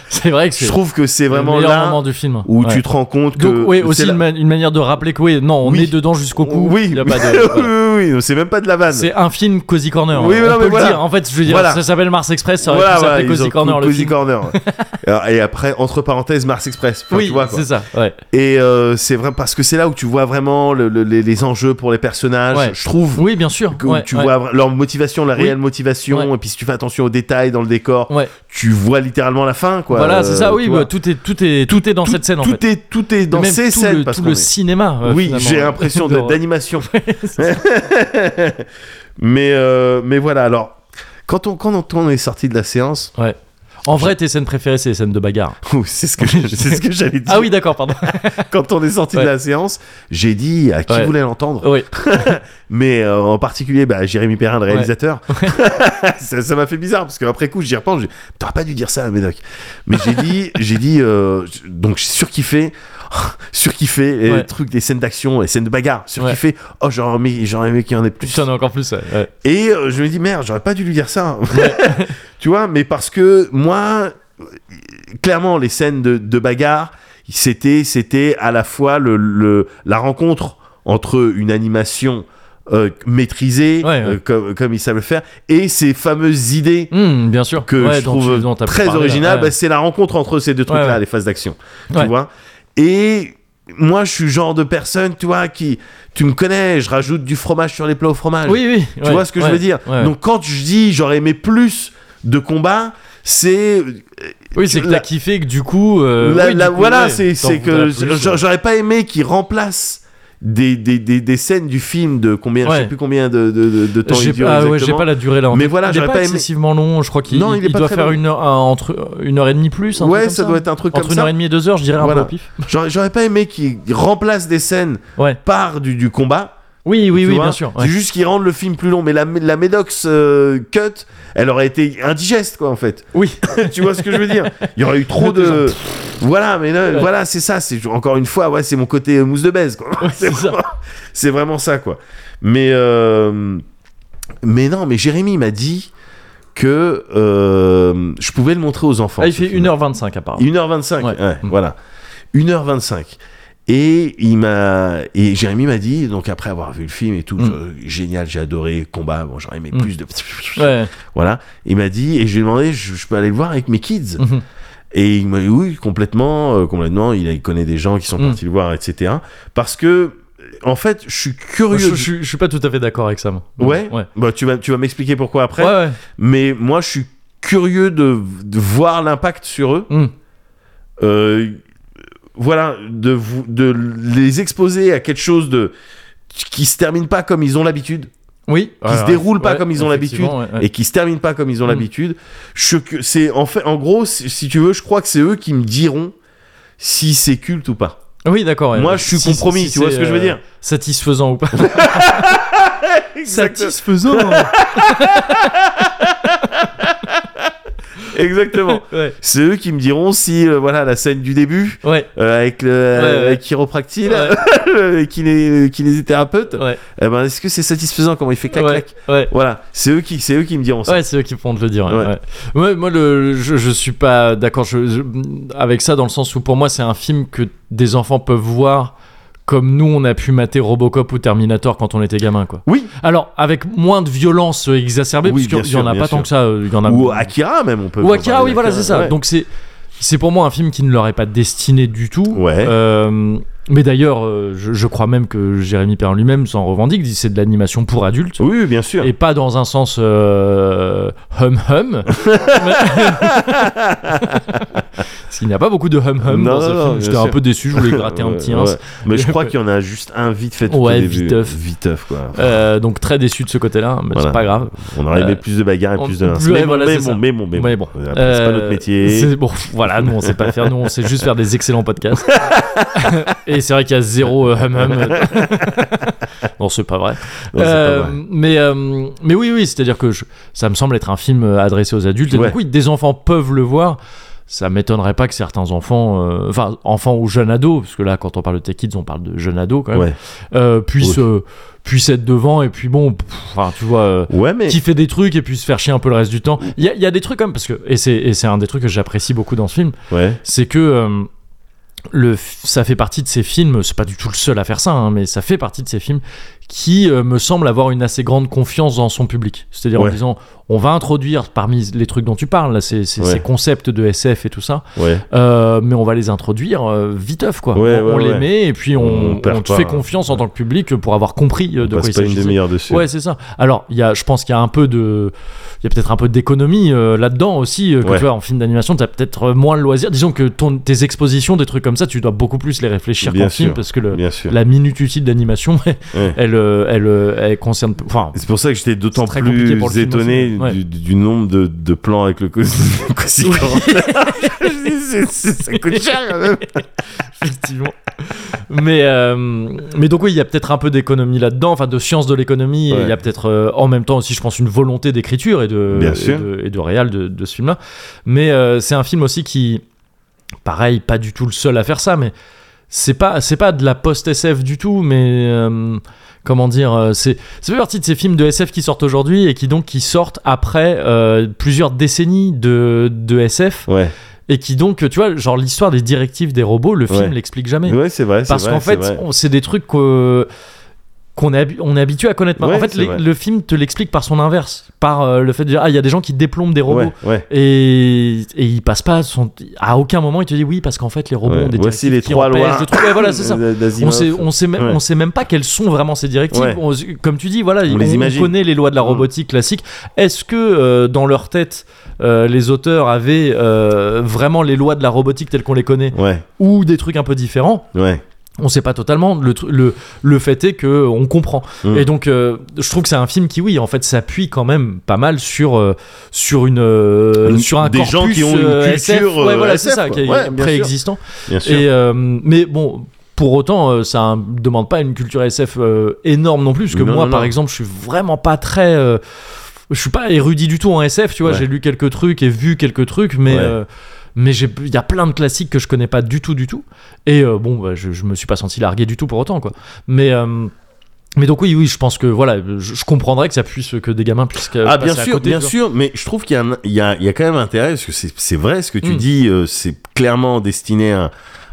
Speaker 1: C'est vrai que
Speaker 2: Je
Speaker 1: c'est
Speaker 2: trouve que c'est
Speaker 1: le
Speaker 2: vraiment
Speaker 1: meilleur
Speaker 2: là
Speaker 1: moment du film.
Speaker 2: où
Speaker 1: Ouais.
Speaker 2: tu te rends compte que
Speaker 1: Donc, oui,
Speaker 2: c'est
Speaker 1: aussi
Speaker 2: la-
Speaker 1: une, ma- une manière de rappeler que oui, non, on
Speaker 2: Oui.
Speaker 1: est dedans jusqu'au cou.
Speaker 2: Oui,
Speaker 1: il y a
Speaker 2: [laughs]
Speaker 1: pas de- voilà.
Speaker 2: oui, oui, oui, c'est même pas de la vanne.
Speaker 1: C'est un film Cozy Corner.
Speaker 2: Oui,
Speaker 1: hein.
Speaker 2: voilà,
Speaker 1: on
Speaker 2: mais
Speaker 1: peut le
Speaker 2: voilà.
Speaker 1: dire. En fait, je veux dire,
Speaker 2: Voilà.
Speaker 1: ça s'appelle Mars Express, ça aurait
Speaker 2: Voilà,
Speaker 1: pu
Speaker 2: voilà,
Speaker 1: s'appeler
Speaker 2: ils
Speaker 1: Cozy
Speaker 2: ont
Speaker 1: Corner
Speaker 2: pris
Speaker 1: le
Speaker 2: Cozy
Speaker 1: film.
Speaker 2: Corner.
Speaker 1: [laughs]
Speaker 2: Alors, et après, entre parenthèses, Mars Express. Enfin,
Speaker 1: oui,
Speaker 2: tu vois, quoi.
Speaker 1: c'est ça. Ouais.
Speaker 2: Et euh, c'est vrai parce que c'est là où tu vois vraiment le- le- les, les enjeux pour les personnages.
Speaker 1: Ouais.
Speaker 2: Je trouve
Speaker 1: Oui, bien sûr.
Speaker 2: que
Speaker 1: ouais,
Speaker 2: tu
Speaker 1: ouais.
Speaker 2: vois vra- leur motivation, la
Speaker 1: Oui.
Speaker 2: réelle motivation.
Speaker 1: Ouais.
Speaker 2: Et puis si tu fais attention aux détails dans le décor,
Speaker 1: Ouais.
Speaker 2: tu vois littéralement la fin. Quoi,
Speaker 1: voilà, c'est
Speaker 2: Euh,
Speaker 1: ça. Oui,
Speaker 2: tu
Speaker 1: bah,
Speaker 2: vois.
Speaker 1: tout est tout est tout est dans cette scène en
Speaker 2: tout
Speaker 1: fait.
Speaker 2: est tout est dans
Speaker 1: Même
Speaker 2: ces
Speaker 1: tout
Speaker 2: scènes
Speaker 1: le,
Speaker 2: parce
Speaker 1: tout
Speaker 2: qu'on
Speaker 1: le
Speaker 2: est-
Speaker 1: cinéma. euh,
Speaker 2: oui
Speaker 1: finalement,
Speaker 2: j'ai
Speaker 1: euh, [laughs]
Speaker 2: l'impression de-
Speaker 1: de-
Speaker 2: d'animation [laughs] mais euh, mais voilà alors quand on quand on est sorti de la séance [laughs]
Speaker 1: Ouais. En vrai, tes scènes préférées, c'est les scènes de bagarre.
Speaker 2: Ouh, c'est ce que je- c'est ce que j'allais dire.
Speaker 1: Ah oui, d'accord,
Speaker 2: [laughs]
Speaker 1: pardon.
Speaker 2: Quand on est sorti
Speaker 1: Ouais.
Speaker 2: de la séance, j'ai dit à qui
Speaker 1: Ouais.
Speaker 2: voulait l'entendre.
Speaker 1: oui.
Speaker 2: mais euh, en particulier bah, Jérémy Perrin le réalisateur [laughs] ça ça m'a fait bizarre parce qu'après coup j'y repense je dis, t'aurais pas dû dire ça Médoc mais j'ai dit j'ai dit euh, j- donc j'ai surkiffé [laughs] surkiffé les
Speaker 1: Ouais.
Speaker 2: trucs des scènes d'action les scènes de bagarre surkiffé oh j'aurais aimé j'aurais aimé qu'il y en ait plus
Speaker 1: Putain, non, encore plus. ouais, ouais.
Speaker 2: et euh, je me dis merde j'aurais pas dû lui dire ça [laughs] tu vois mais parce que moi euh, clairement les scènes de, de bagarre c'était c'était à la fois le, le- la rencontre entre une animation euh, maîtrisée
Speaker 1: Ouais, ouais.
Speaker 2: euh, comme, comme ils savent le faire et ces fameuses idées
Speaker 1: Hum, bien sûr.
Speaker 2: que
Speaker 1: Ouais,
Speaker 2: je
Speaker 1: dont tu-
Speaker 2: trouve
Speaker 1: dont t'as
Speaker 2: euh, très
Speaker 1: parlé, là.
Speaker 2: originales
Speaker 1: Ouais.
Speaker 2: bah, c'est la rencontre entre ces deux trucs là
Speaker 1: Ouais, ouais.
Speaker 2: les phases d'action
Speaker 1: Ouais.
Speaker 2: tu vois et moi je suis le genre de personne tu vois qui tu me connais je rajoute du fromage sur les plats au fromage
Speaker 1: Oui, oui.
Speaker 2: tu vois ce que je veux dire
Speaker 1: Donc,
Speaker 2: Donc quand je dis j'aurais aimé plus de combats, c'est
Speaker 1: oui, c'est que
Speaker 2: la-
Speaker 1: t'as kiffé que du coup. euh,
Speaker 2: la-
Speaker 1: oui, du
Speaker 2: la-
Speaker 1: coup,
Speaker 2: voilà,
Speaker 1: ouais,
Speaker 2: c'est
Speaker 1: t'en
Speaker 2: c'est
Speaker 1: voudrais
Speaker 2: que
Speaker 1: plus, ouais.
Speaker 2: j'a- j'aurais pas aimé qu'ils remplacent des, des, des, des scènes du film de combien je
Speaker 1: Ouais.
Speaker 2: sais plus combien de, de, de, de temps
Speaker 1: J'ai
Speaker 2: il dure
Speaker 1: ah ouais, j'ai
Speaker 2: exactement.
Speaker 1: pas la durée là. en
Speaker 2: Mais
Speaker 1: tête.
Speaker 2: voilà,
Speaker 1: il est
Speaker 2: j'aurais
Speaker 1: pas,
Speaker 2: pas aimé-
Speaker 1: excessivement long. Je crois qu'il
Speaker 2: Non, il est
Speaker 1: il
Speaker 2: pas
Speaker 1: doit
Speaker 2: très
Speaker 1: faire
Speaker 2: long.
Speaker 1: une heure, un- entre une heure et demie plus. un truc
Speaker 2: ouais,
Speaker 1: hein, comme
Speaker 2: ça doit être un truc
Speaker 1: entre
Speaker 2: comme
Speaker 1: une heure
Speaker 2: ça.
Speaker 1: et demie et deux heures, je dirais un peu
Speaker 2: Voilà.
Speaker 1: au pif.
Speaker 2: J'aurais j'aurais pas aimé qu'ils remplacent des scènes
Speaker 1: Ouais.
Speaker 2: par du, du combat.
Speaker 1: Oui, oui,
Speaker 2: tu
Speaker 1: oui,
Speaker 2: vois.
Speaker 1: bien sûr. ouais.
Speaker 2: C'est juste qu'ils rendent le film plus long. Mais la, la Médox euh, cut, elle aurait été indigeste, quoi, en fait.
Speaker 1: Oui. [laughs]
Speaker 2: tu vois ce que je veux dire Il y aurait eu trop de. Voilà, mais là, voilà, c'est ça. C'est encore une fois, ouais, c'est mon côté euh, mousse de baise. quoi.
Speaker 1: [laughs]
Speaker 2: c'est
Speaker 1: c'est ça.
Speaker 2: vraiment, c'est vraiment ça, quoi. Mais euh, mais non, mais Jérémy m'a dit que euh, je pouvais le montrer aux enfants.
Speaker 1: Ah, il
Speaker 2: ce
Speaker 1: fait
Speaker 2: film.
Speaker 1: 1h25 apparemment.
Speaker 2: 1h25,
Speaker 1: Ouais.
Speaker 2: ouais,
Speaker 1: Mm.
Speaker 2: voilà. 1h25. Et il m'a et Jérémy m'a dit donc après avoir vu le film et tout
Speaker 1: Mm.
Speaker 2: je- génial j'ai adoré combat bon j'aurais aimé
Speaker 1: Mm.
Speaker 2: plus de
Speaker 1: Ouais.
Speaker 2: voilà il m'a dit et je lui ai demandé je, je peux aller le voir avec mes kids
Speaker 1: Mhm.
Speaker 2: et il m'a dit oui, complètement, euh, complètement. Il, a- il connaît des gens qui sont
Speaker 1: Mm.
Speaker 2: partis le voir, etc. Parce que, en fait, je suis curieux.
Speaker 1: Je,
Speaker 2: du-
Speaker 1: je- je suis pas tout à fait d'accord avec ça. moi.
Speaker 2: Ouais.
Speaker 1: Ouais.
Speaker 2: Bah, tu vas, tu vas m'expliquer pourquoi après.
Speaker 1: Ouais, ouais.
Speaker 2: Mais moi, je suis curieux de, de voir l'impact sur eux.
Speaker 1: Mm.
Speaker 2: Euh, voilà, de, vous- de les exposer à quelque chose de qui se termine pas comme ils ont l'habitude
Speaker 1: Oui.
Speaker 2: Qui se
Speaker 1: Ouais,
Speaker 2: déroule pas
Speaker 1: ouais,
Speaker 2: comme ils ont l'habitude
Speaker 1: effectivement, ouais, ouais.
Speaker 2: et qui se termine pas comme ils ont
Speaker 1: Mm.
Speaker 2: l'habitude. Je que- c'est en fait en gros si si tu veux, je crois que c'est eux qui me diront si c'est culte ou pas.
Speaker 1: Oui, d'accord. ouais.
Speaker 2: Moi, je suis
Speaker 1: Si-
Speaker 2: compromis,
Speaker 1: si
Speaker 2: tu vois
Speaker 1: c'est,
Speaker 2: ce que je veux
Speaker 1: euh,
Speaker 2: dire
Speaker 1: Satisfaisant ou
Speaker 2: [laughs]
Speaker 1: pas Satisfaisant [laughs]
Speaker 2: Exactement.
Speaker 1: Ouais.
Speaker 2: C'est eux qui me diront si euh, voilà la scène du début
Speaker 1: Ouais,
Speaker 2: euh, avec le
Speaker 1: Ouais, ouais.
Speaker 2: avec chiropractile,
Speaker 1: Ouais.
Speaker 2: [laughs] le kiné- kinésithérapeute,
Speaker 1: ouais,
Speaker 2: eh ben, est-ce que c'est satisfaisant comment il fait clac
Speaker 1: ouais,
Speaker 2: clac
Speaker 1: ouais.
Speaker 2: Voilà, c'est eux qui c'est eux qui me diront ça.
Speaker 1: Ouais, c'est eux qui pourront te le dire. ouais,
Speaker 2: Ouais.
Speaker 1: ouais. Ouais, moi, le, je, je suis pas d'accord je- je- avec ça dans le sens où pour moi, c'est un film que des enfants peuvent voir comme nous, on a pu mater Robocop ou Terminator quand on était gamin, quoi.
Speaker 2: Oui,
Speaker 1: Alors, avec moins de violence euh, exacerbée,
Speaker 2: Oui,
Speaker 1: parce
Speaker 2: bien
Speaker 1: qu'il y en
Speaker 2: sûr,
Speaker 1: a
Speaker 2: bien
Speaker 1: pas
Speaker 2: sûr.
Speaker 1: tant que ça. euh, Il y en a
Speaker 2: ou Akira même on peut.
Speaker 1: Ou Akira,
Speaker 2: on
Speaker 1: oui,
Speaker 2: peut
Speaker 1: voilà,
Speaker 2: parler d'Akira,
Speaker 1: c'est ça.
Speaker 2: ouais.
Speaker 1: Donc c'est c'est pour moi un film qui ne leur est pas destiné du tout.
Speaker 2: Ouais.
Speaker 1: Euh, mais d'ailleurs, euh, je, je crois même que Jérémy Perrin lui-même s'en revendique, dit que c'est de l'animation pour adultes.
Speaker 2: oui, bien
Speaker 1: [laughs]
Speaker 2: sûr.
Speaker 1: Et pas dans un sens euh, hum
Speaker 2: [laughs]
Speaker 1: hum. Parce qu'il n'y a pas beaucoup de hum hum
Speaker 2: Non,
Speaker 1: dans ce
Speaker 2: non, non,
Speaker 1: film.
Speaker 2: bien
Speaker 1: J'étais un
Speaker 2: sûr.
Speaker 1: peu déçu, je voulais gratter un petit
Speaker 2: Ouais,
Speaker 1: ins.
Speaker 2: ouais. Mais
Speaker 1: [laughs]
Speaker 2: je crois qu'il y en a juste un vite fait tout
Speaker 1: Ouais,
Speaker 2: au début.
Speaker 1: viteuf.
Speaker 2: Viteuf, quoi.
Speaker 1: Euh, donc très déçu de ce côté-là, mais
Speaker 2: Voilà.
Speaker 1: c'est pas grave.
Speaker 2: On aurait aimé
Speaker 1: euh,
Speaker 2: plus de bagarres et plus de
Speaker 1: on-
Speaker 2: lince.
Speaker 1: ouais,
Speaker 2: Mais, bon,
Speaker 1: voilà,
Speaker 2: mais,
Speaker 1: c'est
Speaker 2: bon,
Speaker 1: ça.
Speaker 2: mais bon, mais bon,
Speaker 1: Mais bon,
Speaker 2: Après, c'est pas
Speaker 1: euh,
Speaker 2: notre métier.
Speaker 1: c'est- bon, [laughs] voilà, nous on sait pas faire, nous on sait juste faire des excellents podcasts.
Speaker 2: [laughs]
Speaker 1: Et c'est vrai qu'il y a zéro euh, hum hum. non, c'est pas vrai.
Speaker 2: Non, c'est
Speaker 1: Euh,
Speaker 2: pas vrai.
Speaker 1: Mais, euh, mais oui, oui, c'est-à-dire que je- ça me semble être un film euh, adressé aux adultes. Et
Speaker 2: Ouais.
Speaker 1: donc, oui, des enfants peuvent le voir. Ça m'étonnerait pas que certains enfants, euh, enfin, enfants ou jeunes ados, parce que là, quand on parle de Tech Kids, on parle de jeunes ados quand même,
Speaker 2: Ouais.
Speaker 1: euh, puissent, euh, puissent être devant et puis bon, pff, enfin, tu vois. euh,
Speaker 2: Ouais, mais.
Speaker 1: qui fait des trucs et puis se faire chier un peu le reste du temps. Il y a, il y a des trucs comme parce que et c'est et c'est un des trucs que j'apprécie beaucoup dans ce film,
Speaker 2: Ouais.
Speaker 1: c'est que euh, le f- ça fait partie de ces films. C'est pas du tout le seul à faire ça, hein, mais ça fait partie de ces films qui euh, me semble avoir une assez grande confiance dans son public. C'est-à-dire
Speaker 2: Ouais.
Speaker 1: en disant on va introduire parmi les trucs dont tu parles, là, ces, ces-
Speaker 2: Ouais.
Speaker 1: ces concepts de SF et tout ça,
Speaker 2: Ouais.
Speaker 1: euh, mais on va les introduire euh, viteuf quoi.
Speaker 2: Ouais,
Speaker 1: on
Speaker 2: ouais,
Speaker 1: on les
Speaker 2: ouais.
Speaker 1: met et puis
Speaker 2: On
Speaker 1: on,
Speaker 2: perd
Speaker 1: on te
Speaker 2: pas,
Speaker 1: fait
Speaker 2: hein.
Speaker 1: confiance en tant que public pour avoir compris euh,
Speaker 2: On
Speaker 1: de quoi
Speaker 2: passe
Speaker 1: il
Speaker 2: Bah, pas une
Speaker 1: s'agissait.
Speaker 2: demi-heure dessus.
Speaker 1: Ouais, c'est ça. Alors, il y a, je pense qu'il y a un peu de, il y a peut-être un peu d'économie euh, là-dedans aussi. euh, que
Speaker 2: Ouais.
Speaker 1: tu vois, en film d'animation, t'as peut-être euh, moins le loisir. Disons que ton, tes expositions, des trucs comme comme ça, tu dois beaucoup plus les réfléchir
Speaker 2: Bien
Speaker 1: qu'en film
Speaker 2: sûr.
Speaker 1: parce que le-
Speaker 2: Bien sûr.
Speaker 1: la minutitude d'animation, [laughs]
Speaker 2: Ouais.
Speaker 1: elle, euh, elle, euh, elle concerne. Enfin,
Speaker 2: C'est pour ça que j'étais d'autant
Speaker 1: très compliqué
Speaker 2: plus
Speaker 1: pour le film
Speaker 2: étonné
Speaker 1: aussi. Ouais.
Speaker 2: du, du nombre de, de plans avec [laughs] le cosy [laughs] Ça coûte cher quand même.
Speaker 1: [laughs] effectivement. mais, euh, mais donc oui, il y a peut-être un peu d'économie là-dedans, enfin de science de l'économie, et
Speaker 2: Ouais.
Speaker 1: il y a peut-être euh, en même temps aussi, je pense, une volonté d'écriture et de,
Speaker 2: Bien
Speaker 1: et
Speaker 2: sûr.
Speaker 1: de, et de réal de, de ce film-là. Mais euh, c'est un film aussi qui, pareil, pas du tout le seul à faire ça, mais c'est pas, c'est pas de la post-SF du tout, mais... euh, Comment dire, euh, c'est ça fait partie de ces films de SF qui sortent aujourd'hui et qui donc qui sortent après euh, plusieurs décennies de, de SF
Speaker 2: Ouais,
Speaker 1: et qui donc tu vois genre l'histoire des directives des robots le film
Speaker 2: Ouais.
Speaker 1: l'explique jamais
Speaker 2: ouais c'est vrai. c'est
Speaker 1: parce
Speaker 2: vrai,
Speaker 1: qu'en
Speaker 2: c'est
Speaker 1: fait
Speaker 2: vrai.
Speaker 1: on- c'est des trucs que- qu'on est, habi- on est habitué à connaître maintenant.
Speaker 2: Ouais,
Speaker 1: en fait
Speaker 2: c'est
Speaker 1: les-
Speaker 2: vrai.
Speaker 1: le film te l'explique par son inverse par euh, le fait de dire ah il y a des gens qui déplombent des robots
Speaker 2: Ouais, ouais.
Speaker 1: Et, et il passe pas son... à aucun moment il te dit oui parce qu'en fait les robots
Speaker 2: Ouais.
Speaker 1: ont des
Speaker 2: Voici
Speaker 1: directives
Speaker 2: les
Speaker 1: qui
Speaker 2: trois
Speaker 1: empêchent
Speaker 2: lois
Speaker 1: de trouver- Ouais,
Speaker 2: [laughs]
Speaker 1: voilà c'est ça
Speaker 2: d'Asimov.
Speaker 1: on sait, on, sait même,
Speaker 2: Ouais.
Speaker 1: on sait même pas quelles sont vraiment ces directives.
Speaker 2: Ouais.
Speaker 1: On- comme tu dis, voilà,
Speaker 2: On
Speaker 1: on,
Speaker 2: les
Speaker 1: on
Speaker 2: imagine. Mm.
Speaker 1: connaît les lois de la robotique classique. Est-ce que euh, dans leur tête, euh, les auteurs avaient euh, vraiment les lois de la robotique telles qu'on les connaît
Speaker 2: Ouais,
Speaker 1: ou des trucs un peu différents
Speaker 2: ouais.
Speaker 1: on sait pas totalement. Le, tru- le, le fait est que euh, on comprend.
Speaker 2: Mm.
Speaker 1: Et donc, euh, je trouve que c'est un film qui, oui, en fait, s'appuie quand même pas mal sur euh, sur une euh,
Speaker 2: Une-
Speaker 1: sur un
Speaker 2: des
Speaker 1: corpus,
Speaker 2: gens qui ont une
Speaker 1: euh,
Speaker 2: culture,
Speaker 1: SF. Ouais,
Speaker 2: euh,
Speaker 1: voilà,
Speaker 2: SF,
Speaker 1: c'est ça,
Speaker 2: quoi.
Speaker 1: qui est
Speaker 2: Ouais, bien sûr.
Speaker 1: préexistant.
Speaker 2: Bien sûr.
Speaker 1: Et, euh, mais bon, pour autant, euh, ça ne demande pas une culture SF euh, énorme non plus, parce que
Speaker 2: Non,
Speaker 1: moi,
Speaker 2: non,
Speaker 1: par
Speaker 2: non.
Speaker 1: exemple, je suis vraiment pas très. euh, je suis pas érudit du tout en SF, tu vois.
Speaker 2: Ouais.
Speaker 1: J'ai lu quelques trucs et vu quelques trucs, mais.
Speaker 2: Ouais.
Speaker 1: euh, mais j'ai- il y a plein de classiques que je connais pas du tout, du tout. Et euh, bon, bah, je, je me suis pas senti largué du tout pour autant, quoi. Mais, euh, mais donc, oui, oui, je pense que voilà, je, je comprendrais que ça puisse que des gamins puissent. euh,
Speaker 2: Ah bien
Speaker 1: passer à
Speaker 2: sûr,
Speaker 1: côté,
Speaker 2: bien
Speaker 1: tu vois.
Speaker 2: sûr, mais je trouve qu'il y, a un- il y a, il y a quand même intérêt, parce que c'est c'est vrai ce que tu
Speaker 1: Mm.
Speaker 2: dis, euh, c'est clairement destiné à,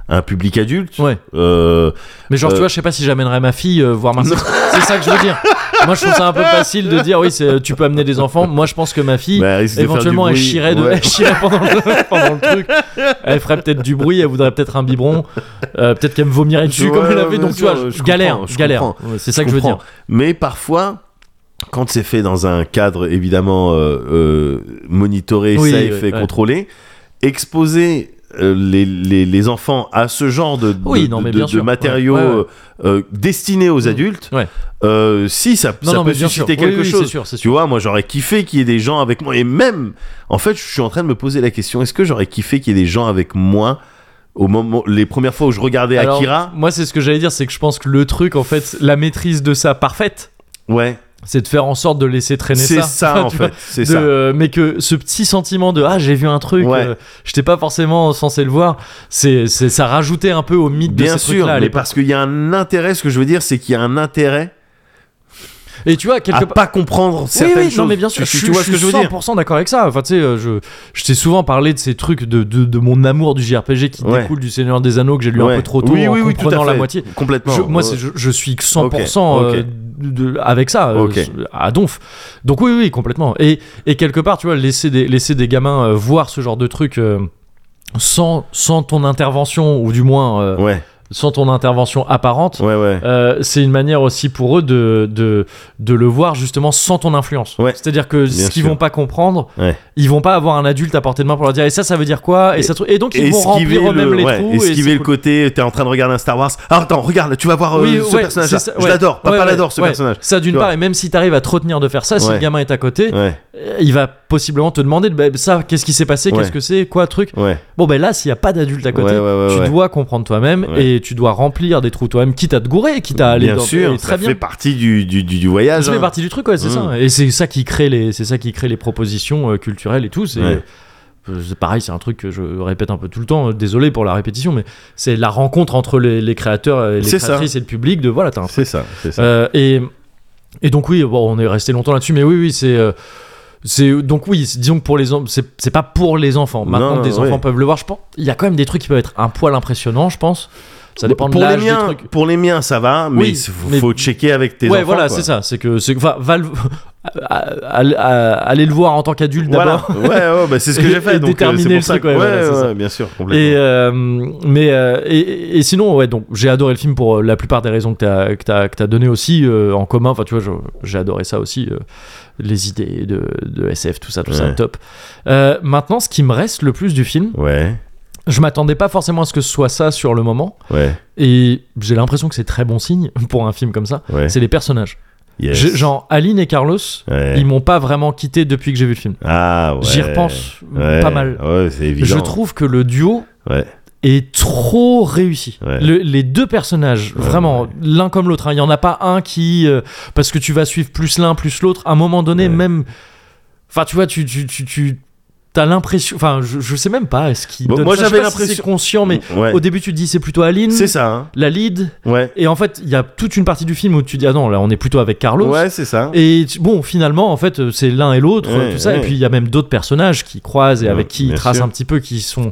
Speaker 2: à un public adulte.
Speaker 1: Ouais.
Speaker 2: Euh,
Speaker 1: Mais genre,
Speaker 2: Euh,
Speaker 1: tu vois, je sais pas si j'amènerais ma fille euh, voir Marseille. C'est ça que je veux dire. Moi, je trouve ça un
Speaker 2: [laughs]
Speaker 1: peu facile de dire oui, c'est- euh, tu peux amener des enfants. Moi, je pense que ma fille,
Speaker 2: bah, elle risque de faire du
Speaker 1: éventuellement, elle
Speaker 2: bruit.
Speaker 1: chierait, de,
Speaker 2: Ouais.
Speaker 1: elle chierait pendant, le, pendant le truc. Elle ferait peut-être du bruit, elle voudrait peut-être un biberon. Euh, peut-être qu'elle me vomirait dessus
Speaker 2: Ouais,
Speaker 1: comme elle
Speaker 2: ouais,
Speaker 1: avait.
Speaker 2: bien
Speaker 1: Donc, tu
Speaker 2: sûr,
Speaker 1: vois,
Speaker 2: euh,
Speaker 1: je
Speaker 2: je
Speaker 1: galère.
Speaker 2: comprends, je
Speaker 1: galère.
Speaker 2: comprends.
Speaker 1: Ouais, [laughs] C'est ça que je veux dire.
Speaker 2: comprends. Mais parfois, quand c'est fait dans un cadre évidemment euh, euh, monitoré,
Speaker 1: Oui,
Speaker 2: safe
Speaker 1: ouais,
Speaker 2: et
Speaker 1: ouais.
Speaker 2: contrôlé, exposer euh, les, les, les enfants à ce genre de, de-
Speaker 1: Oui, non,
Speaker 2: de-
Speaker 1: mais
Speaker 2: de-
Speaker 1: bien
Speaker 2: de
Speaker 1: sûr.
Speaker 2: matériaux
Speaker 1: Ouais, ouais, ouais. Mmh.
Speaker 2: euh, euh, destinés aux adultes,
Speaker 1: Ouais.
Speaker 2: euh, si ça,
Speaker 1: Non,
Speaker 2: ça
Speaker 1: non,
Speaker 2: peut
Speaker 1: mais bien sûr.
Speaker 2: susciter
Speaker 1: Oui,
Speaker 2: quelque
Speaker 1: oui,
Speaker 2: chose.
Speaker 1: C'est sûr, c'est
Speaker 2: Tu
Speaker 1: sûr.
Speaker 2: vois, moi j'aurais kiffé qu'il y ait des gens avec moi. Et même, en fait, je suis en train de me poser la question est-ce que j'aurais kiffé qu'il y ait des gens avec moi au moment, les premières fois où je regardais
Speaker 1: Alors,
Speaker 2: Akira
Speaker 1: moi, c'est ce que j'allais dire, c'est que je pense que le truc, en fait, la maîtrise de ça parfaite,
Speaker 2: Ouais,
Speaker 1: c'est de faire en sorte de laisser traîner ça.
Speaker 2: c'est ça en
Speaker 1: [laughs] Tu vois,
Speaker 2: fait. C'est
Speaker 1: de-
Speaker 2: ça.
Speaker 1: euh, mais que ce petit sentiment de ah j'ai vu un truc
Speaker 2: Ouais.
Speaker 1: euh, j'étais pas forcément censé le voir c'est c'est- ça rajoutait un peu au mythe
Speaker 2: Bien
Speaker 1: de ces trucs
Speaker 2: sûr,
Speaker 1: là
Speaker 2: mais parce qu'il y a un intérêt, ce que je veux dire, c'est qu'il y a un intérêt
Speaker 1: et tu vois quelque
Speaker 2: à
Speaker 1: part
Speaker 2: pas comprendre
Speaker 1: oui,
Speaker 2: certaines
Speaker 1: oui,
Speaker 2: choses.
Speaker 1: non mais bien sûr,
Speaker 2: Tu- tu,
Speaker 1: je,
Speaker 2: tu vois
Speaker 1: je
Speaker 2: ce que je
Speaker 1: suis
Speaker 2: veux dire
Speaker 1: 100% d'accord avec ça. Enfin, tu sais, euh, je, je t'ai souvent parlé de ces trucs de, de, de mon amour du JRPG qui
Speaker 2: Ouais.
Speaker 1: découle du Seigneur des Anneaux que j'ai lu
Speaker 2: Ouais.
Speaker 1: un peu trop tôt
Speaker 2: oui,
Speaker 1: en
Speaker 2: oui, oui, tout à
Speaker 1: comprenant la
Speaker 2: fait.
Speaker 1: moitié.
Speaker 2: Complètement.
Speaker 1: Je- moi, c'est-
Speaker 2: Ouais.
Speaker 1: je, je suis que 100%
Speaker 2: euh, Ok,
Speaker 1: euh,
Speaker 2: ok.
Speaker 1: de- de- avec ça, euh,
Speaker 2: Ok.
Speaker 1: à donf. Donc oui, oui, complètement. Et, et quelque part, tu vois, laisser des, laisser des gamins euh, voir ce genre de truc euh, sans, sans ton intervention, ou du moins euh,
Speaker 2: Ouais,
Speaker 1: sans ton intervention apparente,
Speaker 2: ouais, ouais.
Speaker 1: euh, c'est une manière aussi pour eux de, de, de le voir justement sans ton influence.
Speaker 2: Ouais.
Speaker 1: C'est-à-dire que ce qu'ils
Speaker 2: sûr.
Speaker 1: vont pas comprendre,
Speaker 2: Ouais.
Speaker 1: ils vont pas avoir un adulte à portée de main pour leur dire et ça, ça veut dire quoi et,
Speaker 2: Et-
Speaker 1: ça, et donc ils vont
Speaker 2: esquiver
Speaker 1: remplir eux-mêmes
Speaker 2: le,
Speaker 1: les
Speaker 2: ouais,
Speaker 1: trous. et
Speaker 2: esquiver
Speaker 1: c'est
Speaker 2: le
Speaker 1: cool.
Speaker 2: côté, t'es en train de regarder un Star Wars. Ah, attends, regarde, tu vas voir euh,
Speaker 1: Oui,
Speaker 2: ce
Speaker 1: ouais,
Speaker 2: personnage.
Speaker 1: c'est ça,
Speaker 2: Je
Speaker 1: ouais.
Speaker 2: l'adore, papa
Speaker 1: Ouais, ouais,
Speaker 2: l'adore ce
Speaker 1: ouais.
Speaker 2: personnage.
Speaker 1: Ça d'une
Speaker 2: Tu
Speaker 1: part,
Speaker 2: vois.
Speaker 1: et même si t'arrives à te retenir de faire ça, si
Speaker 2: Ouais.
Speaker 1: le gamin est à côté,
Speaker 2: Ouais,
Speaker 1: euh, il va possiblement te demander bah, ça, qu'est-ce qui s'est passé,
Speaker 2: Ouais.
Speaker 1: qu'est-ce que c'est, quoi truc.
Speaker 2: ouais,
Speaker 1: Bon ben là, s'il n'y a pas d'adulte à côté,
Speaker 2: Ouais, ouais, ouais,
Speaker 1: tu
Speaker 2: ouais.
Speaker 1: dois comprendre toi-même
Speaker 2: Ouais.
Speaker 1: et tu dois remplir des trous toi-même, quitte à te gourer, quitte à aller
Speaker 2: bien
Speaker 1: dans
Speaker 2: sûr,
Speaker 1: et
Speaker 2: ça
Speaker 1: très bien.
Speaker 2: fait partie du, du, du, du voyage.
Speaker 1: Ça
Speaker 2: hein.
Speaker 1: fait partie du truc, ouais, c'est
Speaker 2: Mm.
Speaker 1: ça. Et c'est ça qui crée les, c'est ça qui crée les propositions euh, culturelles et tout. C'est
Speaker 2: Ouais.
Speaker 1: euh, c'est pareil, c'est un truc que je répète un peu tout le temps. euh, Désolé pour la répétition, mais c'est la rencontre entre les, les créateurs, euh, et les
Speaker 2: C'est ça.
Speaker 1: créatrices et le public. De voilà, t'as un
Speaker 2: C'est ça, c'est ça.
Speaker 1: euh, et, et donc oui, bon, on est resté longtemps là-dessus, mais oui, oui, c'est... euh, c'est donc oui, c'est- disons que pour les en- c'est c'est pas pour les enfants. Maintenant,
Speaker 2: Non,
Speaker 1: des
Speaker 2: ouais.
Speaker 1: enfants peuvent le voir. Je pense, il y a quand même des trucs qui peuvent être un poil impressionnants, je pense. Ça dépend
Speaker 2: pour
Speaker 1: de
Speaker 2: les
Speaker 1: l'âge des
Speaker 2: miens,
Speaker 1: trucs.
Speaker 2: pour les miens, ça va, mais
Speaker 1: Oui,
Speaker 2: il faut,
Speaker 1: mais-
Speaker 2: faut checker avec tes
Speaker 1: ouais,
Speaker 2: enfants.
Speaker 1: voilà,
Speaker 2: quoi.
Speaker 1: c'est ça. C'est que, c'est que- enfin, va le- [laughs] à- à- à- aller le voir en tant qu'adulte
Speaker 2: Voilà.
Speaker 1: d'abord.
Speaker 2: ouais, ouais, bah, c'est ce que
Speaker 1: Et-
Speaker 2: j'ai
Speaker 1: et
Speaker 2: fait. Donc, euh,
Speaker 1: déterminer
Speaker 2: c'est
Speaker 1: le
Speaker 2: pour ça
Speaker 1: truc,
Speaker 2: que-
Speaker 1: ouais, voilà, c'est ça.
Speaker 2: ouais, bien sûr, complètement.
Speaker 1: Et euh, mais euh, et, et sinon ouais donc j'ai adoré le film pour euh, la plupart des raisons que t'as que t'as que t'as donné aussi euh, en commun enfin tu vois je- j'ai adoré ça aussi euh, les idées de, de SF tout ça tout ça
Speaker 2: Ouais.
Speaker 1: top Euh, maintenant ce qui me reste le plus du film
Speaker 2: Ouais.
Speaker 1: Je m'attendais pas forcément à ce que ce soit ça sur le moment.
Speaker 2: Ouais,
Speaker 1: Et j'ai l'impression que c'est très bon signe [laughs] pour un film comme ça.
Speaker 2: ouais.
Speaker 1: C'est les personnages.
Speaker 2: Yes.
Speaker 1: J'ai- Genre, Aline et Carlos,
Speaker 2: Ouais.
Speaker 1: ils m'ont pas vraiment quitté depuis que j'ai vu le film.
Speaker 2: Ah ouais.
Speaker 1: J'y repense
Speaker 2: Ouais.
Speaker 1: pas mal.
Speaker 2: Ouais, c'est évident.
Speaker 1: Je trouve que le duo
Speaker 2: Ouais.
Speaker 1: est trop réussi.
Speaker 2: Ouais.
Speaker 1: Le- les deux personnages,
Speaker 2: Ouais,
Speaker 1: vraiment,
Speaker 2: ouais.
Speaker 1: l'un comme l'autre. hein. Il n'y en a pas un qui. euh, parce que tu vas suivre plus l'un, plus l'autre. À un moment donné,
Speaker 2: Ouais.
Speaker 1: même. Enfin, tu vois, tu. tu, tu, tu T'as l'impression, enfin, je, je sais même pas. Est-ce qu'il
Speaker 2: Bon,
Speaker 1: donne
Speaker 2: moi,
Speaker 1: ça. Je sais
Speaker 2: j'avais
Speaker 1: pas si
Speaker 2: l'impression-
Speaker 1: c'est conscient, mais
Speaker 2: Ouais.
Speaker 1: au début tu te dis c'est plutôt Aline,
Speaker 2: C'est ça. Hein.
Speaker 1: la lead,
Speaker 2: Ouais.
Speaker 1: et en fait il y a toute une partie du film où tu dis ah non là on est plutôt avec Carlos.
Speaker 2: Ouais, c'est ça.
Speaker 1: Et tu- bon, finalement, en fait, euh, c'est l'un et l'autre,
Speaker 2: Ouais,
Speaker 1: euh, tout ça.
Speaker 2: ouais.
Speaker 1: Et puis, il y a même d'autres personnages qui croisent et
Speaker 2: Ouais,
Speaker 1: avec qui ils
Speaker 2: bien
Speaker 1: tracent
Speaker 2: sûr.
Speaker 1: un petit peu, qui sont. euh,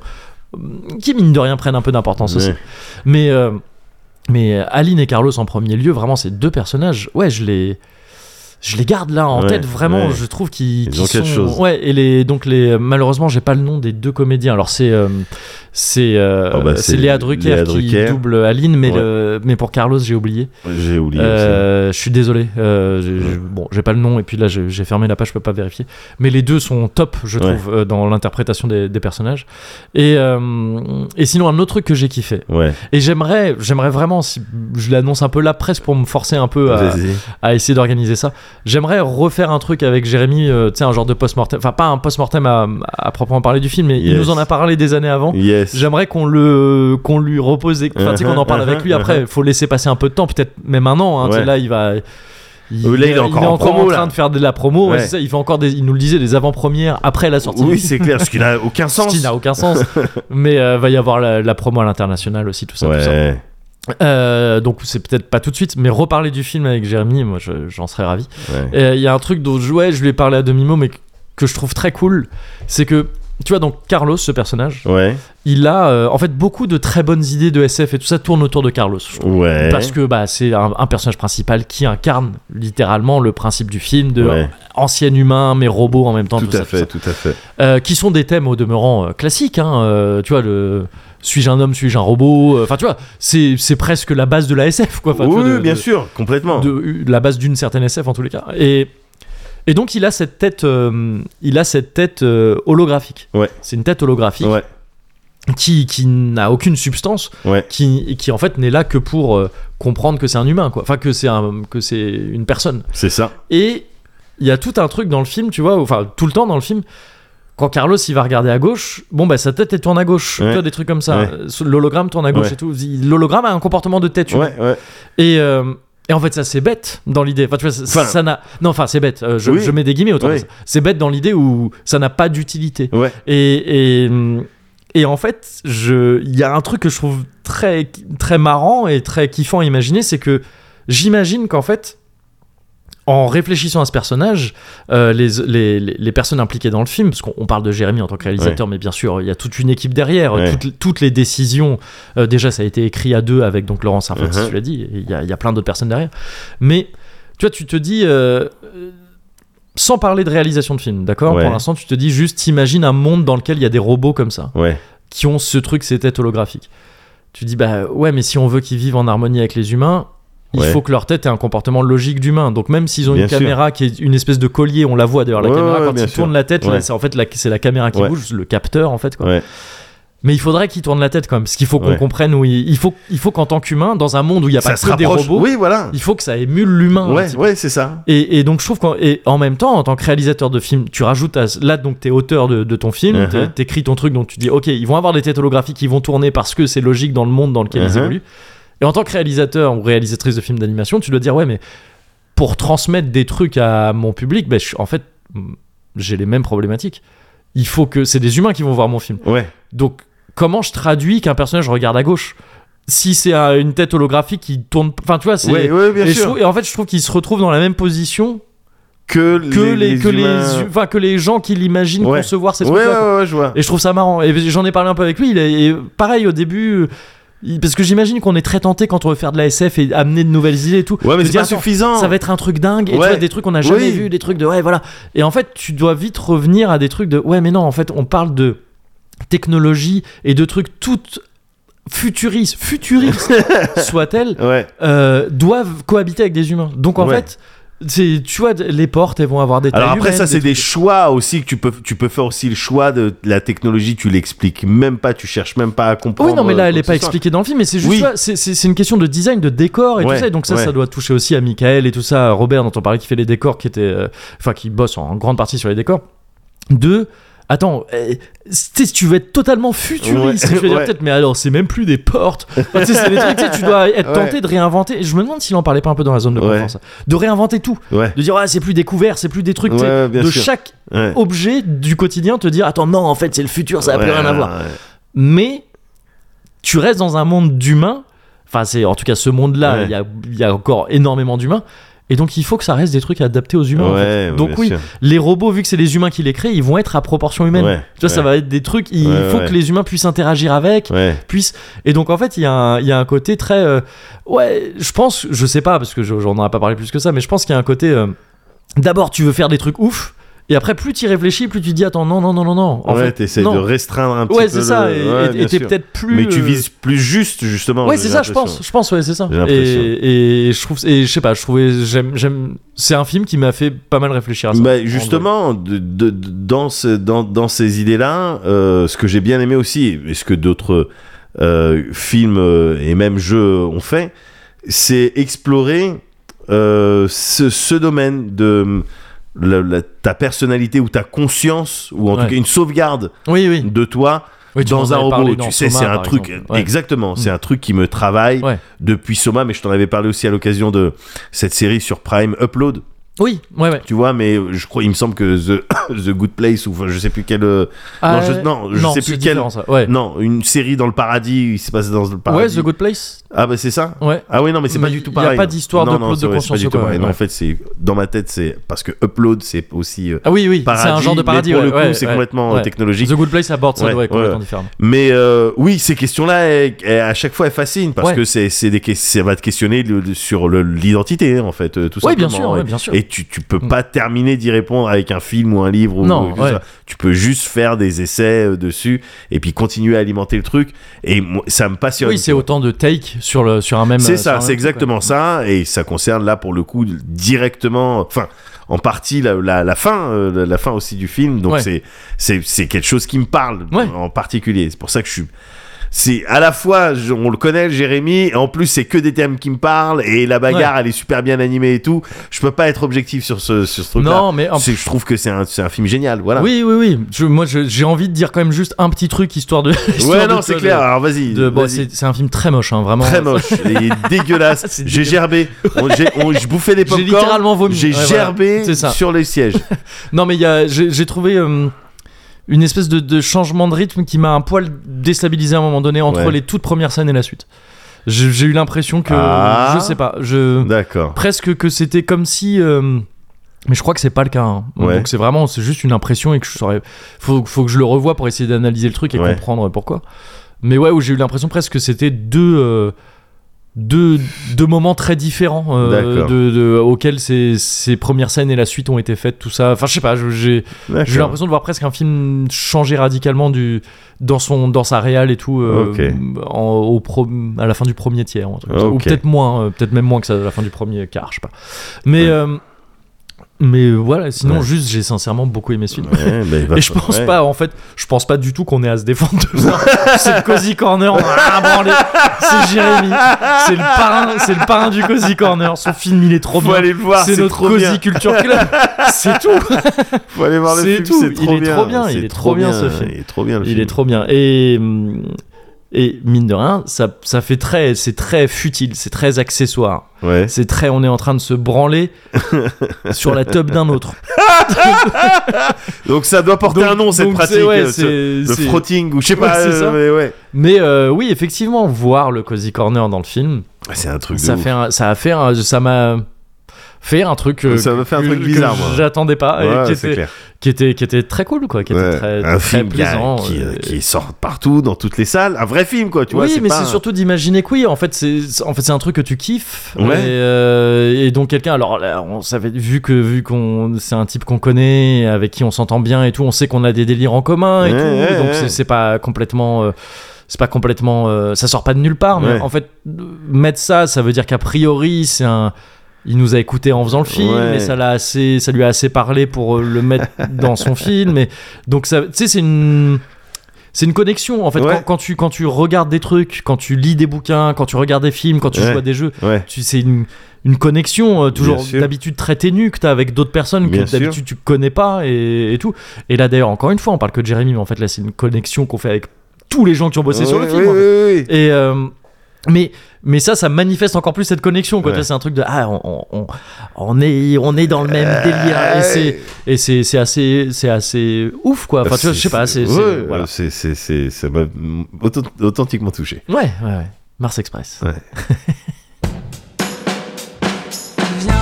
Speaker 1: qui, mine de rien, prennent un peu d'importance aussi.
Speaker 2: Ouais.
Speaker 1: Mais, euh, mais euh, Aline et Carlos en premier lieu, vraiment, ces deux personnages, ouais, je les. Je les garde là en
Speaker 2: Ouais,
Speaker 1: tête vraiment,
Speaker 2: ouais.
Speaker 1: je trouve qu'ils
Speaker 2: Ils
Speaker 1: qu'ils
Speaker 2: ont
Speaker 1: sont
Speaker 2: quelque chose.
Speaker 1: ouais et les donc les malheureusement j'ai pas le nom des deux comédiens alors c'est euh, c'est euh,
Speaker 2: Oh, bah,
Speaker 1: c'est
Speaker 2: c'est
Speaker 1: Léa Drucker,
Speaker 2: Léa Drucker.
Speaker 1: qui double Aline mais
Speaker 2: Ouais.
Speaker 1: le- mais pour Carlos j'ai oublié
Speaker 2: J'ai oublié. aussi.
Speaker 1: euh, je suis désolé. euh, j'ai- j'ai- bon, j'ai pas le nom et puis là j'ai j'ai fermé la page, je peux pas vérifier. Mais les deux sont top, je
Speaker 2: Ouais.
Speaker 1: trouve, euh, dans l'interprétation des, des personnages. Et, euh, et sinon un autre truc que j'ai kiffé.
Speaker 2: Ouais.
Speaker 1: Et j'aimerais, j'aimerais vraiment, si je l'annonce un peu là, presque pour me forcer un peu à,
Speaker 2: Vas-y.
Speaker 1: à essayer d'organiser ça. J'aimerais refaire un truc avec Jérémy, euh, tu sais, un genre de post-mortem, enfin pas un post-mortem à, à proprement parler du film, mais il
Speaker 2: Yes.
Speaker 1: nous en a parlé des années avant.
Speaker 2: Yes.
Speaker 1: J'aimerais qu'on le qu'on lui repose des- enfin tu sais, qu'on en parle
Speaker 2: Uh-huh,
Speaker 1: avec lui
Speaker 2: uh-huh,
Speaker 1: après, faut laisser passer un peu de temps, peut-être même un an hein, tu sais,
Speaker 2: Ouais.
Speaker 1: là il va
Speaker 2: Euh, là, il est encore en promo,
Speaker 1: train
Speaker 2: là.
Speaker 1: de faire de la promo, ouais,
Speaker 2: Ouais.
Speaker 1: c'est ça, il fait encore des, il nous le disait des avant-premières après la sortie.
Speaker 2: Oui, c'est clair, ce
Speaker 1: [laughs]
Speaker 2: qui n'a aucun
Speaker 1: Ce
Speaker 2: sens.
Speaker 1: qui n'a aucun sens, [laughs] mais euh, va y avoir la, la promo à l'international aussi, tout ça. tout ça.
Speaker 2: Ouais.
Speaker 1: Euh, donc c'est peut-être pas tout de suite, mais reparler du film avec Jérémy, moi je- j'en serais ravi.
Speaker 2: ouais.
Speaker 1: Et, euh, Il y a un truc dont je, ouais, je lui ai parlé à demi-mot, mais que- que je trouve très cool, c'est que, tu vois, donc Carlos, ce personnage,
Speaker 2: Ouais,
Speaker 1: il a euh, en fait beaucoup de très bonnes idées de SF et tout ça tourne autour de Carlos. je trouve.
Speaker 2: ouais.
Speaker 1: Parce que bah, c'est un, un personnage principal qui incarne littéralement le principe du film de
Speaker 2: Ouais.
Speaker 1: ancien humain mais robot en même temps.
Speaker 2: tout,
Speaker 1: Tout,
Speaker 2: à
Speaker 1: ça, tout
Speaker 2: fait,
Speaker 1: ça.
Speaker 2: tout à fait.
Speaker 1: Euh, qui sont des thèmes au demeurant euh, classiques. hein, euh, tu vois, le suis-je un homme, suis-je un robot euh, Enfin, tu vois, c'est c'est presque la base de la SF. Quoi, Enfin, tu vois,
Speaker 2: oui,
Speaker 1: de-
Speaker 2: bien
Speaker 1: de-
Speaker 2: sûr, complètement.
Speaker 1: de, la base d'une certaine SF en tous les cas. Et, et donc il a cette tête, euh, il a cette tête euh, holographique.
Speaker 2: Ouais.
Speaker 1: C'est une tête holographique
Speaker 2: Ouais,
Speaker 1: qui, qui n'a aucune substance,
Speaker 2: ouais,
Speaker 1: qui, qui en fait n'est là que pour euh, comprendre que c'est un humain, quoi. Enfin, que c'est un, que c'est une personne.
Speaker 2: c'est ça.
Speaker 1: Et il y a tout un truc dans le film, tu vois, enfin tout le temps dans le film. Quand Carlos il va regarder à gauche, bon bah sa tête elle tourne à gauche,
Speaker 2: Ouais.
Speaker 1: tu vois, des trucs comme ça.
Speaker 2: Ouais.
Speaker 1: Euh, L'hologramme tourne à gauche
Speaker 2: Ouais.
Speaker 1: et tout. Il- L'hologramme a un comportement de tête. humaine.
Speaker 2: Ouais, ouais.
Speaker 1: Et, euh, et en fait, ça c'est bête dans l'idée. Enfin, tu vois, ça-
Speaker 2: Enfin-
Speaker 1: ça n'a. Non, enfin, c'est bête. Euh, je,
Speaker 2: Oui.
Speaker 1: je mets des guillemets autour de
Speaker 2: Oui.
Speaker 1: ça. C'est bête dans l'idée où ça n'a pas d'utilité.
Speaker 2: Ouais,
Speaker 1: Et, et, et en fait, je- il y a un truc que je trouve très, très marrant et très kiffant à imaginer c'est que j'imagine qu'en fait. En réfléchissant à ce personnage, euh, les, les, les- les personnes impliquées dans le film, parce qu'on on parle de Jérémy en tant que réalisateur, mais bien sûr, il y a toute une équipe derrière,
Speaker 2: Ouais.
Speaker 1: toutes, toutes les décisions. euh, déjà, ça a été écrit à deux avec donc Laurence Arfati,
Speaker 2: Mhm.
Speaker 1: tu l'as dit, et il y a, il y a plein d'autres personnes derrière. Mais tu vois, tu te dis, euh, euh, sans parler de réalisation de film, d'accord
Speaker 2: Ouais.
Speaker 1: Pour l'instant, tu te dis juste, imagine un monde dans lequel il y a des robots comme ça,
Speaker 2: ouais.
Speaker 1: qui ont ce truc, ces têtes holographiques. Tu dis, bah ouais, mais si on veut qu'ils vivent en harmonie avec les humains, il
Speaker 2: Ouais.
Speaker 1: faut que leur tête ait un comportement logique d'humain. Donc même s'ils ont
Speaker 2: Bien
Speaker 1: une
Speaker 2: sûr.
Speaker 1: caméra qui est une espèce de collier, on la voit d'ailleurs, la
Speaker 2: Ouais,
Speaker 1: caméra,
Speaker 2: ouais,
Speaker 1: quand
Speaker 2: bien
Speaker 1: ils
Speaker 2: sûr.
Speaker 1: tournent la tête, là,
Speaker 2: Ouais.
Speaker 1: c'est en fait la- c'est la caméra qui
Speaker 2: Ouais.
Speaker 1: bouge, le capteur en fait. Quoi.
Speaker 2: Ouais.
Speaker 1: Mais il faudrait qu'ils tournent la tête quand même, parce qu'il faut qu'on
Speaker 2: Ouais.
Speaker 1: comprenne où il, il faut, il faut qu'en tant qu'humain, dans un monde où il n'y a pas
Speaker 2: ça se
Speaker 1: que des
Speaker 2: rapproche.
Speaker 1: robots,
Speaker 2: Oui, voilà.
Speaker 1: il faut que ça émule l'humain. un
Speaker 2: Ouais,
Speaker 1: petit peu.
Speaker 2: ouais, c'est ça.
Speaker 1: Et, et donc je trouve qu'en et en même temps, en tant que réalisateur de film, tu rajoutes à, là donc t'es auteur de, de ton film,
Speaker 2: Uh-huh.
Speaker 1: t'é- t'écris ton truc, donc tu dis ok, ils vont avoir des têtes holographiques qui vont tourner parce que c'est logique dans le monde dans lequel ils
Speaker 2: Uh-huh.
Speaker 1: évoluent. Et en tant que réalisateur ou réalisatrice de films d'animation, tu dois dire ouais mais pour transmettre des trucs à mon public, ben, je- en fait j'ai les mêmes problématiques. Il faut que c'est des humains qui vont voir mon film.
Speaker 2: Ouais,
Speaker 1: Donc, comment je traduis qu'un personnage regarde à gauche Si c'est euh, une tête holographique qui tourne. Enfin, tu vois, c'est.
Speaker 2: ouais, ouais, bien
Speaker 1: et, je
Speaker 2: sûr.
Speaker 1: trouve- et en fait, je trouve qu'il se retrouve dans la même position
Speaker 2: Que
Speaker 1: que les, que les
Speaker 2: humains-
Speaker 1: hu- enfin, que les gens qui l'imaginent
Speaker 2: Ouais.
Speaker 1: concevoir ces
Speaker 2: Ouais, ouais,
Speaker 1: trucs-là, quoi.
Speaker 2: ouais, ouais, je vois.
Speaker 1: Et je trouve ça marrant. Et j'en ai parlé un peu avec lui. il est- et pareil, au début. il- Parce que j'imagine qu'on est très tenté quand on veut faire de la SF et amener de nouvelles idées et tout.
Speaker 2: Ouais, mais
Speaker 1: de
Speaker 2: c'est
Speaker 1: dire,
Speaker 2: pas
Speaker 1: attends,
Speaker 2: suffisant.
Speaker 1: ça va être un truc dingue et tu
Speaker 2: Ouais.
Speaker 1: vois, des trucs qu'on n'a jamais
Speaker 2: Oui.
Speaker 1: vu des trucs de ouais voilà et en fait tu dois vite revenir à des trucs de ouais mais non en fait on parle de technologie et de trucs toutes futuristes
Speaker 2: [laughs]
Speaker 1: futuristes soient-elles
Speaker 2: Ouais,
Speaker 1: euh, doivent cohabiter avec des humains donc en
Speaker 2: Ouais.
Speaker 1: fait c'est- tu vois, les portes, elles vont avoir des tailles
Speaker 2: Alors après
Speaker 1: humaines,
Speaker 2: ça c'est des
Speaker 1: trucs-
Speaker 2: choix aussi que tu peux tu peux faire aussi le choix de la technologie tu l'expliques même pas tu cherches même pas à comprendre
Speaker 1: Oui, non, mais
Speaker 2: euh,
Speaker 1: là, elle
Speaker 2: quoi
Speaker 1: est
Speaker 2: que
Speaker 1: pas
Speaker 2: ce soit.
Speaker 1: expliquée dans le film, mais c'est juste,
Speaker 2: Oui.
Speaker 1: tu vois, c'est- c'est c'est une question de design, de décor et
Speaker 2: Ouais,
Speaker 1: tout ça. Et donc, ça,
Speaker 2: ouais.
Speaker 1: ça doit toucher aussi à Michael et tout ça, à Robert, dont on parlait, qui fait les décors, qui était, euh, enfin, qui bosse en grande partie sur les décors. De, attends, euh, tu sais, tu veux être totalement futuriste,
Speaker 2: Ouais.
Speaker 1: tu veux dire
Speaker 2: Ouais.
Speaker 1: peut-être, mais alors, c'est même plus des portes. Enfin, tu sais, c'est des trucs, tu sais, tu dois être
Speaker 2: [laughs] Ouais.
Speaker 1: tenté de réinventer. Et je me demande s'il en parlait pas un peu dans la zone de
Speaker 2: Ouais.
Speaker 1: conférence, de réinventer tout,
Speaker 2: Ouais.
Speaker 1: de dire, ah, c'est plus découvert, c'est plus des trucs, tu sais,
Speaker 2: Ouais, ouais, bien
Speaker 1: de
Speaker 2: sûr.
Speaker 1: chaque
Speaker 2: ouais.
Speaker 1: objet du quotidien, te dire, attends, non, en fait, c'est le futur, ça a plus
Speaker 2: Ouais,
Speaker 1: rien à voir
Speaker 2: ouais, ouais.
Speaker 1: mais tu restes dans un monde d'humains. Enfin, c'est en tout cas ce monde-là,
Speaker 2: Ouais.
Speaker 1: il y a- il y, a encore énormément d'humains. Et donc, il faut que ça reste des trucs adaptés aux humains. en fait.
Speaker 2: Ouais,
Speaker 1: donc,
Speaker 2: bien
Speaker 1: oui,
Speaker 2: sûr.
Speaker 1: les robots, vu que c'est les humains qui les créent, ils vont être à proportion humaine.
Speaker 2: Ouais,
Speaker 1: tu vois, ça
Speaker 2: ouais.
Speaker 1: va être des trucs. Il
Speaker 2: Ouais,
Speaker 1: faut
Speaker 2: ouais.
Speaker 1: que les humains puissent interagir avec.
Speaker 2: Ouais.
Speaker 1: puissent- Et donc, en fait, il y, a un- il y a un côté très. euh, ouais, je pense, je sais pas, parce que je- j'en aurais pas parlé plus que ça, mais je pense qu'il y a un côté. euh, D'abord, tu veux faire des trucs ouf. Et après, plus tu réfléchis, plus tu dis Attends, non, non, non, non, non. En
Speaker 2: ouais,
Speaker 1: fait,
Speaker 2: t'essayes
Speaker 1: non.
Speaker 2: de restreindre un petit
Speaker 1: Ouais,
Speaker 2: peu
Speaker 1: c'est ça.
Speaker 2: le-
Speaker 1: et-
Speaker 2: ouais,
Speaker 1: et-
Speaker 2: bien
Speaker 1: Et t'es
Speaker 2: sûr.
Speaker 1: peut-être plus.
Speaker 2: Mais tu
Speaker 1: euh,
Speaker 2: vises plus juste justement.
Speaker 1: Ouais,
Speaker 2: j'ai
Speaker 1: c'est ça, je
Speaker 2: l'impression.
Speaker 1: pense. Je pense, ouais, c'est ça.
Speaker 2: J'ai l'impression.
Speaker 1: Et, et je trouve, et je sais pas, je trouvais, j'aime, j'aime. C'est un film qui m'a fait pas mal réfléchir à ça.
Speaker 2: Bah, justement, de- de- de- dans, ce- dans, dans ces idées-là, euh, ce que j'ai bien aimé aussi, et ce que d'autres euh, films euh, et même jeux ont fait, c'est explorer euh, ce, ce domaine de la- la- ta personnalité ou ta conscience, ou en
Speaker 1: Ouais.
Speaker 2: tout cas une sauvegarde
Speaker 1: En vrai. Oui, oui.
Speaker 2: de toi
Speaker 1: Oui, tu
Speaker 2: dans
Speaker 1: m'en
Speaker 2: un
Speaker 1: avais
Speaker 2: robot.
Speaker 1: parlé
Speaker 2: Tu
Speaker 1: dans
Speaker 2: sais,
Speaker 1: Thomas,
Speaker 2: c'est un
Speaker 1: par
Speaker 2: truc.
Speaker 1: exemple. Ouais.
Speaker 2: Exactement, c'est
Speaker 1: Mm.
Speaker 2: un truc qui me travaille
Speaker 1: Ouais.
Speaker 2: depuis Soma, mais je t'en avais parlé aussi à l'occasion de cette série sur Prime Upload
Speaker 1: Oui, ouais, ouais.
Speaker 2: tu vois mais je crois il me semble que the, [coughs] The Good Place ou enfin, je sais plus quel euh,
Speaker 1: Ah,
Speaker 2: je- non, je sais
Speaker 1: c'est
Speaker 2: plus quel-
Speaker 1: différent, ça. Ouais.
Speaker 2: non une série dans le paradis il se passe dans le
Speaker 1: ouais,
Speaker 2: paradis
Speaker 1: The Good Place.
Speaker 2: ah bah c'est ça
Speaker 1: Ouais.
Speaker 2: ah oui non mais c'est
Speaker 1: Mais
Speaker 2: pas
Speaker 1: y
Speaker 2: du
Speaker 1: a
Speaker 2: tout pareil
Speaker 1: pas d'histoire
Speaker 2: Non,
Speaker 1: de
Speaker 2: non,
Speaker 1: plot
Speaker 2: c'est
Speaker 1: de
Speaker 2: vrai, c'est pas
Speaker 1: conscience
Speaker 2: du tout
Speaker 1: ou quoi,
Speaker 2: pareil.
Speaker 1: ouais.
Speaker 2: Non, en fait c'est dans ma tête c'est parce que upload c'est aussi euh,
Speaker 1: Ah oui, oui. C'est un
Speaker 2: paradis,
Speaker 1: genre de paradis.
Speaker 2: mais pour
Speaker 1: ouais,
Speaker 2: le coup
Speaker 1: ouais,
Speaker 2: c'est
Speaker 1: ouais.
Speaker 2: complètement euh,
Speaker 1: Ouais.
Speaker 2: technologique
Speaker 1: The Good Place aborde ça
Speaker 2: Ouais,
Speaker 1: ouais,
Speaker 2: ouais,
Speaker 1: complètement
Speaker 2: ouais.
Speaker 1: différent.
Speaker 2: mais euh, oui ces questions là à chaque fois elles fascinent parce
Speaker 1: Ouais.
Speaker 2: que c'est c'est des que- ça va te questionner le- le- sur le- l'identité hein, en fait euh, tout
Speaker 1: Oui, bien
Speaker 2: simplement
Speaker 1: sûr,
Speaker 2: Et-
Speaker 1: ouais, bien sûr.
Speaker 2: Et tu, tu peux
Speaker 1: Mm.
Speaker 2: pas terminer d'y répondre avec un film ou un livre ou
Speaker 1: Non,
Speaker 2: ou que ce
Speaker 1: ouais.
Speaker 2: soit. Tu peux juste faire des essais euh, dessus et puis continuer à alimenter le truc. Et moi, ça me passionne.
Speaker 1: Oui, c'est autant de take sur le sur un même.
Speaker 2: C'est
Speaker 1: euh, sur un
Speaker 2: ça,
Speaker 1: même
Speaker 2: c'est
Speaker 1: truc,
Speaker 2: exactement ça. Et ça concerne là pour le coup directement, enfin, en partie la, la, la fin, euh, la, la fin aussi du film. Donc
Speaker 1: Ouais.
Speaker 2: c'est c'est c'est quelque chose qui me parle
Speaker 1: Ouais.
Speaker 2: en particulier. C'est pour ça que je suis. C'est à la fois, je- on le connaît, le Jérémy, et en plus, c'est que des thèmes qui me parlent, et la bagarre, elle est super bien animée et tout. Je peux pas être objectif sur ce, sur ce
Speaker 1: ouais.
Speaker 2: truc-là.
Speaker 1: Non, mais en
Speaker 2: C'est- je trouve que c'est un, c'est un film génial, voilà.
Speaker 1: Oui, oui, oui. Je- moi, je- j'ai envie de dire quand même juste un petit truc histoire de. [laughs] histoire
Speaker 2: ouais,
Speaker 1: de-
Speaker 2: non, c'est
Speaker 1: de-
Speaker 2: clair. Alors vas-y.
Speaker 1: de- bon,
Speaker 2: vas-y.
Speaker 1: c'est c'est un film très moche, hein, vraiment. [laughs]
Speaker 2: Très moche, il est dégueulasse.
Speaker 1: C'est
Speaker 2: J'ai gerbé, On- j'ai- on- je bouffais des
Speaker 1: J'ai
Speaker 2: popcorn.
Speaker 1: littéralement vomi.
Speaker 2: J'ai
Speaker 1: Ouais, voilà.
Speaker 2: gerbé
Speaker 1: C'est ça.
Speaker 2: sur
Speaker 1: [laughs]
Speaker 2: les sièges.
Speaker 1: Non, mais il y a- j'ai j'ai trouvé euh, une espèce de, de changement de rythme qui m'a un poil déstabilisé à un moment donné entre
Speaker 2: Ouais.
Speaker 1: les toutes premières scènes et la suite. J'ai j'ai eu l'impression que.
Speaker 2: Ah.
Speaker 1: Je sais pas. Je,
Speaker 2: D'accord.
Speaker 1: presque que c'était comme si. euh, mais je crois que c'est pas le cas. hein.
Speaker 2: Ouais.
Speaker 1: Donc c'est vraiment, c'est juste une impression et que je saurais. Faut, faut que je le revoie pour essayer d'analyser le truc et
Speaker 2: Ouais.
Speaker 1: comprendre pourquoi. Mais ouais, où j'ai eu l'impression presque que c'était deux, euh, deux, deux moments très différents euh,
Speaker 2: D'accord.
Speaker 1: de, de- auxquels ces, ces premières scènes et la suite ont été faites, tout ça. Enfin, je sais pas, je- j'ai
Speaker 2: D'accord.
Speaker 1: j'ai eu l'impression de voir presque un film changer radicalement du, dans, son, dans sa réal et tout euh,
Speaker 2: Ok.
Speaker 1: en- au pro- à la fin du premier tiers. ou un truc comme ça. Ou
Speaker 2: Ok.
Speaker 1: peut-être moins, euh, peut-être même moins que ça à la fin du premier quart, je sais pas. Mais, euh, mais voilà, sinon,
Speaker 2: Ouais.
Speaker 1: juste, j'ai sincèrement beaucoup aimé ce film.
Speaker 2: Ouais, bah, il
Speaker 1: [laughs]
Speaker 2: va
Speaker 1: Et je
Speaker 2: fa-
Speaker 1: pense
Speaker 2: ouais.
Speaker 1: pas, en fait, je pense pas du tout qu'on est à se défendre de ça.
Speaker 2: [laughs]
Speaker 1: c'est le Cozy Corner, on en a rien à branler. C'est Jérémy, c'est le parrain, c'est le parrain du Cozy Corner. Son film, il est trop
Speaker 2: Faut
Speaker 1: bien.
Speaker 2: aller le voir,
Speaker 1: c'est
Speaker 2: c'est
Speaker 1: notre
Speaker 2: trop
Speaker 1: Cozy
Speaker 2: bien.
Speaker 1: Culture
Speaker 2: [laughs]
Speaker 1: Club. c'est tout.
Speaker 2: Faut aller voir le
Speaker 1: C'est
Speaker 2: film,
Speaker 1: tout,
Speaker 2: c'est
Speaker 1: il est trop bien, il
Speaker 2: C'est
Speaker 1: est trop bien, ce film.
Speaker 2: Il est trop bien le
Speaker 1: Il
Speaker 2: film.
Speaker 1: est trop bien. Et, hum, et mine de rien, ça, ça fait très, c'est très futile, c'est très accessoire.
Speaker 2: Ouais.
Speaker 1: C'est très, on est en train de se
Speaker 2: [laughs]
Speaker 1: branler sur la teub d'un autre.
Speaker 2: Donc ça doit porter
Speaker 1: Donc-
Speaker 2: un nom cette
Speaker 1: donc c'est-
Speaker 2: pratique.
Speaker 1: ouais,
Speaker 2: euh, ce-
Speaker 1: c'est-
Speaker 2: le
Speaker 1: c'est-
Speaker 2: frotting ou je sais
Speaker 1: Ouais,
Speaker 2: pas.
Speaker 1: c'est
Speaker 2: euh,
Speaker 1: ça.
Speaker 2: mais ouais.
Speaker 1: Mais euh, oui, effectivement, voir le cozy corner dans le film,
Speaker 2: Ah, C'est un truc de
Speaker 1: ça
Speaker 2: ouf.
Speaker 1: fait, un- ça a fait, un- ça m'a fait un truc. euh,
Speaker 2: Ça m'a fait un
Speaker 1: que-
Speaker 2: truc
Speaker 1: que
Speaker 2: bizarre, moi.
Speaker 1: J'attendais pas, et
Speaker 2: Ouais,
Speaker 1: qui,
Speaker 2: c'est
Speaker 1: était,
Speaker 2: clair.
Speaker 1: qui était, qui était très cool, quoi, qui
Speaker 2: Ouais.
Speaker 1: était très,
Speaker 2: un
Speaker 1: très
Speaker 2: film qui a-
Speaker 1: plaisant.
Speaker 2: qui,
Speaker 1: euh,
Speaker 2: qui sort partout dans toutes les salles. Un vrai film quoi, tu vois.
Speaker 1: oui, mais
Speaker 2: pas
Speaker 1: c'est
Speaker 2: un-
Speaker 1: surtout d'imaginer que oui, en fait, c'est c'est- en fait c'est un truc que tu kiffes.
Speaker 2: Ouais.
Speaker 1: Et, euh, et donc quelqu'un, alors là, on savait vu que vu qu'on c'est un type qu'on connaît, avec qui on s'entend bien et tout, on sait qu'on a des délires en commun et
Speaker 2: Ouais,
Speaker 1: tout,
Speaker 2: ouais,
Speaker 1: donc
Speaker 2: ouais.
Speaker 1: c'est- c'est pas complètement. euh, c'est pas complètement euh, ça sort pas de nulle part mais
Speaker 2: Ouais.
Speaker 1: en fait euh, mettre ça ça veut dire qu'a priori c'est un Il nous a écouté en faisant le film,
Speaker 2: Ouais.
Speaker 1: et ça l'a assez, ça lui a assez parlé pour euh, le mettre dans
Speaker 2: [laughs]
Speaker 1: son film. Et donc ça, tu sais, c'est une, c'est une connexion en fait.
Speaker 2: Ouais.
Speaker 1: Quand, quand tu quand tu regardes des trucs, quand tu lis des bouquins, quand tu regardes des films, quand tu
Speaker 2: Ouais.
Speaker 1: joues à des jeux,
Speaker 2: Ouais.
Speaker 1: tu c'est une une connexion euh, toujours
Speaker 2: sûr.
Speaker 1: d'habitude très ténue que tu as avec d'autres personnes
Speaker 2: Bien
Speaker 1: que
Speaker 2: sûr.
Speaker 1: d'habitude tu connais pas et, et tout. Et là d'ailleurs encore une fois, on parle que de Jérémy, mais en fait là c'est une connexion qu'on fait avec tous les gens qui ont bossé sur le
Speaker 2: Ouais,
Speaker 1: film.
Speaker 2: oui,
Speaker 1: en fait.
Speaker 2: oui, oui.
Speaker 1: Et euh, mais mais ça, ça manifeste encore plus cette connexion. quoi.
Speaker 2: Ouais.
Speaker 1: Tu sais, C'est un truc de ah, on, on, on est on est dans le
Speaker 2: Euh,
Speaker 1: même délire et c'est et c'est c'est assez c'est assez ouf quoi. Enfin, tu vois, je sais pas. C'est c'est-
Speaker 2: ouais,
Speaker 1: voilà.
Speaker 2: c'est- c'est- c'est- ça m'a authent- authentiquement touché.
Speaker 1: ouais, ouais, ouais. Mars Express.
Speaker 2: Ouais.
Speaker 6: Viens,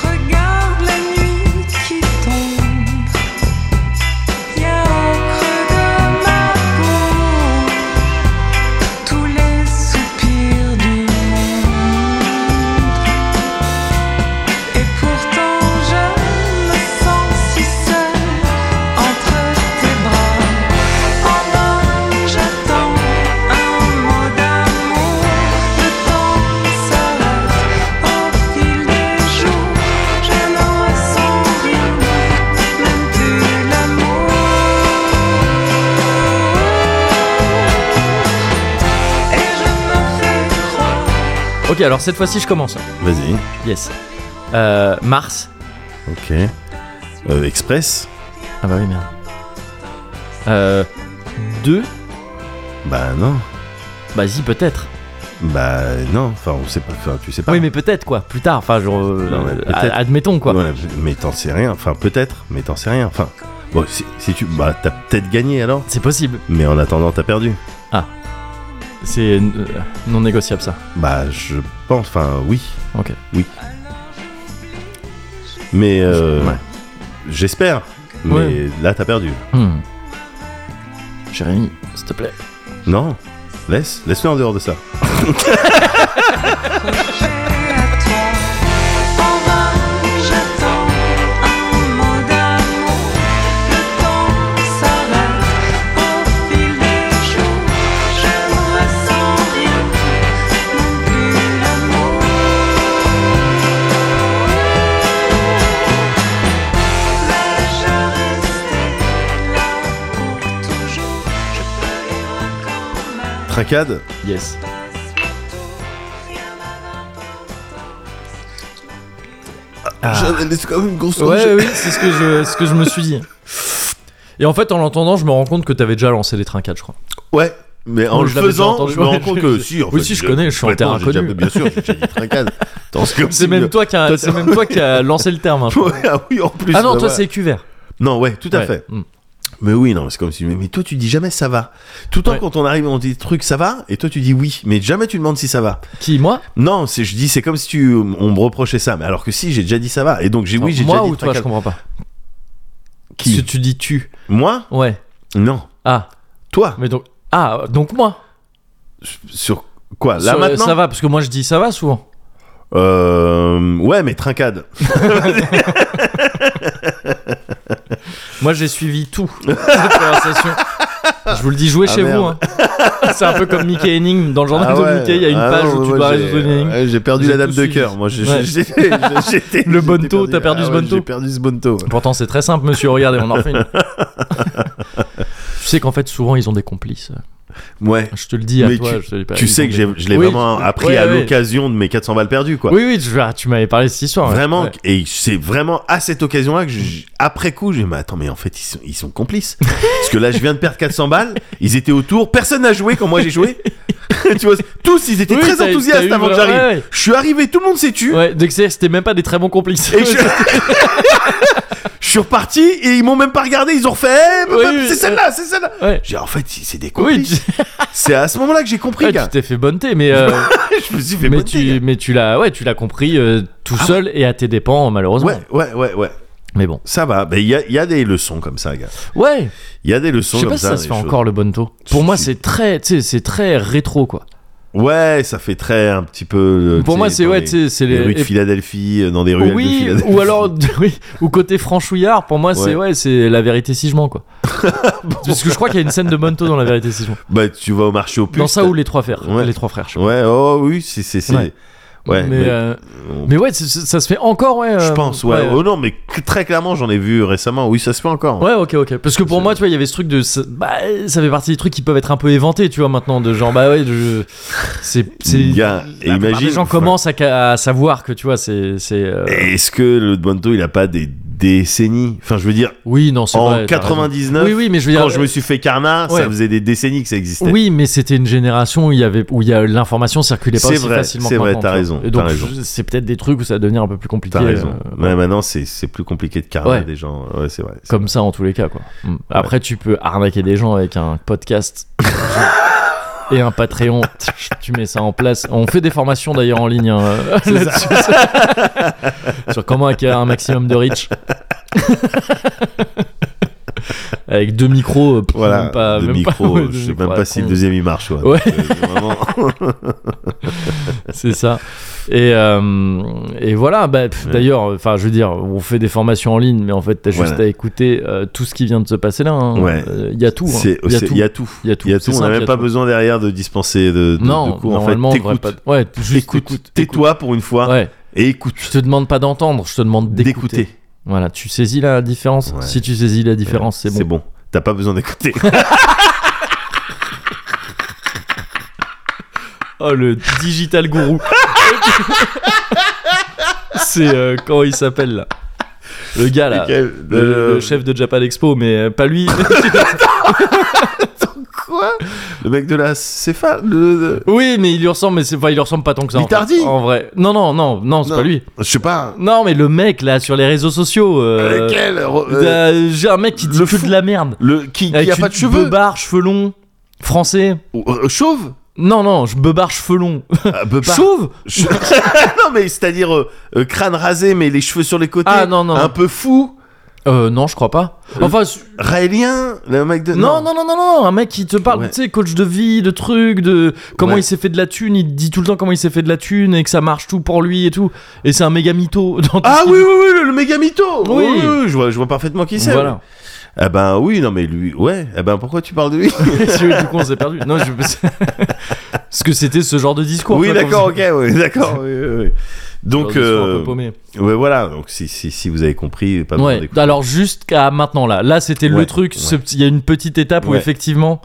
Speaker 6: regarde la nuit qui tombe. Viens au creux de ma peau tous les soupirs du monde. Et pourtant je me sens si seule entre tes bras. En bas j'attends un mot d'amour. Le temps s'arrête au fil des jours. Je ne ressens rien, même plus l'amour. Et je me fais croire.
Speaker 1: Ok, alors cette fois-ci, je commence.
Speaker 2: Vas-y.
Speaker 1: Yes. Euh, Mars.
Speaker 2: Ok. Euh, Express.
Speaker 1: Ah bah oui merde. Euh, deux.
Speaker 2: Bah non.
Speaker 1: Bah si peut-être.
Speaker 2: Bah non. Enfin, on sait pas. Enfin, tu sais pas.
Speaker 1: Oui mais peut-être quoi. Plus tard. Enfin genre. euh,
Speaker 2: Non, mais peut-être.
Speaker 1: ad- admettons quoi.
Speaker 2: Ouais, mais t'en sais rien. Enfin, peut-être. Mais t'en sais rien. Enfin, bon, si, si tu. Bah, t'as peut-être gagné alors.
Speaker 1: C'est possible.
Speaker 2: Mais en attendant, t'as perdu.
Speaker 1: C'est euh, non négociable ça.
Speaker 2: Bah, je pense. Enfin, oui.
Speaker 1: Ok.
Speaker 2: Oui. Mais euh,
Speaker 1: Ouais.
Speaker 2: j'espère. Mais
Speaker 1: Ouais.
Speaker 2: là, t'as perdu.
Speaker 1: Hmm. Jérémy, s'il te plaît.
Speaker 2: Non. Laisse. Laisse-le en dehors de ça.
Speaker 6: J'ai à toi, en vain j'attends un mot d'amour. Le temps s'arrête au fil des jours. Je ne ressens rien, non plus l'amour. Vais-je rester là pour toujours Je peux vivre quand même.
Speaker 2: Trincade.
Speaker 1: Yes.
Speaker 2: Je laisse Ah, quand même grosse
Speaker 1: Ouais, oui, c'est ce que je, ce que je me suis dit. Et en fait, en l'entendant, je me rends compte que t'avais déjà lancé les trincades, je crois.
Speaker 2: Ouais, mais en
Speaker 1: Moi,
Speaker 2: le
Speaker 1: je l'avais déjà
Speaker 2: faisant,
Speaker 1: entendu.
Speaker 2: je me rends compte que
Speaker 1: Je-
Speaker 2: si. En
Speaker 1: Oui,
Speaker 2: fait,
Speaker 1: si, je connais, je suis en
Speaker 2: complètement,
Speaker 1: terrain
Speaker 2: j'ai déjà-
Speaker 1: connu.
Speaker 2: Bien sûr, j'ai déjà dit trincade.
Speaker 1: [laughs]
Speaker 2: Dans ce
Speaker 1: C'est même toi qui a, c'est même toi qui a lancé le [laughs] terme. hein, je crois.
Speaker 2: [laughs] Ouais, ah oui, en plus.
Speaker 1: Ah non,
Speaker 2: bah
Speaker 1: toi
Speaker 2: ouais.
Speaker 1: c'est cuvert.
Speaker 2: Non, ouais, tout à
Speaker 1: Ouais.
Speaker 2: fait.
Speaker 1: Mm.
Speaker 2: Mais oui, non, c'est comme si. Mais, mais toi, tu dis jamais ça va. Tout le temps,
Speaker 1: Ouais.
Speaker 2: quand on arrive, on dit truc, ça va, et toi, tu dis oui, mais jamais tu demandes si ça va.
Speaker 1: Qui moi
Speaker 2: Non, c'est, je dis, c'est comme si tu, on me reprochait ça, mais alors que si, j'ai déjà dit ça va. Et donc, j'ai, oui, j'ai
Speaker 1: Moi
Speaker 2: déjà
Speaker 1: ou
Speaker 2: dit
Speaker 1: toi Je
Speaker 2: trincade.
Speaker 1: comprends pas.
Speaker 2: Qui
Speaker 1: Parce que tu dis tu.
Speaker 2: Moi
Speaker 1: Ouais.
Speaker 2: Non.
Speaker 1: Ah,
Speaker 2: Toi
Speaker 1: mais donc ah donc moi.
Speaker 2: Sur quoi Là
Speaker 1: Sur- euh,
Speaker 2: maintenant
Speaker 1: Ça va parce que moi je dis ça va souvent.
Speaker 2: Euh, Ouais, mais trincade.
Speaker 1: Moi j'ai suivi tout [laughs] cette conversation. Je vous le dis, jouez
Speaker 2: Ah,
Speaker 1: chez vous.
Speaker 2: merde.
Speaker 1: hein. c'est un peu comme Mickey Henning dans le journal
Speaker 2: Ah
Speaker 1: de
Speaker 2: ouais.
Speaker 1: Mickey. Il y a une
Speaker 2: Ah
Speaker 1: page
Speaker 2: non,
Speaker 1: où tu
Speaker 2: moi,
Speaker 1: dois
Speaker 2: j'ai-
Speaker 1: résoudre une énigme.
Speaker 2: ouais, J'ai perdu
Speaker 1: J'ai
Speaker 2: la dame
Speaker 1: tout
Speaker 2: de
Speaker 1: suivi.
Speaker 2: cœur. Moi, j'ai-
Speaker 1: Ouais. [laughs]
Speaker 2: j'ai- j'ai- j'étais.
Speaker 1: Le
Speaker 2: j'étais
Speaker 1: bonneto, t'as perdu
Speaker 2: Ah
Speaker 1: ce
Speaker 2: ouais,
Speaker 1: bonneto
Speaker 2: J'ai perdu ce bonneto. ouais.
Speaker 1: Pourtant, c'est très simple, monsieur. Regardez, on en fait
Speaker 2: [laughs]
Speaker 1: une. Je sais qu'en fait, souvent, ils ont des complices.
Speaker 2: Ouais.
Speaker 1: Je te le dis à
Speaker 2: Mais
Speaker 1: toi. je te le dis pas.
Speaker 2: Tu
Speaker 1: Ils ont
Speaker 2: sais que
Speaker 1: des-
Speaker 2: j'ai- je l'ai
Speaker 1: Oui,
Speaker 2: vraiment
Speaker 1: tu-
Speaker 2: appris
Speaker 1: ouais,
Speaker 2: à
Speaker 1: ouais.
Speaker 2: l'occasion de mes 400 balles perdues, quoi.
Speaker 1: Oui, oui, tu, ah, tu m'avais parlé de cette histoire. ouais.
Speaker 2: Vraiment,
Speaker 1: Ouais.
Speaker 2: et c'est vraiment à cette occasion-là que, je- après coup, j'ai dit, mais attends, mais en fait, ils sont, ils
Speaker 1: [laughs]
Speaker 2: sont complices. Parce que là, je viens de perdre 400 balles, ils étaient autour, personne n'a joué quand moi j'ai joué. [laughs] tu vois, tous, ils étaient
Speaker 1: Oui,
Speaker 2: très
Speaker 1: t'as- t'as
Speaker 2: enthousiastes
Speaker 1: eu
Speaker 2: avant que
Speaker 1: vra-
Speaker 2: j'arrive.
Speaker 1: ouais, ouais.
Speaker 2: Je suis arrivé, tout le monde s'est tu.
Speaker 1: Ouais, donc c'est- c'était même pas des très bons complices.
Speaker 2: Et je...
Speaker 1: [laughs]
Speaker 2: je suis reparti et ils m'ont même pas regardé, ils ont refait. eh,
Speaker 1: Oui, oui,
Speaker 2: c'est celle-là, c'est celle-là.
Speaker 1: [laughs] Ouais.
Speaker 2: J'ai dit, en fait, c'est des
Speaker 1: Oui,
Speaker 2: complices.
Speaker 1: tu
Speaker 2: C'est à ce moment-là que j'ai
Speaker 1: [laughs]
Speaker 2: compris,
Speaker 1: ouais, tu
Speaker 2: gars. [laughs]
Speaker 1: t'es fait bonneté, mais euh,
Speaker 2: je me suis fait hein.
Speaker 1: mais
Speaker 2: botter,
Speaker 1: tu mais tu l'as ouais tu l'as compris euh, tout seul et à tes dépens
Speaker 2: gars.
Speaker 1: malheureusement.
Speaker 2: Ouais, ouais, ouais, ouais.
Speaker 1: Mais bon.
Speaker 2: Ça va. Ben, Il y, a, il y a des leçons comme ça, gars.
Speaker 1: Ouais.
Speaker 2: Il y a des
Speaker 1: Je
Speaker 2: leçons
Speaker 1: sais
Speaker 2: comme
Speaker 1: pas si ça,
Speaker 2: des
Speaker 1: se fait
Speaker 2: choses.
Speaker 1: encore le bonneto. Pour
Speaker 2: Si,
Speaker 1: moi,
Speaker 2: si.
Speaker 1: c'est très tu sais c'est très rétro quoi.
Speaker 2: Ouais, ça fait très un petit peu. euh,
Speaker 1: Pour
Speaker 2: tu
Speaker 1: moi,
Speaker 2: sais,
Speaker 1: c'est
Speaker 2: dans
Speaker 1: ouais
Speaker 2: les-
Speaker 1: tu sais, c'est
Speaker 2: les rues de
Speaker 1: les
Speaker 2: Philadelphie, euh, dans des ruelles de
Speaker 1: oui,
Speaker 2: Philadelphie.
Speaker 1: ou alors, [laughs] oui, ou côté franchouillard, pour moi, c'est
Speaker 2: Ouais.
Speaker 1: ouais, c'est la vérité si je mens,
Speaker 2: [laughs]
Speaker 1: quoi. Parce que je crois qu'il y a une scène de Bonto dans la vérité si je mens.
Speaker 2: [laughs] Bah, tu vas au marché aux puces.
Speaker 1: Dans ça
Speaker 2: t'as-
Speaker 1: ou les trois frères.
Speaker 2: Ouais.
Speaker 1: Les trois frères, je sais pas.
Speaker 2: Ouais, oh oui, c'est. c'est, c'est...
Speaker 1: Ouais.
Speaker 2: Ouais. Ouais,
Speaker 1: mais,
Speaker 2: mais-
Speaker 1: euh,
Speaker 2: on-
Speaker 1: mais ouais, c'est- c'est- ça se fait encore, ouais.
Speaker 2: je
Speaker 1: euh,
Speaker 2: pense, ouais. Oh non, mais que- très clairement, j'en ai vu récemment. Oui, ça se fait encore.
Speaker 1: Ouais, ok, ok. Parce que pour
Speaker 2: C'est-
Speaker 1: moi, tu vois, il y avait ce truc de. ça- Bah, ça fait partie des trucs qui peuvent être un peu éventés, tu vois, maintenant, de genre, bah ouais, je. C'est. c'est-
Speaker 2: Gars, et
Speaker 1: la plupart
Speaker 2: imagine-
Speaker 1: des gens commencent à, ca- à savoir que, tu vois, c'est. c'est, euh,
Speaker 2: Est-ce que le Bonto, il a pas des décennies Enfin, je veux dire,
Speaker 1: Oui, non, c'est
Speaker 2: en
Speaker 1: vrai, t'as raison.
Speaker 2: 99,
Speaker 1: Oui, oui, mais je veux dire.
Speaker 2: quand je me suis fait Karma,
Speaker 1: Ouais.
Speaker 2: ça faisait des décennies que ça existait.
Speaker 1: Oui, mais c'était une génération où il y avait où il y a l'information circulait pas
Speaker 2: C'est
Speaker 1: aussi
Speaker 2: vrai,
Speaker 1: facilement.
Speaker 2: c'est
Speaker 1: que
Speaker 2: vrai,
Speaker 1: maintenant,
Speaker 2: t'as
Speaker 1: tu vois.
Speaker 2: raison,
Speaker 1: Et donc
Speaker 2: t'as raison.
Speaker 1: je- c'est peut-être des trucs où ça va devenir un peu plus compliqué.
Speaker 2: T'as raison.
Speaker 1: euh,
Speaker 2: Ouais, maintenant, c'est c'est plus compliqué de Karma
Speaker 1: Ouais.
Speaker 2: des gens. Ouais, c'est vrai. [laughs]
Speaker 1: Comme ça, en tous les cas, quoi. Mm. Après, tu peux arnaquer des gens avec un podcast [laughs] et un Patreon.
Speaker 2: [laughs]
Speaker 1: tu mets ça en place. On fait des formations d'ailleurs en ligne hein,
Speaker 2: [laughs]
Speaker 1: euh, là-dessus. sur comment acquérir un maximum de
Speaker 2: [laughs]
Speaker 1: reach. avec deux micros, euh, pff,
Speaker 2: Voilà,
Speaker 1: même pas,
Speaker 2: le
Speaker 1: même
Speaker 2: micro,
Speaker 1: pas, ouais, [laughs] deux
Speaker 2: je sais
Speaker 1: micros
Speaker 2: même
Speaker 1: à
Speaker 2: pas
Speaker 1: con.
Speaker 2: si le deuxième il marche.
Speaker 1: [laughs] Ouais. hein.
Speaker 2: Donc, euh, c'est
Speaker 1: [laughs]
Speaker 2: vraiment-
Speaker 1: C'est ça. Et, euh, et voilà, bah, pff,
Speaker 2: Ouais.
Speaker 1: d'ailleurs, enfin, je veux dire, on fait des formations en ligne, mais en fait, t'as juste
Speaker 2: Voilà.
Speaker 1: à écouter euh, tout ce qui vient de se passer là. hein.
Speaker 2: Ouais.
Speaker 1: Euh, Il y a tout. hein.
Speaker 2: C'est-
Speaker 1: Il y a
Speaker 2: c'est-
Speaker 1: tout.
Speaker 2: Il y a tout.
Speaker 1: Il y a tout.
Speaker 2: Il y a
Speaker 1: C'est
Speaker 2: tout. On n'a
Speaker 1: simple, il y
Speaker 2: même
Speaker 1: a
Speaker 2: pas
Speaker 1: tout.
Speaker 2: besoin derrière de dispenser de, de,
Speaker 1: non,
Speaker 2: de cours. En fait,
Speaker 1: normalement, on devrait
Speaker 2: t'écoutes.
Speaker 1: pas. Ouais, t- juste
Speaker 2: Écoute.
Speaker 1: écoute.
Speaker 2: Tais-toi pour une fois
Speaker 1: Ouais.
Speaker 2: et
Speaker 1: Je
Speaker 2: écoute.
Speaker 1: te demande pas d'entendre, je te demande d'écouter.
Speaker 2: D'écouter.
Speaker 1: Voilà, tu saisis la différence.
Speaker 2: Ouais.
Speaker 1: Si tu saisis la différence, c'est
Speaker 2: C'est
Speaker 1: bon.
Speaker 2: bon. T'as pas besoin d'écouter.
Speaker 1: Oh, le digital
Speaker 2: [laughs]
Speaker 1: gourou. c'est euh, comment il s'appelle là Le gars là.
Speaker 2: Lequel
Speaker 1: Le,
Speaker 2: Le-
Speaker 1: le chef de Japan Expo, mais euh, pas
Speaker 2: [laughs]
Speaker 1: lui.
Speaker 2: Quoi Le mec de la Céphale le-
Speaker 1: Oui, mais il lui ressemble, mais c'est enfin, il lui ressemble pas tant que ça. en fait.
Speaker 2: Bitardi
Speaker 1: en, vrai. Non, non, non, non, c'est
Speaker 2: Non.
Speaker 1: pas lui.
Speaker 2: Je sais pas.
Speaker 1: Non, mais le mec là sur les réseaux sociaux. euh,
Speaker 2: Lequel re- euh,
Speaker 1: euh, J'ai un mec qui dit
Speaker 2: le
Speaker 1: que
Speaker 2: fou-
Speaker 1: de la merde.
Speaker 2: Le qui, qui
Speaker 1: Avec
Speaker 2: a pas
Speaker 1: une
Speaker 2: de cheveux
Speaker 1: Beubard, cheveux longs, français.
Speaker 2: Ou- euh, Chauve
Speaker 1: Non, non, je beubard cheveux longs. [laughs]
Speaker 2: Ah, beubard.
Speaker 1: Chauve
Speaker 2: Che- [laughs] Non mais c'est-à-dire euh, euh, crâne rasé mais les cheveux sur les côtés.
Speaker 1: Ah, non, non.
Speaker 2: Un peu fou.
Speaker 1: Euh, non, je crois pas. Enfin, su-
Speaker 2: Raélien Le mec de.
Speaker 1: non, non, non, non, non, un mec qui te parle,
Speaker 2: Ouais.
Speaker 1: tu sais, coach de vie, de trucs, de comment
Speaker 2: Ouais.
Speaker 1: il s'est fait de la thune, il te dit tout le temps comment il s'est fait de la thune et que ça marche tout pour lui et tout. Et c'est un méga mytho [laughs] dans tout
Speaker 2: Ah
Speaker 1: ce qu'il
Speaker 2: oui, oui,
Speaker 1: dit.
Speaker 2: oui, le, le méga mytho
Speaker 1: Oui.
Speaker 2: oui, oui, je, vois, je vois parfaitement qui c'est. [laughs]
Speaker 1: Voilà.
Speaker 2: Ah ben oui, non mais lui, ouais. Ah ben pourquoi tu parles de lui
Speaker 1: Si oui, du coup, on s'est perdu. Non, je... [laughs] Parce que c'était ce genre de discours.
Speaker 2: Oui,
Speaker 1: tu vois,
Speaker 2: d'accord,
Speaker 1: qu'on
Speaker 2: ok, oui, d'accord. oui, oui, oui. Donc,
Speaker 1: faisait. Genre de discours un peu
Speaker 2: euh,
Speaker 1: paumé.
Speaker 2: ouais, voilà. Donc si, si, si vous avez compris, pas besoin
Speaker 1: Ouais.
Speaker 2: d'écouter.
Speaker 1: Alors jusqu'à maintenant là, là c'était
Speaker 2: Ouais,
Speaker 1: le truc. ce
Speaker 2: ouais.
Speaker 1: petit- Il y a une petite étape où
Speaker 2: Ouais.
Speaker 1: effectivement,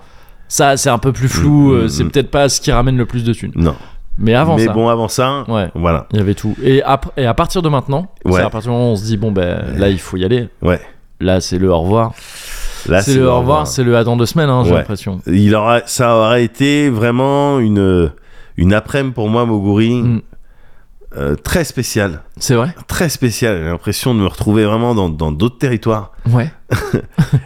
Speaker 1: ça c'est un peu plus flou.
Speaker 2: Mm,
Speaker 1: euh,
Speaker 2: mm,
Speaker 1: c'est
Speaker 2: mm.
Speaker 1: peut-être pas ce qui ramène le plus de thunes.
Speaker 2: Non.
Speaker 1: Mais avant
Speaker 2: mais
Speaker 1: ça,
Speaker 2: bon, avant ça,
Speaker 1: ouais,
Speaker 2: voilà.
Speaker 1: il y avait tout. Et, ap- et à partir de maintenant, c'est
Speaker 2: Ouais.
Speaker 1: à partir du moment où on se dit bon ben là il faut y aller.
Speaker 2: Ouais.
Speaker 1: Là c'est le au revoir.
Speaker 2: Là,
Speaker 1: c'est le au revoir. C'est le attends deux semaines. hein, J'ai
Speaker 2: Ouais.
Speaker 1: l'impression.
Speaker 2: Il aura, ça aurait été vraiment une une après-midi pour moi, Moguri,
Speaker 1: Mm.
Speaker 2: euh, très spéciale,
Speaker 1: C'est vrai.
Speaker 2: très spéciale. J'ai l'impression de me retrouver vraiment dans dans d'autres territoires.
Speaker 1: Ouais.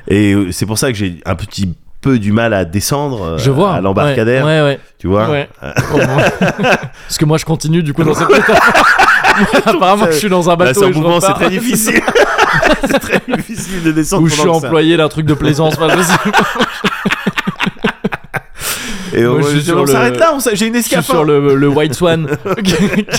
Speaker 2: Et euh, c'est pour ça que j'ai un petit peu du mal à descendre euh,
Speaker 1: Je vois.
Speaker 2: à l'embarcadère,
Speaker 1: Ouais, ouais. ouais.
Speaker 2: tu vois. Euh.
Speaker 1: Ouais. Au
Speaker 2: [laughs]
Speaker 1: moins. Parce que moi je continue du coup dans cette Apparemment je suis dans un
Speaker 2: Là,
Speaker 1: bateau
Speaker 2: c'est en
Speaker 1: et je
Speaker 2: mouvement, c'est
Speaker 1: repars.
Speaker 2: très difficile.
Speaker 1: [laughs]
Speaker 2: [laughs] c'est très difficile de descendre.
Speaker 1: Ou je suis
Speaker 2: pendant que ça.
Speaker 1: employé d'un truc de plaisance. Enfin, je sais pas.
Speaker 2: Et
Speaker 1: Moi,
Speaker 2: on,
Speaker 1: je suis sur
Speaker 2: on
Speaker 1: le-
Speaker 2: s'arrête là, on s'a- j'ai une
Speaker 1: Je suis
Speaker 2: escape.
Speaker 1: sur le, le White Swan, qui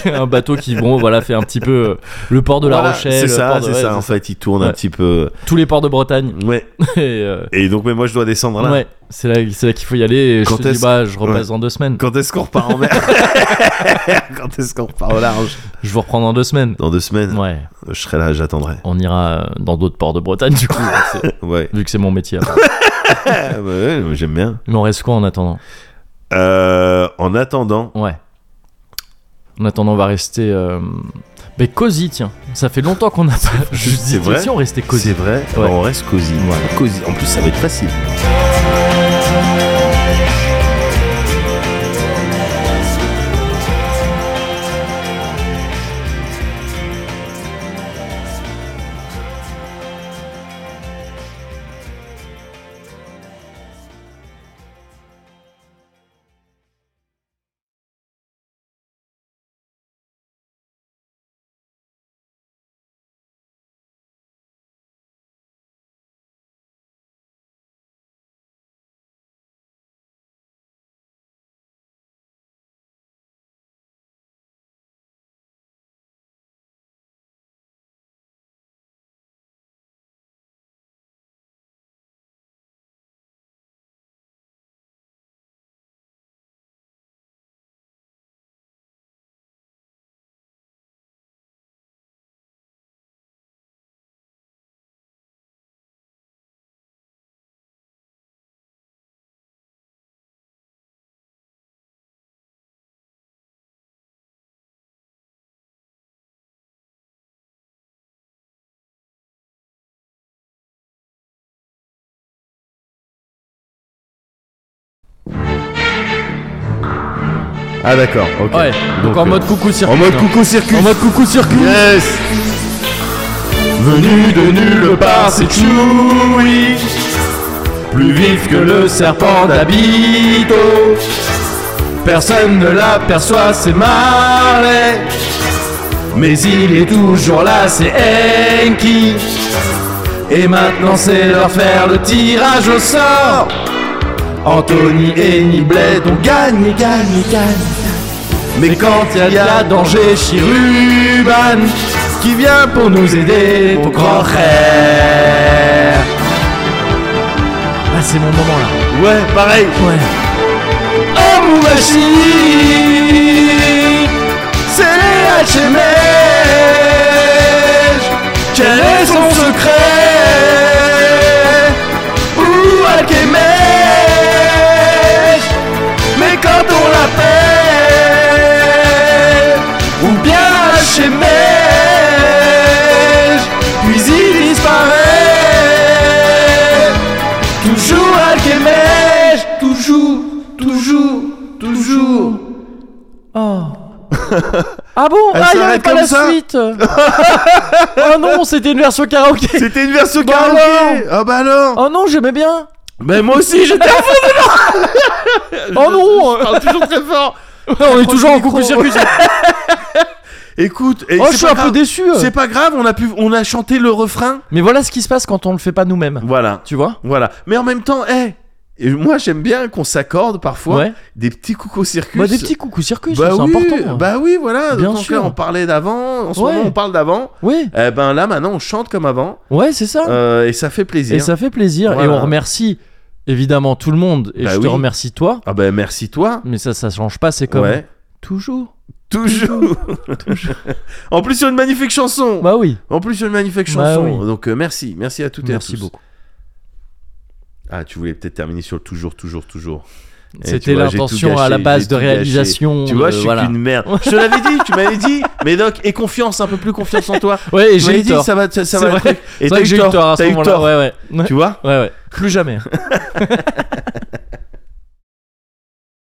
Speaker 1: est un bateau qui bon voilà fait un petit peu euh, le port de La Rochelle.
Speaker 2: C'est
Speaker 1: le
Speaker 2: ça,
Speaker 1: port de-
Speaker 2: c'est
Speaker 1: ouais,
Speaker 2: ça. En fait, il tourne un
Speaker 1: Ouais.
Speaker 2: petit peu.
Speaker 1: Tous les ports de Bretagne. [laughs]
Speaker 2: Ouais.
Speaker 1: Et, euh,
Speaker 2: Et donc, mais moi, je dois descendre là.
Speaker 1: Ouais, c'est là, c'est là qu'il faut y aller. Et je
Speaker 2: Quand
Speaker 1: te dis
Speaker 2: est-ce-
Speaker 1: bah je repasse
Speaker 2: Ouais.
Speaker 1: dans deux semaines.
Speaker 2: Quand est-ce qu'on repart
Speaker 1: [laughs]
Speaker 2: en mer Quand est-ce qu'on repart au large
Speaker 1: Je vous reprends dans deux semaines.
Speaker 2: Dans deux semaines,
Speaker 1: Ouais,
Speaker 2: je serai là, j'attendrai. on
Speaker 1: on ira euh, dans d'autres ports de Bretagne du coup,
Speaker 2: [laughs]
Speaker 1: c'est- [laughs]
Speaker 2: Ouais.
Speaker 1: vu que c'est mon métier. après.
Speaker 2: Ah, bah ouais, mais j'aime bien.
Speaker 1: Il m'en reste quoi en attendant
Speaker 2: Euh, en attendant,
Speaker 1: Ouais. En attendant, on va rester. euh, Mais cosy, tiens. Ça fait longtemps qu'on n'a pas. Je dis,
Speaker 2: c'est vrai
Speaker 1: si on restait cosy.
Speaker 2: c'est vrai,
Speaker 1: Ouais.
Speaker 2: on reste cosy.
Speaker 1: Ouais.
Speaker 2: Cosy. En plus, ça va être facile. Ah d'accord, ok.
Speaker 1: Ouais, donc, en
Speaker 2: euh,
Speaker 1: mode coucou circuit.
Speaker 2: en mode
Speaker 1: non.
Speaker 2: coucou circuit.
Speaker 1: En mode coucou circuit.
Speaker 2: Yes Venu de nulle part, c'est Choui Plus vif que le serpent d'Abito Personne ne l'aperçoit, c'est Marley Mais il est toujours là, c'est Enki Et maintenant c'est leur faire le tirage au sort Anthony et Niblet ont gagné, gagné, gagné mais quand il y a danger, Chiruban qui vient pour nous aider, ton grand frère.
Speaker 1: Ah, c'est mon moment là.
Speaker 2: Ouais, pareil.
Speaker 1: Ouais.
Speaker 2: Amoubashi, c'est les HMH. Quel est son secret Ou Alkemesh Mais quand on l'appelle, ou bien HMH, puis il disparaît. Toujours Alkemesh, toujours, toujours, toujours.
Speaker 1: Ah bon
Speaker 2: Elle
Speaker 1: Ah, il y avait
Speaker 2: s'arrête
Speaker 1: pas
Speaker 2: comme
Speaker 1: la
Speaker 2: ça
Speaker 1: suite [laughs] Oh non, c'était une version karaoké
Speaker 2: C'était une version
Speaker 1: Bah
Speaker 2: karaoké.
Speaker 1: alors.
Speaker 2: Ah bah alors
Speaker 1: Oh non, j'aimais bien
Speaker 2: Mais moi aussi [laughs] j'étais à fond [laughs]
Speaker 1: Oh non
Speaker 2: Ah, toujours très [laughs] fort
Speaker 1: On est toujours en coucou-circuit.
Speaker 2: [laughs] Écoute, et
Speaker 1: Oh,
Speaker 2: c'est
Speaker 1: je suis
Speaker 2: pas
Speaker 1: un peu
Speaker 2: grave.
Speaker 1: déçu
Speaker 2: C'est pas grave, on a pu on a chanté le refrain.
Speaker 1: Mais voilà ce qui se passe quand on le fait pas nous-mêmes.
Speaker 2: Voilà.
Speaker 1: Tu vois
Speaker 2: Voilà. Mais en même temps, hé et moi j'aime bien qu'on s'accorde parfois
Speaker 1: Ouais.
Speaker 2: des petits coucou circus.
Speaker 1: Bah, des petits coucou-circuits,
Speaker 2: bah
Speaker 1: c'est
Speaker 2: oui,
Speaker 1: important. hein.
Speaker 2: Bah oui, voilà.
Speaker 1: Bien
Speaker 2: Donc là,
Speaker 1: sûr.
Speaker 2: on parlait d'avant, en ce
Speaker 1: Ouais.
Speaker 2: moment on parle d'avant.
Speaker 1: Ouais,
Speaker 2: Eh ben là maintenant on chante comme avant
Speaker 1: ouais, c'est ça.
Speaker 2: euh, et ça fait plaisir.
Speaker 1: Et ça fait plaisir.
Speaker 2: Voilà.
Speaker 1: Et on remercie évidemment tout le monde. Et
Speaker 2: Bah
Speaker 1: je te
Speaker 2: oui.
Speaker 1: remercie toi.
Speaker 2: Ah ben merci toi.
Speaker 1: Mais ça, ça change pas. C'est comme
Speaker 2: Ouais.
Speaker 1: toujours. [laughs]
Speaker 2: Toujours. [laughs] en plus sur une magnifique chanson.
Speaker 1: Bah oui.
Speaker 2: En plus, c'est une magnifique
Speaker 1: Bah
Speaker 2: chanson.
Speaker 1: oui.
Speaker 2: Donc, euh, merci. Merci à toutes et à tous.
Speaker 1: Merci beaucoup.
Speaker 2: Ah, tu voulais peut-être terminer sur le toujours, toujours, toujours. Et tu
Speaker 1: C'était
Speaker 2: vois, j'ai tout
Speaker 1: l'intention
Speaker 2: gâché,
Speaker 1: à la base
Speaker 2: j'ai
Speaker 1: de
Speaker 2: tout
Speaker 1: réalisation.
Speaker 2: gâché. Tu vois,
Speaker 1: euh,
Speaker 2: je suis
Speaker 1: voilà. [laughs]
Speaker 2: qu'une merde. Je te l'avais dit, tu m'avais dit. Médoc, aie confiance, un peu plus confiance en toi.
Speaker 1: Ouais, et
Speaker 2: Tu m'avais
Speaker 1: j'ai eu
Speaker 2: dit,
Speaker 1: tort.
Speaker 2: ça va, ça,
Speaker 1: C'est
Speaker 2: ça va. le
Speaker 1: vrai.
Speaker 2: truc. Et
Speaker 1: C'est
Speaker 2: t'as
Speaker 1: vrai que j'ai eu tort à
Speaker 2: t'as
Speaker 1: ce
Speaker 2: eu
Speaker 1: moment-là.
Speaker 2: tort.
Speaker 1: Ouais, ouais.
Speaker 2: Tu vois
Speaker 1: Ouais, ouais. Plus jamais.